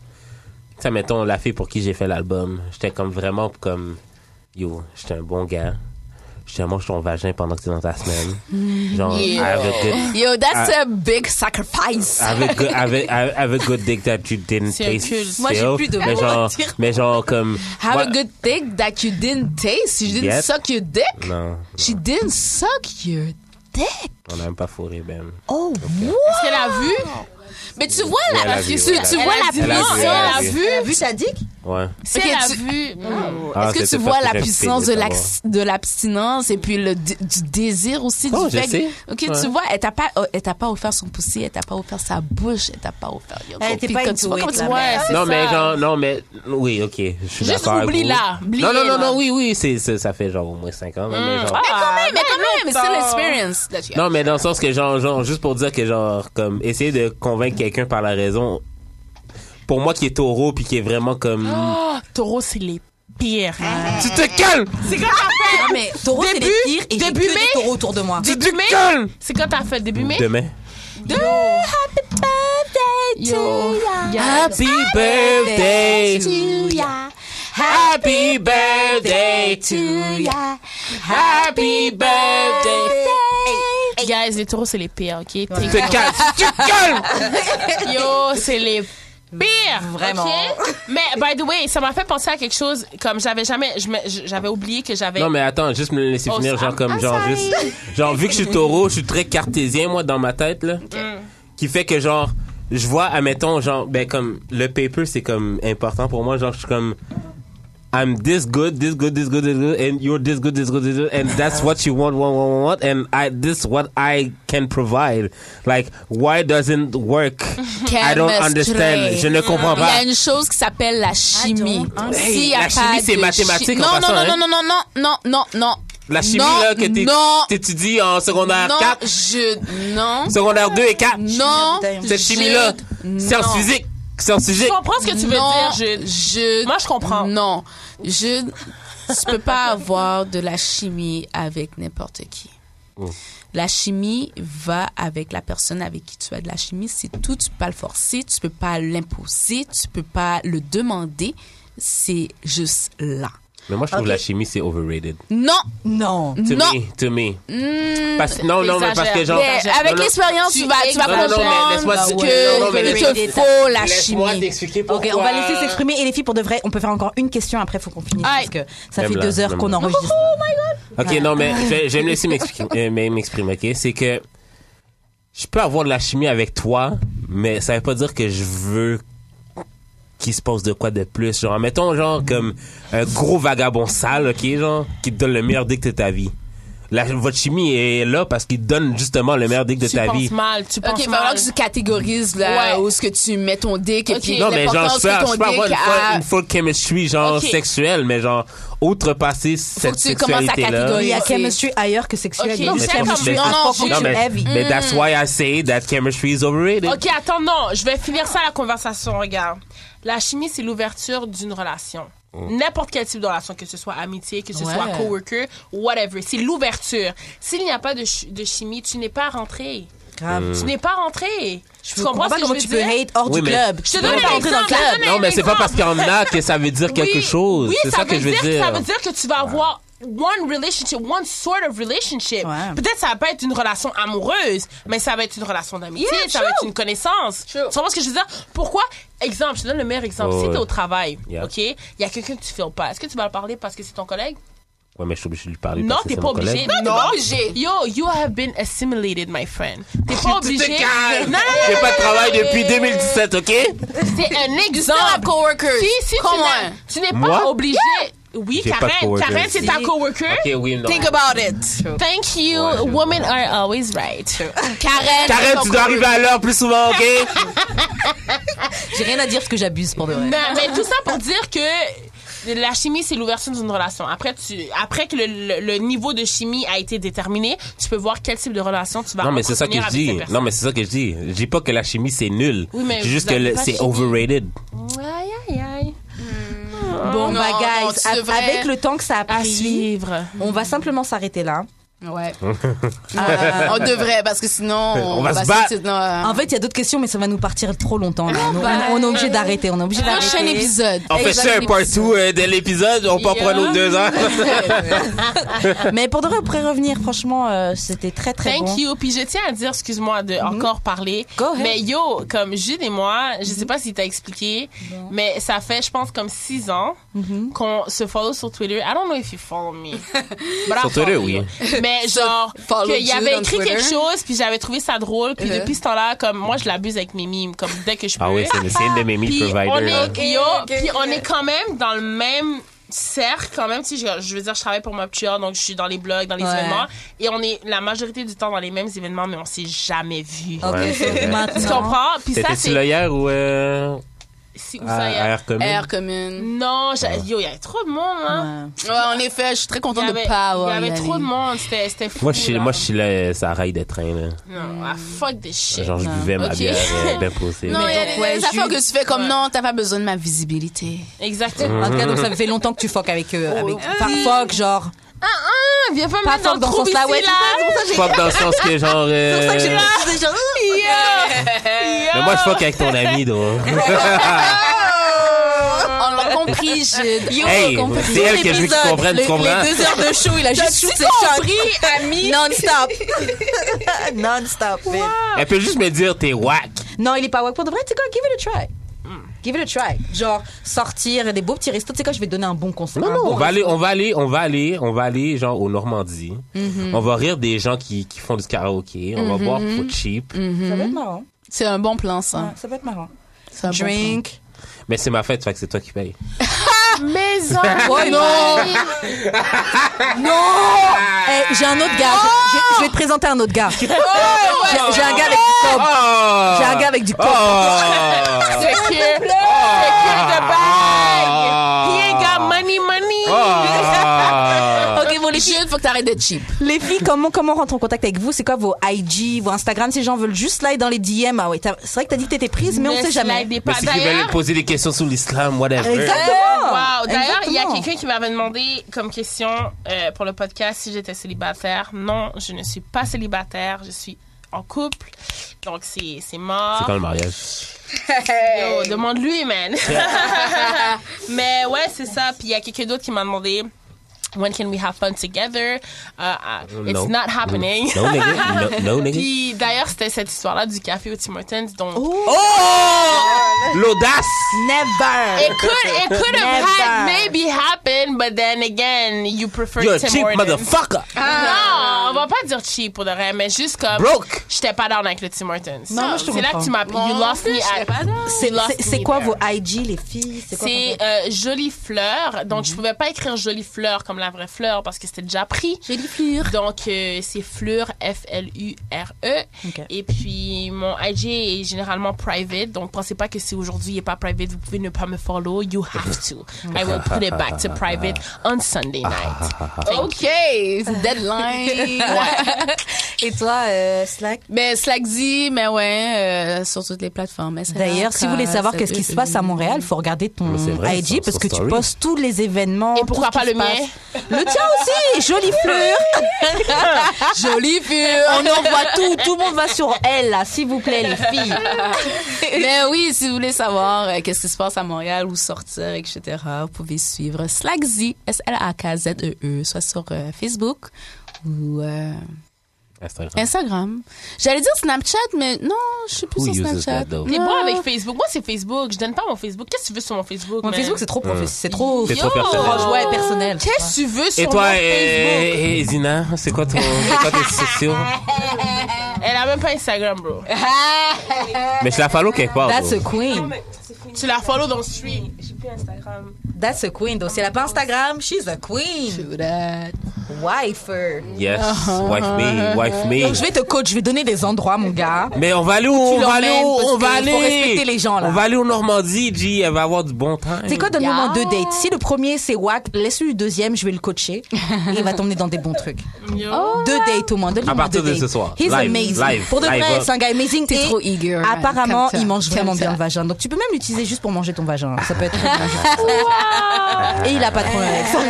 Speaker 3: Tu sais, mettons, la fille pour qui j'ai fait l'album, j'étais comme vraiment comme. Yo, j'étais un bon gars. Je te mange ton vagin pendant que t'es dans ta semaine. Genre, avec good,
Speaker 2: Yo, that's a big sacrifice.
Speaker 3: Ah. avec good, avec avec good dick that you didn't
Speaker 4: C'est un
Speaker 3: taste.
Speaker 4: culte.
Speaker 1: Moi, j'ai
Speaker 3: still.
Speaker 1: plus de
Speaker 3: mais
Speaker 1: mots
Speaker 3: genre, mais genre, comme.
Speaker 2: Have
Speaker 3: moi-
Speaker 2: a good thing that you didn't taste. You didn't
Speaker 3: Yep.
Speaker 2: suck your dick.
Speaker 3: Non,
Speaker 2: She didn't suck your dick.
Speaker 3: on a même pas fourré, ben.
Speaker 2: Oh,
Speaker 4: Est-ce qu'elle a vu?
Speaker 2: Mais tu vois la,
Speaker 3: Elle a
Speaker 2: tu,
Speaker 3: vu,
Speaker 2: tu
Speaker 3: elle a vu.
Speaker 2: vois la
Speaker 3: Elle a vu,
Speaker 2: puissance.
Speaker 3: elle a
Speaker 2: Est-ce
Speaker 3: vu.
Speaker 8: Elle a vu sa dick?
Speaker 3: Ouais.
Speaker 4: Si
Speaker 2: Ok,
Speaker 4: elle a
Speaker 2: tu-
Speaker 4: vu. Mm.
Speaker 2: que
Speaker 3: Ah, c'était
Speaker 2: tu
Speaker 3: parce
Speaker 2: vois
Speaker 3: que
Speaker 2: la
Speaker 3: j'ai
Speaker 2: puissance de
Speaker 3: fini
Speaker 2: l'ac- de l'abstinence et puis le, d- du désir aussi
Speaker 3: Oh,
Speaker 2: du
Speaker 3: je
Speaker 2: fait
Speaker 3: sais.
Speaker 2: que- Ok,
Speaker 3: Ouais.
Speaker 2: tu vois, elle t'a pas, oh, elle t'a pas offert son pussy, elle t'a pas offert sa bouche, elle t'a pas offert. yo,
Speaker 8: Elle était
Speaker 2: puis
Speaker 8: pas
Speaker 2: quand
Speaker 8: into
Speaker 2: tu vois
Speaker 8: it,
Speaker 2: comme tu
Speaker 8: la
Speaker 2: vois,
Speaker 4: Ouais, c'est
Speaker 3: Non,
Speaker 4: ça.
Speaker 3: mais genre, non, mais oui, ok, je suis
Speaker 4: Juste
Speaker 3: d'accord. avec vous.
Speaker 4: oublie-la,
Speaker 3: Non, non,
Speaker 4: oublie-la.
Speaker 3: non, non, oui, oui, c'est, c'est- ça fait genre au moins 5 ans. même, genre.
Speaker 2: Ah, mais quand même, mais c'est
Speaker 4: longtemps.
Speaker 2: l'expérience. that you have.
Speaker 3: Non, mais dans le sens que genre, genre, juste pour dire que genre, comme, essayer de convaincre quelqu'un par la raison, pour moi qui est taureau puis qui est vraiment comme.
Speaker 4: Oh, taureau, c'est les pires. hein.
Speaker 3: Tu te calmes!
Speaker 4: C'est quand t'as fait.
Speaker 1: Non, Ah, mais taureau, c'est les
Speaker 4: Début-
Speaker 1: pires et j'ai que
Speaker 4: début mai.
Speaker 1: des taureaux autour de moi.
Speaker 3: Tu te calmes!
Speaker 4: C'est quand t'as fait début mai? ah,
Speaker 3: Demain.
Speaker 4: Yo.
Speaker 3: Happy birthday to ya. Happy birthday to ya. Happy birthday.
Speaker 4: Guys, les taureaux, c'est les pires, ok?
Speaker 3: Tu
Speaker 4: Take-
Speaker 3: te calmes! Tu te calmes!
Speaker 4: [LAUGHS] Yo, c'est les pires!
Speaker 1: Vraiment.
Speaker 4: ok? Mais, by the way, ça m'a fait penser à quelque chose, comme j'avais jamais, je me- je- j'avais oublié que
Speaker 2: Ben,
Speaker 4: j'avais.
Speaker 3: Non mais attends, juste me laisser
Speaker 4: Oh,
Speaker 3: finir
Speaker 4: ça-
Speaker 3: genre comme genre juste genre vu que je suis taureau, je suis très cartésien moi dans ma tête là. Qui fait que genre je vois admettons genre ben comme le paper c'est comme important pour moi genre je suis comme I'm this good, this good, this good, this good, and you're this good, this good, this good, and that's what you want, want, want, want, and I, this what I can provide. Like, why doesn't work? I don't
Speaker 2: Chemistry.
Speaker 3: understand. Je ne comprends
Speaker 2: Il y a
Speaker 3: pas.
Speaker 2: une chose qui s'appelle la chimie.
Speaker 3: bah.
Speaker 8: Ah, hein?
Speaker 3: Hey,
Speaker 2: S'il y a
Speaker 3: la
Speaker 2: pas
Speaker 3: chimie,
Speaker 2: de
Speaker 3: c'est mathématique
Speaker 2: chi-
Speaker 3: en
Speaker 2: Non, non,
Speaker 3: passant,
Speaker 2: non,
Speaker 3: hein.
Speaker 2: non, non, non, non, non, non.
Speaker 3: La chimie,
Speaker 2: Non,
Speaker 3: là, que t'é-
Speaker 2: non.
Speaker 3: t'étudies en secondaire
Speaker 2: Non,
Speaker 3: 4,
Speaker 2: je, non,
Speaker 3: secondaire 2 et 4.
Speaker 2: non.
Speaker 3: Cette chimie-là, science
Speaker 2: physique.
Speaker 3: physique, science physique.
Speaker 4: Je comprends ce que tu veux
Speaker 2: non,
Speaker 4: dire, Jude.
Speaker 2: je-
Speaker 4: Moi, je comprends.
Speaker 2: Non, je tu peux pas avoir de la chimie avec n'importe qui. La chimie va avec la personne avec qui tu as de la chimie. C'est tout. Tu peux pas le forcer, tu peux pas l'imposer, tu peux pas le demander. C'est juste là.
Speaker 3: Mais moi, je trouve la chimie, c'est overrated.
Speaker 2: Non,
Speaker 1: Non.
Speaker 3: To
Speaker 2: non.
Speaker 3: me, to me. Parce- non, non, mais parce que genre...
Speaker 2: Mm. Mais avec
Speaker 3: non, non.
Speaker 2: l'expérience, tu vas, tu vas
Speaker 3: Non, non, non, mais laisse-moi
Speaker 2: comprendre
Speaker 3: te-
Speaker 2: que
Speaker 3: non, non, mais
Speaker 2: il te
Speaker 3: laisse-
Speaker 2: faut la
Speaker 3: Laisse-moi
Speaker 2: chimie.
Speaker 3: t'expliquer
Speaker 1: Ok,
Speaker 3: pourquoi.
Speaker 1: on va laisser s'exprimer et les filles pour de vrai, on peut faire encore une question après, faut qu'on finisse
Speaker 4: Aïe.
Speaker 1: parce que ça
Speaker 3: Même
Speaker 1: fait
Speaker 3: là,
Speaker 1: deux heures
Speaker 3: même
Speaker 1: qu'on
Speaker 3: là.
Speaker 1: enregistre.
Speaker 3: Ok, non, mais je vais- je vais me laisser m'exprimer, euh, mais m'exprimer, ok? C'est que je peux avoir de la chimie avec toi, mais ça veut pas dire que je veux qu'il se passe de quoi de plus. Genre, mettons, genre, comme un gros vagabond sale, ok, genre, qui te donne le meilleur dick de ta vie. La, votre chimie est là parce qu'il te donne justement le meilleur dick de
Speaker 4: Tu
Speaker 3: ta
Speaker 4: penses
Speaker 3: vie.
Speaker 4: mal, tu
Speaker 2: Ok,
Speaker 4: penses
Speaker 2: il va falloir
Speaker 4: mal.
Speaker 2: que tu catégorises là
Speaker 4: Ouais.
Speaker 2: où ce que tu mets ton dick et
Speaker 4: Ok.
Speaker 2: puis
Speaker 3: Non, mais genre, je
Speaker 2: l'importance
Speaker 3: peux,
Speaker 2: que ton
Speaker 3: je peux avoir une
Speaker 2: dick
Speaker 3: full,
Speaker 2: a.
Speaker 3: une full chemistry, genre,
Speaker 4: Ok.
Speaker 3: sexuelle, mais genre, outrepasser
Speaker 2: que
Speaker 3: cette
Speaker 2: tu commences à
Speaker 3: sexualité-là.
Speaker 1: Il y a
Speaker 2: Ok.
Speaker 1: chemistry ailleurs que sexualité.
Speaker 4: Ok,
Speaker 1: Il y a
Speaker 4: c'est
Speaker 1: chemistry
Speaker 3: comme-
Speaker 1: à
Speaker 2: non, non,
Speaker 1: fucking
Speaker 3: Non, mais,
Speaker 1: heavy.
Speaker 3: mais that's why I say that chemistry is overrated.
Speaker 4: Mm. Ok, attends, non, je vais finir ça la conversation, regarde. La chimie, c'est l'ouverture d'une relation.
Speaker 1: Oh.
Speaker 4: N'importe quel type de relation, que ce soit amitié, que ce
Speaker 2: Ouais.
Speaker 4: soit coworker, whatever. C'est l'ouverture. S'il n'y a pas de, chi- de chimie, tu n'es pas rentré.
Speaker 1: Grave.
Speaker 4: Tu n'es pas rentré.
Speaker 1: Hmm. Je comprends pas
Speaker 4: ce que
Speaker 1: comment
Speaker 4: je
Speaker 1: tu
Speaker 4: veux
Speaker 1: peux
Speaker 4: dire?
Speaker 1: hate hors du
Speaker 3: Oui, mais-
Speaker 1: club.
Speaker 4: Je te
Speaker 1: Tu
Speaker 4: donne
Speaker 1: peux
Speaker 4: un
Speaker 1: pas entrer dans le
Speaker 4: exemple. je te
Speaker 1: club.
Speaker 4: donne un
Speaker 3: Non, mais c'est pas
Speaker 4: exemple.
Speaker 3: parce qu'il y en a que ça veut dire quelque
Speaker 4: Oui,
Speaker 3: chose.
Speaker 4: oui,
Speaker 3: c'est ça, que je veux dire.
Speaker 4: Ça veut dire que tu vas avoir one relationship, one sort of relationship.
Speaker 1: Ouais.
Speaker 4: Peut-être ça va pas être une relation amoureuse, mais ça va être une relation d'amitié,
Speaker 2: Yeah,
Speaker 4: ça va
Speaker 2: true.
Speaker 4: être une connaissance. Tu comprends ce que je veux dire? Pourquoi? Exemple, je te donne le meilleur exemple.
Speaker 3: Oh,
Speaker 4: si t'es
Speaker 3: ouais.
Speaker 4: au travail,
Speaker 3: Yeah.
Speaker 4: OK, il y a quelqu'un que tu files pas. Est-ce que tu vas le parler parce que c'est ton collègue?
Speaker 3: Ouais, mais je suis obligé de lui parler.
Speaker 4: Non,
Speaker 3: parce que
Speaker 4: t'es
Speaker 3: c'est
Speaker 4: pas
Speaker 3: mon
Speaker 4: obligé.
Speaker 3: collègue.
Speaker 4: Non.
Speaker 2: obligé.
Speaker 4: Yo, you have been assimilated, my friend. T'es pas
Speaker 3: Tu te
Speaker 4: obligé.
Speaker 3: calmes.
Speaker 4: Non, non,
Speaker 3: J'ai
Speaker 4: non,
Speaker 3: pas
Speaker 4: non,
Speaker 3: de travail depuis 2017, OK?
Speaker 4: c'est un
Speaker 2: Stop,
Speaker 4: exemple.
Speaker 2: coworker.
Speaker 4: Si, si, tu
Speaker 2: Come
Speaker 4: n'as-
Speaker 2: on.
Speaker 4: tu n'es pas
Speaker 3: Moi?
Speaker 4: obligé. Oui,
Speaker 3: J'ai pas de
Speaker 4: Karen,
Speaker 3: coworker.
Speaker 4: Karen, c'est ta coworker.
Speaker 3: OK, oui, non.
Speaker 2: Think about it.
Speaker 4: Thank you.
Speaker 3: Ouais, je-
Speaker 4: Women are always right.
Speaker 2: Karen.
Speaker 3: Karen,
Speaker 2: ton
Speaker 3: tu dois arriver à l'heure plus souvent, OK?
Speaker 4: [LAUGHS]
Speaker 1: J'ai rien à dire parce que j'abuse pour de vrai.
Speaker 4: [LAUGHS] Non, mais tout ça pour dire que la chimie, c'est l'ouverture d'une relation. Après, tu, après que le, le- le niveau de chimie a été déterminé, tu peux voir quel type de relation tu vas
Speaker 3: Non, mais c'est ça que
Speaker 4: entretenir
Speaker 3: je
Speaker 4: avec
Speaker 3: dis.
Speaker 4: cette personne.
Speaker 3: Non, mais c'est ça que je dis. Je dis pas que la chimie, c'est nul.
Speaker 4: Oui, mais
Speaker 3: Je dis juste
Speaker 4: vous
Speaker 3: que
Speaker 4: avez
Speaker 3: le-
Speaker 4: pas de
Speaker 3: c'est
Speaker 4: chimie.
Speaker 3: overrated.
Speaker 4: Aïe, aïe, aïe.
Speaker 1: Bon,
Speaker 5: Non,
Speaker 1: bah, guys,
Speaker 5: non, tu
Speaker 1: a-
Speaker 5: devrais-
Speaker 1: avec le temps que ça a
Speaker 4: À
Speaker 1: pris,
Speaker 4: suivre.
Speaker 1: on va simplement s'arrêter là.
Speaker 3: [LAUGHS]
Speaker 5: Ouais. Euh, on devrait, parce que sinon, on,
Speaker 3: va se
Speaker 5: se- non,
Speaker 2: euh, Ah.
Speaker 1: En fait, il y a d'autres questions, mais ça va nous partir trop longtemps. là. On, on-
Speaker 5: bah.
Speaker 1: on est obligé d'arrêter. On est obligé
Speaker 5: euh,
Speaker 1: d'arrêter.
Speaker 5: Prochain épisode.
Speaker 3: On fait ça un part two euh, de l'épisode. On part pour un autre deux heures.
Speaker 1: Mais pour de vrai, on pourrait revenir. Franchement, euh, c'était très très
Speaker 4: Thank
Speaker 1: bon. Mhm.
Speaker 4: you. Puis je tiens à dire, excuse-moi de encore parler,
Speaker 1: Go ahead. Mhm.
Speaker 4: mais yo, comme Jude et moi, je sais pas si t'as expliqué, mais ça fait, je pense, comme six ans
Speaker 1: Mhm.
Speaker 4: qu'on se follow sur Twitter. I don't know if you
Speaker 1: [LAUGHS]
Speaker 4: follow me. But I
Speaker 3: Sur Twitter,
Speaker 4: follow
Speaker 3: oui.
Speaker 4: you. [LAUGHS] Mais genre,
Speaker 5: follow
Speaker 4: qu'il y
Speaker 5: Jude
Speaker 4: avait
Speaker 5: on
Speaker 4: écrit
Speaker 5: Twitter.
Speaker 4: quelque chose, puis j'avais trouvé ça drôle, puis
Speaker 5: Uh-huh.
Speaker 4: depuis ce temps-là, comme moi, je l'abuse avec mes mimes, comme dès que je peux.
Speaker 3: Ah oui, c'est c'est une de mes meat
Speaker 4: Puis on
Speaker 3: providers. hein. là.
Speaker 4: est, yo,
Speaker 5: Ok, ok,
Speaker 4: puis
Speaker 5: ok.
Speaker 4: on est quand même dans le même cercle quand même tu sais, je, je veux dire je travaille pour Mobture donc je suis dans les blogs dans les
Speaker 1: Ouais.
Speaker 4: événements et on est la majorité du temps dans les mêmes événements mais on s'est jamais vu
Speaker 1: Ok,
Speaker 3: Ouais, c'est vrai.
Speaker 4: tu
Speaker 1: maintenant.
Speaker 4: comprends puis ça
Speaker 3: T'étais-tu là
Speaker 4: c'est
Speaker 3: hier ou euh,
Speaker 4: c'est où ça, hier?
Speaker 3: à Air Commune?
Speaker 5: Air commune.
Speaker 4: non j'a- yo il y avait trop de monde hein
Speaker 1: Ouais.
Speaker 5: Ouais, en effet, je suis très
Speaker 4: il y
Speaker 5: contente
Speaker 4: avait,
Speaker 5: de pas avoir.
Speaker 4: il y avait
Speaker 5: y
Speaker 4: trop de
Speaker 5: aller.
Speaker 4: monde c'était c'était fou
Speaker 3: Moi, je suis,
Speaker 4: là.
Speaker 3: moi, je suis là, euh, ça raille des trains, là.
Speaker 4: non ah, fuck des shit
Speaker 3: Genre, je
Speaker 1: Non.
Speaker 3: buvais ma
Speaker 5: Ok.
Speaker 3: bière,
Speaker 4: [LAUGHS]
Speaker 3: euh, ben poussée.
Speaker 5: Non, il y a
Speaker 1: donc,
Speaker 5: des-
Speaker 1: ouais,
Speaker 5: des affaires
Speaker 1: Jude-
Speaker 5: que tu fais comme
Speaker 4: Ouais.
Speaker 5: non, t'as pas besoin de ma visibilité.
Speaker 4: exactement
Speaker 1: En tout cas, donc ça fait longtemps que tu fuck avec eux. Avec... Pas fuck, genre.
Speaker 4: Ah, viens pas me
Speaker 1: Pas
Speaker 4: mettre dans
Speaker 1: fuck
Speaker 4: le
Speaker 1: dans le
Speaker 4: trou
Speaker 1: sens
Speaker 4: ici
Speaker 1: là. Ouais, c'est ça, c'est
Speaker 4: là
Speaker 1: pour ça que j'ai-
Speaker 3: Fuck dans le sens que genre. euh,
Speaker 1: c'est pour ça que j'ai précisé, genre, Ouh.
Speaker 4: Yo!
Speaker 3: Mais moi, je fuck avec ton ami,
Speaker 4: [LAUGHS]
Speaker 3: donc.
Speaker 5: On l'a compris, Jude. Yo,
Speaker 3: Hey,
Speaker 5: on l'a compris.
Speaker 3: c'est elle que je veux
Speaker 1: Épisode,
Speaker 3: qu'ils comprennent,
Speaker 1: le-
Speaker 3: tu comprends?
Speaker 1: Les deux heures de show, il a juste shooté
Speaker 5: ami.
Speaker 1: Non-stop. Non-stop. babe.
Speaker 3: Elle peut juste me dire, t'es whack.
Speaker 1: Non, il est pas wack pour de vrai. Tu sais quoi, give it a try. Give it a try. Genre, sortir des beaux petits restos. Tu sais quoi, je vais te donner un bon conseil.
Speaker 4: Ah
Speaker 3: Non,
Speaker 1: un
Speaker 3: non,
Speaker 1: bon
Speaker 3: on va aller, on va aller, on va aller, on va aller, genre, au Normandie.
Speaker 4: Mhm.
Speaker 3: On va rire des gens qui, qui font du karaoké. On va boire pour cheap.
Speaker 4: Mhm.
Speaker 1: Ça va être marrant.
Speaker 5: C'est un bon plan,
Speaker 1: Ouais,
Speaker 5: ça.
Speaker 1: Ça va être marrant.
Speaker 5: C'est un bon
Speaker 1: Drink.
Speaker 3: Mais c'est ma fête, fait que c'est toi qui paye.
Speaker 4: maison
Speaker 1: Oh non Non Eh, J'ai un autre gars. Je- je- Je vais te présenter un autre gars. J'ai j'ai un gars avec du
Speaker 4: Oh,
Speaker 1: cob.
Speaker 3: Ah!
Speaker 1: J'ai un gars avec du cob.
Speaker 3: [LAUGHS] Oh!
Speaker 4: Secure, secure the bag. He ain't
Speaker 3: Ah!
Speaker 4: got money, money. [LAUGHS]
Speaker 3: Oh!
Speaker 1: Ah.
Speaker 5: plan. Ok, bon, les Jude, faut que t'arrêtes d'être cheap.
Speaker 1: Les filles, comment, comment on rentre en contact avec vous C'est quoi vos IG, vos Instagram Si les gens veulent juste slide dans les DM, ah ouais, t'as- c'est vrai que t'as dit que t'étais prise, mais on
Speaker 4: Ne
Speaker 1: sait jamais.
Speaker 4: slidez
Speaker 3: Mais
Speaker 4: pas.
Speaker 3: c'est qu'ils veulent
Speaker 4: D'ailleurs,
Speaker 3: poser des questions sur l'islam, whatever.
Speaker 1: Exactement.
Speaker 4: Euh, wow. D'ailleurs, il y a
Speaker 1: Exactement.
Speaker 4: quelqu'un qui m'avait demandé comme question euh, pour le podcast si j'étais célibataire. Non, je ne suis pas célibataire. Je suis en couple. Donc, c'est c'est
Speaker 3: C'est
Speaker 4: mort.
Speaker 3: quand le mariage?
Speaker 4: Yo, demande-lui,
Speaker 3: [LAUGHS]
Speaker 4: man. [LAUGHS] Mais ouais, c'est ça. Puis il y a quelqu'un d'autre qui m'a demandé. When can we have fun together? Uh, uh, it's
Speaker 3: Euh, No.
Speaker 4: not happening.
Speaker 3: No,
Speaker 4: [LAUGHS]
Speaker 3: nigga. No, no, nigga.
Speaker 4: Puis d'ailleurs, c'était cette histoire-là du café au Tim Hortons. Donc,
Speaker 1: Oh.
Speaker 4: [LAUGHS]
Speaker 3: Oh! L'audace!
Speaker 1: Never.
Speaker 4: it could it could have
Speaker 1: Never.
Speaker 4: had maybe happened, but then again, you prefer
Speaker 3: You're a
Speaker 4: Tim
Speaker 3: cheap
Speaker 4: Hortons.
Speaker 3: motherfucker!
Speaker 4: Non, Ah, on va pas dire cheap pour de vrai, mais juste comme
Speaker 3: Broke!
Speaker 4: j'étais pas down avec le Tim Hortons.
Speaker 1: Non, moi, je te
Speaker 4: C'est là
Speaker 1: comprends.
Speaker 4: que tu m'as you lost me at.
Speaker 1: C'est-
Speaker 4: you lost
Speaker 1: c'est- C'est
Speaker 4: me
Speaker 1: quoi
Speaker 4: there.
Speaker 1: vos IG, les filles C'est quoi
Speaker 4: C'est
Speaker 1: vos- Mm-hmm.
Speaker 4: euh, jolie fleur, donc je pouvais pas écrire jolie fleur comme la vraie fleur parce que c'était déjà pris.
Speaker 5: J'ai des fleurs.
Speaker 4: Donc, euh, c'est Fleur, F-L-U-R-E.
Speaker 1: Ok.
Speaker 4: E. Et puis, mon IG est généralement private. Donc, pensez pas que si aujourd'hui il n'est pas private, vous pouvez ne pas me follow. You have to.
Speaker 1: Mm-hmm.
Speaker 4: I will put it back to private on Sunday
Speaker 1: Ah,
Speaker 4: night.
Speaker 3: Ah,
Speaker 5: Ok, c'est
Speaker 1: [LAUGHS]
Speaker 5: deadline.
Speaker 1: Et toi, euh, Slack
Speaker 5: Mais Slack dit, mais ouais, euh, sur toutes les plateformes. SLA,
Speaker 1: D'ailleurs, si vous
Speaker 4: Ah,
Speaker 1: voulez savoir
Speaker 5: Cas,
Speaker 1: qu'est-ce qui se passe à Montréal,
Speaker 5: [LAUGHS]
Speaker 1: il faut regarder ton
Speaker 3: Ah, Mais c'est vrai,
Speaker 1: IG
Speaker 3: ça,
Speaker 1: parce
Speaker 3: sur
Speaker 1: que tu
Speaker 3: Story.
Speaker 1: postes tous les événements.
Speaker 4: Et pourquoi
Speaker 1: tout ce qui
Speaker 4: pas le
Speaker 1: se
Speaker 4: mien?
Speaker 1: passe. Le tien aussi,
Speaker 4: [LAUGHS]
Speaker 1: jolie fleur. [LAUGHS]
Speaker 5: Jolie fille.
Speaker 1: On envoie tout, tout le monde va sur elle là, s'il vous plaît les filles.
Speaker 5: Mais oui, si vous voulez savoir euh, qu'est-ce qui se passe à Montréal, où sortir, etc., vous pouvez suivre Slackzy, S-L-A-K-Z-E-E, E soit sur euh, Facebook ou euh,
Speaker 3: Instagram.
Speaker 5: Instagram. J'allais dire Snapchat, mais non, je suis plus
Speaker 3: Who
Speaker 5: sur
Speaker 3: uses
Speaker 5: Snapchat.
Speaker 3: that though?
Speaker 4: T'es
Speaker 5: Non.
Speaker 4: bon avec Facebook. Moi, c'est Facebook. Je donne pas mon Facebook. Qu'est-ce que tu veux sur mon Facebook?
Speaker 1: Mon
Speaker 4: man?
Speaker 1: Facebook c'est trop professionnel, c'est trop
Speaker 3: C'est trop personnel.
Speaker 1: proche, ouais, personnel.
Speaker 4: Qu'est-ce que tu veux sur
Speaker 3: Et
Speaker 4: mon
Speaker 3: toi,
Speaker 4: Facebook?
Speaker 3: eh, eh, Zina, c'est quoi ton, c'est quoi tes sociaux?
Speaker 4: Elle a même pas Instagram, bro.
Speaker 3: Mais je la follow quelque part.
Speaker 1: That's
Speaker 3: bro.
Speaker 1: a queen.
Speaker 4: Tu la follow dans Stream. J'ai plus Instagram.
Speaker 1: That's a queen, donc. Si elle n'a pas Instagram, she's a queen. Wifer.
Speaker 3: Yes, wife me, wife me.
Speaker 1: Uh-huh. Donc, je vais te coach, je vais donner des endroits, mon gars.
Speaker 3: Mais on va aller où on va aller
Speaker 1: l'emmènes
Speaker 3: où
Speaker 1: parce
Speaker 3: on va
Speaker 1: qu'il
Speaker 3: aller
Speaker 1: faut respecter les gens, là.
Speaker 3: On va aller au Normandie, G, elle va avoir du bon temps.
Speaker 1: C'est quoi, donne-moi au moins deux dates. Si le premier, c'est whack, laisse-lui le deuxième, je vais le coacher. Et il va t'emmener dans des bons trucs.
Speaker 4: Yo.
Speaker 5: Oh,
Speaker 1: Deux dates au moins. Donne-lui
Speaker 3: À
Speaker 1: au moins
Speaker 3: partir
Speaker 1: deux
Speaker 3: de ce
Speaker 1: dates.
Speaker 3: soir.
Speaker 1: He's
Speaker 3: Live,
Speaker 1: amazing.
Speaker 3: live,
Speaker 1: pour de
Speaker 3: live
Speaker 1: vrai,
Speaker 3: up.
Speaker 1: c'est un gars amazing.
Speaker 5: T'es
Speaker 1: Et
Speaker 5: trop eager, man.
Speaker 1: Apparemment,
Speaker 5: Comme ça.
Speaker 1: il mange
Speaker 5: Comme
Speaker 1: vraiment
Speaker 5: ça.
Speaker 1: bien le vagin. Donc tu peux même l'utiliser juste pour manger ton vagin. Ça peut
Speaker 5: [LAUGHS]
Speaker 1: être. très bien. Et il a pas de problème avec ça.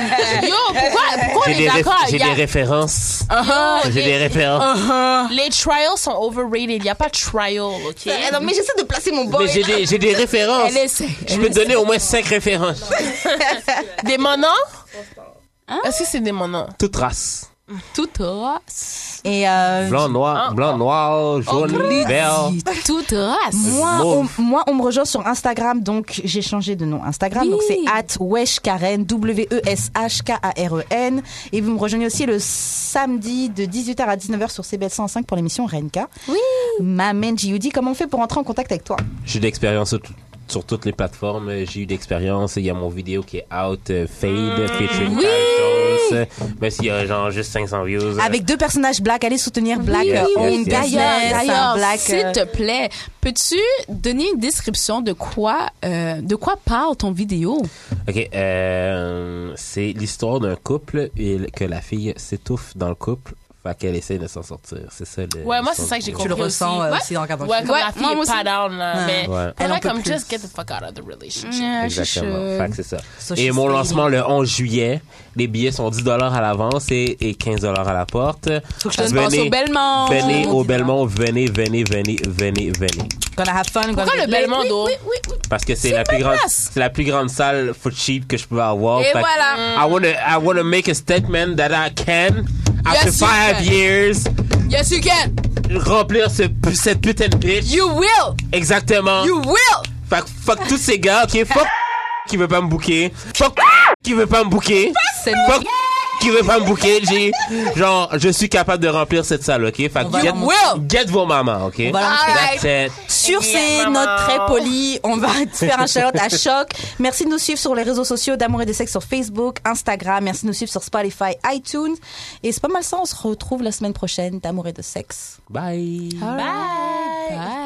Speaker 4: Yo, pourquoi, pourquoi on
Speaker 3: J'ai
Speaker 4: est
Speaker 3: des, réf-
Speaker 4: d'accord?
Speaker 3: j'ai
Speaker 4: Il y a-
Speaker 3: des références.
Speaker 1: Ah,
Speaker 3: J'ai des références.
Speaker 4: Les trials sont overrated. Il n'y a pas de trial, OK?
Speaker 5: Eh.
Speaker 1: non, mais j'essaie de placer mon
Speaker 3: Mais j'ai des, j'ai des références. Je peux te donner au moins cinq
Speaker 1: Ah.
Speaker 3: références.
Speaker 4: Des manants?
Speaker 5: Hein?
Speaker 4: Est-ce que c'est des manants?
Speaker 3: Toute race.
Speaker 5: Tout
Speaker 1: Et euh,
Speaker 3: Blanc, noir, blanc, noir, jaune, vert.
Speaker 5: Toute race.
Speaker 1: moi, on,
Speaker 3: Mauve.
Speaker 1: moi, on me rejoint sur Instagram, donc j'ai changé de nom Instagram. Donc c'est at weshkaren, E W-E-S-H-K-A-R-E-N. E Et vous me rejoignez aussi le samedi de 18h à 19h sur CBL 105 pour l'émission Renka. Oui. Ma main J.U.D., comment on fait pour entrer en contact avec toi
Speaker 3: J'ai de l'expérience sur, tout- sur toutes les plateformes. Euh, J'ai eu de l'expérience. Il y a mon vidéo qui est out, euh, Fade, featuring oui! Même s'il y a genre juste 500 views. euh,
Speaker 1: Avec deux personnages black, allez soutenir Black
Speaker 3: Yes,
Speaker 1: euh,
Speaker 3: yes,
Speaker 1: Own
Speaker 3: yes.
Speaker 1: Business, un
Speaker 5: D'ailleurs,
Speaker 1: Black.
Speaker 5: s'il
Speaker 1: euh,
Speaker 5: te plaît, peux-tu donner une description de quoi, euh, de quoi parle ton vidéo?
Speaker 3: Ok, euh, c'est l'histoire d'un couple et l- que la fille s'étouffe dans le couple, fait qu'elle essaie de s'en sortir. C'est ça le.
Speaker 4: Ouais, moi,
Speaker 3: l'histoire
Speaker 4: c'est ça que j'ai
Speaker 3: du
Speaker 4: compris.
Speaker 3: couple.
Speaker 1: le ressens,
Speaker 4: aussi.
Speaker 1: euh,
Speaker 4: Ouais.
Speaker 1: aussi en regardant le
Speaker 4: Ouais,
Speaker 1: film.
Speaker 4: comme
Speaker 5: Ouais,
Speaker 4: la fille
Speaker 5: moi, moi
Speaker 4: est
Speaker 5: aussi.
Speaker 4: pas down, là. Mais
Speaker 3: Ouais.
Speaker 1: Elle en
Speaker 4: elle
Speaker 1: peut
Speaker 4: comme
Speaker 1: plus.
Speaker 4: just get the fuck out of the relationship.
Speaker 3: Exactement. Fait que c'est ça.
Speaker 1: So
Speaker 3: et
Speaker 1: she's
Speaker 3: mon
Speaker 1: fading.
Speaker 3: lancement le 11 juillet. Les billets sont 10 dollars à l'avance et, et 15 dollars à la porte.
Speaker 5: Je te passe au Belmont.
Speaker 3: Venez au Belmont, venez, venez, venez, venez, venez.
Speaker 1: Gonna have fun, gonna
Speaker 5: Ben,
Speaker 4: Pourquoi le
Speaker 1: be-
Speaker 4: oh? Belmont, d'eau?
Speaker 3: Parce que c'est la plus grande, c'est la plus grande salle foot cheap que je pouvais avoir.
Speaker 5: Et
Speaker 3: Fait que
Speaker 5: voilà.
Speaker 3: I wanna, I wanna make a statement that I can
Speaker 5: Yes,
Speaker 3: after
Speaker 5: you
Speaker 3: five
Speaker 5: can.
Speaker 3: years.
Speaker 5: Yes, you can.
Speaker 3: remplir ce, pu- cette putain de bitch.
Speaker 5: You will.
Speaker 3: Exactement.
Speaker 5: You will.
Speaker 3: Fait que fuck tous ces gars, ok? Fuck qui veut pas me bouquer. Fuck qui veut pas me bouquer.
Speaker 1: C'est
Speaker 3: Fuck qui veut pas me bouquer. J'ai, genre, je suis capable de remplir cette salle, ok? Fait
Speaker 1: va
Speaker 3: que get,
Speaker 1: leur
Speaker 5: montrer.
Speaker 3: get vos mamans, ok?
Speaker 1: va leur
Speaker 3: That's it.
Speaker 1: Sur ces
Speaker 4: maman.
Speaker 1: notes très polies, on va [LAUGHS] te faire un shout à choc. Merci de nous suivre sur les réseaux sociaux d'amour et de sexe sur Facebook, Instagram. Merci de nous suivre sur Spotify, iTunes. Et c'est pas mal ça. On se retrouve la semaine prochaine d'amour et de sexe.
Speaker 3: Bye.
Speaker 5: Bye. Mm.